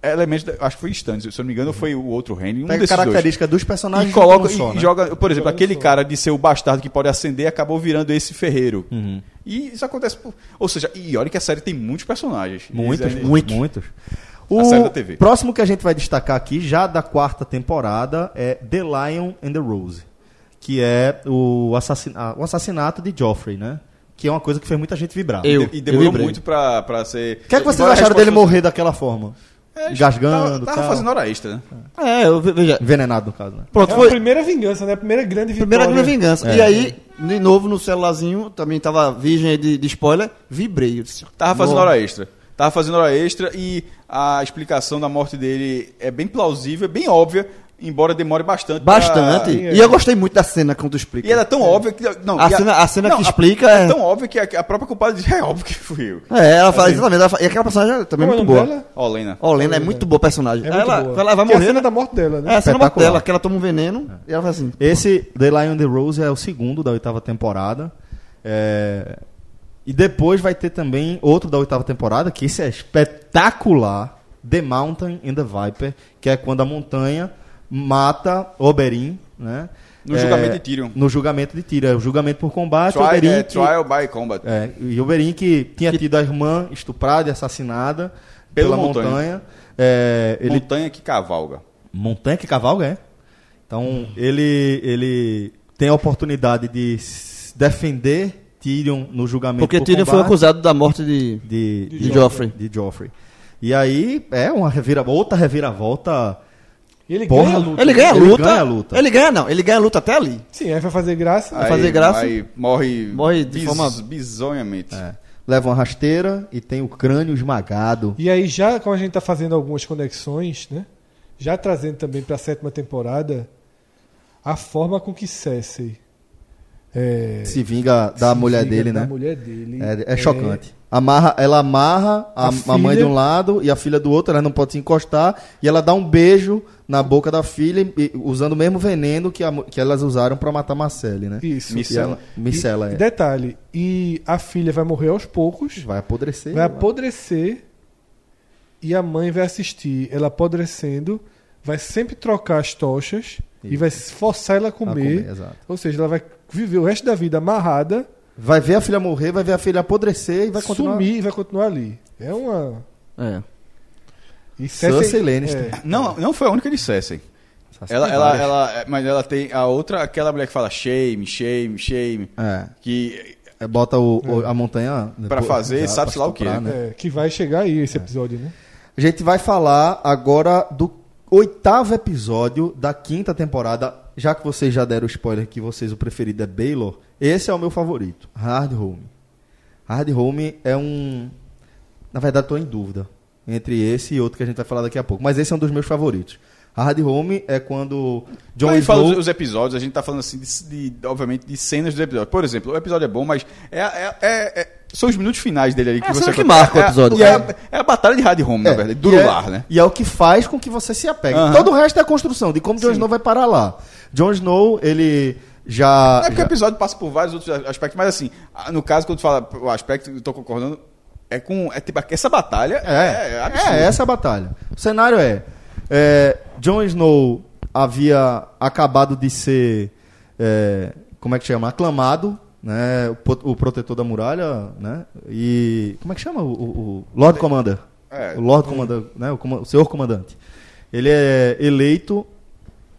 Speaker 4: elementos, da- acho que foi stand, se eu não me engano, ou foi o outro reino. Um
Speaker 1: Pega a
Speaker 4: desses dois.
Speaker 1: característica dos personagens
Speaker 4: E coloca
Speaker 1: junto num só,
Speaker 4: e
Speaker 1: né?
Speaker 4: joga, por exemplo, aquele cara de ser o bastardo que pode acender acabou virando esse ferreiro.
Speaker 2: Uhum.
Speaker 4: E isso acontece, por- ou seja, e olha que a série tem muitos personagens.
Speaker 1: Muitos,
Speaker 4: Eles-
Speaker 1: muitos. muitos. O
Speaker 4: série da TV.
Speaker 1: próximo que a gente vai destacar aqui, já da quarta temporada, é The Lion and the Rose, que é o, assassin- ah, o assassinato de Joffrey, né? Que é uma coisa que fez muita gente vibrar.
Speaker 2: Eu.
Speaker 4: E demorou
Speaker 2: vibrei.
Speaker 4: muito pra, pra ser.
Speaker 1: O que é que vocês
Speaker 4: Embora a
Speaker 1: acharam dele
Speaker 4: resposta
Speaker 1: morrer daquela forma?
Speaker 4: fosse-
Speaker 1: Engasgando,
Speaker 4: Tava, É, tava
Speaker 1: tal.
Speaker 4: fazendo hora extra, né?
Speaker 2: É, eu, ve- veja.
Speaker 1: Envenenado, no caso, né?
Speaker 2: Pronto,
Speaker 3: É
Speaker 2: foi,
Speaker 3: a primeira vingança, né? A primeira grande vingança.
Speaker 2: Primeira grande vingança. E aí, de novo no celularzinho, também tava virgem aí de, de spoiler, vibrei. Eu disse,
Speaker 4: Tava fazendo
Speaker 2: "Nossa".
Speaker 4: hora extra. Tava fazendo hora extra e a explicação da morte dele é bem plausível, é bem óbvia. embora demore bastante. pra-
Speaker 2: Bastante.
Speaker 3: Ah, é.
Speaker 2: E eu gostei muito da cena quando explica.
Speaker 4: E ela é tão óbvia que. Não,
Speaker 2: A
Speaker 4: e
Speaker 2: cena- a cena que explica
Speaker 4: é...
Speaker 2: é-
Speaker 4: tão óbvia que a, a própria culpada diz: é óbvio que fui eu.
Speaker 2: É, ela fala exatamente. Ela fala, e aquela personagem também é
Speaker 3: Como
Speaker 2: muito
Speaker 3: o
Speaker 2: boa.
Speaker 3: nome dela?
Speaker 4: Ó, Lena.
Speaker 2: Ó, Lena é muito boa personagem.
Speaker 3: É muito
Speaker 2: ela,
Speaker 3: boa.
Speaker 2: ela vai
Speaker 3: Que é a
Speaker 2: morrer.
Speaker 3: cena
Speaker 2: né?
Speaker 3: da morte dela,
Speaker 2: É,
Speaker 3: né?
Speaker 2: a cena morte
Speaker 1: Espetacular.
Speaker 2: dela, que ela toma um veneno e ela faz assim.
Speaker 1: Esse The Lion and the Rose é o segundo da oitava temporada. É, E depois vai ter também outro da oitava temporada, que esse é espetacular: The Mountain and the Viper, que é quando a montanha mata Oberyn, né?
Speaker 4: No julgamento de Tyrion.
Speaker 1: No julgamento de Tyrion. É o julgamento por combate.
Speaker 4: Try-
Speaker 1: Oberyn
Speaker 4: é,
Speaker 1: que-
Speaker 4: trial by combat.
Speaker 1: é, e Oberyn que tinha tido a irmã estuprada e assassinada
Speaker 4: Pelo
Speaker 1: pela
Speaker 4: montanha.
Speaker 1: montanha. É, ele
Speaker 4: Montanha que cavalga.
Speaker 1: Montanha que cavalga, é. Então, ele, ele tem a oportunidade de s- defender Tyrion no julgamento
Speaker 8: Porque
Speaker 1: por
Speaker 8: Tyrion foi
Speaker 1: combate
Speaker 8: acusado da morte de.
Speaker 1: de,
Speaker 8: de Joffrey.
Speaker 1: de Joffrey. E aí, é uma revira, outra reviravolta.
Speaker 3: E ele
Speaker 1: Porra,
Speaker 3: ganha a luta. né?
Speaker 8: Ele ganha a
Speaker 1: Ele
Speaker 8: luta.
Speaker 1: ganha a luta.
Speaker 8: Ele ganha, não. Ele ganha a luta até ali.
Speaker 3: Sim, aí vai fazer graça.
Speaker 8: Vai fazer graça.
Speaker 4: Aí morre,
Speaker 8: Morre de forma-
Speaker 4: bizonhamente.
Speaker 1: é, leva uma rasteira e tem o crânio esmagado.
Speaker 3: E aí, já como a gente tá fazendo algumas conexões, né? Já trazendo também pra sétima temporada a forma com que Cersei é,
Speaker 1: Se vinga da
Speaker 3: se
Speaker 1: mulher
Speaker 3: vinga
Speaker 1: dele,
Speaker 3: da
Speaker 1: né?
Speaker 3: mulher dele.
Speaker 1: É, é chocante. Amarra, ela amarra a,
Speaker 3: A
Speaker 1: a mãe de
Speaker 3: filha-
Speaker 1: um lado e a filha do outro, ela não pode se encostar, e ela dá um beijo na boca da filha, e- usando o mesmo veneno que, a mu- que elas usaram pra matar Marcele, né?
Speaker 3: É, Isso.
Speaker 1: E ela- Micela,
Speaker 3: E-
Speaker 1: é.
Speaker 3: Detalhe, e a filha vai morrer aos poucos,
Speaker 1: Vai apodrecer.
Speaker 3: vai apodrecer e a mãe vai assistir ela apodrecendo, vai sempre trocar as tochas e
Speaker 1: Isso.
Speaker 3: vai forçar ela a
Speaker 1: a
Speaker 3: comer.
Speaker 1: exato.
Speaker 3: Ou seja, ela vai viver o resto da vida amarrada,
Speaker 1: Vai ver a filha morrer, vai ver a filha apodrecer e vai continuar.
Speaker 3: sumir e vai continuar ali. É uma.
Speaker 8: É.
Speaker 3: E
Speaker 1: Cersei Lannister.
Speaker 3: é.
Speaker 4: Não, não foi a única de Cersei.
Speaker 8: Tá
Speaker 1: Essas
Speaker 4: Ela,
Speaker 1: tem
Speaker 4: ela,
Speaker 1: várias.
Speaker 4: ela, mas ela tem a outra, aquela mulher que fala shame, shame, shame, que
Speaker 1: É, bota o, o- a montanha
Speaker 4: Pra fazer,
Speaker 1: já,
Speaker 4: sabe-se
Speaker 1: pra né?
Speaker 4: lá o quê,
Speaker 1: estuprar,
Speaker 3: É, que vai chegar aí esse episódio, né?
Speaker 1: A gente vai falar agora do oitavo episódio da quinta temporada. Já que vocês já deram o spoiler que vocês o preferido é Baylor, esse é o meu favorito, Hard Home. Hard Home é um. Na verdade, estou em dúvida entre esse e outro que a gente vai falar daqui a pouco. Mas esse é um dos meus favoritos. Hard Home é quando John
Speaker 4: Quando a gente fala
Speaker 1: Snow
Speaker 4: os, os episódios, a gente tá falando assim, de, de- obviamente, de cenas dos episódios. Por exemplo, o episódio é bom, mas é, é- é- é- são os minutos finais dele ali que
Speaker 8: É a
Speaker 4: você
Speaker 8: cena que
Speaker 4: acompanha.
Speaker 8: marca o
Speaker 4: É a-
Speaker 8: episódio.
Speaker 4: É, a, é a batalha de Hard Home,
Speaker 1: É,
Speaker 4: na verdade,
Speaker 1: e é-
Speaker 4: Durular, né?
Speaker 1: E é o que faz com que você se apegue.
Speaker 4: Aham.
Speaker 1: Todo o resto é a construção de como Jon Snow vai parar lá. Jon Snow, ele já.
Speaker 4: É porque o
Speaker 1: Ah, já-
Speaker 4: episódio passa por vários outros a- aspectos, mas assim, a- no caso, quando tu fala o aspecto, eu tô concordando, é com. É, tipo, essa batalha
Speaker 1: É,
Speaker 4: é,
Speaker 1: é,
Speaker 4: absurda.
Speaker 1: essa a batalha. O cenário é, é Jon Snow havia acabado de ser, é, como é que chama, aclamado, né, o, po- o protetor da muralha, né, e como é que chama o, o- o Lord Commander?
Speaker 4: É.
Speaker 1: O Lord Commander, né, o, coma- o senhor comandante. Ele é eleito,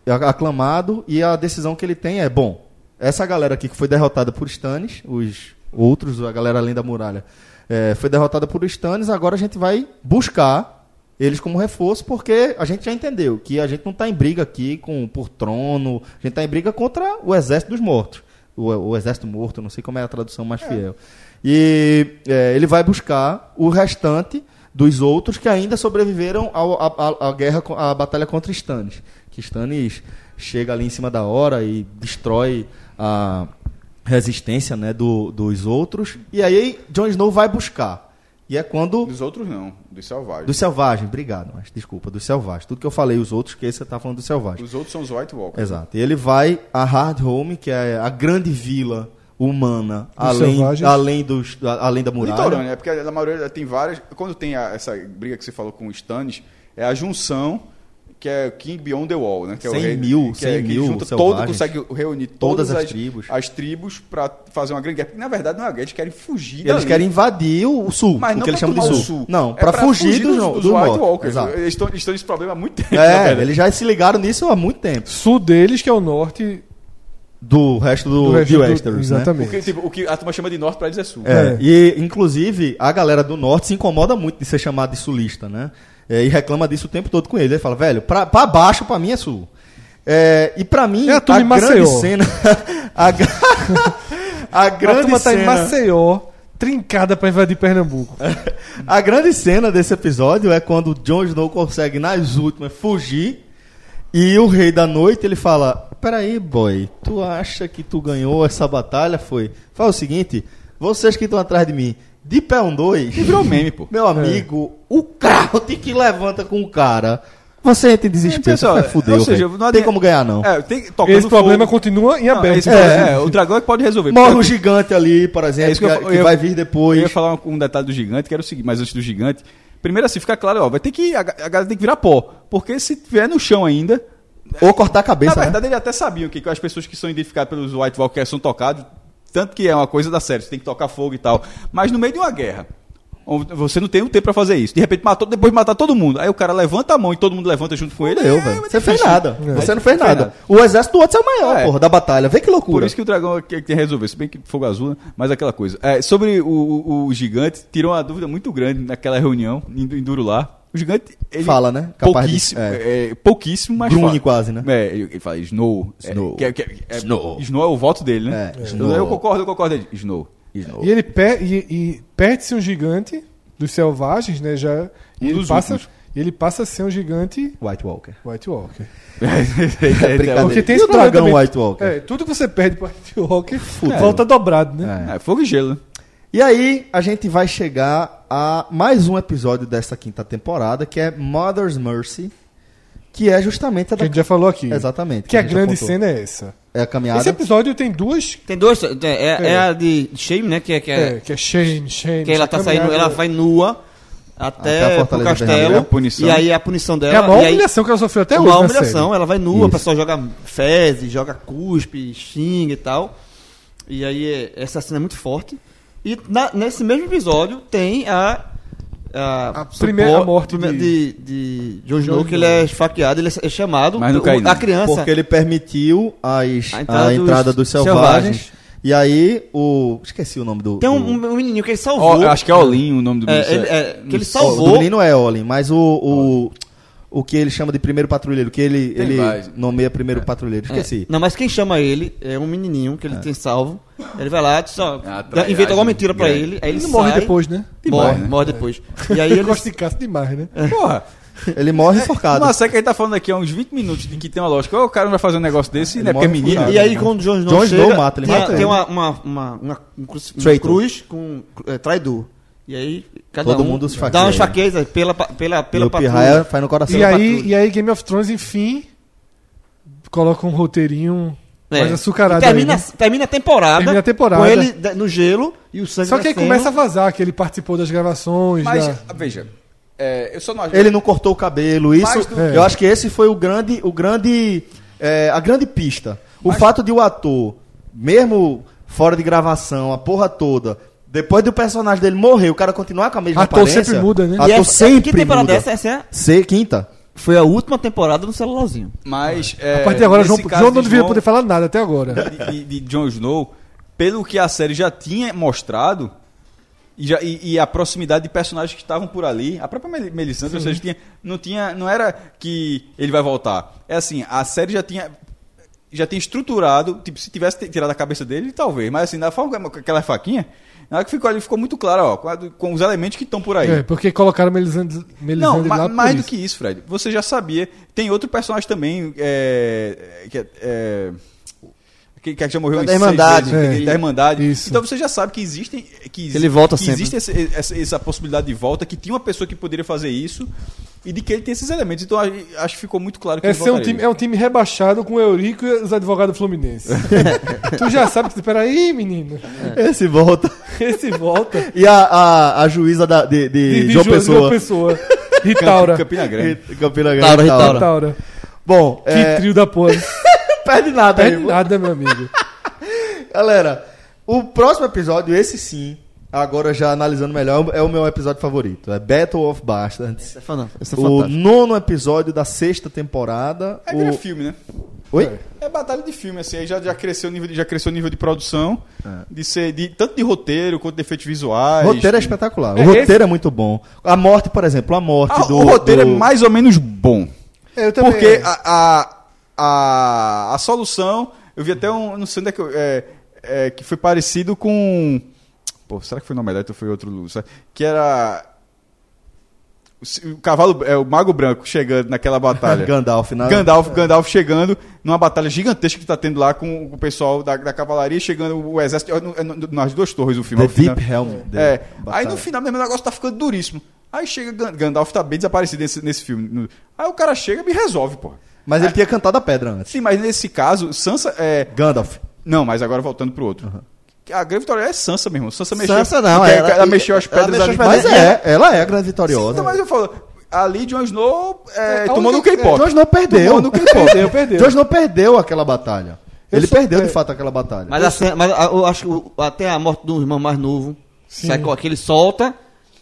Speaker 1: a- aclamado e a decisão que ele tem é, bom, essa galera aqui que foi derrotada por Stannis, os outros, a galera além da muralha, é, foi derrotada por Stannis, agora a gente vai buscar eles como reforço, porque a gente já entendeu que a gente não está em briga aqui com, por trono, a gente está em briga contra o exército dos mortos. O, o exército morto, não sei como é a tradução mais fiel. E é, ele vai buscar o restante dos outros que ainda sobreviveram ao- à- à à guerra, co- à batalha contra Stannis. Que Stannis chega ali em cima da hora e destrói a resistência né, do- dos outros. E aí Jon Snow vai buscar. E é quando
Speaker 4: Dos outros não, dos selvagens.
Speaker 1: do Selvagem, obrigado, mas desculpa, do Selvagem. Tudo que eu falei, os outros, que esse você tá falando do Selvagem.
Speaker 4: Os outros são os White Walkers.
Speaker 1: Exato. E ele vai a Hard Home, que é a grande vila humana, além,
Speaker 3: Selvagens.
Speaker 1: além, dos, a- além da muralha.
Speaker 4: Litorânea, é porque na maioria tem várias. Quando tem a- essa briga que você falou com o Stannis, é a junção que é King Beyond the Wall, né? Que é o
Speaker 1: 100
Speaker 4: rei,
Speaker 1: mil,
Speaker 4: que é,
Speaker 1: 100
Speaker 4: que
Speaker 1: mil
Speaker 4: junta
Speaker 1: selvagens.
Speaker 4: todo, consegue reunir todas,
Speaker 1: Todas as
Speaker 4: as
Speaker 1: tribos.
Speaker 4: as tribos para fazer uma grande guerra. Porque na verdade não é uma guerra, eles querem fugir.
Speaker 1: E eles
Speaker 4: dali.
Speaker 1: querem invadir o o sul,
Speaker 4: Mas
Speaker 1: o
Speaker 4: não
Speaker 1: que eles
Speaker 4: pra
Speaker 1: chamam de
Speaker 4: tomar
Speaker 1: sul.
Speaker 4: o sul.
Speaker 1: Não,
Speaker 4: É
Speaker 1: pra fugir, dos,
Speaker 4: dos
Speaker 1: do
Speaker 4: White
Speaker 1: norte.
Speaker 4: Walkers.
Speaker 1: Exato.
Speaker 4: Eles estão, eles estão nesse problema há muito tempo. né, na
Speaker 1: É,
Speaker 4: verdade.
Speaker 1: eles já se ligaram nisso há muito tempo.
Speaker 3: Sul deles, que é o norte
Speaker 1: Do resto do,
Speaker 3: do resto
Speaker 1: de
Speaker 3: do-
Speaker 1: Westeros, né?
Speaker 3: Exatamente.
Speaker 4: Porque, tipo, o que a turma chama de norte para eles é sul.
Speaker 1: É,
Speaker 3: É.
Speaker 1: E, inclusive, a galera do norte se incomoda muito de ser chamada de sulista, né? É, e reclama disso o tempo todo com ele. Ele fala, velho, pra, pra baixo, pra mim é sul. É, e pra mim,
Speaker 3: É a turma em
Speaker 1: grande
Speaker 3: Maceió.
Speaker 1: cena. A, gra- a
Speaker 3: A
Speaker 1: grande
Speaker 3: turma tá em
Speaker 1: cena.
Speaker 3: Maceió, trincada pra invadir Pernambuco.
Speaker 1: A é grande cena desse episódio é quando o Jon Snow consegue, nas últimas, fugir. E o rei da noite, ele fala: Peraí, boy, tu acha que tu ganhou essa batalha? Foi. Fala o seguinte: vocês que estão atrás de mim, de pé um dois.
Speaker 4: E virou meme, pô.
Speaker 1: Meu amigo, o crowd que levanta com o cara. Você entra em desespero, você
Speaker 4: Pessoal,
Speaker 1: fala, fudeu.
Speaker 4: Então, é, ou seja,
Speaker 1: velho.
Speaker 4: não
Speaker 1: tem
Speaker 4: adianta-
Speaker 1: como ganhar, não.
Speaker 4: É, tem, tocando
Speaker 3: Esse problema
Speaker 4: fogo.
Speaker 3: continua em
Speaker 4: Não,
Speaker 3: aberto.
Speaker 4: esse-
Speaker 3: inclusive.
Speaker 4: é, é, o dragão é que pode resolver.
Speaker 1: Morre um
Speaker 4: Porque-
Speaker 1: gigante ali, por exemplo,
Speaker 4: É isso que
Speaker 1: que,
Speaker 4: eu ia fa-
Speaker 1: que
Speaker 4: eu-
Speaker 1: vai vir
Speaker 4: Eu
Speaker 1: depois.
Speaker 4: ia falar um, um detalhe do gigante, que era o seguinte, mas antes do gigante, primeiro assim, fica claro, ó, vai ter que, a, ga- a galera tem que virar pó, porque se tiver no chão ainda,
Speaker 1: Ou cortar a cabeça,
Speaker 4: na
Speaker 1: né?
Speaker 4: verdade ele até sabia que as pessoas que são identificadas pelos White Walkers são tocados, tanto que é uma coisa da série, você tem que tocar fogo e tal, mas no meio de uma guerra, onde você não tem o tempo pra fazer isso, de repente matou, depois de matar todo mundo, aí o cara levanta a mão e todo mundo levanta junto com ele,
Speaker 1: né? Fudeu,
Speaker 4: é,
Speaker 1: velho.
Speaker 4: mas
Speaker 1: Você fez nada. Você não fez
Speaker 4: Fez
Speaker 1: nada.
Speaker 4: nada.
Speaker 1: O exército do outro é o maior,
Speaker 4: É.
Speaker 1: porra, da batalha. Vê que loucura.
Speaker 4: Por isso que o dragão é que tem que resolver, se bem que fogo azul, né? mas aquela coisa. É, sobre o, o- o gigante, tirou uma dúvida muito grande naquela reunião em, Du- em Durulá. O gigante, ele
Speaker 1: Fala, né? Capaz de-
Speaker 4: pouquíssimo,
Speaker 1: é.
Speaker 4: é, pouquíssimo, mas
Speaker 1: Grunhe
Speaker 4: fala.
Speaker 1: quase, né?
Speaker 4: É, ele ele fala Snow.
Speaker 1: Snow.
Speaker 4: É, que é- que é- é-
Speaker 1: Snow.
Speaker 4: Snow é o voto dele, né?
Speaker 1: É,
Speaker 4: Eu-
Speaker 1: Snow.
Speaker 4: Eu concordo, eu concordo. ele- Snow.
Speaker 3: E ele per e, e perde-se um gigante dos selvagens, né? Já, e,
Speaker 4: Um
Speaker 3: ele
Speaker 4: dos
Speaker 3: passa,
Speaker 4: últimos.
Speaker 3: e ele passa a ser um gigante
Speaker 1: White Walker.
Speaker 3: White Walker.
Speaker 1: É brincadeira.
Speaker 3: Porque tem
Speaker 1: E
Speaker 3: esse
Speaker 1: o dragão
Speaker 3: problema também.
Speaker 1: White Walker?
Speaker 3: É, tudo que você perde pro White Walker volta dobrado, né?
Speaker 4: É, fogo e gelo. né?
Speaker 1: E aí, a gente vai chegar a mais um episódio dessa quinta temporada, que é Mother's Mercy, que é justamente a
Speaker 3: Que
Speaker 1: da...
Speaker 3: a gente já falou aqui.
Speaker 1: Exatamente.
Speaker 3: Que a
Speaker 1: gente
Speaker 3: grande
Speaker 1: apontou.
Speaker 3: cena é essa.
Speaker 1: É a caminhada.
Speaker 3: Esse episódio tem duas.
Speaker 8: Tem dois. tem- é, é a de Shame, né? Que é. Que, é,
Speaker 3: É, que é shame, shame.
Speaker 8: que ela
Speaker 3: essa
Speaker 8: tá saindo,
Speaker 3: caminhada.
Speaker 8: ela vai nua até,
Speaker 1: Até a
Speaker 8: pro
Speaker 1: Fortaleza
Speaker 8: castelo.
Speaker 1: Vermelha.
Speaker 4: É a punição.
Speaker 8: E aí a punição dela.
Speaker 3: É a maior
Speaker 8: e aí,
Speaker 3: humilhação que ela sofreu até
Speaker 8: É
Speaker 3: hoje. né,
Speaker 8: uma
Speaker 3: na
Speaker 8: humilhação, ela vai nua,
Speaker 1: Isso.
Speaker 8: o pessoal joga fezes, joga cuspe, xinga e tal. E aí é- essa cena é muito forte. E na- nesse mesmo episódio tem a.
Speaker 3: A primeira
Speaker 8: supo-
Speaker 3: morte
Speaker 8: primeira
Speaker 3: de-
Speaker 8: de, de, Jon Snow, que ele é esfaqueado, ele é chamado.
Speaker 4: Mas não
Speaker 8: o-
Speaker 4: cai, não.
Speaker 8: a criança.
Speaker 1: Porque ele permitiu as- a
Speaker 8: A
Speaker 1: entrada,
Speaker 8: entrada dos
Speaker 1: dos, selvagens.
Speaker 8: selvagens.
Speaker 1: E aí, o... Esqueci o nome do...
Speaker 8: Tem um,
Speaker 1: do...
Speaker 8: um menininho que ele salvou.
Speaker 4: Ó, eu acho que é Olin o nome do bicho.
Speaker 8: É, ele- é, que ele
Speaker 1: O do
Speaker 8: salvou.
Speaker 1: menino é Olin, mas o, o, o que ele chama de primeiro patrulheiro, que ele,
Speaker 4: Tem
Speaker 1: ele
Speaker 4: mais.
Speaker 1: nomeia primeiro patrulheiro,
Speaker 8: É.
Speaker 1: esqueci.
Speaker 8: Não, mas quem chama ele é um menininho que ele tem salvo. Ele vai lá, só
Speaker 4: Ah,
Speaker 8: dá-
Speaker 4: trairagem
Speaker 8: inventa alguma mentira pra
Speaker 4: grande.
Speaker 8: ele. Aí ele,
Speaker 3: Ele morre
Speaker 8: sai,
Speaker 3: depois, né?
Speaker 8: Morre,
Speaker 4: né?
Speaker 8: morre depois. E aí
Speaker 3: Ele
Speaker 8: ele
Speaker 3: gosta de caça demais,
Speaker 8: Tá
Speaker 3: né?
Speaker 8: é,
Speaker 4: Porra.
Speaker 1: Ele morre enforcado.
Speaker 4: Uma série que a gente tá falando aqui há uns 20 minutos de que tem uma lógica. Ó, O cara não vai fazer um negócio desse,
Speaker 1: Ele
Speaker 4: né? Porque é
Speaker 1: morre
Speaker 4: menino.
Speaker 1: furado.
Speaker 8: E aí, quando o Jon Snow
Speaker 1: Jon
Speaker 8: chega,
Speaker 1: Snow mata, ele
Speaker 8: tem,
Speaker 1: mata ele.
Speaker 8: tem uma, uma, uma, uma, um cru- uma
Speaker 1: Traitor.
Speaker 8: cruz com é, traidor. E aí, cada
Speaker 1: Todo
Speaker 8: um
Speaker 1: mundo
Speaker 8: dá
Speaker 1: se esfaqueia.
Speaker 8: uma esfaqueza pela, pa- pela,
Speaker 1: e
Speaker 8: pela
Speaker 1: o Pirraia faz no coração.
Speaker 3: E aí,
Speaker 8: patrulha.
Speaker 3: e aí Game of Thrones, enfim, coloca um roteirinho
Speaker 8: É.
Speaker 3: mais açucarado
Speaker 8: E termina, assim,
Speaker 3: aí, né?
Speaker 8: termina a temporada.
Speaker 3: Termina a temporada.
Speaker 8: Com ele de- no gelo e o sangue
Speaker 3: Só que aí
Speaker 8: nascendo.
Speaker 3: começa a vazar que ele participou das gravações,
Speaker 4: Mas, ah,
Speaker 3: da-
Speaker 4: veja, é, eu só não acho.
Speaker 1: Ele não cortou o cabelo, isso.
Speaker 4: Mas do-
Speaker 3: É.
Speaker 1: Eu acho que esse foi o grande, o grande, é, a grande pista. O fato de o ator, mesmo fora de gravação, a porra toda, depois do personagem dele morrer, o cara continuar com a mesma
Speaker 3: Ator
Speaker 1: aparência.
Speaker 3: sempre muda, né?
Speaker 1: Ator
Speaker 8: E essa,
Speaker 1: sempre
Speaker 8: que temporada
Speaker 1: muda.
Speaker 8: dessa? Essa é a-
Speaker 1: Se- quinta.
Speaker 8: foi a última temporada no celularzinho.
Speaker 4: Mas. É,
Speaker 3: A partir de agora,
Speaker 4: nesse
Speaker 3: João,
Speaker 4: caso
Speaker 3: João
Speaker 4: de
Speaker 3: não devia
Speaker 4: João-
Speaker 3: poder falar nada até agora.
Speaker 4: de, de- de Jon Snow, pelo que a série já tinha mostrado e, já- e- e a proximidade de personagens que estavam por ali, a própria Mel- Melisandre, ou seja, tinha- não tinha, não era que ele vai voltar. É assim, a série já tinha já tinha estruturado, tipo, se tivesse t- tirado a cabeça dele, talvez, mas assim, da forma como- com aquela faquinha, na hora que ficou ali, ficou muito claro, ó, com, a- com os elementos que estão por aí.
Speaker 3: É, porque colocaram Melisandre,
Speaker 4: Não,
Speaker 3: Melisandre
Speaker 4: ma-
Speaker 3: lá por
Speaker 4: mais do
Speaker 3: isso.
Speaker 4: que isso, Fred. Você já sabia. Tem outro personagem também. É, que é, é, que, é que já morreu
Speaker 2: Da
Speaker 4: umas seis
Speaker 2: Irmandade.
Speaker 4: vezes,
Speaker 3: É.
Speaker 4: Da Irmandade.
Speaker 3: Isso.
Speaker 4: Então você já sabe que existem. Que exi-
Speaker 2: Ele volta
Speaker 4: que
Speaker 2: sempre.
Speaker 4: Existe esse- essa, essa possibilidade de volta, que tinha uma pessoa que poderia fazer isso e de que ele tem esses elementos. Então a- acho que ficou muito claro que
Speaker 3: É,
Speaker 4: ele
Speaker 3: ser um
Speaker 4: voltaria.
Speaker 3: time, é um time rebaixado com o Eurico e os advogados do Fluminense. tu já sabe que. Peraí, menino.
Speaker 1: Esse volta.
Speaker 3: Esse volta.
Speaker 1: E a, a, a juíza da, de, de, João
Speaker 3: João
Speaker 1: Pessoa.
Speaker 3: Pessoa.
Speaker 4: Camp-
Speaker 3: Ritaura.
Speaker 4: Campina Grande.
Speaker 1: Campina Grande.
Speaker 8: Taura, Ritaura.
Speaker 1: Taura.
Speaker 3: Ritaura.
Speaker 1: Bom,
Speaker 3: Que
Speaker 1: é,
Speaker 3: trio da porra.
Speaker 1: perde nada
Speaker 3: Perde
Speaker 1: aí.
Speaker 3: nada, meu amigo.
Speaker 1: Galera, o próximo episódio, esse sim, agora já analisando melhor, é o meu episódio favorito. É Battle of Bastards.
Speaker 8: Tá falando.
Speaker 2: Essa é
Speaker 1: O
Speaker 2: fantástica.
Speaker 1: nono episódio da sexta temporada.
Speaker 4: É
Speaker 1: O-
Speaker 4: vira filme, né?
Speaker 1: Oi?
Speaker 4: É batalha de filme, assim, aí já, já cresceu o nível de, já cresceu o nível de produção,
Speaker 2: É.
Speaker 4: de ser de, tanto de roteiro quanto de efeitos visuais.
Speaker 1: O roteiro é espetacular.
Speaker 3: É,
Speaker 1: o roteiro é muito bom. A morte, por exemplo, a morte
Speaker 4: Ah,
Speaker 1: do.
Speaker 4: o roteiro
Speaker 1: do-
Speaker 4: é mais ou menos bom.
Speaker 3: É, Eu também.
Speaker 4: Porque a, a, a, a solução, eu vi até um, não sei onde é que eu, é, é, que foi parecido com, pô, será que foi na Omelete ou foi outro, sabe? que era se- o cavalo, é o Mago Branco chegando naquela batalha.
Speaker 1: Gandalf, né? na...
Speaker 4: Gandalf, Gandalf chegando numa batalha gigantesca que tá tendo lá com o pessoal da, da cavalaria, chegando o exército é no- é no- nas duas torres o filme.
Speaker 1: The
Speaker 4: é o final.
Speaker 1: Deep Helm.
Speaker 4: É.
Speaker 1: The
Speaker 4: Aí
Speaker 1: batalha.
Speaker 4: no final mesmo o negócio tá ficando duríssimo. Aí chega Gan- Gandalf tá bem desaparecido nesse, nesse filme. No- Aí o cara chega e me resolve, pô.
Speaker 1: Mas
Speaker 4: É.
Speaker 1: ele tinha cantado a pedra antes.
Speaker 4: Sim, mas nesse caso, Sansa é
Speaker 1: Gandalf.
Speaker 4: não, mas agora voltando pro outro. A grande vitória é Sansa mesmo. Sansa mexeu.
Speaker 10: Sansa não,
Speaker 4: ela,
Speaker 10: ela-
Speaker 4: ela mexeu as
Speaker 10: ela
Speaker 4: pedras
Speaker 10: mexeu
Speaker 4: ali.
Speaker 10: as
Speaker 1: Mas
Speaker 10: Mas
Speaker 1: é, ela é a grande
Speaker 4: Sim,
Speaker 1: vitoriosa.
Speaker 4: então, mas eu falo, ali Jon Snow é,
Speaker 3: É, a
Speaker 4: tomou no
Speaker 3: única-
Speaker 4: K-pop.
Speaker 1: Jones não perdeu.
Speaker 4: Tomou no K-pop.
Speaker 3: Perdeu, perdeu.
Speaker 1: Jones não perdeu aquela batalha.
Speaker 3: Eu
Speaker 1: Ele
Speaker 3: sou-
Speaker 1: perdeu, de
Speaker 3: é.
Speaker 1: fato, aquela batalha.
Speaker 2: Mas, a cena- mas a- eu acho que o- até a morte do irmão mais novo,
Speaker 3: Sim.
Speaker 2: sai com aquele, solta,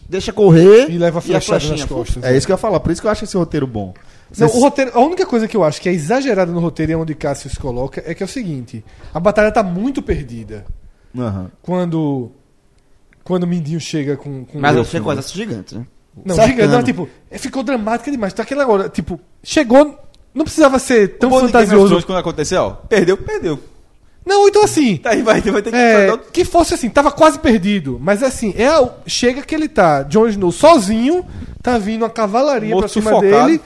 Speaker 2: deixa correr
Speaker 3: E leva a
Speaker 2: e a
Speaker 3: flechada nas
Speaker 2: flechinha.
Speaker 3: costas.
Speaker 1: É isso que eu ia falar. Por isso que eu acho esse roteiro bom.
Speaker 3: Não,
Speaker 1: Você-
Speaker 3: o roteiro, a única coisa que eu acho que é exagerada no roteiro e é onde Cassius coloca é que é o seguinte: a batalha tá muito perdida.
Speaker 1: Aham.
Speaker 3: Quando. Quando o Mindinho chega com. com
Speaker 2: Mas
Speaker 3: o
Speaker 2: eu
Speaker 3: Elfo,
Speaker 2: sei
Speaker 3: né?
Speaker 2: coisa gigante, né?
Speaker 3: Não,
Speaker 10: Cercando.
Speaker 3: diga, não, tipo, é, ficou dramática demais. Tá aquela hora, tipo, chegou. Não precisava ser é tão
Speaker 4: Pô, de Game of Thrones,
Speaker 2: é
Speaker 3: fantasioso.
Speaker 4: quando aconteceu, ó, perdeu, perdeu.
Speaker 3: Não, então assim.
Speaker 4: Tá Aí vai, vai ter que
Speaker 3: é,
Speaker 4: fazer outro-
Speaker 3: que fosse assim, tava quase perdido. Mas assim, é a- chega que ele tá, Jon Snow sozinho, tá vindo a cavalaria
Speaker 4: Morto
Speaker 3: pra cima
Speaker 4: sufocado.
Speaker 3: dele.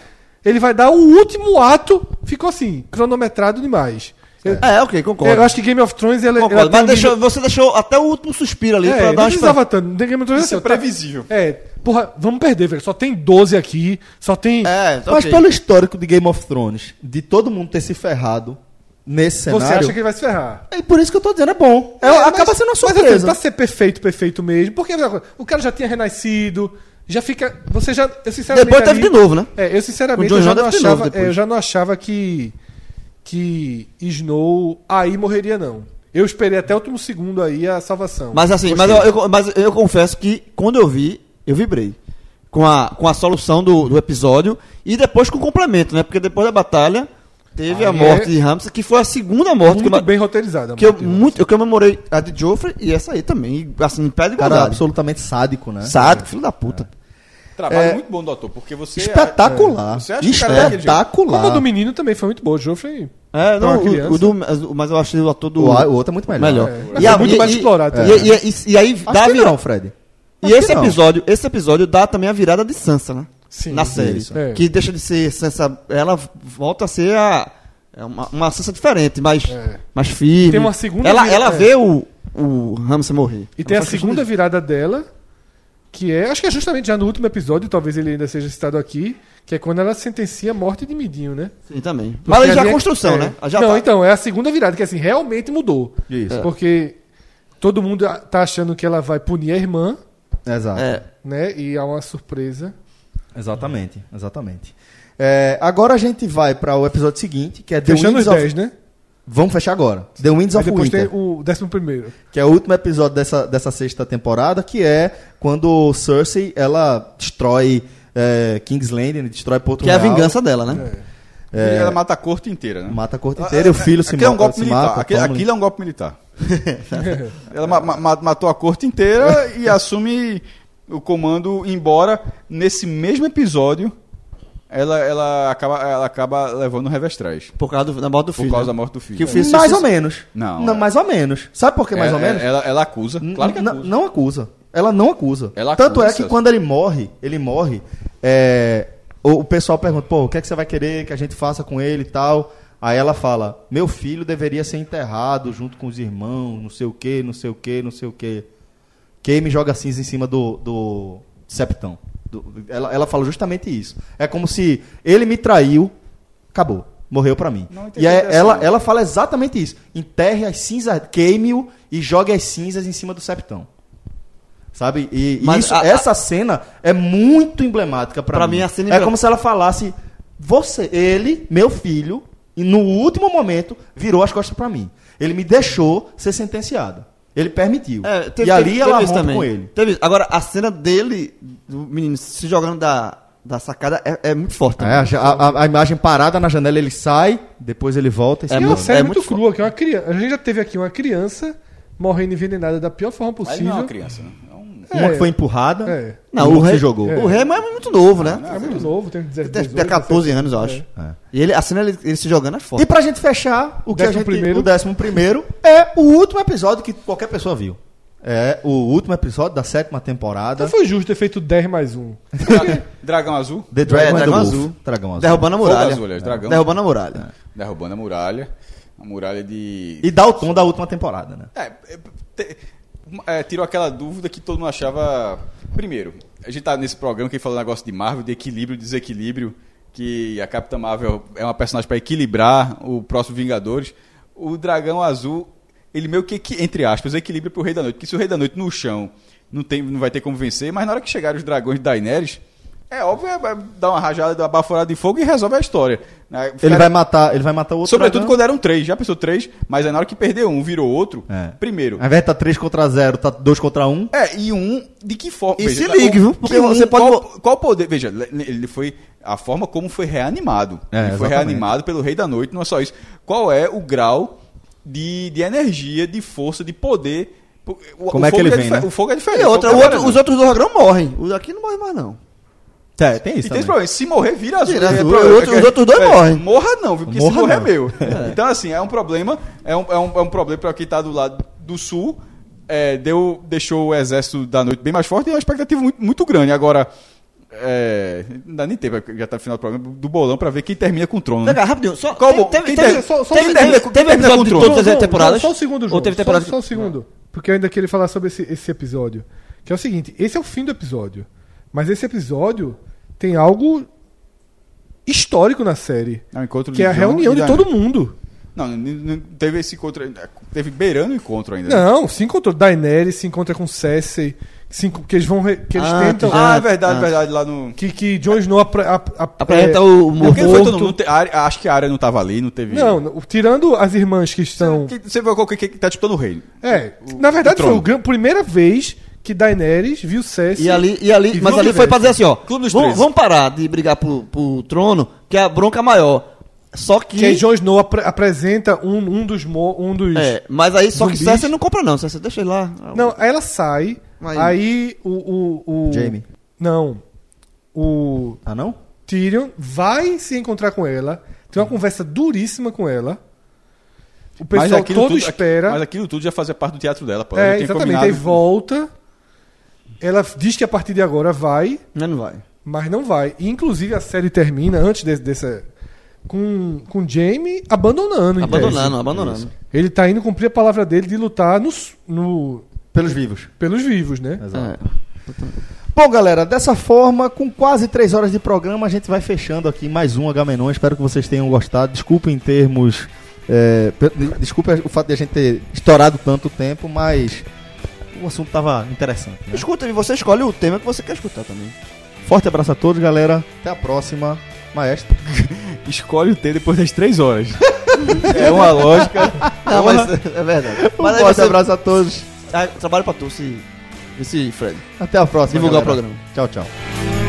Speaker 3: Ele vai dar o último ato, ficou assim, cronometrado demais. Eu,
Speaker 2: É, ok, concordo.
Speaker 3: eu acho que Game of Thrones ela, ela
Speaker 2: Concordo, mas
Speaker 3: tem um
Speaker 2: deixou- você deixou até o último suspiro ali
Speaker 3: nível-
Speaker 2: pra
Speaker 3: É,
Speaker 2: dar
Speaker 3: não
Speaker 2: uma
Speaker 3: precisava tanto. Game of Thrones é
Speaker 4: Isso é
Speaker 3: assim, tá-
Speaker 4: previsível.
Speaker 3: É, porra, vamos perder, velho. Só tem 12 aqui, só tem.
Speaker 2: É, tá
Speaker 1: Mas
Speaker 2: ok.
Speaker 1: pelo histórico de Game of Thrones, de todo mundo ter se ferrado nesse cenário...
Speaker 3: Você acha que ele vai se ferrar?
Speaker 1: É por isso que eu tô dizendo, é bom. É,
Speaker 3: É, mas-
Speaker 1: acaba sendo uma
Speaker 3: Mas, assim,
Speaker 1: surpresa.
Speaker 3: pra ser perfeito, perfeito mesmo. Porque o cara já tinha renascido, já fica. Você já. Eu sinceramente.
Speaker 2: Depois teve de
Speaker 3: ali-
Speaker 2: novo, né?
Speaker 3: É, eu sinceramente
Speaker 2: O Jon
Speaker 3: eu já,
Speaker 2: Snow
Speaker 3: não
Speaker 2: deve ter novo
Speaker 3: achava,
Speaker 2: depois.
Speaker 3: é, eu já não achava que. Que Snow aí morreria, não. Eu esperei até o último segundo aí a salvação.
Speaker 2: Mas assim, mas eu, eu- mas eu confesso que quando eu vi, eu vibrei. Com a, com a solução do, do episódio e depois com o complemento, né? Porque depois da batalha teve
Speaker 3: Aí
Speaker 2: a morte
Speaker 3: é-
Speaker 2: de Ramsay, que foi a segunda morte
Speaker 3: muito
Speaker 2: que eu,
Speaker 3: bem roteirizada.
Speaker 2: que eu,
Speaker 3: Matheus.
Speaker 2: muito, eu que eu memorei a de Joffrey e essa aí também. E, assim, em pé de
Speaker 1: Cara,
Speaker 2: igualdade.
Speaker 1: absolutamente sádico, né?
Speaker 2: Sádico, filho da puta.
Speaker 4: Trabalho
Speaker 1: é-
Speaker 4: muito bom do ator, porque você...
Speaker 1: Espetacular.
Speaker 4: É, você acha que o cara é daquele jeito?
Speaker 3: Como a
Speaker 1: Espetacular.
Speaker 3: do menino também foi muito boa, o Joffrey.
Speaker 2: É,
Speaker 3: Pra
Speaker 2: não,
Speaker 3: uma Então, criança.
Speaker 2: o, o do- mas o- mas eu achei o ator do.
Speaker 1: O, a- o outro é muito melhor.
Speaker 2: melhor.
Speaker 3: É. Mas é muito mais explorado,
Speaker 2: E,
Speaker 3: né?
Speaker 2: e- e- e aí
Speaker 1: Acho
Speaker 2: dá a
Speaker 1: que
Speaker 2: virada.
Speaker 1: não, Fred.
Speaker 2: E
Speaker 1: Acho que
Speaker 2: esse
Speaker 1: não.
Speaker 2: episódio, esse episódio dá também a virada de Sansa, né?
Speaker 3: Sim,
Speaker 2: Na série.
Speaker 1: isso.
Speaker 3: É.
Speaker 2: Que deixa de ser Sansa. Ela volta a ser a, é uma, uma Sansa diferente, mas,
Speaker 3: É.
Speaker 2: mais firme.
Speaker 3: Tem uma segunda
Speaker 2: Ela,
Speaker 3: vira-
Speaker 2: ela
Speaker 3: é.
Speaker 2: vê o, o Ramsay morrer.
Speaker 3: E tem a
Speaker 2: Ela faz questão
Speaker 3: segunda
Speaker 2: de-
Speaker 3: virada dela, que é. Acho que é justamente já no último episódio, talvez ele ainda seja citado aqui, que é quando ela sentencia a morte de Midinho, né?
Speaker 2: Sim, também. Mas aí
Speaker 3: Porque
Speaker 2: já
Speaker 3: ali
Speaker 2: é
Speaker 3: é-
Speaker 2: construção,
Speaker 3: é.
Speaker 2: né? Já
Speaker 3: não,
Speaker 2: tá-
Speaker 3: então, é a segunda virada, que assim, realmente mudou.
Speaker 1: Isso.
Speaker 3: Porque todo mundo a- tá achando que ela vai punir a irmã,
Speaker 1: Exato.
Speaker 2: É.
Speaker 3: né? E há uma surpresa.
Speaker 1: Exatamente, exatamente. É, agora a gente vai para o episódio seguinte, que é The
Speaker 3: Fechando os
Speaker 1: Winds of...
Speaker 3: 10, né?
Speaker 1: Vamos fechar agora. The Winds
Speaker 3: Aí
Speaker 1: of
Speaker 3: depois
Speaker 1: Winter,
Speaker 3: tem o décimo primeiro.
Speaker 1: que é o último episódio dessa, dessa sexta temporada, que é quando Cersei, ela destrói é, King's Landing, destrói Porto
Speaker 2: Que é a
Speaker 1: Real,
Speaker 2: vingança dela, né?
Speaker 4: E é, Ela mata a corte inteira, né?
Speaker 1: Mata a corte inteira, e É. o filho se
Speaker 4: Aquilo é um
Speaker 1: mata,
Speaker 4: golpe
Speaker 1: se
Speaker 4: militar.
Speaker 1: mata,
Speaker 4: Aquilo,
Speaker 1: toma-
Speaker 4: aquilo é um golpe militar. Ela ma- ma- matou a corte inteira e assume o comando embora. Nesse mesmo episódio, ela, ela, acaba, ela acaba levando o revés trás.
Speaker 2: Por causa do- da morte do
Speaker 4: Por
Speaker 2: filho.
Speaker 4: causa da
Speaker 2: né?
Speaker 4: morte do filho.
Speaker 2: Que o filho
Speaker 1: um Mais
Speaker 2: se-
Speaker 1: ou menos.
Speaker 4: um Não, é.
Speaker 1: mais ou menos. Sabe por que
Speaker 4: É,
Speaker 1: mais ou
Speaker 4: é,
Speaker 1: menos?
Speaker 4: Ela, ela acusa. Claro que
Speaker 1: N-
Speaker 4: acusa.
Speaker 1: Não acusa. Ela não acusa.
Speaker 4: Ela
Speaker 1: Tanto
Speaker 4: acusa,
Speaker 1: é que
Speaker 4: Celso.
Speaker 1: quando ele morre, ele morre. é, o, o pessoal pergunta, pô, o que é que você vai querer que a gente faça com ele e tal? Aí ela fala, meu filho deveria ser enterrado junto com os irmãos, não sei o que, não sei o que, não sei o que. Quem me joga cinza em cima do, do septão. Do- ela, ela fala justamente isso. É como se ele me traiu, acabou. Morreu pra mim.
Speaker 4: Não entendi
Speaker 1: E aí
Speaker 4: dessa,
Speaker 1: ela,
Speaker 4: não.
Speaker 1: ela fala exatamente isso. Enterre as cinzas, queime-o e jogue as cinzas em cima do septão. Sabe? E, e
Speaker 2: Mas
Speaker 1: isso-
Speaker 2: a- a-
Speaker 1: essa cena é muito emblemática pra
Speaker 2: Pra
Speaker 1: mim.
Speaker 2: mim, a cena
Speaker 1: é
Speaker 2: emblem-
Speaker 1: como se ela falasse: você, ele, meu filho, e no último momento virou as costas pra mim. Ele me deixou ser sentenciado. Ele permitiu.
Speaker 2: É, teve-
Speaker 1: e ali
Speaker 2: teve-
Speaker 1: ela
Speaker 2: teve isso
Speaker 1: rompe com ele.
Speaker 2: Teve isso. Agora, a cena dele, do menino se jogando da, da sacada, é, é muito forte.
Speaker 1: É, a, a- a imagem parada na janela, ele sai, depois ele volta. e
Speaker 2: É
Speaker 3: e é
Speaker 1: se-
Speaker 3: uma
Speaker 2: muito-
Speaker 3: série
Speaker 2: é
Speaker 3: muito,
Speaker 2: muito fo-
Speaker 3: crua, que é uma criança. A gente já teve aqui uma criança morrendo envenenada da pior forma
Speaker 4: Mas ele
Speaker 3: possível.
Speaker 4: não é uma criança. Né? É um-
Speaker 1: Uma
Speaker 3: é.
Speaker 1: que foi empurrada,
Speaker 3: É.
Speaker 2: Não,
Speaker 1: e
Speaker 2: o
Speaker 1: outra
Speaker 2: rei
Speaker 1: que jogou.
Speaker 2: O rei mas é muito novo, né?
Speaker 3: É muito novo, tem 17,
Speaker 2: Tem
Speaker 3: 18,
Speaker 2: 14 anos, eu acho.
Speaker 1: É.
Speaker 2: E ele, a cena ele, ele se jogando é forte.
Speaker 1: E pra gente fechar, o que
Speaker 3: Décimo
Speaker 1: a gente,
Speaker 3: primeiro.
Speaker 1: o décimo primeiro é o último episódio que qualquer pessoa viu. É o último episódio da sétima temporada.
Speaker 3: Então foi justo ter feito 10 mais 1.
Speaker 4: Dra- Dragão Azul?
Speaker 1: The Dragon,
Speaker 2: É,
Speaker 1: and the
Speaker 2: Dragão
Speaker 1: Wolf.
Speaker 2: Azul.
Speaker 1: Dragão Azul.
Speaker 2: Derrubando a
Speaker 4: Fogo
Speaker 2: muralha.
Speaker 4: azul, aliás, dragão.
Speaker 2: Derrubando a muralha.
Speaker 4: Derrubando a muralha. A muralha de.
Speaker 1: E dá o tom da última temporada, né?
Speaker 4: É, é, te- é, tirou aquela dúvida que todo mundo achava. Primeiro, a gente tá nesse programa que falou um negócio de Marvel, de equilíbrio, desequilíbrio, que a Capitã Marvel é uma personagem para equilibrar o próximo Vingadores. O Dragão Azul, ele meio que, que, entre aspas, equilibra pro Rei da Noite. Porque se o Rei da Noite no chão não, tem, não vai ter como vencer, mas na hora que chegarem os dragões da Daenerys, é óbvio, é, é, dá uma rajada, dá uma baforada de fogo e resolve a história. né?
Speaker 1: Ele
Speaker 4: Fera-
Speaker 1: vai matar, ele vai matar o outro.
Speaker 4: Sobretudo
Speaker 1: dragão.
Speaker 4: quando eram três, já pensou três, mas aí na hora que perdeu um, virou outro.
Speaker 1: É.
Speaker 4: Primeiro.
Speaker 1: Ao invés de tá 3 contra 0, tá 2 contra 1.
Speaker 4: É, e um, de que forma.
Speaker 2: E se ligue, viu? Porque
Speaker 4: que um
Speaker 2: você pode
Speaker 4: Qual, qual poder. Veja, le- ele foi. A forma como foi reanimado.
Speaker 1: É,
Speaker 4: ele foi
Speaker 1: exatamente.
Speaker 4: reanimado pelo Rei da Noite, não é só isso. Qual é o grau de, de energia, de força, de poder. O- o
Speaker 1: Como é que
Speaker 4: fogo
Speaker 1: ele
Speaker 4: difer-
Speaker 1: vem, né?
Speaker 4: O fogo é diferente.
Speaker 2: E outra,
Speaker 4: o
Speaker 2: o
Speaker 4: fogo é
Speaker 2: outro, os
Speaker 4: diferente.
Speaker 2: outros dois dragões morrem. Os daqui não morrem mais, não.
Speaker 1: É, tem
Speaker 4: E
Speaker 1: isso.
Speaker 4: tem esse
Speaker 1: também.
Speaker 4: problema, se morrer, vira azul.
Speaker 2: Vira
Speaker 4: É
Speaker 2: azul,
Speaker 4: problema,
Speaker 2: e outro-
Speaker 4: é que-
Speaker 2: os outros dois
Speaker 4: é,
Speaker 2: morrem.
Speaker 4: Morra não, viu? Porque se
Speaker 1: Morra
Speaker 4: morrer é
Speaker 1: não.
Speaker 4: meu. Então, assim, é um problema, é um, é um, é um problema pra quem tá do lado do sul, é, deu, deixou o exército da noite bem mais forte e é uma expectativa muito, muito grande. Agora, é, não dá nem tempo, já tá no final do programa, do bolão pra ver quem termina com o trono. né?
Speaker 8: Pega rapidinho. Só,
Speaker 4: Qual
Speaker 8: teve,
Speaker 4: bom?
Speaker 8: teve,
Speaker 4: Quem
Speaker 8: teve,
Speaker 4: tem-
Speaker 8: só, só,
Speaker 4: só- só-
Speaker 8: teve,
Speaker 4: quem
Speaker 8: teve,
Speaker 4: termina com-
Speaker 8: teve
Speaker 4: quem termina
Speaker 8: episódio de
Speaker 4: com o
Speaker 8: todas
Speaker 3: Não,
Speaker 8: as
Speaker 3: não,
Speaker 8: temporadas.
Speaker 3: Só o segundo
Speaker 8: Ou
Speaker 3: jogo.
Speaker 8: teve
Speaker 3: Só-
Speaker 8: temporada.
Speaker 3: Só, o segundo. Porque eu ainda queria falar sobre esse, esse episódio. Que é o seguinte: esse é o fim do episódio. Mas esse episódio tem algo histórico na série.
Speaker 4: É o encontro
Speaker 3: Que é a
Speaker 4: John
Speaker 3: reunião
Speaker 4: e
Speaker 3: de
Speaker 4: da-
Speaker 3: todo mundo.
Speaker 4: Não, não- não teve esse encontro. ainda. Teve beirando o encontro ainda. né?
Speaker 3: Não, se encontrou. Daenerys se encontra com Cersei. Se, enco- que eles vão. re- que eles
Speaker 2: Ah,
Speaker 3: tentam.
Speaker 4: Ah, é verdade,
Speaker 2: Ah.
Speaker 4: verdade, lá no.
Speaker 3: que, que Jon Snow apre, ap, ap-
Speaker 8: Apresenta
Speaker 3: é,
Speaker 8: o
Speaker 4: É Porque foi todo
Speaker 8: morto.
Speaker 4: mundo. te- a área- Acho que a área não tava ali, não teve.
Speaker 3: Não, não, tirando as irmãs que estão.
Speaker 4: Que- Você vê qual que, que que tá disputando o reino.
Speaker 3: É, na verdade
Speaker 4: o
Speaker 3: foi a
Speaker 4: trono.
Speaker 3: gran- primeira vez que Daenerys viu Cersei.
Speaker 8: E ali, e ali,
Speaker 3: E
Speaker 8: mas
Speaker 3: viu
Speaker 8: ali
Speaker 3: que
Speaker 8: foi pra
Speaker 3: veio.
Speaker 8: dizer assim, ó.
Speaker 4: Clube dos
Speaker 8: Vamos,
Speaker 4: Treze.
Speaker 8: vamos parar de brigar pro, pro trono, que a bronca é maior. Só que.
Speaker 2: é
Speaker 3: Que aí Jon Snow apre- apresenta um, um dos. Mo, um dos
Speaker 8: é, mas aí só que
Speaker 3: Zumbis.
Speaker 8: Cersei não compra, não. Cersei, deixa ele lá.
Speaker 3: Não, aí ela sai.
Speaker 8: Aí-
Speaker 3: Aí, o, o, o.
Speaker 1: Jaime.
Speaker 3: Não. O
Speaker 1: Ah, não?
Speaker 3: Tyrion vai se encontrar com ela. Tem uma conversa duríssima com ela. O pessoal
Speaker 4: aquilo
Speaker 3: todo
Speaker 4: tudo-
Speaker 3: espera.
Speaker 4: Mas aquilo tudo já fazia parte do teatro dela, pô. Ela
Speaker 3: É,
Speaker 4: tem
Speaker 3: exatamente.
Speaker 4: combinado-
Speaker 3: Aí volta. Ela diz que a partir de agora vai,
Speaker 8: Não, não vai.
Speaker 3: mas não vai. E, inclusive a série termina antes desse, dessa com com Jamie abandonando, em
Speaker 8: Abandonando,
Speaker 3: tese.
Speaker 8: abandonando.
Speaker 3: Ele tá indo cumprir a palavra dele de lutar nos, no,
Speaker 1: Pelos vivos.
Speaker 3: pelos vivos, né?
Speaker 1: Exato.
Speaker 8: É.
Speaker 1: Bom, galera, dessa forma, com quase três horas de programa, a gente vai fechando aqui mais um Agamenon. Espero que vocês tenham gostado. Desculpem em termos. É, pe- de- desculpe o fato de a gente ter estourado tanto tempo, mas o assunto tava interessante. né?
Speaker 2: É. Escuta, e você escolhe o tema que você quer escutar também.
Speaker 1: Forte abraço a todos, galera. Até a próxima. Maestro.
Speaker 4: Escolhe o T depois das três horas. é uma lógica.
Speaker 8: Ah,
Speaker 2: Não, mas é verdade.
Speaker 1: Um
Speaker 2: Mas aí
Speaker 1: forte
Speaker 2: você
Speaker 1: abraço a todos.
Speaker 2: ah, trabalha pra tu, se... Esse Fred.
Speaker 1: Até a próxima.
Speaker 2: Divulgar o
Speaker 1: galera.
Speaker 2: programa.
Speaker 1: Tchau, tchau.
Speaker 6: Thank